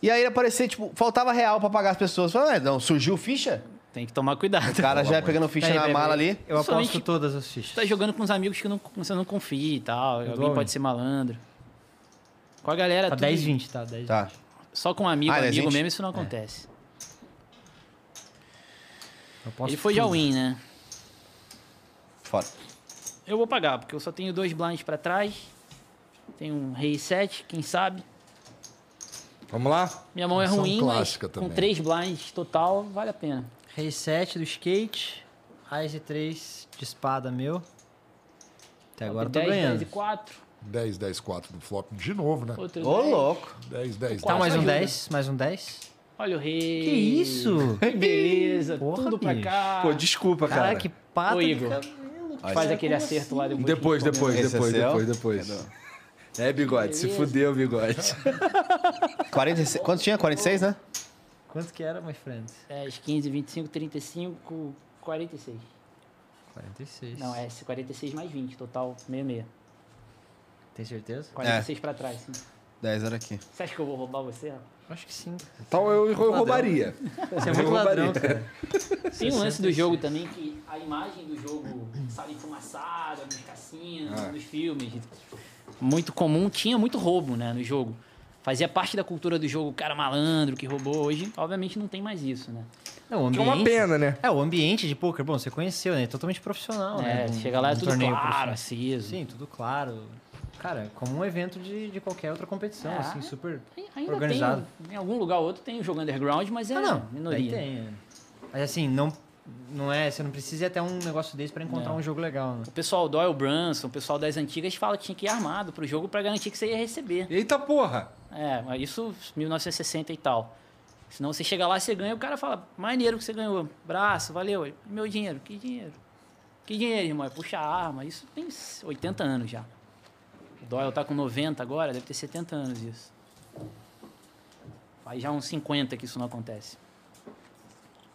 Speaker 4: E aí aparecer, tipo, faltava real pra pagar as pessoas. Fala, "Ué, não, surgiu ficha?
Speaker 5: Tem que tomar cuidado. *laughs*
Speaker 4: O cara já pegando ficha
Speaker 3: Tá
Speaker 6: Peraí,
Speaker 4: na
Speaker 6: peraí,
Speaker 4: mala
Speaker 6: peraí.
Speaker 4: ali.
Speaker 6: Eu aposto
Speaker 5: Somente-
Speaker 6: todas as fichas.
Speaker 5: tá jogando com uns amigos que não, você não confia e tal.
Speaker 6: dou
Speaker 5: alguém
Speaker 6: um.
Speaker 5: pode ser malandro. Com a galera,
Speaker 6: Tá
Speaker 5: tudo-
Speaker 6: 10, 20, tá? 10,
Speaker 4: Tá.
Speaker 5: só com um amigo,
Speaker 4: Ah, né,
Speaker 5: amigo
Speaker 4: gente?
Speaker 5: mesmo, isso não acontece.
Speaker 6: Eu aposto
Speaker 5: Ele foi
Speaker 6: tudo.
Speaker 5: já win, né?
Speaker 4: Foda.
Speaker 5: Eu vou pagar, porque eu só tenho dois blinds pra trás. Tenho um rei 7, quem sabe.
Speaker 3: Vamos lá?
Speaker 5: Minha mão é
Speaker 7: Opção
Speaker 5: ruim, mas
Speaker 7: clássica
Speaker 5: com
Speaker 7: também.
Speaker 5: três blinds total, vale a pena.
Speaker 6: Rei 7 do skate. Ice 3 de espada meu. Até É, agora eu tô
Speaker 5: 10, 10 e
Speaker 6: ganhando. Tá,
Speaker 5: 4.
Speaker 7: 10, 10, 4 do flop de novo, né?
Speaker 5: Outro
Speaker 4: Ô,
Speaker 5: 10.
Speaker 4: louco.
Speaker 7: 10, 10,
Speaker 6: Tá,
Speaker 5: Quase
Speaker 6: mais um
Speaker 5: ajuda.
Speaker 6: 10, mais um 10.
Speaker 5: Olha o rei.
Speaker 6: Que isso?
Speaker 5: Que *laughs* beleza.
Speaker 6: Porra,
Speaker 5: Tudo pra
Speaker 6: bicho.
Speaker 5: cá.
Speaker 3: Pô, desculpa, cara.
Speaker 6: Caraca, que pata
Speaker 5: Ô,
Speaker 6: de
Speaker 5: Igor.
Speaker 6: cabelo.
Speaker 5: Faz aquele
Speaker 4: assim?
Speaker 5: acerto lá
Speaker 3: Depois,
Speaker 5: depois. que a gente
Speaker 3: depois,
Speaker 5: comenta.
Speaker 4: Esse
Speaker 3: depois,
Speaker 4: é seu?
Speaker 3: depois, depois. É, bigode, se fudeu, bigode.
Speaker 4: 46, quanto tinha? 46, né?
Speaker 6: Quanto que era, my friend?
Speaker 5: 10, 15, 25, 35, 46.
Speaker 6: 46.
Speaker 5: Não, é esse 46 mais 20, total 66.
Speaker 6: Tem certeza?
Speaker 5: 46
Speaker 4: É.
Speaker 5: pra trás. Sim.
Speaker 4: 10 era aqui.
Speaker 5: Você acha que eu vou roubar você? Rafa?
Speaker 6: Acho que sim.
Speaker 3: Então eu, eu roubaria.
Speaker 6: Você é
Speaker 3: muito
Speaker 6: muito
Speaker 3: ladrão,
Speaker 6: ladrão, cara.
Speaker 5: Tem um lance do jogo também que a imagem do jogo, sala enfumaçada, nos cassinos,
Speaker 6: É.
Speaker 5: nos filmes, tipo, muito comum, tinha muito roubo, né, no jogo. Fazia parte da cultura do jogo, o cara malandro que roubou. Hoje, obviamente, não tem mais isso, né?
Speaker 6: Não, o
Speaker 3: Que é uma pena, né?
Speaker 6: É, o ambiente de poker, bom, você conheceu, né? É totalmente profissional, né?
Speaker 5: É,
Speaker 6: Um-
Speaker 5: chega lá é
Speaker 6: um
Speaker 5: tudo
Speaker 6: torneio
Speaker 5: claro,
Speaker 6: profissional.
Speaker 5: aceso.
Speaker 6: Sim, tudo claro. Cara, como um evento de, de qualquer outra competição,
Speaker 5: É.
Speaker 6: assim, super
Speaker 5: Ainda
Speaker 6: organizado.
Speaker 5: tem, em algum lugar ou outro tem o jogo underground, mas é
Speaker 6: Ah, não, daí
Speaker 5: minoria.
Speaker 6: tem. é. Mas assim, não, não é, você não precisa ir até um negócio desse pra encontrar um jogo legal, né?
Speaker 5: O pessoal Doyle Brunson, o pessoal das antigas fala que tinha que ir armado pro jogo pra garantir que você ia receber.
Speaker 3: Eita porra!
Speaker 5: É, mas isso 1960 e tal. Senão você chega lá, você ganha, o cara fala, maneiro que você ganhou. Braço, valeu. E Meu dinheiro, que dinheiro? Que dinheiro, irmão? É puxar arma. Isso tem 80 anos já. O Doyle tá com 90 agora, deve ter 70 anos isso. Faz já uns 50 que isso não acontece.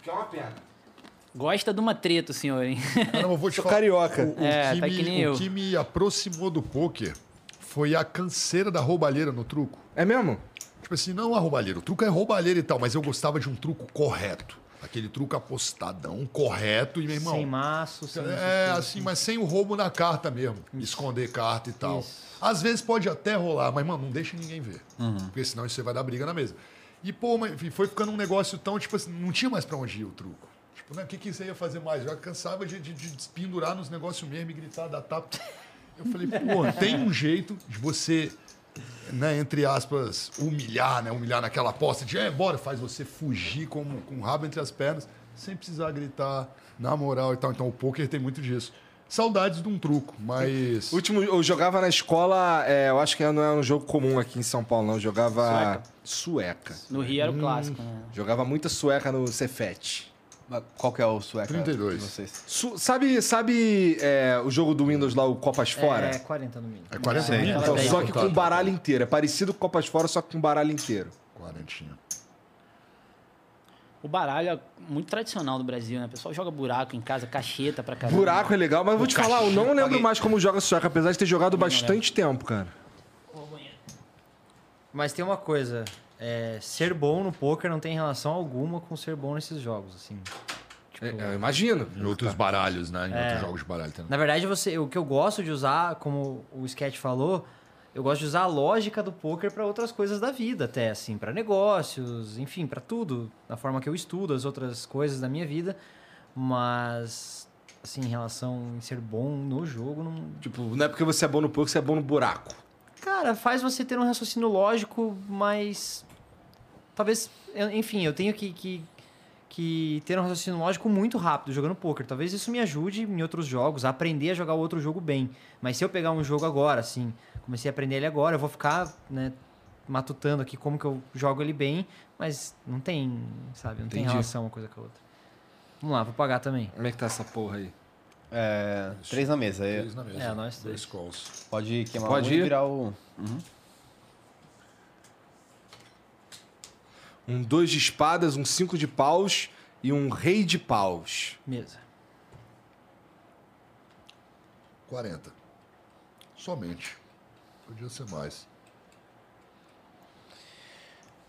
Speaker 3: Que é uma pena.
Speaker 5: Gosta de uma treta, o senhor, hein? *laughs*
Speaker 7: Cara, um eu vou te
Speaker 3: Sou
Speaker 7: falar.
Speaker 3: carioca.
Speaker 7: O, o
Speaker 5: É,
Speaker 7: que
Speaker 5: tá
Speaker 7: me,
Speaker 5: que nem
Speaker 7: o
Speaker 5: eu.
Speaker 7: que me aproximou do poker foi a canseira da roubalheira no truco.
Speaker 3: É mesmo?
Speaker 7: Tipo assim, não a roubalheira. O truco é roubalheira e tal, mas eu gostava de um truco correto. Aquele truco apostadão, correto e, meu irmão.
Speaker 6: Sem maço, sem...
Speaker 7: É, assim, mas sem o roubo na carta mesmo. Esconder carta e tal. Às vezes pode até rolar, mas, mano, não deixa ninguém ver. Porque senão isso aí vai dar briga na mesa. E, pô, mas e foi ficando um negócio tão, tipo assim, não tinha mais pra onde ir o truco. Tipo, né, o que, que você ia fazer mais? Eu já cansava de, de, de despendurar nos negócios mesmo e gritar, dar tapa. Eu falei, pô, tem um jeito de você, né, entre aspas, humilhar, né? Humilhar naquela aposta de, é, bora, faz você fugir com, com o rabo entre as pernas, sem precisar gritar, na moral e tal. Então o poker tem muito disso. Saudades de um truco, mas.
Speaker 3: Último, eu jogava na escola, é, eu acho que não é um jogo comum aqui em São Paulo, não. Eu jogava sueca.
Speaker 5: No Rio
Speaker 3: Hum.
Speaker 5: era o clássico, né?
Speaker 3: Jogava muita sueca no Cefet.
Speaker 4: Mas Qual que é o sueco?
Speaker 7: 32.
Speaker 4: de vocês?
Speaker 3: Su- sabe sabe é, o jogo do Windows lá, o Copas Fora?
Speaker 6: É, 40 no mínimo.
Speaker 7: É 40
Speaker 4: Sei.
Speaker 7: mil?
Speaker 5: Então,
Speaker 3: Só que com baralho inteiro. É parecido com Copas Fora, só que com baralho inteiro.
Speaker 7: Quarentinha.
Speaker 5: O baralho é muito tradicional do Brasil, né? O pessoal joga buraco em casa, cacheta pra caramba.
Speaker 3: Buraco é legal, mas eu vou te falar, eu não lembro mais como joga sueca, apesar de ter jogado bastante tempo, cara.
Speaker 6: Mas tem uma coisa, é, ser bom no poker não tem relação alguma com ser bom nesses jogos, assim.
Speaker 3: É, eu imagino. É.
Speaker 7: Em outros baralhos, né? Em outros jogos de baralho. Tem...
Speaker 6: Na verdade, você, o que eu gosto de usar, como o Sketch falou, eu gosto de usar a lógica do poker para outras coisas da vida, até assim, para negócios, enfim, para tudo, da forma que eu estudo as outras coisas da minha vida, mas assim, em relação em ser bom no jogo, não,
Speaker 3: Tipo, não é porque você é bom no pouco, você é bom no buraco.
Speaker 6: Cara, faz você ter um raciocínio lógico, mas. Talvez. eu- Enfim, eu tenho que, que, que ter um raciocínio lógico muito rápido jogando poker. Talvez isso me ajude em outros jogos a aprender a jogar outro jogo bem. Mas se eu pegar um jogo agora, assim, comecei a aprender ele agora, eu vou ficar, né, matutando aqui como que eu jogo ele bem, mas não tem, sabe, não tem
Speaker 3: Entendi.
Speaker 6: relação uma coisa com a outra. Vamos lá, vou pagar também.
Speaker 3: Como é que tá essa porra aí?
Speaker 4: É, três na mesa. aí
Speaker 7: Três na mesa.
Speaker 6: É, nós três.
Speaker 7: Dois calls.
Speaker 4: Pode queimar
Speaker 3: Pode
Speaker 4: um
Speaker 3: ir.
Speaker 4: e virar o...
Speaker 3: Um dois de espadas, um cinco de paus e um rei de paus.
Speaker 6: Mesa.
Speaker 7: 40. Somente. Podia ser mais.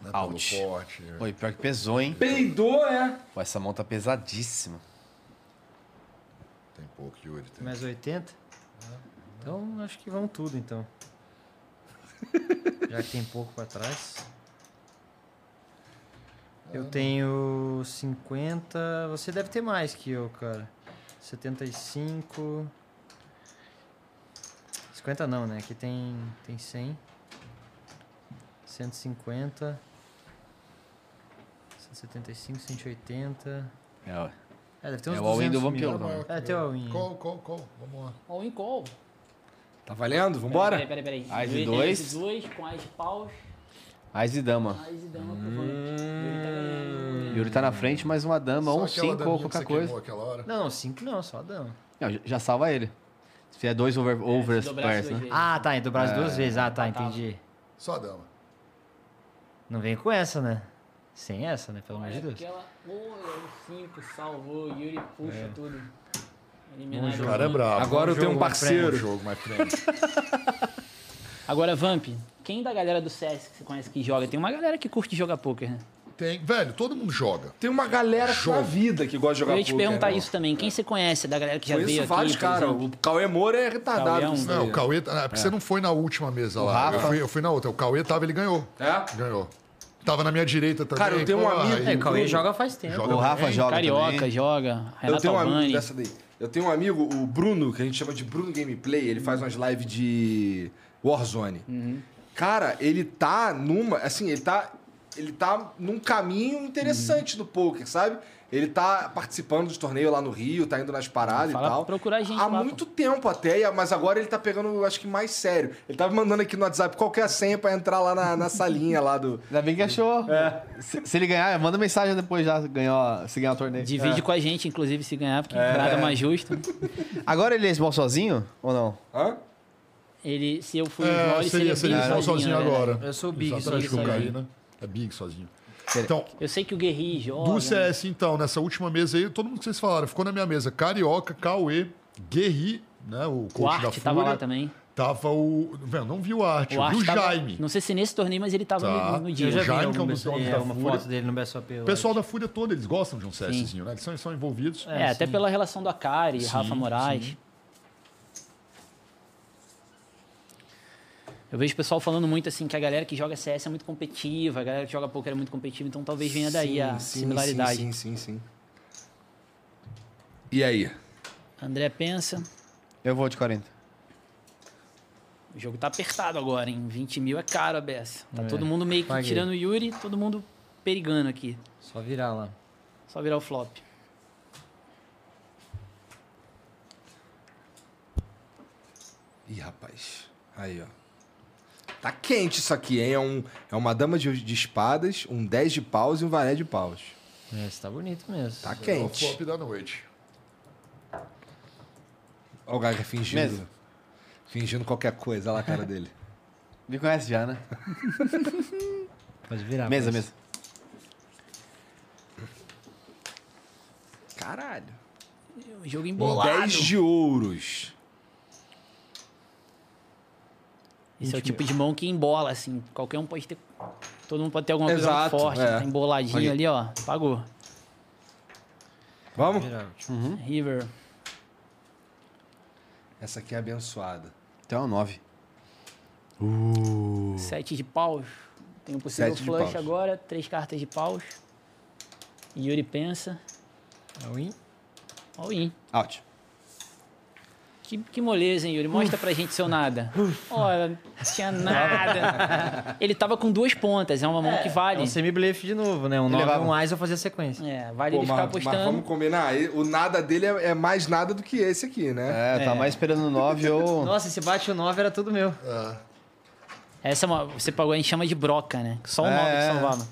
Speaker 7: Né, pelo né?
Speaker 4: Out.
Speaker 7: porte,
Speaker 4: Oi, pior que pesou, hein?
Speaker 3: Peidou, é?
Speaker 4: Pô, essa mão tá pesadíssima.
Speaker 7: Tem pouco, Yuri. Tem.
Speaker 6: Mais 80? Então acho que vão tudo
Speaker 4: *laughs*
Speaker 6: então. Já que tem pouco pra trás.
Speaker 4: Ah.
Speaker 6: Eu tenho 50. Você deve ter mais que eu, cara. 75. 50 não, né? Aqui tem, tem 100. 150. 175, 180.
Speaker 4: É, ó.
Speaker 6: É, deve ter uns
Speaker 4: É o
Speaker 6: 200
Speaker 4: all-in do
Speaker 6: mil.
Speaker 4: vampiro, não.
Speaker 6: É, teu all-in.
Speaker 7: Call, call, call. Vamos lá.
Speaker 5: All in call.
Speaker 3: Tá valendo? Vambora?
Speaker 5: Peraí, peraí, peraí.
Speaker 4: As
Speaker 5: Yuri tem
Speaker 4: e dois.
Speaker 5: as e dois, com as de paus,
Speaker 4: As e dama.
Speaker 5: as e dama provando. Yuri tá ganhando.
Speaker 4: Yuri tá na frente, mais uma dama, ou um
Speaker 7: Só aquela
Speaker 4: cinco
Speaker 7: daninha
Speaker 4: ou
Speaker 7: que
Speaker 4: qualquer
Speaker 7: você
Speaker 4: coisa.
Speaker 7: queimou aquela hora.
Speaker 6: Não, não, 5 não, só dama.
Speaker 4: Não, já- já salva ele. Se fizer dois over, over
Speaker 5: É, se dobrar
Speaker 4: pairs,
Speaker 5: as duas
Speaker 4: né?
Speaker 5: vezes.
Speaker 6: Ah, tá, dobrar as duas vezes. Ah, tá, entendi.
Speaker 7: Só a dama.
Speaker 6: Não vem com essa, né? Sem essa, né? Pelo amor de
Speaker 7: É,
Speaker 5: Olha,
Speaker 6: Deus.
Speaker 5: Aquela. Olha, o 5 salvou. Yuri puxa tudo. Eliminado.
Speaker 4: Uhum.
Speaker 7: O cara é brabo.
Speaker 3: Agora eu tenho um
Speaker 6: jogo, mais
Speaker 7: Um
Speaker 3: parceiro.
Speaker 7: jogo mais frente.
Speaker 5: Agora, Vamp, quem da galera do CS que você conhece que joga? Tem uma galera que curte jogar poker, né?
Speaker 7: Tem. Velho, todo mundo joga.
Speaker 3: Tem uma galera na vida que gosta de jogar
Speaker 5: Eu ia te
Speaker 3: poker,
Speaker 5: perguntar
Speaker 3: né?
Speaker 5: isso também. Quem você conhece da galera que já veio
Speaker 3: Conheço
Speaker 5: aqui?
Speaker 3: vários
Speaker 5: por
Speaker 3: caras.
Speaker 5: exemplo?
Speaker 3: O Cauê Moura é retardado.
Speaker 5: Cauê é um-
Speaker 3: nisso
Speaker 7: Não,
Speaker 3: daí.
Speaker 7: o tá, Cauê. Ah, porque você não foi na última mesa lá.
Speaker 4: Rafa.
Speaker 7: Eu, fui, eu fui na outra. O Cauê tava, ele ganhou.
Speaker 3: É?
Speaker 7: Ganhou. Tava na minha direita também.
Speaker 3: Cara, eu tenho um
Speaker 7: porra,
Speaker 3: amigo-
Speaker 7: aí
Speaker 6: É, o Cauê
Speaker 7: tudo.
Speaker 6: joga faz tempo.
Speaker 7: Joga
Speaker 4: O Rafa
Speaker 7: bem.
Speaker 4: joga
Speaker 5: Carioca
Speaker 4: também.
Speaker 5: joga,
Speaker 3: Eu
Speaker 5: Renato
Speaker 3: tenho um amigo
Speaker 5: Albani.
Speaker 3: dessa daí. Eu tenho um amigo, o Bruno, que a gente chama de Bruno Gameplay, ele faz umas lives de Warzone.
Speaker 5: Uhum.
Speaker 3: Cara, ele tá numa. Assim, ele tá. Ele tá num caminho interessante do
Speaker 5: Uhum.
Speaker 3: poker, sabe? Ele tá participando de torneio lá no Rio, tá indo nas paradas
Speaker 5: Fala
Speaker 3: e tal.
Speaker 5: pra procurar a gente
Speaker 3: Há
Speaker 5: lá,
Speaker 3: muito tempo até, e- mas agora ele tá pegando, eu acho que mais sério. Ele tava mandando aqui no WhatsApp qualquer senha pra entrar lá na, na salinha lá
Speaker 5: *laughs*
Speaker 3: do.
Speaker 4: Ainda bem que achou.
Speaker 7: É.
Speaker 4: Se, se ele ganhar, manda mensagem depois já ganhou, se ganhar o torneio.
Speaker 5: Divide com a gente, inclusive, se ganhar, porque nada mais justo.
Speaker 4: Agora ele é small sozinho ou não?
Speaker 3: Hã?
Speaker 5: Ele, se eu fui
Speaker 7: É, seria, seria
Speaker 5: big
Speaker 7: só sozinho
Speaker 4: né?
Speaker 5: na verdade.
Speaker 7: agora.
Speaker 6: Eu sou o Big,
Speaker 7: Exatamente,
Speaker 5: sou
Speaker 7: com o
Speaker 5: Big
Speaker 7: Caí,
Speaker 5: sozinho.
Speaker 7: né? É Big sozinho. Então,
Speaker 5: Eu sei que o Guerri joga.
Speaker 7: do CS, então, nessa última mesa aí, todo mundo que vocês falaram, ficou na minha mesa. Carioca, Cauê, Guerri, né? O
Speaker 5: O
Speaker 7: coach da
Speaker 5: Arte
Speaker 7: Fúria.
Speaker 5: tava lá também.
Speaker 7: Tava o... Velho, não vi o Arte,
Speaker 5: O
Speaker 7: eu vi
Speaker 5: Arte
Speaker 7: o
Speaker 5: tava-
Speaker 7: Jaime.
Speaker 5: Não sei se nesse torneio, mas ele tava
Speaker 7: Tá.
Speaker 5: no, no dia.
Speaker 7: Eu já vi. Jaime,
Speaker 6: algum
Speaker 7: que é um dos
Speaker 6: BSOP,
Speaker 7: donos
Speaker 6: é,
Speaker 7: da
Speaker 6: uma
Speaker 7: Fúria.
Speaker 6: foto dele no BSOP. eu
Speaker 7: O pessoal
Speaker 6: acho.
Speaker 7: da Fúria todo, eles gostam de um CSzinho, né? Eles são, são envolvidos.
Speaker 5: É, até
Speaker 6: sim.
Speaker 5: pela relação do Akari, Rafa Moraes. Eu vejo o pessoal falando muito assim que a galera que joga CS é muito competitiva, a galera que joga poker é muito competitiva, então talvez venha daí a
Speaker 3: Sim, sim,
Speaker 5: similaridade.
Speaker 3: Sim, sim, sim. sim. E aí?
Speaker 5: André pensa,
Speaker 4: Eu vou de 40.
Speaker 5: o jogo tá apertado agora, hein? 20 mil é caro a beça.
Speaker 7: É.
Speaker 5: Tá todo mundo meio que
Speaker 6: Paguei.
Speaker 5: tirando o Yuri, todo mundo perigando aqui.
Speaker 6: Só virar lá.
Speaker 5: Só virar o flop.
Speaker 3: Ih, rapaz. Aí, ó. Tá quente isso aqui, hein? É, um, é uma dama de, de espadas, um 10 de paus e um varé de paus.
Speaker 6: Esse tá bonito mesmo.
Speaker 3: Tá
Speaker 7: É o
Speaker 3: quente.
Speaker 7: flop da noite.
Speaker 3: Olha o Gaga fingindo.
Speaker 4: Mesmo.
Speaker 3: Fingindo qualquer coisa. Olha lá a cara dele.
Speaker 4: Me conhece já, né?
Speaker 6: Pode virar.
Speaker 4: mesa,
Speaker 6: mas-
Speaker 4: mesa.
Speaker 3: Caralho.
Speaker 5: O jogo
Speaker 3: Um
Speaker 5: embolado. é
Speaker 3: 10 de ouros.
Speaker 5: Esse é o tipo de mão que embola, assim. Qualquer um pode ter. Todo mundo pode ter alguma coisa
Speaker 3: Exato,
Speaker 5: muito forte.
Speaker 3: é.
Speaker 5: Tá emboladinho
Speaker 3: Paguei.
Speaker 5: ali, ó. Pagou.
Speaker 3: Vamos?
Speaker 6: Virar.
Speaker 5: River.
Speaker 3: Essa aqui é abençoada.
Speaker 4: Então, 9.
Speaker 5: Sete de paus. Tem um possível
Speaker 3: Sete de
Speaker 5: flush
Speaker 3: paus.
Speaker 5: agora. Três cartas de paus. Yuri pensa.
Speaker 6: Win.
Speaker 5: All in.
Speaker 4: Out.
Speaker 5: Que, que moleza, hein, Yuri? Mostra pra gente seu nada. Olha, não tinha nada. Ele tava com duas pontas. É uma mão que
Speaker 6: É
Speaker 5: vale.
Speaker 6: um semi-blefe de novo, né? Um
Speaker 4: Ele
Speaker 6: 9
Speaker 4: levava.
Speaker 6: um AIS eu fazia sequência.
Speaker 5: É, vale
Speaker 3: Pô,
Speaker 5: ele
Speaker 3: mas,
Speaker 5: ficar
Speaker 3: mas
Speaker 5: apostando.
Speaker 3: vamos combinar. ele- O nada dele é, é mais nada do que esse aqui, né?
Speaker 4: É, tá mais esperando
Speaker 5: *laughs*
Speaker 4: 9 ou.
Speaker 6: Nossa, esse bate o 9 era tudo meu.
Speaker 5: Essa é uma, você pagou, a gente chama de broca, né? Só o nove
Speaker 4: É.
Speaker 5: que salvava.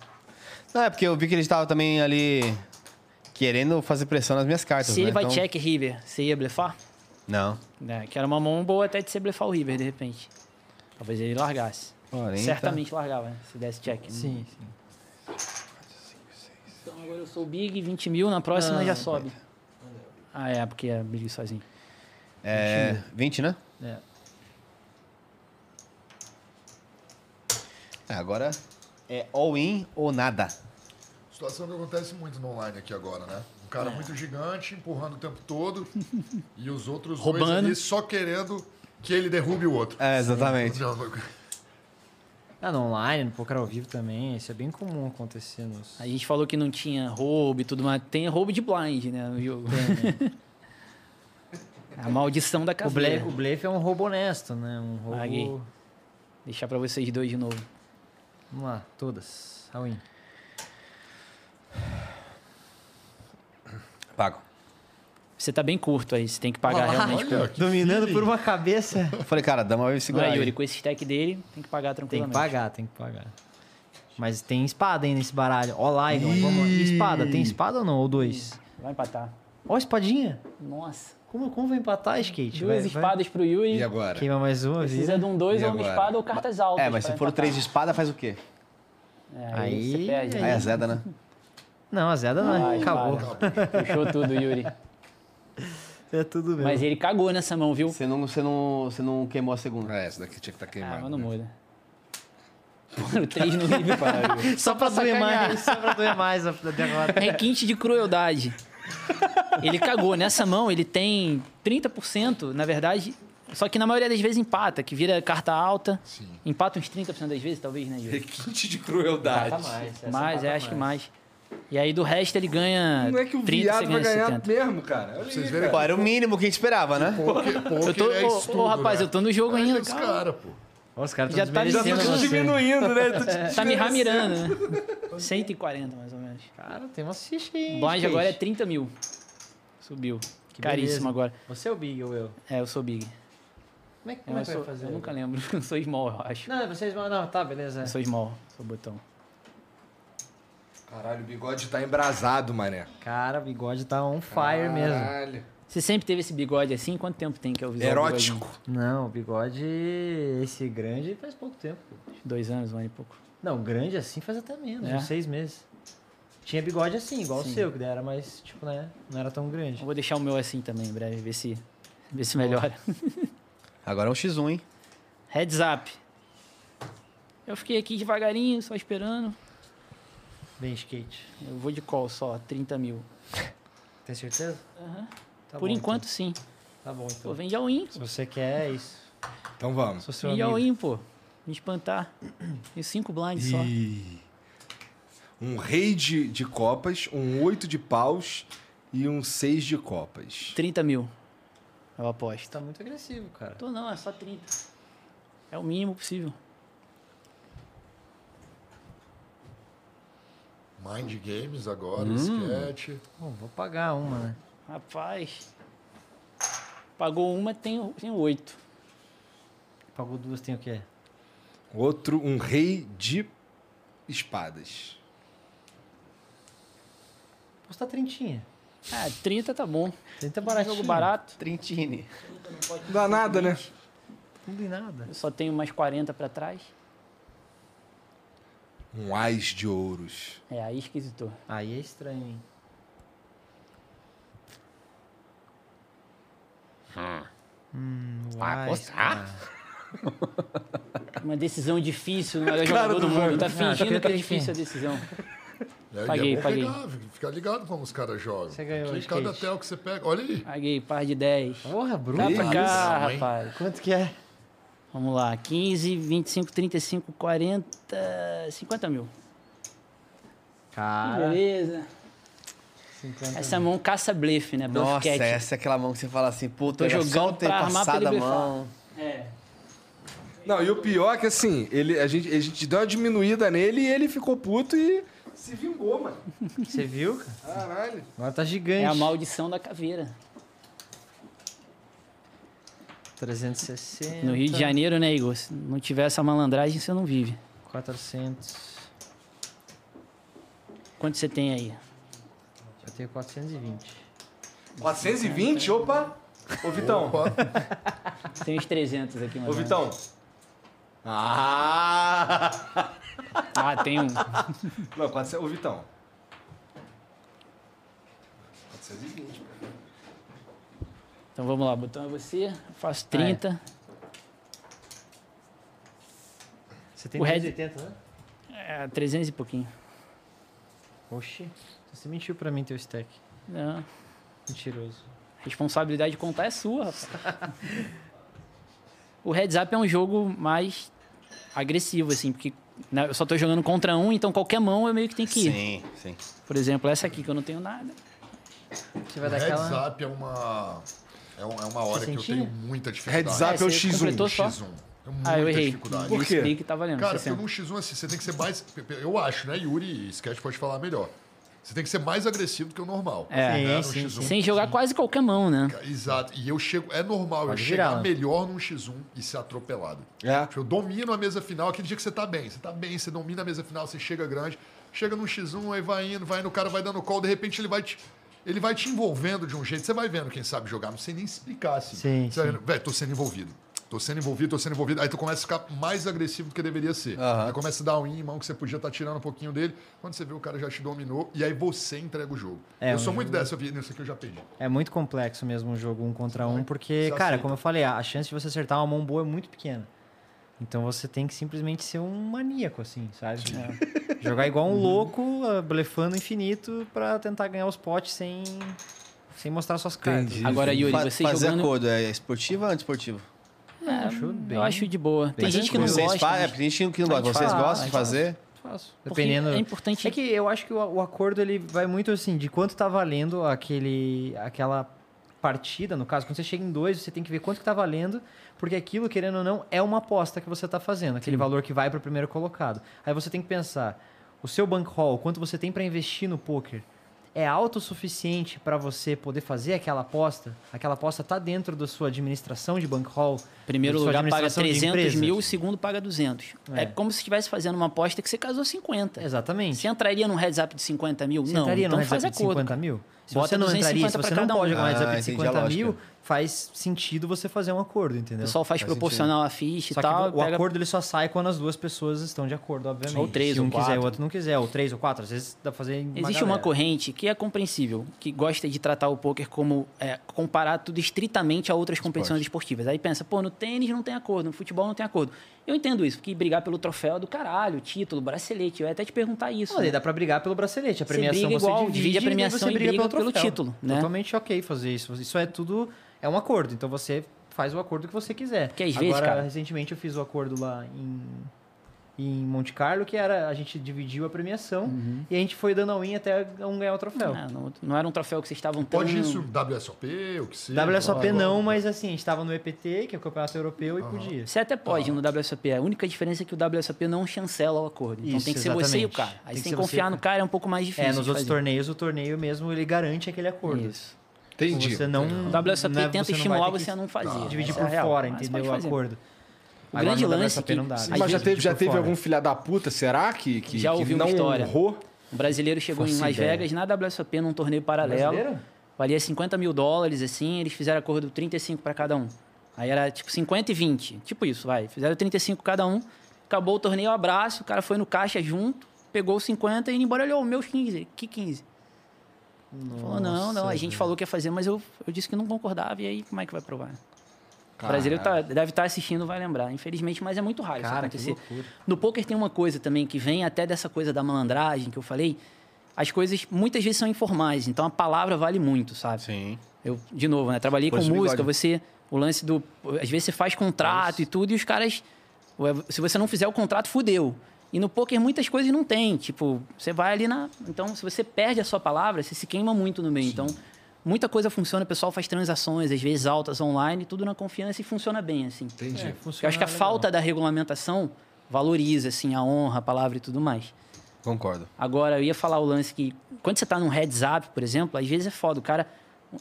Speaker 4: Não, é porque eu vi que ele estava também ali querendo fazer pressão nas minhas cartas.
Speaker 5: Se ele
Speaker 4: né?
Speaker 5: vai
Speaker 4: Então-
Speaker 5: check River, você ia blefar?
Speaker 4: Não.
Speaker 5: É, que era uma mão boa até de você blefar o River, de repente. Talvez ele largasse.
Speaker 4: 40.
Speaker 5: Certamente largava, né? Se desse check.
Speaker 6: Sim, sim.
Speaker 5: Então agora eu sou o Big, 20 mil, na próxima já sobe. Ah, é, porque é Big sozinho.
Speaker 4: É. 20, né?
Speaker 5: É.
Speaker 4: É, agora é all-in ou nada.
Speaker 7: Situação que acontece muito no online aqui agora, né? Um cara
Speaker 5: É.
Speaker 7: muito gigante, empurrando o tempo
Speaker 5: *laughs*
Speaker 7: todo, e os outros dois
Speaker 5: Roubando.
Speaker 7: ali só querendo que ele derrube o outro.
Speaker 4: É, exatamente.
Speaker 7: Não, não-
Speaker 6: Ah, no online, no poker ao vivo também. Isso é bem comum acontecer nos...
Speaker 5: A gente falou que não tinha roubo e tudo mais. Tem roubo de blind, né? No jogo. *laughs* a maldição da
Speaker 6: O blefe,
Speaker 5: caveira.
Speaker 6: o blefe é um roubo honesto, né? Um roubo...
Speaker 5: Paguei. Deixar pra vocês dois de novo.
Speaker 6: Vamos lá, todas. All in.
Speaker 4: Pago.
Speaker 5: Você tá bem curto aí, você tem que pagar realmente.
Speaker 7: Olha, que
Speaker 6: Dominando
Speaker 7: feeling.
Speaker 6: por uma cabeça.
Speaker 4: Eu falei, cara, a dama vai me
Speaker 5: Não
Speaker 4: segurar.
Speaker 5: é,
Speaker 4: aí.
Speaker 5: Yuri? Com esse stack dele, tem que pagar
Speaker 6: Tem que
Speaker 5: tranquilamente.
Speaker 6: pagar, tem que pagar. Mas tem espada ainda nesse baralho. Ó, Lion, vamos lá. E Espada, tem espada ou não? Ou dois?
Speaker 5: Vai empatar.
Speaker 6: Ó, espadinha.
Speaker 5: Nossa.
Speaker 6: Como, como vai empatar, Skate?
Speaker 5: Duas
Speaker 6: Vai- vai-
Speaker 5: espadas pro Yuri.
Speaker 3: E agora?
Speaker 6: Queima mais uma,
Speaker 5: Precisa
Speaker 6: vira.
Speaker 5: de um 2
Speaker 3: E
Speaker 5: ou uma
Speaker 3: agora?
Speaker 5: espada ou cartas altas.
Speaker 4: É, mas se
Speaker 5: pra
Speaker 4: for o
Speaker 5: empatar.
Speaker 4: 3 de espada, faz o quê?
Speaker 5: É, aí você
Speaker 6: Aí-
Speaker 5: perde.
Speaker 4: Aí
Speaker 5: né?
Speaker 4: é zeda, né?
Speaker 6: Não, a Zeda não. é.
Speaker 5: Ah,
Speaker 6: Acabou.
Speaker 5: espada. Puxou tudo, Yuri.
Speaker 6: É tudo meu.
Speaker 5: Mas ele cagou nessa mão, viu?
Speaker 4: Você não, você não, você não queimou a segunda.
Speaker 3: É, essa daqui tinha que estar
Speaker 4: tá
Speaker 5: Ah,
Speaker 3: queimada.
Speaker 5: mas não
Speaker 3: né?
Speaker 5: muda. Mano, 3 no livro.
Speaker 6: Só
Speaker 5: tá
Speaker 6: pra doer mais. Só pra doer mais a derrota.
Speaker 5: Requinte É de crueldade. Ele cagou. Nessa mão, ele tem 30%, na verdade, Só que na maioria das vezes empata, que vira carta alta. Empata uns 30% das vezes, talvez, né, Júlio?
Speaker 3: Requinte É de crueldade.
Speaker 6: mais.
Speaker 5: Mais, é, acho que mais. E aí do resto ele ganha.
Speaker 3: Não é que o
Speaker 5: 30, você
Speaker 3: viado vai
Speaker 5: ganha
Speaker 3: ganhar
Speaker 5: 70.
Speaker 3: mesmo, cara. Olha
Speaker 7: Vocês
Speaker 3: aí,
Speaker 7: verem
Speaker 4: Pô, era o mínimo que a gente esperava, né?
Speaker 7: Poker, poker
Speaker 5: Eu tô,
Speaker 7: é
Speaker 5: ô,
Speaker 7: estudo,
Speaker 5: ô, rapaz,
Speaker 7: né?
Speaker 5: eu tô no jogo
Speaker 7: Olha
Speaker 5: ainda,
Speaker 7: os
Speaker 5: cara.
Speaker 7: cara, pô.
Speaker 6: Os caras
Speaker 5: Já
Speaker 6: estão
Speaker 5: tá
Speaker 3: Já tô
Speaker 5: Sim,
Speaker 3: te
Speaker 5: você.
Speaker 6: assim.
Speaker 3: diminuindo, né? Tô
Speaker 5: *laughs*
Speaker 3: te
Speaker 5: Tá me ramirando, né? 140, mais ou menos.
Speaker 6: Cara, tem uma ficha aí.
Speaker 5: Blind
Speaker 6: gente.
Speaker 5: agora é 30 mil. Subiu. Caríssimo
Speaker 6: beleza.
Speaker 5: agora.
Speaker 6: Você é o Big ou eu?
Speaker 5: É, eu sou big.
Speaker 6: Como é que,
Speaker 5: Eu,
Speaker 6: como é que
Speaker 5: sou-
Speaker 6: vai fazer?
Speaker 5: eu nunca lembro. *laughs* Eu sou small, eu acho.
Speaker 6: Não, vocês vão. Não, tá, beleza.
Speaker 5: Eu sou small, sou botão.
Speaker 3: Caralho, o bigode tá embrasado, mané.
Speaker 6: Cara, o bigode tá on fire mesmo.
Speaker 3: Caralho.
Speaker 5: Você sempre teve esse bigode assim? Quanto tempo tem que eu visual do
Speaker 3: Erótico.
Speaker 6: Não, o bigode, esse grande, faz pouco tempo. pô.
Speaker 5: bigodinho? Dois anos, um ano e pouco.
Speaker 6: Não, grande assim faz até menos,
Speaker 5: É?
Speaker 6: uns seis meses. Tinha bigode assim, igual
Speaker 5: Sim.
Speaker 6: o seu, que daí era mais, tipo, né? Não era tão grande.
Speaker 5: Eu vou deixar o meu assim também em breve, ver se, ver se melhora.
Speaker 4: Agora é um X1, hein?
Speaker 5: Heads up. Eu fiquei aqui devagarinho, só esperando.
Speaker 6: Bem skate.
Speaker 5: Eu vou de call só, 30 mil.
Speaker 6: Tem certeza?
Speaker 5: Aham.
Speaker 6: Tá
Speaker 5: Por
Speaker 6: bom,
Speaker 5: enquanto, sim.
Speaker 6: então. Tá bom,
Speaker 5: Pô,
Speaker 6: então.
Speaker 5: vende all in.
Speaker 6: Se você quer, é isso.
Speaker 3: Então vamos.
Speaker 6: Sou seu
Speaker 5: Vende all
Speaker 6: amigo.
Speaker 5: in, pô. Me espantar. Tenho cinco blinds só.
Speaker 3: Ih. Um rei de, de copas, um oito de paus e um seis de copas.
Speaker 5: 30 mil. Eu aposto.
Speaker 6: Tá muito agressivo, cara. Tá
Speaker 5: Tô não, é só 30. É o mínimo possível.
Speaker 7: Mind Games agora,
Speaker 5: Hum.
Speaker 7: né? esquete.
Speaker 6: Bom, vou pagar uma, né?
Speaker 5: Rapaz. Pagou uma, tem, tem oito.
Speaker 6: Pagou duas, tem o quê?
Speaker 3: Outro, um rei de espadas.
Speaker 6: Posso dar trintinha.
Speaker 5: Ah, 30 tá bom.
Speaker 6: Trinta é
Speaker 5: Para
Speaker 6: baratinho.
Speaker 5: jogo barato.
Speaker 4: Trintini.
Speaker 3: Não dá nada, né?
Speaker 6: Não tem nada.
Speaker 5: Eu só tenho mais 40 pra trás.
Speaker 3: Um ás de ouros.
Speaker 5: É, aí esquisitou.
Speaker 6: Aí é estranho, hein? Hum, uai, cara.
Speaker 5: Uma decisão difícil,
Speaker 6: *laughs*
Speaker 5: não é jogador do mundo. Tá
Speaker 6: Não,
Speaker 5: fingindo
Speaker 6: eu
Speaker 5: que é
Speaker 6: tenho
Speaker 5: difícil a decisão.
Speaker 7: E aí
Speaker 5: Paguei,
Speaker 7: é bom
Speaker 5: paguei.
Speaker 7: pegar, ficar ligado como os caras jogam.
Speaker 6: Você ganhou
Speaker 7: Aqui,
Speaker 6: o
Speaker 7: cada
Speaker 6: skate.
Speaker 7: hotel que você pega. Olha aí.
Speaker 5: Paguei par de 10.
Speaker 6: Porra, Bruno.
Speaker 5: Dá pra cá,
Speaker 7: Não, hein?
Speaker 5: rapaz.
Speaker 6: Quanto que é?
Speaker 5: Vamos lá. 15, 25, 35, 40, 50 mil.
Speaker 6: Cara,
Speaker 5: Beleza.
Speaker 6: 50
Speaker 5: Essa mão caça blefe, né? Bluff
Speaker 4: Nossa,
Speaker 5: catch.
Speaker 4: essa é aquela mão que você fala assim, puta,
Speaker 5: Tô
Speaker 4: eu jogando só
Speaker 5: jogando
Speaker 4: ter
Speaker 5: pra armar pra
Speaker 4: passado
Speaker 5: ele
Speaker 4: a
Speaker 5: blefar.
Speaker 4: mão.
Speaker 5: É.
Speaker 3: Não, e o pior é que assim, ele, a, gente, a gente deu uma diminuída nele e ele ficou puto e. Se vingou, mano.
Speaker 6: Você viu, cara?
Speaker 3: Caralho.
Speaker 6: Agora tá
Speaker 5: É
Speaker 6: gigante.
Speaker 5: a maldição da caveira.
Speaker 6: 360.
Speaker 5: No Rio de Janeiro, né, Igor? Se não tiver essa malandragem, você não vive.
Speaker 6: 400.
Speaker 5: Quanto você tem aí?
Speaker 6: Eu tenho 420.
Speaker 3: 420? Opa! Ô, Vitão.
Speaker 5: Tem uns 300 aqui, mais
Speaker 3: Ô,
Speaker 5: ou menos.
Speaker 3: Vitão. Ah!
Speaker 5: Ah, tem um.
Speaker 3: Não, 400. Ô, Vitão. 420.
Speaker 5: Então vamos lá, botão é você. Eu faço 30.
Speaker 6: Você tem
Speaker 5: O Red-
Speaker 6: 380, né?
Speaker 5: É, 300 e pouquinho.
Speaker 6: Oxi. Você mentiu pra mim teu stack.
Speaker 5: Não.
Speaker 6: Mentiroso.
Speaker 5: Responsabilidade de contar é sua, rapaz. *laughs* o heads up é um jogo mais agressivo, assim, porque né, eu só tô jogando contra um, então qualquer mão eu meio que tenho que ir.
Speaker 4: Sim, sim.
Speaker 5: Por exemplo, essa aqui que eu não tenho nada.
Speaker 6: Você Ah, vai dar
Speaker 7: Heads
Speaker 6: aquela...
Speaker 7: up é uma. É um- é uma hora que eu
Speaker 6: centinha?
Speaker 7: tenho muita dificuldade.
Speaker 3: Heads up é o
Speaker 5: você
Speaker 3: X1.
Speaker 5: completou só?
Speaker 7: X1. É muita
Speaker 5: Ah, eu errei.
Speaker 7: dificuldade.
Speaker 3: Por quê?
Speaker 5: Explique, tá valendo.
Speaker 7: Cara,
Speaker 5: 60.
Speaker 7: porque no X1 assim, você tem que ser mais. Eu acho, né? Yuri e Sketch pode falar melhor. Você tem que ser mais agressivo do que o normal.
Speaker 5: É.
Speaker 7: né? No
Speaker 6: Sim, sim,
Speaker 7: X1.
Speaker 5: Sem jogar quase qualquer mão, né?
Speaker 7: Exato. E eu chego. É normal
Speaker 6: Pode
Speaker 7: eu
Speaker 6: virar,
Speaker 7: chegar
Speaker 6: né?
Speaker 7: melhor num X1 e ser atropelado.
Speaker 3: É.
Speaker 7: Tipo, Eu domino a mesa final, aquele dia que você tá bem. Você tá bem, você domina a mesa final, você chega grande. Chega num X1, aí vai indo, vai indo, o cara vai dando call, de repente ele vai te. Ele vai te envolvendo de um jeito, você vai vendo quem sabe jogar, não sei nem explicar assim.
Speaker 6: Sim,
Speaker 7: Você vai vendo, Véi, tô sendo envolvido. Tô sendo envolvido, tô sendo envolvido. Aí tu começa a ficar mais agressivo do que deveria ser. Aí começa a dar um in, mão que você podia estar tirando um pouquinho dele. Quando você vê o cara já te dominou, e aí você entrega o jogo.
Speaker 6: É,
Speaker 7: eu sou
Speaker 6: um
Speaker 7: muito dessa, eu vi, nisso aqui eu já perdi.
Speaker 6: É muito complexo mesmo um jogo um contra um, porque,
Speaker 7: Você
Speaker 6: cara,
Speaker 7: aceita.
Speaker 6: como eu falei, a a chance de você acertar uma mão boa é muito pequena. Então você tem que simplesmente ser um maníaco, assim, sabe? *laughs* Jogar igual
Speaker 5: Uhum.
Speaker 6: um louco, ah, blefando infinito pra tentar ganhar os potes sem, sem mostrar suas cartas.
Speaker 3: Entendi.
Speaker 5: Agora, Yuri,
Speaker 4: Fa-
Speaker 5: você
Speaker 4: fazer
Speaker 5: jogando.
Speaker 4: acordo, é esportiva ou antesportiva?
Speaker 5: É,
Speaker 6: acho bem-
Speaker 5: Eu acho de boa. Tem gente que não
Speaker 4: Vocês
Speaker 5: gosta.
Speaker 4: fa-
Speaker 5: mas
Speaker 4: É, tem gente que não
Speaker 5: a gente
Speaker 4: gosta.
Speaker 5: faz,
Speaker 4: Vocês
Speaker 5: a
Speaker 4: gostam de
Speaker 5: gente
Speaker 4: fazer?
Speaker 5: faço. Porque
Speaker 6: Dependendo.
Speaker 5: É importante.
Speaker 6: É que eu acho que o, o acordo ele vai muito assim de quanto tá valendo aquele, aquela partida. No caso, quando você chega em dois, você tem que ver quanto que tá valendo, porque aquilo, querendo ou não, é uma aposta que você tá fazendo, aquele valor que vai para o primeiro colocado. Aí você tem que pensar o seu bankroll, quanto você tem para investir no poker. É alto o suficiente para você poder fazer aquela aposta? Aquela aposta tá dentro da sua administração de bankroll?
Speaker 5: Primeiro
Speaker 6: da sua
Speaker 5: lugar paga
Speaker 6: administração de
Speaker 5: 300
Speaker 6: empresa?
Speaker 5: mil, o segundo paga 200. É,
Speaker 6: É.
Speaker 5: como se estivesse fazendo uma aposta que você casou 50.
Speaker 6: Exatamente.
Speaker 5: Você entraria num heads up de 50 mil?
Speaker 6: Você
Speaker 5: não,
Speaker 6: entraria
Speaker 5: então
Speaker 6: num
Speaker 5: faz
Speaker 6: heads up é de
Speaker 5: acordo.
Speaker 6: 50 mil? Se
Speaker 5: Bota
Speaker 6: você não
Speaker 5: 250
Speaker 6: entraria, se
Speaker 5: pra
Speaker 6: você não
Speaker 5: cada um.
Speaker 6: pode jogar um heads
Speaker 4: Ah,
Speaker 6: up de
Speaker 4: entendi a
Speaker 6: 50
Speaker 4: lógica.
Speaker 6: mil, faz sentido você fazer um acordo, entendeu?
Speaker 5: O pessoal faz, proporcional à
Speaker 6: Só
Speaker 5: ficha e
Speaker 6: que
Speaker 5: tal.
Speaker 6: o
Speaker 5: tá, pega-
Speaker 6: acordo ele só sai quando as duas pessoas estão de acordo, obviamente.
Speaker 5: Ou três,
Speaker 6: Se
Speaker 5: ou
Speaker 6: um quiser e o
Speaker 5: quatro.
Speaker 6: outro não quiser, ou três ou quatro, às vezes dá pra fazer em
Speaker 5: Existe um uma
Speaker 6: galera.
Speaker 5: corrente que é compreensível, que gosta de tratar o poker como é, comparar tudo estritamente a outras competições esportivas. Aí pensa, pô, no tênis não tem acordo, no futebol não tem acordo. Eu entendo isso, porque brigar pelo troféu é do caralho, título, bracelete. Eu ia até te perguntar isso.
Speaker 6: Não, daí
Speaker 5: né?
Speaker 6: dá pra brigar pelo bracelete. A
Speaker 5: Você
Speaker 6: premiação
Speaker 5: briga
Speaker 6: você
Speaker 5: igual,
Speaker 6: divide,
Speaker 5: divide a
Speaker 6: e daí
Speaker 5: premiação
Speaker 6: você
Speaker 5: e
Speaker 6: briga
Speaker 5: briga
Speaker 6: pelo,
Speaker 5: pelo
Speaker 6: troféu.
Speaker 5: título, né?
Speaker 6: Totalmente ok fazer isso. Isso é tudo... É um acordo, então você faz o acordo que é você quiser.
Speaker 5: Porque às
Speaker 6: Agora,
Speaker 5: vezes, cara-
Speaker 6: recentemente eu fiz o acordo lá em, em Monte Carlo, que era a gente dividiu a premiação e a gente foi dando a win até um ganhar o troféu.
Speaker 5: Ah, não, não era um troféu que vocês estavam tão...
Speaker 7: Pode isso WSOP, o que seja.
Speaker 6: WSOP
Speaker 7: agora-
Speaker 6: não, mas assim, a gente tava no EPT, que é o Campeonato Europeu, e podia.
Speaker 5: Você até pode no WSOP. A única diferença é que o WSOP não chancela o acordo. Então
Speaker 6: Isso,
Speaker 5: tem que ser você e o
Speaker 6: exatamente.
Speaker 5: cara.
Speaker 6: Tem
Speaker 5: Aí
Speaker 6: que
Speaker 5: sem
Speaker 6: ser você e o
Speaker 5: confiar no
Speaker 6: cara.
Speaker 5: cara é um pouco mais difícil.
Speaker 6: É, nos
Speaker 5: de
Speaker 6: outros
Speaker 5: fazer.
Speaker 6: torneios, o torneio mesmo, ele garante aquele acordo.
Speaker 5: Isso.
Speaker 3: Entendi.
Speaker 6: Você não,
Speaker 5: O WSOP
Speaker 6: né,
Speaker 5: tenta
Speaker 6: você não vai
Speaker 5: estimular
Speaker 6: ter que
Speaker 5: você a não fazer.
Speaker 6: Dividir
Speaker 5: Essa é
Speaker 6: por
Speaker 5: a real,
Speaker 6: fora,
Speaker 5: mas
Speaker 6: entendeu?
Speaker 5: pode
Speaker 6: O
Speaker 5: fazer.
Speaker 6: acordo.
Speaker 5: O grande
Speaker 6: no
Speaker 5: lance
Speaker 6: WSOP
Speaker 5: é que-
Speaker 6: não dá.
Speaker 5: Sim,
Speaker 6: Às
Speaker 3: Mas já
Speaker 6: vezes,
Speaker 3: teve, já
Speaker 6: por
Speaker 3: teve
Speaker 6: fora.
Speaker 3: algum filha da puta, será? Que, que,
Speaker 5: Já
Speaker 3: que
Speaker 5: ouvi uma
Speaker 3: não
Speaker 5: história.
Speaker 3: honrou?
Speaker 5: Um brasileiro chegou
Speaker 6: Faço
Speaker 5: em Las
Speaker 6: ideia.
Speaker 5: Vegas na WSOP num torneio paralelo.
Speaker 6: Brasileiro?
Speaker 5: Valia 50 mil dólares, assim, eles fizeram acordo 35 para cada um. Aí era tipo 50 e 20. Tipo isso, vai. Fizeram 35 cada um. Acabou o torneio, abraço. O cara foi no caixa junto, pegou os 50 e indo embora olhou, meus 15. Que 15? Falou, não, não, a gente falou que ia fazer, mas eu, eu disse que não concordava, e aí como é que vai provar? O brasileiro tá- deve estar assistindo, vai lembrar, infelizmente, mas é muito raro isso
Speaker 6: Cara, que
Speaker 5: acontecer.
Speaker 6: loucura.
Speaker 5: No poker tem uma coisa também que vem até dessa coisa da malandragem que eu falei. As coisas muitas vezes são informais, então a palavra vale muito, sabe?
Speaker 4: Sim.
Speaker 5: Eu, de novo, né? Trabalhei
Speaker 4: Pois
Speaker 5: com
Speaker 4: o
Speaker 5: música,
Speaker 4: bigode.
Speaker 5: você. O lance do. Às vezes você faz contrato e tudo, e os caras. Se você não fizer o contrato, fudeu. E no poker muitas coisas não tem. Tipo, você vai ali na. Então, se você perde a sua palavra, você se queima muito no meio. Então, muita coisa funciona, o pessoal faz transações, às vezes altas online, tudo na confiança e funciona bem, assim.
Speaker 3: Entendi.
Speaker 5: Eu acho que a
Speaker 6: legal.
Speaker 5: falta da regulamentação valoriza, assim, a honra, a palavra e tudo mais.
Speaker 4: Concordo.
Speaker 5: Agora, eu ia falar o lance que, quando você tá num heads up, por exemplo, às vezes é foda. O cara,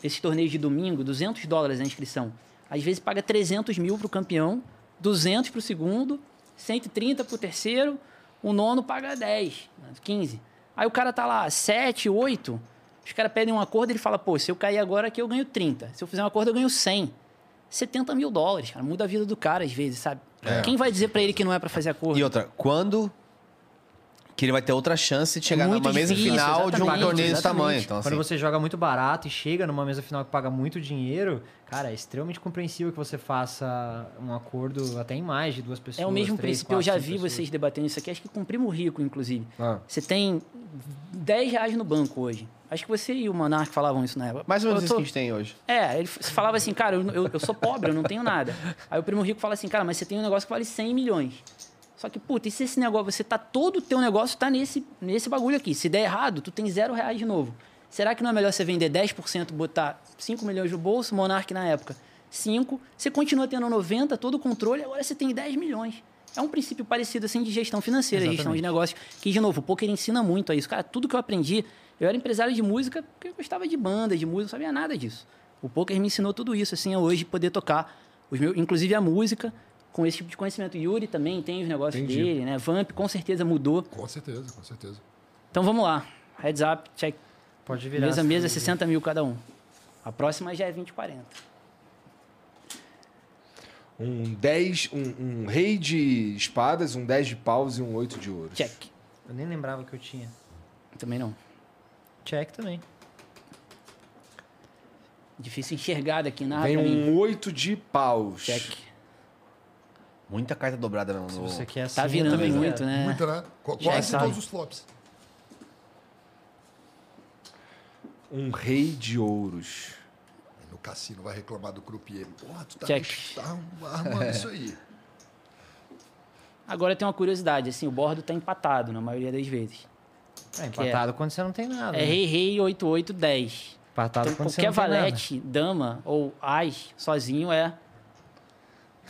Speaker 5: esse torneio de domingo, 200 dólares a inscrição. Às vezes paga 300 mil pro campeão, 200 pro segundo, 130 pro terceiro, o nono paga 10, né, 15. Aí o cara tá lá, 7, 8, os caras pedem um acordo, ele fala, pô, se eu cair agora aqui eu ganho 30. Se eu fizer um acordo eu ganho 100. 70 mil dólares, cara. Muda a vida do cara às vezes, sabe? Quem vai dizer pra ele que não é pra fazer acordo?
Speaker 4: E outra, quando que ele vai ter outra chance de chegar
Speaker 5: É Muito
Speaker 4: numa mesa
Speaker 5: difícil,
Speaker 4: final de um
Speaker 5: exatamente,
Speaker 4: torneio desse
Speaker 5: exatamente.
Speaker 4: tamanho? Então, assim,
Speaker 6: Quando você joga muito barato e chega numa mesa final que paga muito dinheiro, cara, é extremamente compreensível que você faça um acordo até em mais de duas pessoas.
Speaker 5: É o mesmo
Speaker 6: três,
Speaker 5: princípio,
Speaker 6: quatro,
Speaker 5: eu já
Speaker 6: cinco
Speaker 5: vi
Speaker 6: pessoas.
Speaker 5: vocês debatendo isso aqui, acho que com o Primo Rico, inclusive. Você tem 10 reais no banco hoje. Acho que você e o Monark falavam isso na época.
Speaker 4: mais ou
Speaker 5: Eu
Speaker 4: menos isso
Speaker 5: tô-
Speaker 4: que a gente tem hoje.
Speaker 5: É, ele f- falava assim, cara, eu, eu- eu sou pobre, eu não tenho nada. Aí o Primo Rico fala assim, cara, mas você tem um negócio que vale 100 milhões. Só que, puta, e se esse negócio, você tá, todo o teu negócio tá nesse, nesse bagulho aqui. Se der errado, tu tem zero reais de novo. Será que não é melhor você vender 10%, botar 5 milhões no bolso, Monark na época, 5, você continua tendo 90, todo o controle, agora você tem 10 milhões. É um princípio parecido assim de gestão financeira, gestão de negócio, que de novo, o poker ensina muito a isso. Cara, tudo que eu aprendi, eu era empresário de música, porque eu gostava de banda, de música, não sabia nada disso. O poker me ensinou tudo isso, assim, a hoje poder tocar, os meus, inclusive a música, com esse tipo de conhecimento. Yuri também tem os negócios dele, né? Vamp com certeza mudou.
Speaker 7: Com certeza, com certeza.
Speaker 5: Então vamos lá. Heads up, check.
Speaker 6: Pode virar.
Speaker 5: Mesa,
Speaker 6: assim.
Speaker 5: mesa, 60 mil cada um. A próxima já é 20, 40.
Speaker 3: Um 10, um, um rei de espadas, um 10 de paus e um 8 de ouro.
Speaker 5: Check.
Speaker 6: Eu nem lembrava que eu tinha.
Speaker 5: Também não.
Speaker 6: Check também.
Speaker 5: Difícil enxergar daqui, nada
Speaker 3: Vem
Speaker 5: pra mim.
Speaker 3: um 8 de paus.
Speaker 5: Check.
Speaker 4: Muita carta dobrada mesmo. no-
Speaker 6: Você quer assim,
Speaker 5: Tá
Speaker 6: eu
Speaker 5: virando
Speaker 6: também quero.
Speaker 5: muito, né?
Speaker 7: Muita, né? Qu-
Speaker 5: Já
Speaker 7: Quase
Speaker 5: sabe.
Speaker 7: todos os flops.
Speaker 3: Um rei de ouros.
Speaker 7: No cassino vai reclamar do croupier. Porra, tu tá,
Speaker 5: Check.
Speaker 7: tá armando
Speaker 6: *laughs*
Speaker 7: isso aí.
Speaker 5: Agora tem uma curiosidade, assim, o bordo tá empatado na maioria das vezes.
Speaker 6: É, empatado quando você não tem nada.
Speaker 5: É
Speaker 6: né?
Speaker 5: rei, rei, 8, 8, 10.
Speaker 6: Empatado
Speaker 5: Então,
Speaker 6: quando você
Speaker 5: qualquer
Speaker 6: não tem
Speaker 5: valete, dama ou as, sozinho é...
Speaker 6: nada.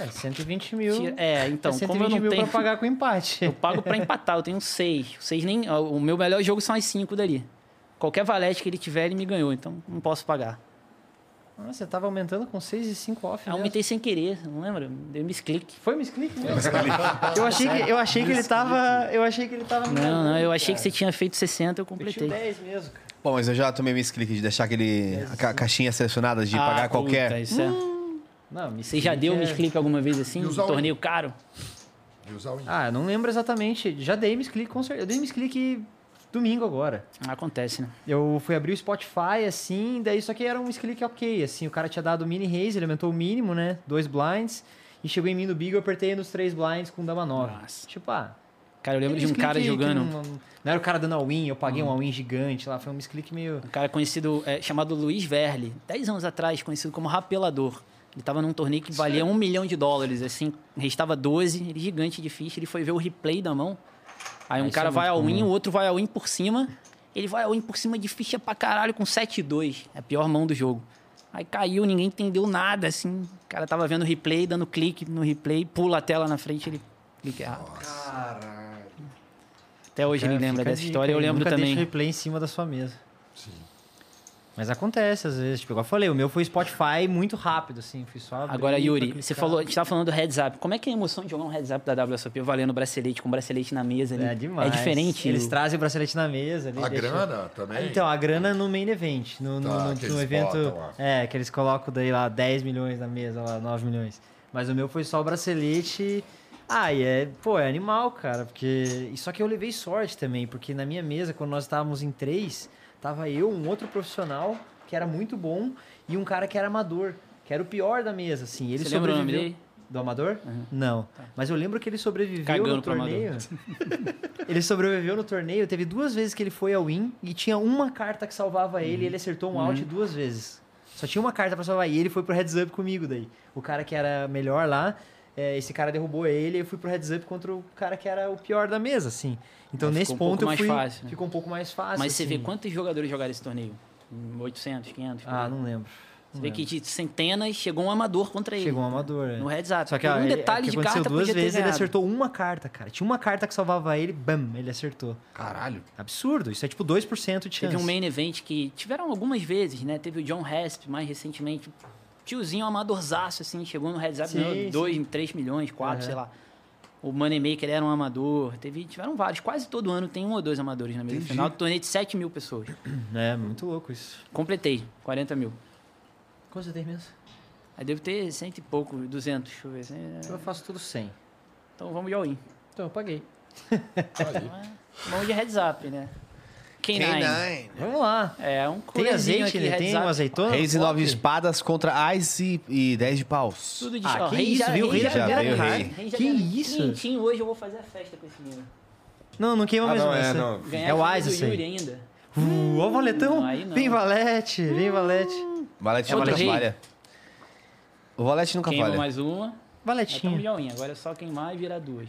Speaker 6: É 120 mil.
Speaker 5: Tira- é, então,
Speaker 6: é 120
Speaker 5: como eu não
Speaker 6: mil
Speaker 5: tenho-
Speaker 6: pra pagar com empate.
Speaker 5: *laughs* Eu pago pra empatar, eu tenho seis. Seis nem, ó, o meu melhor jogo são as cinco dali. Qualquer valete que ele tiver, ele me ganhou, então não posso pagar.
Speaker 6: Nossa, você tava aumentando com 6 e 5 off.
Speaker 5: Eu
Speaker 6: mesmo.
Speaker 5: aumentei sem querer, não lembra? Deu um misclick.
Speaker 6: Foi um misclick mesmo? eu achei que eu achei que ele tava, eu achei que ele tava me
Speaker 5: Não, não,
Speaker 6: enganando,
Speaker 5: eu achei que
Speaker 6: cara.
Speaker 5: você tinha feito 60, eu
Speaker 6: Eu tinha
Speaker 5: completei.
Speaker 6: 10 mesmo. cara.
Speaker 4: Bom, mas eu já tomei esse clique de deixar aquele a ca- caixinha selecionada de
Speaker 5: Ah,
Speaker 4: pagar
Speaker 5: puta,
Speaker 4: qualquer.
Speaker 5: isso é-
Speaker 6: Não,
Speaker 5: Você
Speaker 6: misclick
Speaker 5: já deu
Speaker 6: é-
Speaker 5: misclick alguma vez assim?
Speaker 7: E
Speaker 5: Um
Speaker 7: usar o-
Speaker 5: torneio caro?
Speaker 7: E usar um o índice.
Speaker 6: Ah, eu não lembro exatamente. Já dei misclick com certeza. Eu dei misclick domingo agora.
Speaker 5: Acontece, né?
Speaker 6: Eu fui abrir o Spotify, assim, daí só que era um misclick ok, assim, o cara tinha dado mini raise, ele aumentou o mínimo, né? Dois blinds, e chegou em mim no big, eu apertei nos três blinds com dama 9.
Speaker 5: Nossa.
Speaker 6: Tipo, ah...
Speaker 5: Cara, eu lembro de
Speaker 6: aquele
Speaker 5: um Hum. cara
Speaker 6: misclick que
Speaker 5: jogando.
Speaker 6: Não, não era o cara dando all-in, eu paguei um all-in gigante lá, foi um misclick meio...
Speaker 5: Um cara conhecido, é, chamado Luiz Verli, 10 anos atrás, conhecido como rapelador. Ele tava num torneio que valia um milhão de dólares, assim, restava 12, ele gigante de ficha, ele foi ver o replay da mão.
Speaker 6: Ah,
Speaker 5: Aí um
Speaker 6: é
Speaker 5: cara vai ao
Speaker 6: né?
Speaker 5: win, o outro vai ao win por cima, ele vai ao win por cima de ficha pra caralho com 7-2, é a pior mão do jogo. Aí caiu, ninguém entendeu nada, assim, o cara tava vendo o replay, dando clique no replay, pula a tela na frente, ele clica errado. Até hoje ele
Speaker 6: Cara,
Speaker 5: lembra
Speaker 6: É, fica a
Speaker 5: dessa
Speaker 6: dica,
Speaker 5: história, eu
Speaker 6: hein?
Speaker 5: lembro
Speaker 6: Nunca
Speaker 5: também.
Speaker 6: deixa replay em cima da sua mesa.
Speaker 7: Sim.
Speaker 6: Mas acontece às vezes, tipo, igual eu falei, o meu foi Spotify muito rápido, assim, fui só abrir
Speaker 5: Agora,
Speaker 6: pra
Speaker 5: Yuri,
Speaker 6: clicar.
Speaker 5: você falou, a gente tava falando do heads up. Como é que é a emoção de jogar um heads up da WSOP valendo bracelete, com bracelete na mesa ali?
Speaker 6: É demais.
Speaker 5: É diferente.
Speaker 6: Eles
Speaker 5: o-
Speaker 6: trazem o bracelete na mesa. Ali,
Speaker 7: A
Speaker 6: deixa-
Speaker 7: grana também?
Speaker 6: Então, a grana no main event. No, no-
Speaker 7: Tá,
Speaker 6: no-
Speaker 7: que
Speaker 6: no
Speaker 7: eles
Speaker 6: evento.
Speaker 7: botam lá.
Speaker 6: É, que eles colocam daí lá 10 milhões na mesa, lá 9 milhões. Mas o meu foi só o bracelete. Ah, e é, pô, é animal, cara, porque. e Só que eu levei sorte também, porque na minha mesa, quando nós estávamos em três, tava eu, um outro profissional, que era muito bom, e um cara que era amador, que era o pior da mesa, assim. Ele
Speaker 5: Você lembra o nome
Speaker 6: sobreviveu-
Speaker 5: dele? Tá.
Speaker 6: Do amador? Não. Mas eu lembro que ele sobreviveu
Speaker 5: Cagando
Speaker 6: no
Speaker 5: pro amador.
Speaker 6: torneio. *laughs* Ele sobreviveu no torneio, teve duas vezes que ele foi ao win e tinha uma carta que salvava ele, e ele acertou um
Speaker 5: Uhum.
Speaker 6: out duas vezes. Só tinha uma carta pra salvar e ele foi pro heads up comigo daí. O cara que era melhor lá, é, esse cara derrubou ele e eu fui pro heads up contra o cara que era o pior da mesa, assim. Então
Speaker 5: É,
Speaker 6: nesse
Speaker 5: ficou um pouco
Speaker 6: ponto eu
Speaker 5: mais
Speaker 6: fui,
Speaker 5: fácil, né?
Speaker 6: ficou um pouco mais fácil.
Speaker 5: Mas você vê
Speaker 6: assim.
Speaker 5: quantos jogadores jogaram esse torneio? Hum, 800, 500? por
Speaker 6: Ah,
Speaker 5: aí.
Speaker 6: não lembro.
Speaker 5: Você vê que de centenas chegou um amador contra ele.
Speaker 6: Chegou um amador, é.
Speaker 5: No heads up.
Speaker 6: Só que
Speaker 5: Por
Speaker 6: ah,
Speaker 5: um
Speaker 6: ele-
Speaker 5: detalhe
Speaker 6: o que
Speaker 5: de
Speaker 6: aconteceu
Speaker 5: carta
Speaker 6: duas
Speaker 5: podia ter
Speaker 6: vezes ele é
Speaker 5: ganhado.
Speaker 6: acertou uma carta, cara. Tinha uma carta que salvava ele, bam, ele acertou.
Speaker 3: Caralho.
Speaker 6: Absurdo, isso é tipo 2% de chance.
Speaker 5: Teve um main event que tiveram algumas vezes, né? Teve o John Hasp mais recentemente. Tiozinho amadorzaço, assim, chegou no heads up,
Speaker 6: Sim, sim.
Speaker 5: ganhou 2, 3 milhões, 4,
Speaker 6: Aham.
Speaker 5: sei lá. O Moneymaker era um amador. Teve, tiveram vários. Quase todo ano tem um ou dois amadores na mesa final. Torneio de 7 mil pessoas.
Speaker 6: É, muito louco isso.
Speaker 5: Completei, 40 mil.
Speaker 6: Quanto você tem mesmo?
Speaker 5: Aí devo ter cento e pouco, 200, deixa eu ver. assim, é.
Speaker 6: Eu faço tudo 100.
Speaker 5: Então vamos de all-in.
Speaker 6: Então eu paguei.
Speaker 7: tá
Speaker 6: *laughs*
Speaker 5: Vamos de heads up, né? K9.
Speaker 4: K9.
Speaker 6: Vamos lá.
Speaker 5: É um
Speaker 6: Tem
Speaker 5: coisinho
Speaker 6: azeite,
Speaker 5: aqui,
Speaker 6: né?
Speaker 5: heads
Speaker 6: Tem
Speaker 5: up.
Speaker 6: um azeitona?
Speaker 4: Reis e
Speaker 6: Pop.
Speaker 4: nove espadas contra Ice e 10 de paus.
Speaker 5: Tudo de
Speaker 6: Ah,
Speaker 5: ó,
Speaker 6: que
Speaker 5: rei
Speaker 6: isso,
Speaker 5: já-
Speaker 6: viu? Rei
Speaker 5: já
Speaker 6: da
Speaker 5: ganhou,
Speaker 4: primeira
Speaker 5: rei.
Speaker 4: carta.
Speaker 5: Rei já
Speaker 6: Que
Speaker 5: ganhou.
Speaker 6: isso?
Speaker 5: Quentinho, hoje eu vou fazer a festa com esse menino.
Speaker 6: Não, não queima
Speaker 3: Ah,
Speaker 6: mesmo
Speaker 3: não, é,
Speaker 6: essa.
Speaker 3: não.
Speaker 5: Ganhar
Speaker 6: É o
Speaker 5: jogo
Speaker 6: Ais,
Speaker 5: do
Speaker 6: esse aí.
Speaker 5: Yuri ainda.
Speaker 6: Uh, ó o valetão.
Speaker 5: Não, aí não. Uh.
Speaker 6: Vem valete, vem valete.
Speaker 4: Valete
Speaker 5: É o
Speaker 4: nunca
Speaker 5: do rei.
Speaker 4: falha. O Valete nunca
Speaker 5: Queima
Speaker 4: falha.
Speaker 5: mais uma. Aí tá um
Speaker 6: Valetinho.
Speaker 5: milhãoinho. Agora é só queimar e virar duas.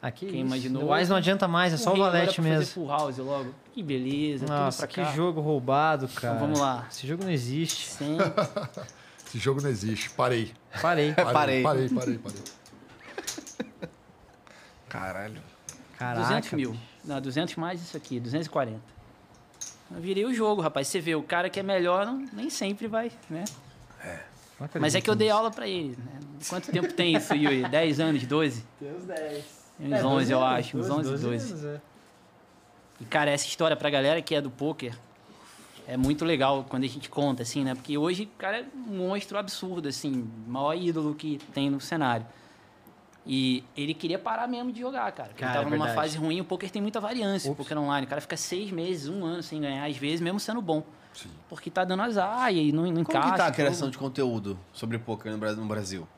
Speaker 6: Aqui,
Speaker 5: Queima de novo.
Speaker 6: O Ais não adianta mais, é só o
Speaker 5: rei agora
Speaker 6: valete
Speaker 5: pra fazer
Speaker 6: mesmo.
Speaker 5: full house logo. Que beleza.
Speaker 6: Nossa,
Speaker 5: tudo pra
Speaker 6: que
Speaker 5: cá. Então,
Speaker 6: jogo roubado, cara.
Speaker 5: vamos lá.
Speaker 6: Esse jogo não existe.
Speaker 5: Sim.
Speaker 7: Esse jogo não existe. Parei.
Speaker 5: *laughs*
Speaker 6: Parei.
Speaker 4: Parei.
Speaker 7: Parei, parei, parei. parei.
Speaker 3: Caralho.
Speaker 6: Caraca.
Speaker 5: 200 mil. Não, 200 mais isso aqui. 240. Eu virei o jogo, rapaz. Você vê, o cara que é melhor não- nem sempre vai, né?
Speaker 6: não acredito
Speaker 5: Mas é que eu dei
Speaker 6: nisso.
Speaker 5: aula pra ele, né? Quanto tempo tem isso, Yuri? 10 anos, 12?
Speaker 6: Tem uns 10.
Speaker 5: Uns 11, eu acho. Uns 11, 12.
Speaker 6: é.
Speaker 5: E, cara, essa história pra galera que é do poker é muito legal quando a gente conta, assim, né? Porque hoje o cara é um monstro absurdo, assim, o maior ídolo que tem no cenário. E ele queria parar mesmo de jogar, cara. Porque
Speaker 6: Cara,
Speaker 5: ele
Speaker 6: é
Speaker 5: tava numa
Speaker 6: verdade.
Speaker 5: fase ruim, o poker tem muita variância, o poker online. O cara fica seis meses, um ano sem ganhar, às vezes, mesmo sendo bom. Porque tá dando azar e aí não, não
Speaker 4: Como
Speaker 5: encaixa.
Speaker 4: que tá a
Speaker 5: tudo.
Speaker 4: criação de conteúdo sobre poker no Bra- no Brasil?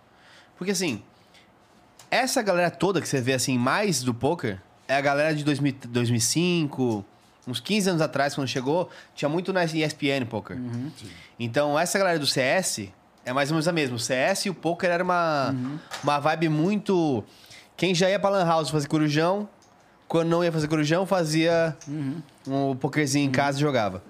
Speaker 4: Porque assim, essa galera toda que você vê assim mais do poker é a galera de 2000, 2005, Uns 15 anos atrás, quando chegou, tinha muito na ESPN poker.
Speaker 5: Uhum.
Speaker 4: Então, essa galera do CS é mais ou menos a mesma. O CS e o poker era uma,
Speaker 5: Uhum.
Speaker 4: uma vibe muito. Quem já ia pra Lan House fazer corujão, quando não ia fazer corujão, fazia
Speaker 5: Uhum.
Speaker 4: um pokerzinho em casa e jogava.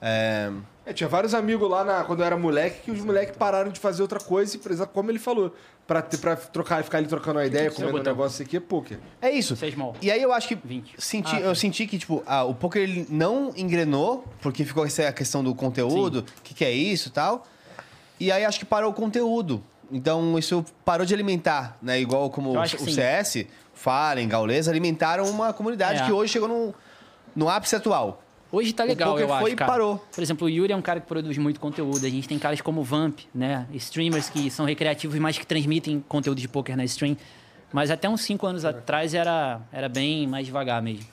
Speaker 4: É,
Speaker 3: É, tinha vários amigos lá na- quando eu era moleque que os moleques pararam de fazer outra coisa e, por exemplo, como ele falou, pra, ter- pra trocar, ficar ali trocando uma ideia, comendo um negócio aqui, é poker.
Speaker 4: é isso.
Speaker 5: Seis mol.
Speaker 4: E aí eu acho que
Speaker 5: 20.
Speaker 4: senti- eu senti que tipo, ah, o poker ele não engrenou porque ficou essa questão do conteúdo, o que, que é isso, e tal. E aí acho que parou o conteúdo. Então isso parou de alimentar, né? Igual como
Speaker 5: Eu
Speaker 4: o,
Speaker 5: acho que
Speaker 4: o
Speaker 5: sim.
Speaker 4: CS, Fallen, Gaules alimentaram uma comunidade
Speaker 5: É.
Speaker 4: que hoje chegou num, no ápice atual.
Speaker 5: Hoje tá legal,
Speaker 4: poker
Speaker 5: eu acho,
Speaker 4: foi e
Speaker 5: cara.
Speaker 4: parou.
Speaker 5: Por exemplo, o Yuri é um cara que produz muito conteúdo. A gente tem caras como o Vamp, né? Streamers que são recreativos, mas que transmitem conteúdo de poker na stream. Mas até uns 5 anos atrás era, era bem mais devagar mesmo.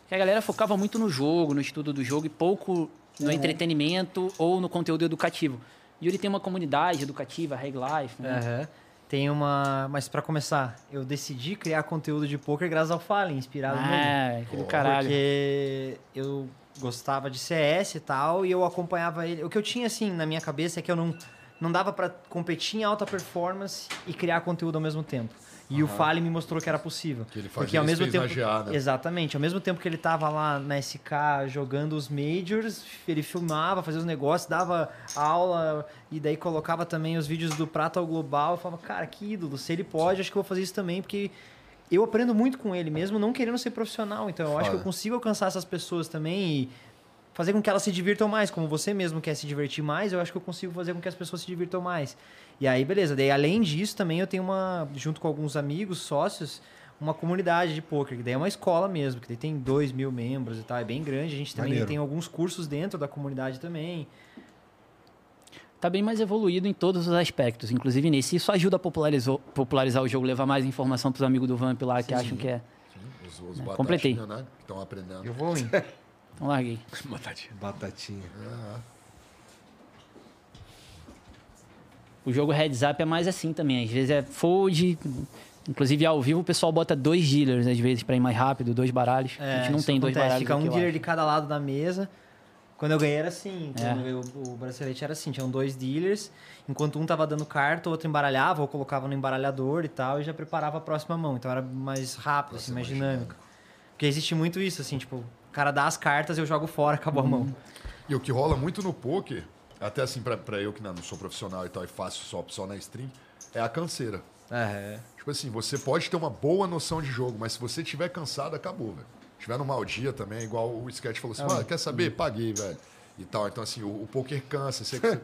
Speaker 5: Porque a galera focava muito no jogo, no estudo do jogo e pouco
Speaker 4: Uhum.
Speaker 5: no entretenimento ou no conteúdo educativo. Yuri tem uma comunidade educativa, Reg Life,
Speaker 4: É,
Speaker 5: né?
Speaker 6: Aham. Tem uma. Mas pra começar, eu decidi criar conteúdo de poker graças ao Fallen, inspirado nele.
Speaker 5: Ah,
Speaker 4: é,
Speaker 5: que do caralho.
Speaker 6: Porque eu gostava de CS e tal, e eu acompanhava ele. O que eu tinha, assim, na minha cabeça é que eu não, não dava pra competir em alta performance e criar conteúdo ao mesmo tempo. E o Fale me mostrou que era possível.
Speaker 7: Que ele fazia
Speaker 6: porque ao
Speaker 7: isso
Speaker 6: mesmo
Speaker 7: pra
Speaker 6: tempo,
Speaker 7: esvaziar, né?
Speaker 6: Exatamente. Ao mesmo tempo que ele tava lá na SK jogando os Majors, ele filmava, fazia os negócios, dava aula e daí colocava também os vídeos do Prata ao Global. Eu falava, cara, que ídolo, se ele pode, acho que eu vou fazer isso também, porque eu aprendo muito com ele mesmo, não querendo ser profissional. Então eu acho que eu consigo alcançar essas pessoas também e fazer com que elas se divirtam mais, como você mesmo quer se divertir mais, eu acho que eu consigo fazer com que as pessoas se divirtam mais. E aí, beleza. Daí, além disso, também eu tenho uma, junto com alguns amigos, sócios, uma comunidade de poker, que daí é uma escola mesmo, que daí tem dois mil membros e tal, é bem grande. A gente também
Speaker 4: Maneiro.
Speaker 6: tem alguns cursos dentro da comunidade também.
Speaker 5: tá bem mais evoluído em todos os aspectos, inclusive nesse. Isso ajuda a popularizou- popularizar o jogo, levar mais informação pros amigos do Vamp lá que acham que é.
Speaker 7: Os, os batatinha,
Speaker 5: completei.
Speaker 7: né? Que estão aprendendo.
Speaker 6: Eu vou em.
Speaker 5: Então larguei.
Speaker 3: Batatinha.
Speaker 5: O jogo Heads Up é mais assim também. Às vezes é fold. Inclusive, ao vivo, o pessoal bota dois dealers, às vezes, pra ir mais rápido, dois baralhos. a gente não
Speaker 6: É, isso
Speaker 5: tem dois
Speaker 6: acontece,
Speaker 5: baralhos.
Speaker 6: Fica
Speaker 5: aqui,
Speaker 6: um
Speaker 5: eu
Speaker 6: dealer
Speaker 5: acho.
Speaker 6: de cada lado da mesa. Quando eu ganhei era assim.
Speaker 5: É.
Speaker 6: Quando eu ganhei o, o bracelete era assim. Tinham dois dealers. Enquanto um tava dando carta, o outro embaralhava ou colocava no embaralhador e tal. E já preparava a próxima mão. Então era mais rápido, assim, mais dinâmico. Porque existe muito isso, assim. Tipo, o cara dá as cartas, eu jogo fora, acabou
Speaker 5: Uhum.
Speaker 6: a mão.
Speaker 7: E o que rola muito no poker, até assim pra, pra eu que não sou profissional e tal, e faço só, só na stream, é a canseira.
Speaker 4: É.
Speaker 7: Tipo assim, você pode ter uma boa noção de jogo, mas se você estiver cansado, acabou, velho. Tiver num mau dia também, igual o Sketch
Speaker 4: É.
Speaker 7: falou assim, mano, quer saber? Paguei, velho. E tal. Então, assim, o, o poker cansa. Você,
Speaker 4: *laughs*
Speaker 7: você-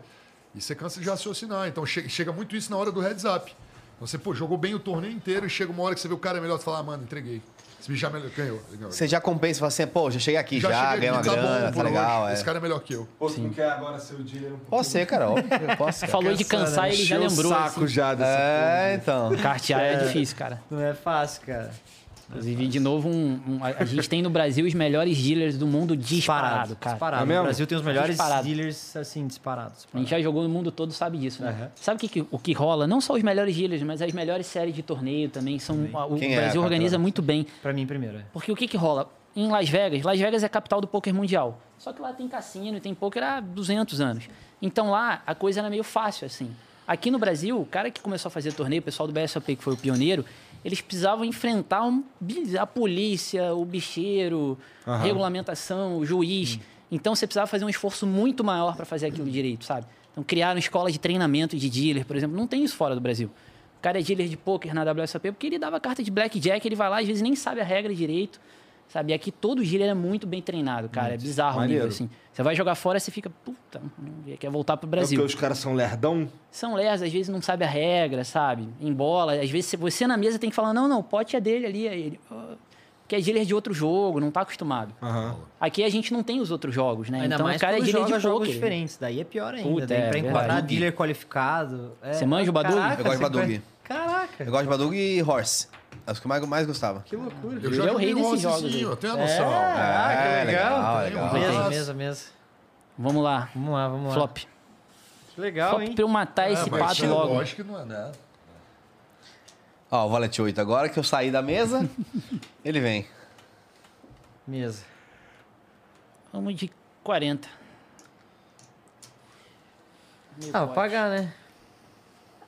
Speaker 7: e você cansa de raciocinar. Então, che- chega muito isso na hora do heads up. Então, você, pô, jogou bem o torneio inteiro e chega uma hora que você vê o cara é melhor, você fala, ah, mano, entreguei. Esse bicho já melhor, ganhou. ganhou.
Speaker 4: Você já compensa, fala assim, pô, já cheguei aqui, já,
Speaker 7: cheguei
Speaker 4: ganhei uma
Speaker 7: aqui,
Speaker 4: grana,
Speaker 7: por
Speaker 4: tá legal.
Speaker 7: hoje.
Speaker 4: É.
Speaker 7: Esse cara é melhor que eu.
Speaker 3: Pô, tu não quer agora ser o dinheiro?
Speaker 4: Posso ser, cara, óbvio. eu Posso.
Speaker 5: Falou de cansar, ele já lembrou.
Speaker 3: o saco
Speaker 5: Assim.
Speaker 3: já dessa
Speaker 4: É, então.
Speaker 5: Cartear é difícil, cara.
Speaker 6: Não é fácil, cara.
Speaker 5: Inclusive, de novo, um- um- a, a gente tem no Brasil os melhores dealers do mundo disparado, cara. Tá
Speaker 6: Disparado.
Speaker 3: É
Speaker 6: no
Speaker 3: mesmo?
Speaker 6: Brasil tem os melhores
Speaker 5: Disparado.
Speaker 6: dealers, assim, disparados.
Speaker 5: A gente já jogou no mundo todo, sabe disso, né?
Speaker 6: Aham.
Speaker 5: Sabe o que, que- o que rola? Não só os melhores dealers, mas as melhores séries de torneio também. São, o
Speaker 4: Quem é a
Speaker 5: Brasil organiza
Speaker 4: campeã?
Speaker 5: muito bem.
Speaker 6: Pra mim, primeiro. é.
Speaker 5: Porque o que, que rola? Em Las Vegas, Las Vegas é a capital do poker mundial. Só que lá tem cassino e tem poker há 200 anos. Então lá a coisa era meio fácil, assim. Aqui no Brasil, o cara que começou a fazer torneio, o pessoal do BSOP, que foi o pioneiro, eles precisavam enfrentar um bil- a polícia, o bicheiro, regulamentação, o juiz. Então você precisava fazer um esforço muito maior para fazer aquilo direito, sabe? Então criaram escolas de treinamento de dealer, por exemplo. Não tem isso fora do Brasil. O cara é dealer de poker na WSOP porque ele dava carta de blackjack, ele vai lá, às vezes nem sabe a regra direito. Sabe? E aqui todo dealer é muito bem treinado, cara. É bizarro o nível,
Speaker 3: Maneiro.
Speaker 5: assim. Você vai jogar fora, você fica, puta, não- quer voltar pro
Speaker 3: É porque
Speaker 5: Brasil.
Speaker 3: os caras são lerdão?
Speaker 5: São lers, às vezes não sabe a regra, sabe? Em bola, às vezes você na mesa tem que falar, não, não, o pote é dele ali, é ele. "Ah", Porque é dealer de outro jogo, não tá acostumado. Aqui a gente não tem os outros jogos, né?
Speaker 6: Ainda
Speaker 5: então
Speaker 6: mais
Speaker 5: o cara é
Speaker 6: quando
Speaker 5: dealer
Speaker 6: joga
Speaker 5: de
Speaker 6: jogos
Speaker 5: poker.
Speaker 6: diferentes. Daí é pior ainda.
Speaker 5: Puta,
Speaker 6: daí
Speaker 5: é
Speaker 6: pra encontrar
Speaker 5: verdade.
Speaker 6: dealer qualificado. é-
Speaker 5: Você manja o Badug?
Speaker 6: Caraca,
Speaker 4: Eu gosto de
Speaker 6: você
Speaker 4: Badug.
Speaker 6: conhe- Caraca,
Speaker 4: Eu gosto de Badug e Horse. É os que eu mais, mais gostava.
Speaker 6: que loucura.
Speaker 7: Eu
Speaker 5: é o
Speaker 7: já
Speaker 5: rei
Speaker 7: joguei um
Speaker 5: desses jogos aí. É.
Speaker 7: ossinho, eu tenho a noção.
Speaker 4: É.
Speaker 6: Ah, que legal.
Speaker 4: legal,
Speaker 7: Tem um
Speaker 4: legal.
Speaker 7: Nossa.
Speaker 6: Mesa, mesa, mesa.
Speaker 5: Vamos lá.
Speaker 6: Vamos lá, vamos lá.
Speaker 5: Flop.
Speaker 6: Que legal,
Speaker 5: Flop
Speaker 6: hein?
Speaker 5: pra eu matar esse
Speaker 7: mas
Speaker 5: pato
Speaker 7: isso é
Speaker 5: logo.
Speaker 7: Lógico que não é, né?
Speaker 4: Ó, o Valet 8. Agora que eu saí da mesa, ele vem.
Speaker 6: Mesa.
Speaker 5: Vamos de 40. Meio
Speaker 6: Ah,
Speaker 5: pote.
Speaker 6: vou pagar, né?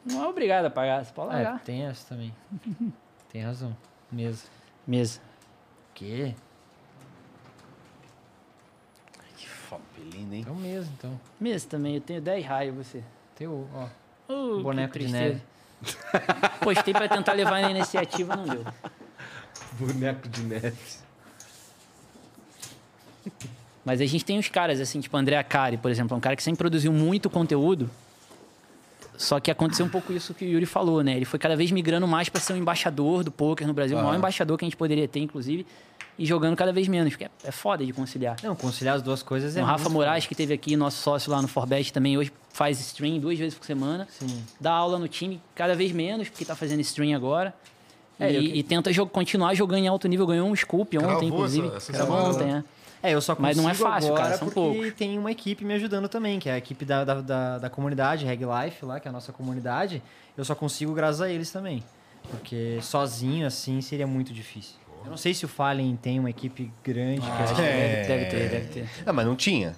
Speaker 5: Não é obrigado a pagar, você pode
Speaker 6: É,
Speaker 5: largar.
Speaker 6: tem essa
Speaker 5: *laughs*
Speaker 6: também. tem razão. Mesa.
Speaker 5: Mesa.
Speaker 6: O quê?
Speaker 4: Que foda, lindo, hein?
Speaker 6: Então mesa, então.
Speaker 5: Mesa também, eu tenho 10 raios você.
Speaker 6: Tem o, ó.
Speaker 5: Uh, que
Speaker 6: Boneco de
Speaker 5: tristeza.
Speaker 6: neve.
Speaker 5: *laughs* Postei pra tentar levar na iniciativa, não deu.
Speaker 3: Boneco de neve.
Speaker 5: Mas a gente tem uns caras, assim, tipo André Acari, por exemplo, é um cara que sempre produziu muito conteúdo. Só que aconteceu um pouco isso que o Yuri falou, né? Ele foi cada vez migrando mais pra ser um embaixador do poker no Brasil, o maior embaixador que a gente poderia ter, inclusive, e jogando cada vez menos, porque é, é foda de conciliar.
Speaker 6: Não, conciliar as duas coisas é.
Speaker 5: O um Rafa
Speaker 6: muito
Speaker 5: Moraes, que teve aqui, nosso sócio lá no Forbest também, hoje faz stream duas vezes por semana.
Speaker 6: Sim.
Speaker 5: Dá aula no time cada vez menos, porque tá fazendo stream agora.
Speaker 6: É,
Speaker 5: e,
Speaker 6: eu que-
Speaker 5: e tenta jo- continuar jogando em alto nível. Ganhou um Scoop ontem,
Speaker 7: Cravou essa-
Speaker 5: inclusive.
Speaker 7: essa
Speaker 5: Cravou
Speaker 7: semana,
Speaker 5: ontem, é.
Speaker 6: É, eu só consigo
Speaker 5: Mas não é fácil,
Speaker 6: agora
Speaker 5: cara, são
Speaker 6: porque
Speaker 5: poucos.
Speaker 6: tem uma equipe me ajudando também, que é a equipe da, da, da, da comunidade, Reg Life lá, que é a nossa comunidade. Eu só consigo graças a eles também. Porque sozinho, assim, seria muito difícil. Eu não sei se o Fallen tem uma equipe grande.
Speaker 5: Ah.
Speaker 6: que
Speaker 4: É.
Speaker 5: Então Deve, deve ter, deve ter.
Speaker 4: Ah, mas não tinha.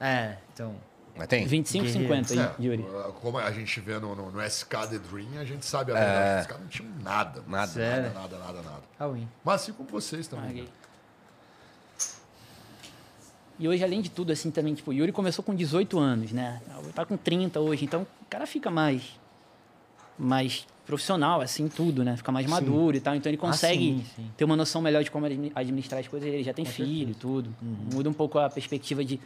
Speaker 6: é... é, então...
Speaker 4: Mas tem.
Speaker 5: 25, 50,
Speaker 7: É,
Speaker 5: Yuri.
Speaker 7: uh, Como a gente vê no, no, no SK The Dream, a gente sabe a
Speaker 5: É.
Speaker 7: verdade. Os caras não tinham nada.
Speaker 4: Nada.
Speaker 7: Nada,
Speaker 6: Sério?
Speaker 7: nada, nada, nada.
Speaker 6: Ah, win.
Speaker 7: Mas assim como vocês também.
Speaker 5: Larguei. E hoje, além de tudo, assim, também, tipo, o Yuri começou com 18 anos, né? Tá com 30 hoje, então o cara fica mais, mais profissional, assim, tudo, né? Fica mais maduro e tal. Então ele consegue
Speaker 6: sim, sim.
Speaker 5: ter uma noção melhor de como admi- administrar as coisas. Ele já tem filho e tudo. Muda um pouco a perspectiva de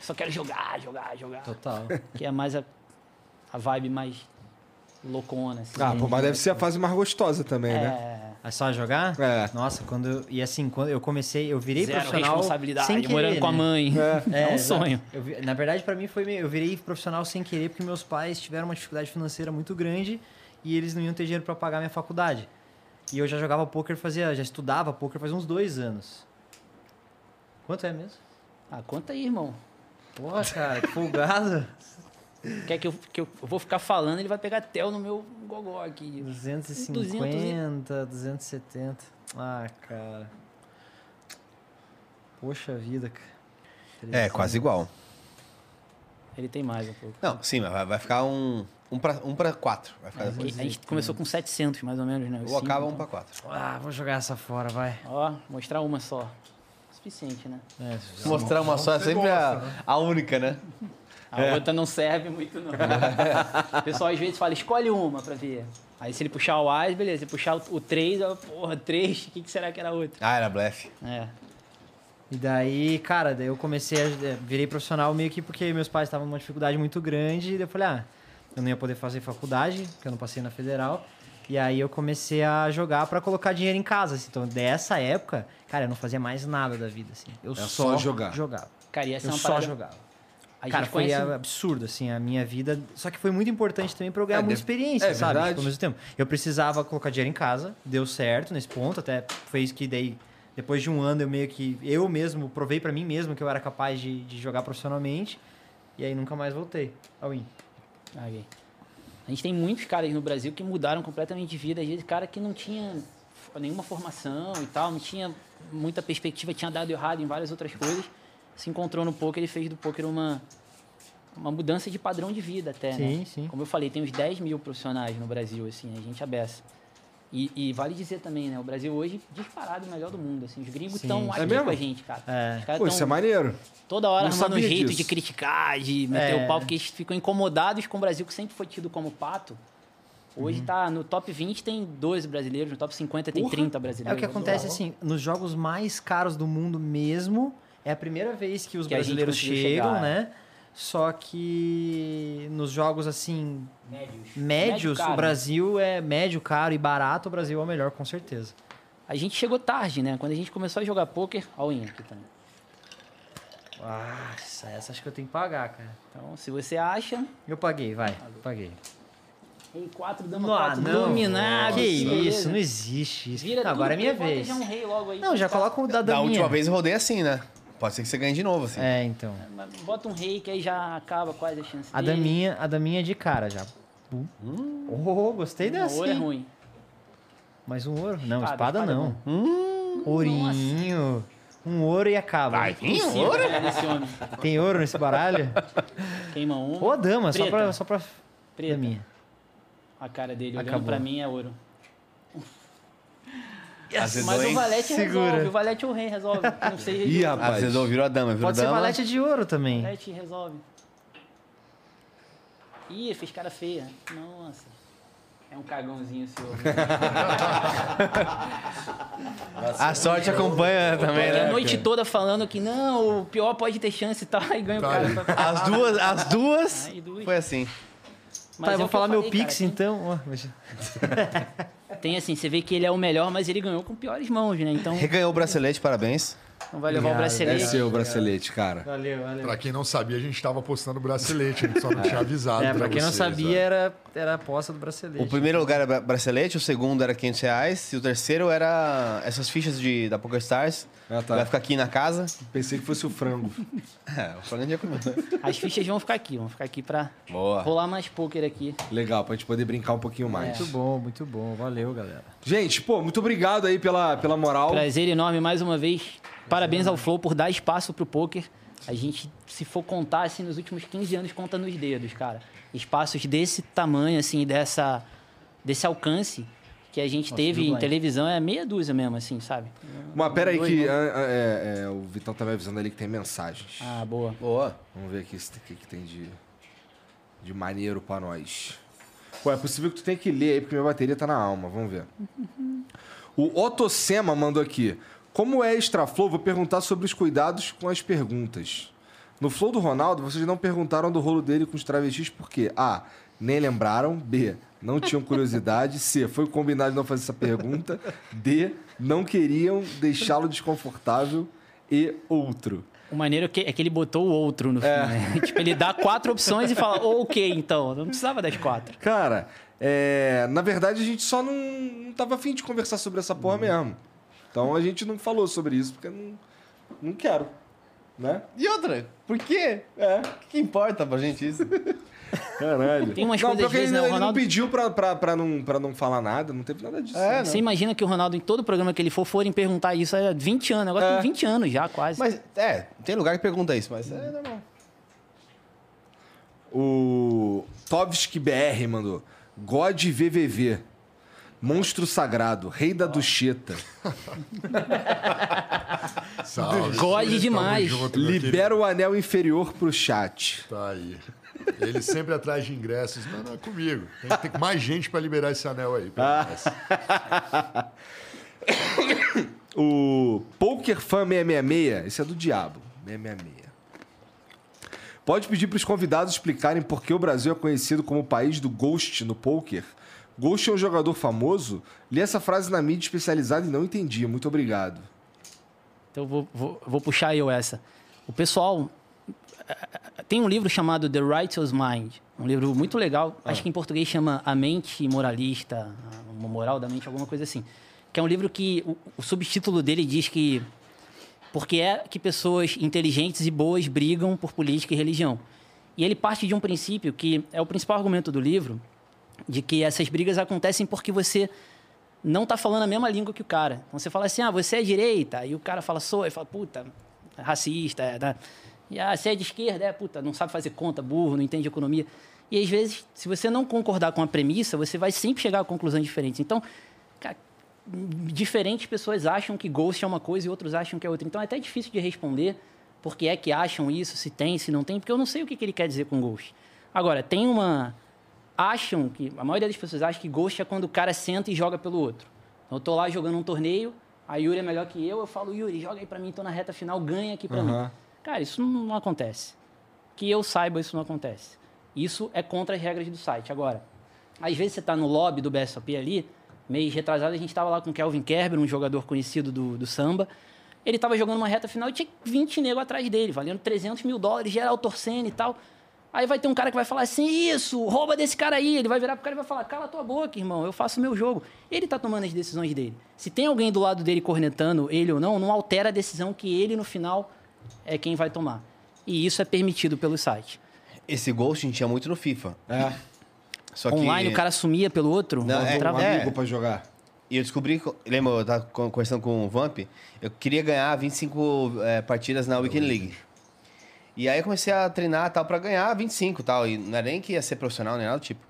Speaker 5: só quero jogar, jogar, jogar.
Speaker 6: Total.
Speaker 5: Que é mais a, a vibe mais loucona, assim.
Speaker 3: Ah, pô, mas deve ser a fase mais gostosa também, né?
Speaker 5: É,
Speaker 6: É só jogar?
Speaker 3: É.
Speaker 6: Nossa, quando... eu- E assim, quando eu comecei, eu virei
Speaker 5: zero
Speaker 6: profissional
Speaker 5: responsabilidade,
Speaker 6: sem querer,
Speaker 5: morando com a
Speaker 6: né?
Speaker 5: mãe.
Speaker 6: *laughs*
Speaker 5: É, um
Speaker 6: exato.
Speaker 5: sonho.
Speaker 6: Eu vi- na verdade, pra mim, foi meio, eu virei profissional sem querer, porque meus pais tiveram uma dificuldade financeira muito grande e eles não iam ter dinheiro pra pagar minha faculdade. E eu já jogava poker, fazia, já estudava poker fazia uns dois anos. Quanto é mesmo?
Speaker 5: Ah, conta aí, irmão.
Speaker 6: Porra, cara, que
Speaker 5: *laughs*
Speaker 6: folgado.
Speaker 5: Quer que eu, que eu vou ficar falando, ele vai pegar tel no meu gogó aqui.
Speaker 6: 250, 270. Ah, cara. Poxa vida, cara.
Speaker 4: É, quase igual.
Speaker 5: Ele tem mais um pouco.
Speaker 4: Não, sim, mas vai, vai ficar um, um, pra, um pra quatro. Vai ficar
Speaker 5: a
Speaker 4: depois.
Speaker 6: é,
Speaker 5: gente começou com 700, mais ou menos, né? Os
Speaker 4: Ou acaba
Speaker 5: cinco,
Speaker 4: um pra quatro.
Speaker 6: Ah, vou jogar essa fora, vai.
Speaker 5: então. Ó, mostrar uma só. Suficiente, né?
Speaker 6: É,
Speaker 4: Mostrar uma só é sempre a, a única, né?
Speaker 5: A
Speaker 6: É.
Speaker 5: outra não serve
Speaker 6: *laughs*
Speaker 5: muito, não. o pessoal às vezes fala, escolhe uma pra ver. Aí se ele puxar o Ás, beleza. Se puxar o 3, porra, 3, o que, que será que era a outra?
Speaker 4: Ah, era blefe.
Speaker 5: É.
Speaker 6: E daí, cara, daí eu comecei a. eh, Virei profissional meio que porque meus pais estavam numa dificuldade muito grande. E daí eu falei, ah, eu não ia poder fazer faculdade, porque eu não passei na federal. E aí eu comecei a jogar pra colocar dinheiro em casa. assim. Então, dessa época, cara, eu não fazia mais nada da vida, assim. Eu
Speaker 3: Era
Speaker 6: só,
Speaker 3: só jogar.
Speaker 6: jogava.
Speaker 5: Cara, e essa
Speaker 6: eu
Speaker 5: é uma
Speaker 6: só
Speaker 5: parada.
Speaker 6: jogava.
Speaker 5: A gente
Speaker 6: cara, foi
Speaker 5: conhece-
Speaker 6: absurdo, assim, a minha vida. Só que foi muito importante também pra eu ganhar
Speaker 3: É,
Speaker 6: muita
Speaker 3: deve-
Speaker 6: experiência,
Speaker 3: é
Speaker 6: sabe?
Speaker 3: verdade.
Speaker 6: Tipo, ao mesmo tempo. Eu precisava colocar dinheiro em casa, deu certo nesse ponto, até foi isso que daí. Depois de um ano eu meio que. Eu mesmo provei pra mim mesmo que eu era capaz de, de jogar profissionalmente. E aí nunca mais voltei ao Win.
Speaker 5: Larguei. A gente tem muitos caras no Brasil que mudaram completamente de vida. Às vezes, cara que não tinha f- nenhuma formação e tal, não tinha muita perspectiva, tinha dado errado em várias outras coisas. Se encontrou no poker e fez do poker uma, uma mudança de padrão de vida até, né?
Speaker 6: Sim, sim.
Speaker 5: Como eu falei, tem uns 10 mil profissionais no Brasil, assim, a gente abessa. E, e vale dizer também, né? O Brasil hoje disparado o melhor do mundo, assim. Os gringos
Speaker 6: Sim.
Speaker 5: estão
Speaker 6: É
Speaker 5: aqui com
Speaker 3: mesmo?
Speaker 5: a gente, cara.
Speaker 6: É.
Speaker 5: Os caras
Speaker 3: Pô, isso é
Speaker 5: tão-
Speaker 3: maneiro.
Speaker 5: Toda hora
Speaker 3: Não
Speaker 5: arrumando um
Speaker 3: sabia
Speaker 5: jeito
Speaker 3: disso.
Speaker 5: de criticar, de meter
Speaker 6: É.
Speaker 5: o pau, porque eles ficam incomodados com o Brasil, que sempre foi tido como pato. Hoje
Speaker 6: Uhum.
Speaker 5: tá no top 20 tem 12 brasileiros, no top 50 tem
Speaker 6: É
Speaker 5: 30
Speaker 6: o
Speaker 5: brasileiros.
Speaker 6: que acontece, assim, nos jogos mais caros do mundo mesmo, é a primeira vez que os
Speaker 5: Que a gente
Speaker 6: brasileiros
Speaker 5: conseguiu
Speaker 6: chegam,
Speaker 5: chegar, é.
Speaker 6: né? Só que nos jogos assim,
Speaker 5: Médios. Médio
Speaker 6: médios,
Speaker 5: caro.
Speaker 6: o Brasil é médio, caro e barato, o Brasil é o melhor, com certeza.
Speaker 5: A gente chegou tarde, né? Quando a gente começou a jogar pôquer, all in aqui também.
Speaker 6: Nossa, essa acho que eu tenho que pagar, cara.
Speaker 5: Então, se você acha,
Speaker 6: Eu paguei, vai. Paguei.
Speaker 5: rei 4, dama 4, dominado.
Speaker 6: Que isso,
Speaker 5: tá beleza.
Speaker 6: não existe isso.
Speaker 5: Vira
Speaker 6: Não, agora é
Speaker 5: tudo,
Speaker 6: minha
Speaker 5: bota
Speaker 6: vez.
Speaker 5: Já um rei logo aí.
Speaker 6: Não, já
Speaker 5: Tá.
Speaker 6: coloca o da
Speaker 4: Da
Speaker 6: daminha.
Speaker 4: última vez eu rodei assim, né? Pode ser que você ganhe de novo, assim.
Speaker 6: É, então.
Speaker 5: Bota um rei que aí já acaba quase a chance
Speaker 6: A
Speaker 5: dele.
Speaker 6: daminha, a daminha é de cara já. Bum. Oh, gostei
Speaker 5: Uma
Speaker 6: dessa.
Speaker 5: Hum. ouro é
Speaker 6: hein?
Speaker 5: ruim.
Speaker 6: Mas um ouro? Não,
Speaker 5: Espada,
Speaker 6: espada,
Speaker 5: é espada
Speaker 6: não. Ourinho. Um ouro e acaba.
Speaker 4: Vai,
Speaker 5: Tem ouro nesse homem.
Speaker 6: Tem ouro nesse baralho?
Speaker 5: Queima um.
Speaker 6: Ou a dama, só
Speaker 5: Preta.
Speaker 6: pra, só pra
Speaker 5: Preta.
Speaker 6: daminha.
Speaker 5: A cara dele olhando
Speaker 6: Acabou.
Speaker 5: pra mim é ouro. Yes.
Speaker 4: Azedou,
Speaker 5: Mas
Speaker 4: hein?
Speaker 5: o Valete resolve.
Speaker 6: Segura.
Speaker 5: O Valete é o rei, resolve.
Speaker 6: *laughs*
Speaker 5: Não sei
Speaker 3: Ih,
Speaker 5: resolve.
Speaker 4: Ah,
Speaker 3: rapaz.
Speaker 4: vocês ouviram a dama, virou
Speaker 6: Pode ser
Speaker 4: dama.
Speaker 6: valete de ouro
Speaker 5: O
Speaker 6: também.
Speaker 5: Valete resolve. Ih, fez cara feia. Nossa. É um cagãozinho esse
Speaker 6: *laughs*
Speaker 5: homem.
Speaker 4: A sorte acompanha também,
Speaker 5: Fica
Speaker 4: né?
Speaker 5: a noite toda falando que não, o pior pode ter chance e tal, *laughs* e ganha o
Speaker 7: Cara.
Speaker 5: cara. Pra...
Speaker 4: As duas, as duas,
Speaker 5: Ai, duas.
Speaker 4: foi assim.
Speaker 5: Mas
Speaker 6: Tá,
Speaker 5: é
Speaker 6: eu
Speaker 5: o
Speaker 6: vou
Speaker 5: que
Speaker 6: falar meu
Speaker 5: falei, cara,
Speaker 6: pix
Speaker 5: tem-
Speaker 6: então. Ó, mas-
Speaker 5: Tem assim, você vê que ele é o melhor, mas ele ganhou com piores mãos, né? Então
Speaker 4: Reganhou o bracelete, parabéns.
Speaker 5: não vai levar o
Speaker 6: Obrigado,
Speaker 3: É
Speaker 5: bracelete.
Speaker 3: seu o bracelete, cara.
Speaker 6: Valeu, valeu.
Speaker 7: Pra quem não sabia, a gente tava postando o bracelete, a gente só
Speaker 5: *laughs*
Speaker 7: não tinha avisado.
Speaker 6: É, pra quem não
Speaker 7: vocês,
Speaker 6: sabia,
Speaker 7: ó.
Speaker 6: era, era a aposta do bracelete.
Speaker 4: O primeiro lugar era bra- bracelete, o segundo era 500 reais e o terceiro era essas fichas de, da PokerStars.
Speaker 3: Ah, tá.
Speaker 4: Vai ficar aqui na casa. *laughs*
Speaker 3: Pensei que fosse o frango.
Speaker 4: É, o Flamengo já comeu.
Speaker 5: As fichas vão ficar aqui, vão ficar aqui pra
Speaker 4: Boa.
Speaker 5: rolar mais poker aqui.
Speaker 3: Legal, pra gente poder brincar um pouquinho mais.
Speaker 6: Muito bom, muito bom. Valeu, galera.
Speaker 3: Gente, pô, muito obrigado aí pela, pela moral.
Speaker 5: Prazer enorme mais uma vez. Parabéns ao Flow por dar espaço pro poker. A gente, se for contar assim nos últimos 15 anos, conta nos dedos, cara. Espaços desse tamanho assim, dessa desse alcance que a gente teve em televisão é meia dúzia mesmo assim, sabe?
Speaker 3: Mas pera aí que ah, ah, é, é, o Vitão tá me avisando ali que tem mensagens.
Speaker 5: Ah, boa.
Speaker 4: Boa.
Speaker 3: Vamos ver aqui se tem- o que, que tem de, de maneiro pra nós. Pô, é possível que tu tenha que ler aí, porque minha bateria tá na alma. Vamos ver. O Otocema mandou aqui. Como é extra flow, vou perguntar sobre os cuidados com as perguntas. No flow do Ronaldo, vocês não perguntaram do rolo dele com os travestis por quê? A. Nem lembraram. B. Não tinham curiosidade. C. Foi combinado não fazer essa pergunta. D. Não queriam deixá-lo desconfortável. E outro.
Speaker 5: O maneiro é que- é que ele botou o outro no fim, né? *laughs* Tipo, ele dá quatro opções e fala, ok, então. Não precisava das quatro.
Speaker 3: Cara, é, na verdade a gente só não, não tava afim de conversar sobre essa porra mesmo. Então a gente não falou sobre isso porque não, não quero. Né?
Speaker 4: E outra, por quê?
Speaker 3: É,
Speaker 4: O que que importa pra gente isso?
Speaker 3: caralho.
Speaker 5: Tem umas
Speaker 3: não,
Speaker 5: coisas,
Speaker 3: pior
Speaker 5: às
Speaker 3: que ele,
Speaker 5: vezes, né, o
Speaker 3: ele não
Speaker 5: Ronaldo-
Speaker 3: pediu pra, pra, pra, não, pra não falar nada, não teve nada disso. né?
Speaker 5: Você imagina que o Ronaldo, em todo programa que ele for, forem perguntar isso há 20 anos. Agora tem 20 anos já, quase.
Speaker 4: Mas, é, tem lugar que pergunta isso, mas é normal.
Speaker 3: O Tovski BR mandou. God VVV. Monstro sagrado, rei da ducheta.
Speaker 7: né?
Speaker 5: *laughs*
Speaker 7: Salve.
Speaker 5: Gode
Speaker 7: Tamo
Speaker 5: demais.
Speaker 7: junto, meu
Speaker 3: Libera o anel inferior pro chat.
Speaker 7: Tá aí. Ele sempre atrás de ingressos. Não, não, é comigo. Tem que ter mais gente pra liberar esse anel aí. pelo
Speaker 5: Ah,
Speaker 7: menos.
Speaker 3: O PokerFan666, esse é do diabo, 666. Pode pedir para os convidados explicarem por que o Brasil é conhecido como o país do ghost no poker? Ghost é um jogador famoso? Li essa frase na mídia especializada e não entendi. Muito obrigado.
Speaker 5: Então eu vou, vou, vou puxar eu essa. O pessoal. eh, eh, Tem um livro chamado The Righteous Mind. Um livro muito legal. Acho que em português chama A Mente Moralista, a- uma moral da mente, alguma coisa assim. Que é um livro que o, o subtítulo dele diz que. Porque é que pessoas inteligentes e boas brigam por política e religião. E ele parte de um princípio que é o principal argumento do livro, de que essas brigas acontecem porque você não tá falando a mesma língua que o cara. Então você fala assim, ah, você é direita, e o cara fala, sou, e fala, puta, é racista, é, tá. e ah, você é de esquerda, é, puta, não sabe fazer conta, burro, não entende economia. E às vezes, se você não concordar com a premissa, você vai sempre chegar a conclusões diferentes. Então, cara, diferentes pessoas acham que ghost é uma coisa e outros acham que é outra. Então é até difícil de responder por que é que acham isso, se tem, se não tem, porque eu não sei o que, que ele quer dizer com ghost. Agora, tem uma. Acham que. A maioria das pessoas acha que ghost é quando o cara senta e joga pelo outro. Então eu tô lá jogando um torneio, a Yuri é melhor que eu, eu falo, Yuri, joga aí pra mim, tô na reta final, ganha aqui pra mim. Cara, isso não não acontece que eu saiba isso não acontece. Isso é contra as regras do site. Agora, às vezes você está no lobby do BSOP ali, mês retrasado a gente estava lá com o Kelvin Kerber, um jogador conhecido do, do samba. Ele estava jogando uma reta final e tinha 20 negros atrás dele, valendo 300 mil dólares, geral torcendo e tal. Aí vai ter um cara que vai falar assim, isso, rouba desse cara aí. Ele vai virar pro cara e vai falar, cala tua boca, irmão, eu faço o meu jogo. Ele tá tomando as decisões dele. Se tem alguém do lado dele cornetando ele ou não, não altera a decisão que ele, no final, é quem vai tomar. E isso é permitido pelo site.
Speaker 4: Esse Ghost a gente tinha muito no FIFA.
Speaker 3: É,
Speaker 4: Só que-
Speaker 5: Online o cara sumia pelo outro,
Speaker 4: Não, é,
Speaker 3: um
Speaker 5: entrava-
Speaker 3: amigo
Speaker 4: é.
Speaker 3: pra jogar.
Speaker 4: E eu descobri, co- lembra, eu tava con- conversando com o Vamp, eu queria ganhar 25 eh, partidas na Weekend League. E aí eu comecei a treinar tal para ganhar 25 tal, e não era nem que ia ser profissional nem nada do tipo.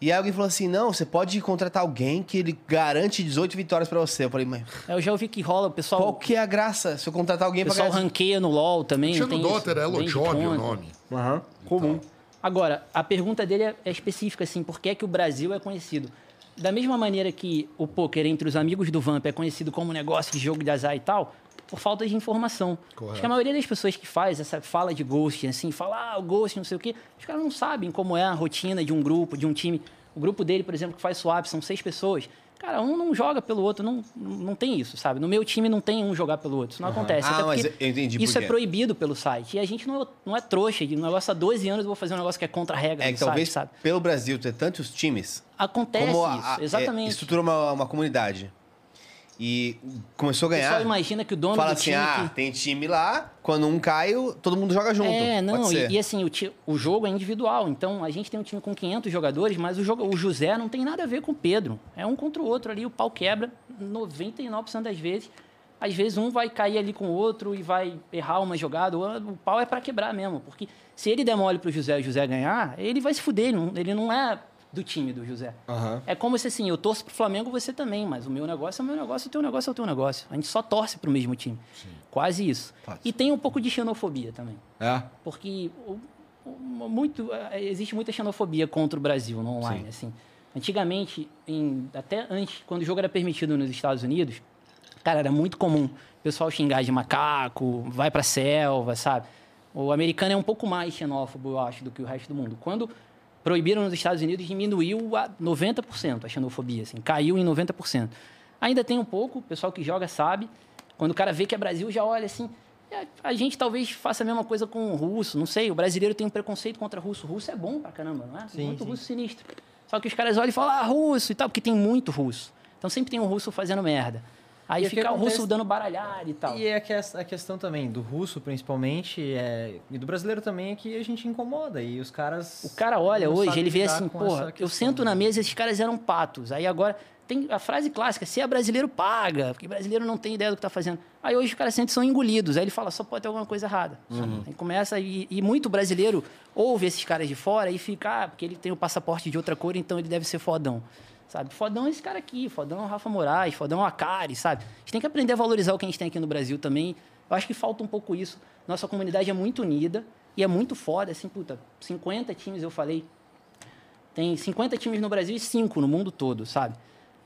Speaker 4: E aí alguém falou assim: "Não, você pode contratar alguém que ele garante 18 vitórias pra você". Eu falei: "Mas
Speaker 5: Eu já ouvi que rola, o pessoal,
Speaker 4: qual que é a graça se eu contratar alguém
Speaker 5: o
Speaker 4: pra
Speaker 5: pessoal
Speaker 4: ganhar?"
Speaker 5: ranqueia no LoL também. não
Speaker 7: Cristiano
Speaker 5: tem isso,
Speaker 7: Dotter é
Speaker 5: vende
Speaker 7: Lojob o
Speaker 5: ponto.
Speaker 7: nome.
Speaker 3: Aham. Comum.
Speaker 5: Então, Agora, a pergunta dele é- é específica, assim, por que é que o Brasil é conhecido? Da mesma maneira que o poker entre os amigos do Vamp é conhecido como negócio de jogo de azar e tal, por falta de informação. Acho que a maioria das pessoas que faz essa fala de ghosting, assim, fala, ah, o ghosting, não sei o quê, os caras não sabem como é a rotina de um grupo, de um time. O grupo dele, por exemplo, que faz swap, são seis pessoas. Cara, um não joga pelo outro, não, não tem isso, sabe? No meu time não tem um jogar pelo outro, isso não acontece.
Speaker 4: Ah,
Speaker 5: Até
Speaker 4: mas
Speaker 5: porque
Speaker 4: eu entendi por
Speaker 5: Isso
Speaker 4: quê.
Speaker 5: é proibido pelo site. E a gente não, não é trouxa. de Um negócio há 12 anos eu vou fazer um negócio que é contra a regra
Speaker 4: É
Speaker 5: do
Speaker 4: que talvez
Speaker 5: site, sabe?
Speaker 4: pelo Brasil ter tantos times,
Speaker 5: Acontece
Speaker 4: como a-
Speaker 5: isso,
Speaker 4: a- é,
Speaker 5: exatamente.
Speaker 4: estrutura uma, uma comunidade. E começou a
Speaker 5: o
Speaker 4: ganhar.
Speaker 5: pessoal imagina que o dono
Speaker 4: Fala
Speaker 5: do
Speaker 4: assim,
Speaker 5: time...
Speaker 4: ah,
Speaker 5: que...
Speaker 4: tem time lá, quando um cai, o- todo mundo joga junto.
Speaker 5: É,
Speaker 4: Pode
Speaker 5: não,
Speaker 4: ser.
Speaker 5: e, e assim, o, ti- o jogo é individual, então a gente tem um time com 500 jogadores, mas o, jogo, o José não tem nada a ver com o Pedro. É um contra o outro ali, o pau quebra 99% das vezes. Às vezes um vai cair ali com o outro e vai errar uma jogada, ou o pau é pra quebrar mesmo, porque se ele der mole pro José e o José ganhar, ele vai se fuder, ele não, ele não é do time do José. É como se assim, eu torço pro Flamengo, você também, mas o meu negócio é o meu negócio, o teu negócio é o teu negócio. A gente só torce pro mesmo time. Quase isso. E tem um pouco de xenofobia também
Speaker 3: É.
Speaker 5: porque o- o- muito, eh, existe muita xenofobia contra o Brasil no online. Assim. Antigamente, em- até antes, quando o jogo era permitido nos Estados Unidos, cara, era muito comum o pessoal xingar de macaco, vai pra selva, sabe? O americano é um pouco mais xenófobo, eu acho, do que o resto do mundo. Quando proibiram nos Estados Unidos, diminuiu a 90% a xenofobia, assim, caiu em 90%. Ainda tem um pouco, o pessoal que joga sabe. Quando o cara vê que é Brasil, já olha assim. é, A gente talvez faça a mesma coisa com o russo, não sei. O brasileiro tem um preconceito contra o russo. O russo é bom pra caramba, não é? muito russo sinistro. Só que os caras olham e falam, ah, russo e tal, porque tem muito russo. Então sempre tem um russo fazendo merda. Aí
Speaker 6: E o que
Speaker 5: fica o russo
Speaker 6: acontece-
Speaker 5: dando baralhar e tal.
Speaker 6: E é que essa- a questão também, do russo principalmente, é, e do brasileiro também, é que a gente incomoda. E os caras.
Speaker 5: O cara olha
Speaker 6: não
Speaker 5: hoje,
Speaker 6: sabem
Speaker 5: ele vê
Speaker 6: lidar
Speaker 5: assim,
Speaker 6: com
Speaker 5: porra,
Speaker 6: essa
Speaker 5: eu
Speaker 6: questão,
Speaker 5: sento
Speaker 6: né?
Speaker 5: na mesa, esses caras eram patos. Aí agora tem a frase clássica, se é brasileiro, paga, porque brasileiro não tem ideia do que tá fazendo. Aí hoje os caras sentem são engolidos, aí ele fala, só pode ter alguma coisa errada. Aí começa, e, e muito brasileiro ouve esses caras de fora e fica, ah, porque ele tem o passaporte de outra cor, então ele deve ser fodão. Sabe? Fodão é esse cara aqui, fodão é o Rafa Moraes, fodão é o Akari, sabe? A gente tem que aprender a valorizar o que a gente tem aqui no Brasil também. Eu acho que falta um pouco isso. Nossa comunidade é muito unida e é muito foda, assim, puta, 50 times eu falei, tem 50 times no Brasil e 5 no mundo todo, sabe?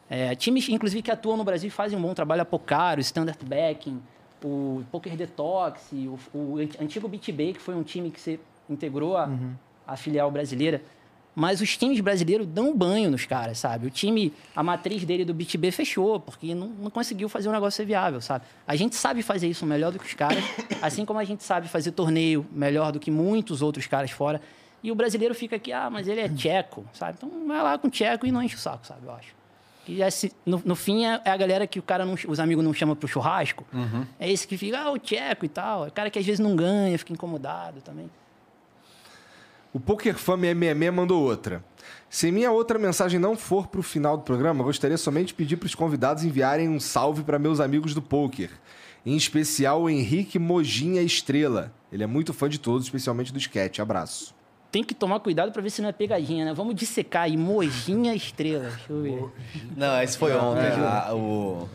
Speaker 5: É, times, inclusive, que atuam no Brasil e fazem um bom trabalho. A Pocaro, o Standard Backing, o Poker Detox, o, o ant- antigo BitBay, que foi um time que você integrou a, a filial brasileira. Mas os times brasileiros dão banho nos caras, sabe? O time, a matriz dele do BitB fechou, porque não, não conseguiu fazer o negócio ser viável, sabe? A gente sabe fazer isso melhor do que os caras, assim como a gente sabe fazer torneio melhor do que muitos outros caras fora. E o brasileiro fica aqui, ah, mas ele é tcheco, sabe? Então vai lá com o tcheco e não enche o saco, sabe? Eu acho. Que é se- no, no fim é, é a galera que o cara não, os amigos não chamam pro churrasco.
Speaker 4: Uhum.
Speaker 5: É esse que fica, ah, o tcheco e tal. É o cara que às vezes não ganha, fica incomodado também.
Speaker 3: O PokerFame MMA mandou outra. Se minha outra mensagem não for pro final do programa, gostaria somente de pedir pros convidados enviarem um salve para meus amigos do poker. Em especial o Henrique Mojinha Estrela. Ele é muito fã de todos, especialmente do sketch. Abraço.
Speaker 5: Tem que tomar cuidado pra ver se não é pegadinha, né? Vamos dissecar aí, mojinha estrela. Deixa eu ver.
Speaker 4: Não, esse foi ontem. a- o...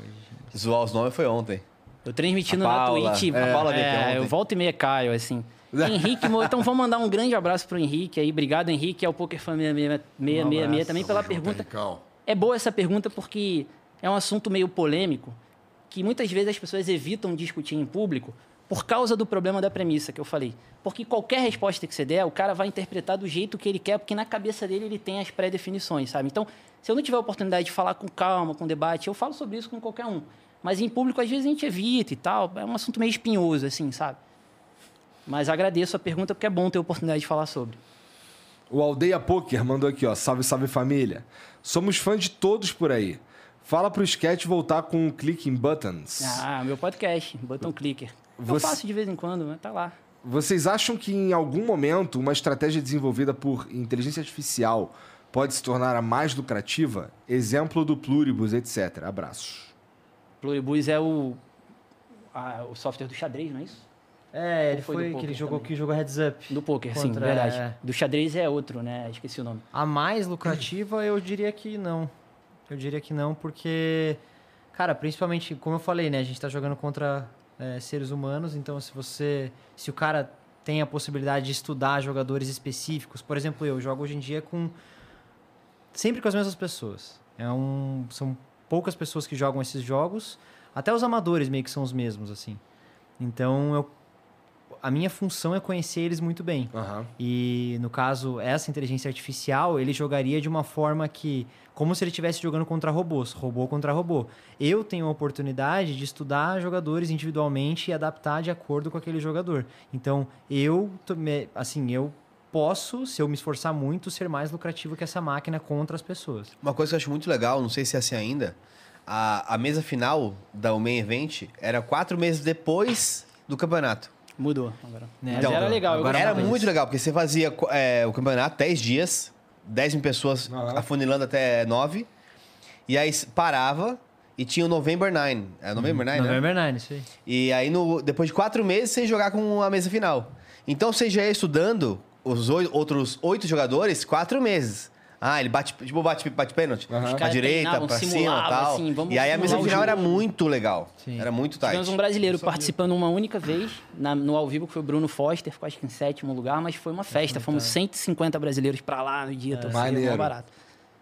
Speaker 4: Zoar os nomes foi ontem.
Speaker 5: Eu transmitindo
Speaker 4: A
Speaker 5: na
Speaker 4: Paula.
Speaker 5: Twitch.
Speaker 4: É, a Paula meteu
Speaker 5: é,
Speaker 4: ontem.
Speaker 5: eu volto e meia caio, assim. Henrique, Mo- então vamos mandar um grande abraço pro Henrique aí. Obrigado, Henrique, É ao PokerFan
Speaker 4: Um
Speaker 5: 666 também pela pergunta.
Speaker 7: Henricão.
Speaker 5: É boa essa pergunta porque é um assunto meio polêmico que muitas vezes as pessoas evitam discutir em público por causa do problema da premissa que eu falei. Porque qualquer resposta que você der, o cara vai interpretar do jeito que ele quer, porque na cabeça dele ele tem as pré-definições, sabe? Então, se eu não tiver a oportunidade de falar com calma, com debate, eu falo sobre isso com qualquer um. Mas em público, às vezes, a gente evita e tal. É um assunto meio espinhoso, assim, sabe? Mas agradeço a pergunta porque é bom ter a oportunidade de falar sobre.
Speaker 3: O Aldeia Poker mandou aqui, ó. Salve, salve família. Somos fã de todos por aí. Fala pro sketch voltar com o click in buttons.
Speaker 5: Ah, meu podcast, Botão Clicker. Eu
Speaker 3: Você-
Speaker 5: faço de vez em quando, mas tá lá.
Speaker 3: Vocês acham que em algum momento uma estratégia desenvolvida por inteligência artificial pode se tornar a mais lucrativa? Exemplo do Pluribus, etc. Abraços.
Speaker 5: Pluribus é o, a- o software do xadrez, não é isso?
Speaker 6: É, ele
Speaker 5: foi
Speaker 6: foi,
Speaker 5: do
Speaker 6: que
Speaker 5: poker
Speaker 6: ele jogou
Speaker 5: também.
Speaker 6: que jogou heads up.
Speaker 5: Do poker, sim,
Speaker 6: Contra-
Speaker 5: verdade.
Speaker 6: é.
Speaker 5: Do xadrez é outro, né? Esqueci o nome.
Speaker 6: A mais lucrativa, eu diria que não. Eu diria que não, porque, cara, principalmente, como eu falei, né? A gente tá jogando contra é, seres humanos, então se você. Se o cara tem a possibilidade de estudar jogadores específicos, por exemplo, eu jogo hoje em dia com. Sempre com as mesmas pessoas. É um, são poucas pessoas que jogam esses jogos. Até os amadores meio que são os mesmos, assim. Então, eu, a minha função é conhecer eles muito bem.
Speaker 3: Aham.
Speaker 6: E no caso, essa inteligência artificial, ele jogaria de uma forma que, como se ele estivesse jogando contra robôs, robô contra robô. Eu tenho a oportunidade de estudar jogadores individualmente e adaptar de acordo com aquele jogador. Então, eu, to- me- assim, eu posso, se eu me esforçar muito, ser mais lucrativo que essa máquina contra as pessoas.
Speaker 4: Uma coisa que eu acho muito legal, não sei se é assim ainda, a, a mesa final da o Main Event era quatro meses depois do campeonato.
Speaker 5: Mudou agora.
Speaker 6: Né?
Speaker 5: Mas era legal. eu
Speaker 6: agora
Speaker 5: gostava
Speaker 4: Então, era
Speaker 6: mudou
Speaker 5: disso.
Speaker 4: muito legal, porque você fazia é, o campeonato 10 dias, 10 mil pessoas afunilando até 9, e aí s- parava e tinha o November 9. É November 9, né?
Speaker 6: November 9, isso aí.
Speaker 4: E aí, no, depois de quatro meses, você ia jogar com a mesa final. Então, você já ia estudando os oi- outros oito jogadores quatro meses. Ah, ele bate, tipo, bate, bate pênalti.
Speaker 5: Os
Speaker 4: Pra
Speaker 5: caras
Speaker 4: direita,
Speaker 5: treinavam,
Speaker 4: pra cima
Speaker 5: simulavam,
Speaker 4: e tal.
Speaker 5: assim, vamos
Speaker 4: e aí, a mesa
Speaker 5: simular o
Speaker 4: final era
Speaker 5: jogo.
Speaker 4: muito legal.
Speaker 6: Sim.
Speaker 4: Era muito tight.
Speaker 5: Tivemos um brasileiro participando uma única vez na- no ao vivo, que foi o Bruno Foster, ficou acho que em sétimo lugar, mas foi uma festa. Fomos 150 brasileiros pra lá no dia, torcida,
Speaker 3: Maneiro.
Speaker 5: mó barato.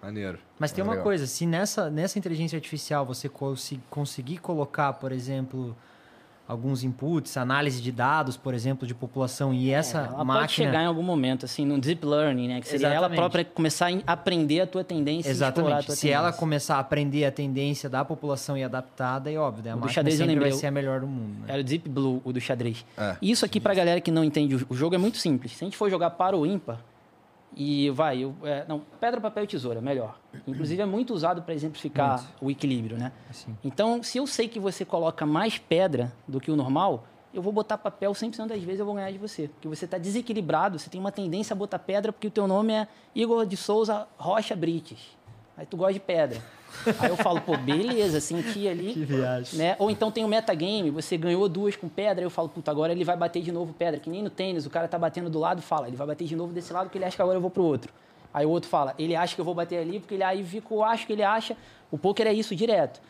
Speaker 3: Maneiro.
Speaker 6: Mas tem uma
Speaker 3: Legal.
Speaker 6: coisa, se nessa, nessa inteligência artificial você consi- conseguir colocar, por exemplo, alguns inputs, análise de dados, por exemplo, de população, e essa
Speaker 5: É, Ela pode chegar
Speaker 6: máquina.
Speaker 5: em algum momento, assim, num deep learning, né? Que seria ela
Speaker 6: Exatamente.
Speaker 5: própria começar a en- aprender a tua tendência e explorar a
Speaker 6: Exatamente.
Speaker 5: tua
Speaker 6: Se
Speaker 5: tendência.
Speaker 6: ela começar a aprender a tendência da população e adaptar, daí óbvio, daí a
Speaker 5: O do
Speaker 6: máquina
Speaker 5: xadrez eu
Speaker 6: sempre vai
Speaker 5: lembrei,
Speaker 6: ser a melhor do mundo. Né?
Speaker 5: Era o Deep Blue, o do xadrez.
Speaker 4: É.
Speaker 5: Isso aqui, pra galera que não entende, o- o jogo é muito simples. Se a gente for jogar para o ímpar, e vai, eu- é, não, pedra, papel e tesoura, melhor. Inclusive, é muito usado para exemplificar o equilíbrio, né?
Speaker 6: Assim.
Speaker 5: Então, se eu sei que você coloca mais pedra do que o normal, eu vou botar papel 100% das vezes eu vou ganhar de você. Porque você está desequilibrado, você tem uma tendência a botar pedra porque o teu nome é Igor de Souza Rocha Brites. Aí tu gosta de pedra. Aí eu falo, pô, beleza, senti ali.
Speaker 6: Que viagem.
Speaker 5: Né? Ou então tem o metagame, você ganhou duas com pedra, aí eu falo, puta, agora ele vai bater de novo pedra. Que nem no tênis, o cara tá batendo do lado, fala, ele vai bater de novo desse lado porque ele acha que agora eu vou pro outro. Aí o outro fala, ele acha que eu vou bater ali porque ele aí fica, eu acho que ele acha. O poker é isso direto.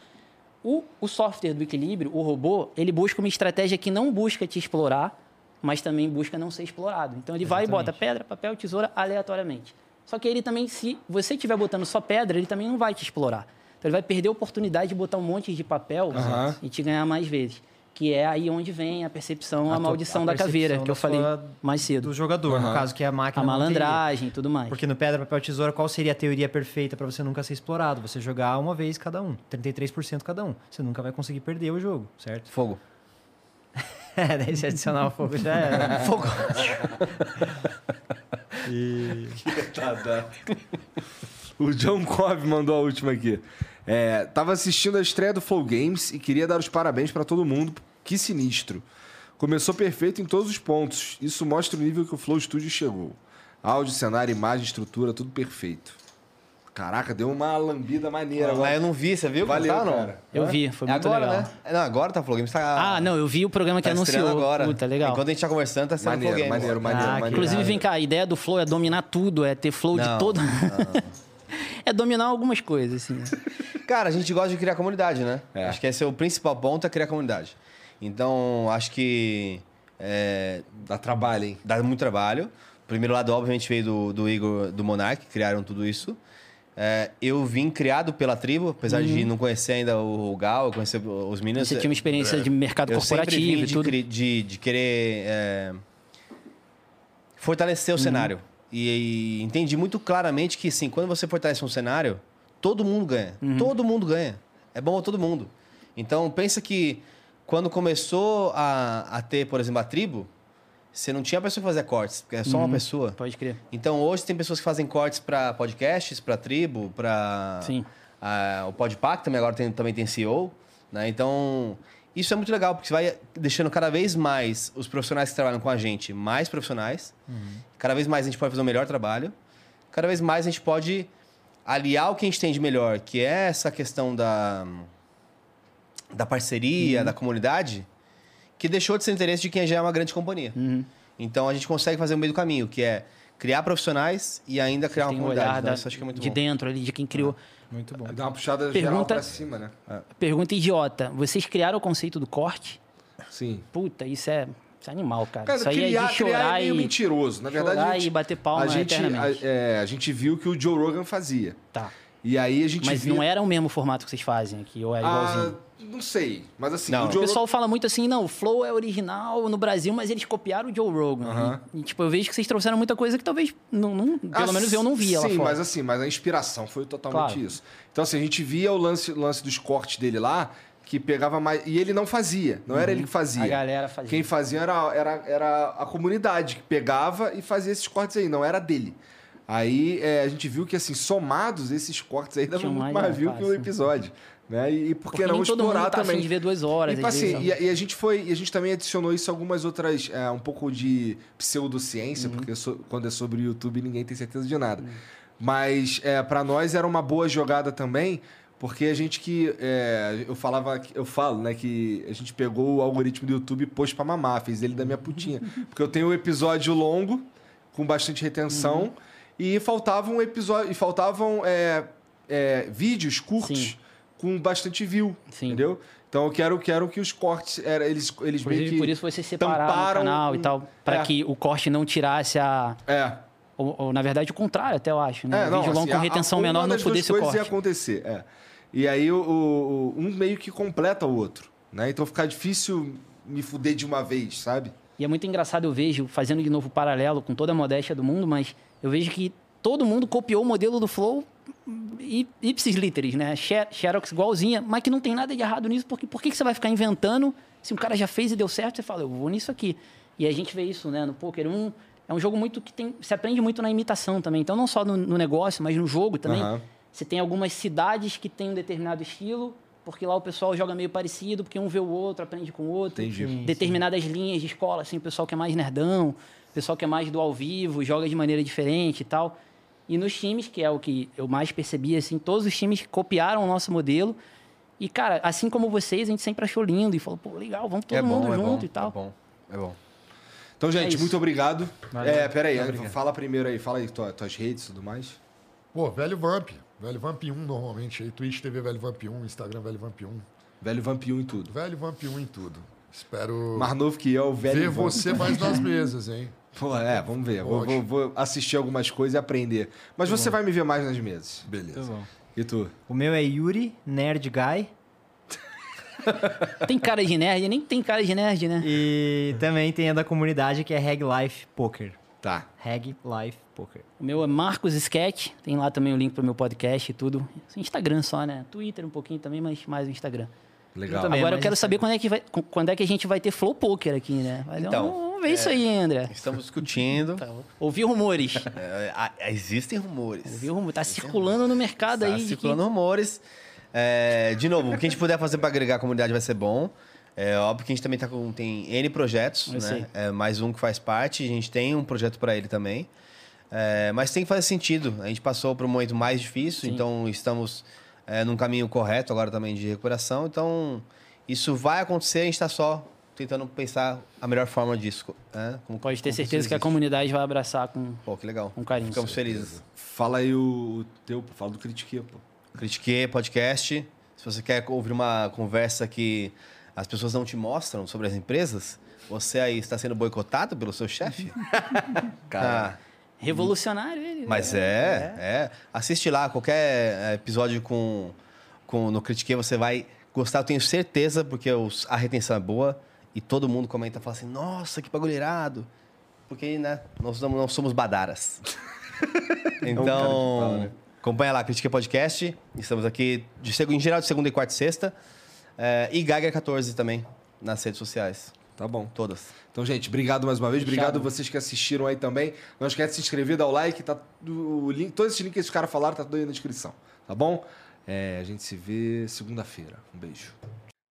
Speaker 5: O, o software do equilíbrio, o robô, ele busca uma estratégia que não busca te explorar, mas também busca não ser explorado. Então ele vai e bota pedra, papel, tesoura aleatoriamente. Só que ele também, se você estiver botando só pedra, ele também não vai te explorar. Então ele vai perder a oportunidade de botar um monte de papel e te ganhar mais vezes. Que é aí onde vem a percepção, a,
Speaker 6: tua-
Speaker 5: maldição
Speaker 6: a
Speaker 5: da caveira,
Speaker 6: percepção
Speaker 5: que eu
Speaker 6: da
Speaker 5: falei
Speaker 6: sua-
Speaker 5: mais cedo.
Speaker 6: Do jogador, no caso, que é a máquina.
Speaker 5: A
Speaker 6: não teria.
Speaker 5: malandragem e tudo mais.
Speaker 6: Porque no pedra, papel, tesoura, qual seria a teoria perfeita para você nunca ser explorado? Você jogar uma vez cada um, 33% cada um. Você nunca vai conseguir perder o jogo, certo? *laughs*
Speaker 5: *laughs*
Speaker 4: Fogo.
Speaker 6: É, daí se adicionar o fogo já era. né?
Speaker 4: Fogo.
Speaker 3: O John Cobb mandou a última aqui. É, tava assistindo a estreia do Flow Games e queria dar os parabéns pra todo mundo. Que sinistro. Começou perfeito em todos os pontos. Isso mostra o nível que o Flow Studio chegou. Áudio, cenário, imagem, estrutura, tudo perfeito. Caraca, deu uma lambida maneira
Speaker 4: Mas eu
Speaker 3: agora.
Speaker 4: não vi, você viu?
Speaker 3: Valeu,
Speaker 4: Tá, não?
Speaker 3: cara.
Speaker 5: Eu vi, foi
Speaker 4: É
Speaker 5: muito
Speaker 4: agora,
Speaker 5: legal.
Speaker 4: né? É, Não, agora tá Flow Games. Tá,
Speaker 5: Ah, não, eu vi o programa que
Speaker 4: tá estreando
Speaker 5: anunciou.
Speaker 4: agora.
Speaker 5: Puta, legal.
Speaker 4: Enquanto a gente tá conversando, tá sendo Flow
Speaker 3: Maneiro,
Speaker 4: Games.
Speaker 3: maneiro, maneiro,
Speaker 6: Ah, que
Speaker 3: maneiro.
Speaker 5: Inclusive, vem cá, a ideia do Flow é dominar tudo, é ter flow
Speaker 4: Não,
Speaker 5: de todo. *laughs* é dominar algumas coisas, assim. né?
Speaker 4: Cara, a gente gosta de criar comunidade, né? Acho que esse é o principal ponto, é criar comunidade. Então, acho que é,
Speaker 3: Dá trabalho, hein?
Speaker 4: dá muito trabalho. O primeiro lado, obviamente, veio do, do Igor, do Monark, que criaram tudo isso. É, eu vim criado pela tribo, apesar de não conhecer ainda o, o Gal, eu conhecer os meninos.
Speaker 5: Você tinha uma experiência de mercado
Speaker 4: eu sempre vim
Speaker 5: corporativo e
Speaker 4: de,
Speaker 5: tudo.
Speaker 4: cri- de, de querer é, fortalecer o
Speaker 5: Uhum.
Speaker 4: cenário. E, e entendi muito claramente que, assim, quando você fortalece um cenário, todo mundo ganha.
Speaker 5: Uhum.
Speaker 4: Todo mundo ganha. É bom pra todo mundo. Então, pensa que quando começou a, a ter, por exemplo, a tribo, você não tinha pessoa que fazia cortes, porque é só
Speaker 5: Uhum.
Speaker 4: uma pessoa.
Speaker 5: Pode crer.
Speaker 4: Então, hoje tem pessoas que fazem cortes para podcasts, para tribo, para...
Speaker 5: Sim.
Speaker 4: Ah, o Podpac também agora tem, também tem CEO, né? Então, isso é muito legal, porque você vai deixando cada vez mais os profissionais que trabalham com a gente mais profissionais. Cada vez mais a gente pode fazer um melhor trabalho. cada vez mais a gente pode aliar o que a gente tem de melhor, que é essa questão da, da parceria, da comunidade, que deixou de ser interesse de quem já é uma grande companhia. Então a gente consegue fazer o meio do caminho, que é criar profissionais e ainda criar uma
Speaker 5: Tem um
Speaker 4: comunidade.
Speaker 5: olhar
Speaker 4: Então,
Speaker 5: da-
Speaker 4: isso acho que é muito
Speaker 5: de
Speaker 4: bom.
Speaker 5: dentro ali, de quem criou.
Speaker 8: Ah, Muito bom.
Speaker 3: Dá uma puxada geral
Speaker 5: Pergunta-
Speaker 3: pra cima, né?
Speaker 4: É.
Speaker 5: Pergunta idiota. Vocês criaram o conceito do corte?
Speaker 3: Sim.
Speaker 5: Puta, isso é, isso é animal, cara.
Speaker 3: Cara,
Speaker 5: isso aí
Speaker 3: criar,
Speaker 5: é de chorar
Speaker 3: criar é meio
Speaker 5: e...
Speaker 3: mentiroso. Na verdade,
Speaker 5: chorar
Speaker 3: a gente,
Speaker 5: e bater palma
Speaker 3: a gente,
Speaker 5: eternamente.
Speaker 3: a, é, a gente viu que o Joe Rogan fazia.
Speaker 5: Tá.
Speaker 3: E aí a gente
Speaker 5: Mas
Speaker 3: via...
Speaker 5: não era o mesmo formato que vocês fazem aqui, ou é
Speaker 3: Ah,
Speaker 5: igualzinho?
Speaker 3: não sei. Mas assim,
Speaker 4: Não.
Speaker 3: o
Speaker 5: O
Speaker 3: Joe
Speaker 5: pessoal fala muito assim, não, o Flow é original no Brasil, mas eles copiaram o Joe Rogan. E, tipo, eu vejo que vocês trouxeram muita coisa que talvez, não, não- pelo
Speaker 3: Ah,
Speaker 5: menos eu não via lá
Speaker 3: Sim,
Speaker 5: fora.
Speaker 3: mas assim, mas a inspiração foi totalmente
Speaker 5: Claro.
Speaker 3: isso. Então, assim, a gente via o lance, lance dos cortes dele lá, que pegava mais. E ele não fazia, não era ele que fazia.
Speaker 5: Uhum. A galera fazia.
Speaker 3: Quem fazia era, era, era a comunidade que pegava e fazia esses cortes aí, não era dele. Aí é, a gente viu que, assim, somados esses cortes aí dava
Speaker 5: Tinha
Speaker 3: muito
Speaker 5: mais
Speaker 3: mais
Speaker 5: mais
Speaker 3: view que o
Speaker 5: fácil.
Speaker 3: episódio. Né? E, e por que
Speaker 5: Porque
Speaker 3: não
Speaker 5: nem todo mundo
Speaker 3: explorar
Speaker 5: tá afim
Speaker 3: também?
Speaker 5: de ver duas horas,
Speaker 3: E,
Speaker 5: às
Speaker 3: assim,
Speaker 5: vezes,
Speaker 3: e, a- e a gente foi, e a gente também adicionou isso a algumas outras, é, um pouco de
Speaker 5: Uhum.
Speaker 3: pseudociência, porque so- quando é sobre o YouTube ninguém tem certeza de nada. Mas é, para nós era uma boa jogada também, porque a gente que é, eu falava, que- eu falo, né, que a gente pegou o algoritmo do YouTube e pôs pra mamar, fez ele da
Speaker 5: Uhum.
Speaker 3: minha putinha, porque eu tenho um episódio longo com bastante retenção
Speaker 5: Uhum.
Speaker 3: e faltavam um episódio, e faltavam é, é, vídeos curtos
Speaker 5: Sim.
Speaker 3: com bastante view,
Speaker 5: Sim.
Speaker 3: entendeu? Então eu quero, quero que os cortes era, eles, eles meio
Speaker 5: Inclusive,
Speaker 3: que.
Speaker 5: por isso vocês separaram o
Speaker 3: tamparam
Speaker 5: canal e
Speaker 3: um-
Speaker 5: tal, pra
Speaker 3: É.
Speaker 5: que o corte não tirasse a...
Speaker 3: É.
Speaker 5: Ou, ou, na verdade, o contrário, até eu acho, né?
Speaker 3: É,
Speaker 5: o
Speaker 3: não,
Speaker 5: vídeo longo
Speaker 3: assim,
Speaker 5: com
Speaker 3: a- a-
Speaker 5: retenção
Speaker 3: uma
Speaker 5: menor não
Speaker 3: das duas
Speaker 5: fudesse o
Speaker 3: coisas
Speaker 5: corte.
Speaker 3: ia acontecer, é. E aí o, o- um meio que completa o outro, né? Então fica difícil me fuder de uma vez, sabe?
Speaker 5: E é muito engraçado, eu vejo, fazendo de novo o paralelo com toda a modéstia do mundo, mas eu vejo que todo mundo copiou o modelo do Flow i- ipsis literis, né? Xer- Xerox igualzinha, mas que não tem nada de errado nisso, porque por que que você vai ficar inventando se um cara já fez e deu certo? Você fala, eu vou nisso aqui. E a gente vê isso, né? No poker, um, é um jogo muito que tem, se aprende muito na imitação também. Então, não só no, no negócio, mas no jogo também.
Speaker 3: Aham.
Speaker 5: Você tem algumas cidades que têm um determinado estilo, porque lá o pessoal joga meio parecido, porque um vê o outro, aprende com o outro.
Speaker 3: Entendi. Sim,
Speaker 5: Determinadas linhas de escola, assim, o pessoal que é mais nerdão, o pessoal que é mais do ao vivo, joga de maneira diferente e tal. E nos times, que é o que eu mais percebi, assim, todos os times copiaram o nosso modelo. E, cara, assim como vocês, a gente sempre achou lindo e falou, pô, legal, vamos todo
Speaker 4: é bom,
Speaker 5: mundo
Speaker 4: é
Speaker 5: junto
Speaker 4: bom,
Speaker 5: e tal.
Speaker 4: É bom, é bom.
Speaker 3: Então, gente,
Speaker 5: isso.
Speaker 3: muito obrigado. É, peraí, fala primeiro aí, fala aí tua- tuas redes e tudo mais.
Speaker 7: Pô, velho Vamp. Velho Vamp 1 normalmente. Aí Twitch TV Velho Vamp 1, Instagram Velho Vamp 1.
Speaker 3: Velho Vampinho e tudo.
Speaker 7: Velho Vamp 1 em tudo. Espero
Speaker 3: Mais novo que eu, o velho.
Speaker 7: ver
Speaker 3: Vamp. um.
Speaker 7: você mais nas mesas, hein?
Speaker 3: *laughs* Pô, é, vamos ver. Vou, vou- vou assistir algumas coisas e aprender. Mas você vai me ver mais nas mesas.
Speaker 7: Beleza.
Speaker 3: E tu?
Speaker 6: O meu é Yuri, Nerd Guy.
Speaker 5: Tem cara de nerd, nem tem cara de nerd, né?
Speaker 6: E também tem a da comunidade que é Reg Life Poker.
Speaker 3: Tá.
Speaker 6: Reg Life Poker.
Speaker 5: O meu é Marcos Sketch, tem lá também o link pro meu podcast e tudo. Instagram só, né? Twitter um pouquinho também, mas mais o Instagram.
Speaker 3: Legal.
Speaker 6: também. É,
Speaker 5: Agora eu
Speaker 6: mas
Speaker 5: quero
Speaker 6: isso
Speaker 5: saber quando é, que vai, qu- quando é que a gente vai ter Flow Poker aqui, né? Mas
Speaker 4: Então,
Speaker 5: vamos, vamos ver isso aí, André.
Speaker 4: Estamos
Speaker 5: *laughs*
Speaker 4: discutindo.
Speaker 5: Tá Ouvi rumores.
Speaker 4: É, a- existem rumores.
Speaker 5: Ouvi rumores. Tá circulando no mercado
Speaker 4: Tá
Speaker 5: aí. de que-
Speaker 4: circulando rumores. É, de novo, o que a gente puder fazer para agregar a comunidade vai ser bom. É óbvio que a gente também tá com, tem N projetos,
Speaker 5: Eu sei.
Speaker 4: né? É, mais um que faz parte, a gente tem um projeto para ele também. É, mas tem que fazer sentido. A gente passou por um momento mais difícil, então estamos é, num caminho correto agora também de recuperação. Então, isso vai acontecer, a gente está só tentando pensar a melhor forma disso. né? Como-
Speaker 5: Pode ter
Speaker 4: como
Speaker 5: certeza que a
Speaker 4: isso
Speaker 5: comunidade vai abraçar com.
Speaker 4: Pô, que legal.
Speaker 5: Com Um carinho.
Speaker 4: Ficamos felizes.
Speaker 3: Fala aí o teu, pô. fala do Critique, pô.
Speaker 4: Critiquei podcast. Se você quer ouvir uma conversa que as pessoas não te mostram sobre as empresas, você aí está sendo boicotado pelo seu chefe? Ah. Cara.
Speaker 5: Revolucionário ele. né?
Speaker 4: mas é, é, Assiste lá qualquer é, episódio com, com no Critiquei, você vai gostar, eu tenho certeza, porque os- a retenção é boa e todo mundo comenta e fala assim: nossa, que bagulho irado. Porque, né, nós não, não somos *laughs* badaras. É um Então, acompanha lá, Critique Podcast. Estamos aqui de seg- em geral de segunda e quarta e sexta. É, e Geiger 14 também, nas redes sociais.
Speaker 3: Tá bom.
Speaker 4: Todas.
Speaker 3: Então, gente, obrigado mais uma vez.
Speaker 5: Fechado.
Speaker 3: Obrigado a vocês que assistiram aí também. Não esquece de se inscrever, dar o like. Tá tudo- o link, todos esses links que esses caras falaram, tá tudo aí na descrição. Tá bom? É, a gente se vê segunda-feira. Um beijo.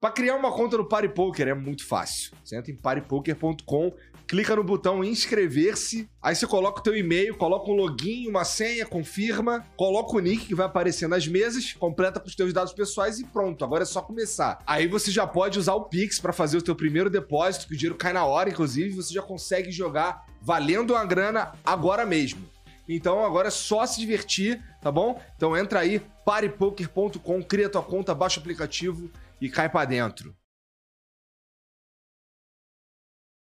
Speaker 3: Para criar uma conta no Party Poker é muito fácil. Você entra em paripoker.com, clica no botão inscrever-se, aí você coloca o teu e-mail, coloca um login, uma senha, confirma, coloca o nick que vai aparecer nas mesas, completa com os teus dados pessoais e pronto, agora é só começar. Aí você já pode usar o Pix para fazer o teu primeiro depósito, que o dinheiro cai na hora, inclusive, você já consegue jogar valendo uma grana agora mesmo. Então agora é só se divertir, tá bom? Então entra aí, parepoker.com, cria tua conta, baixa o aplicativo e cai pra dentro.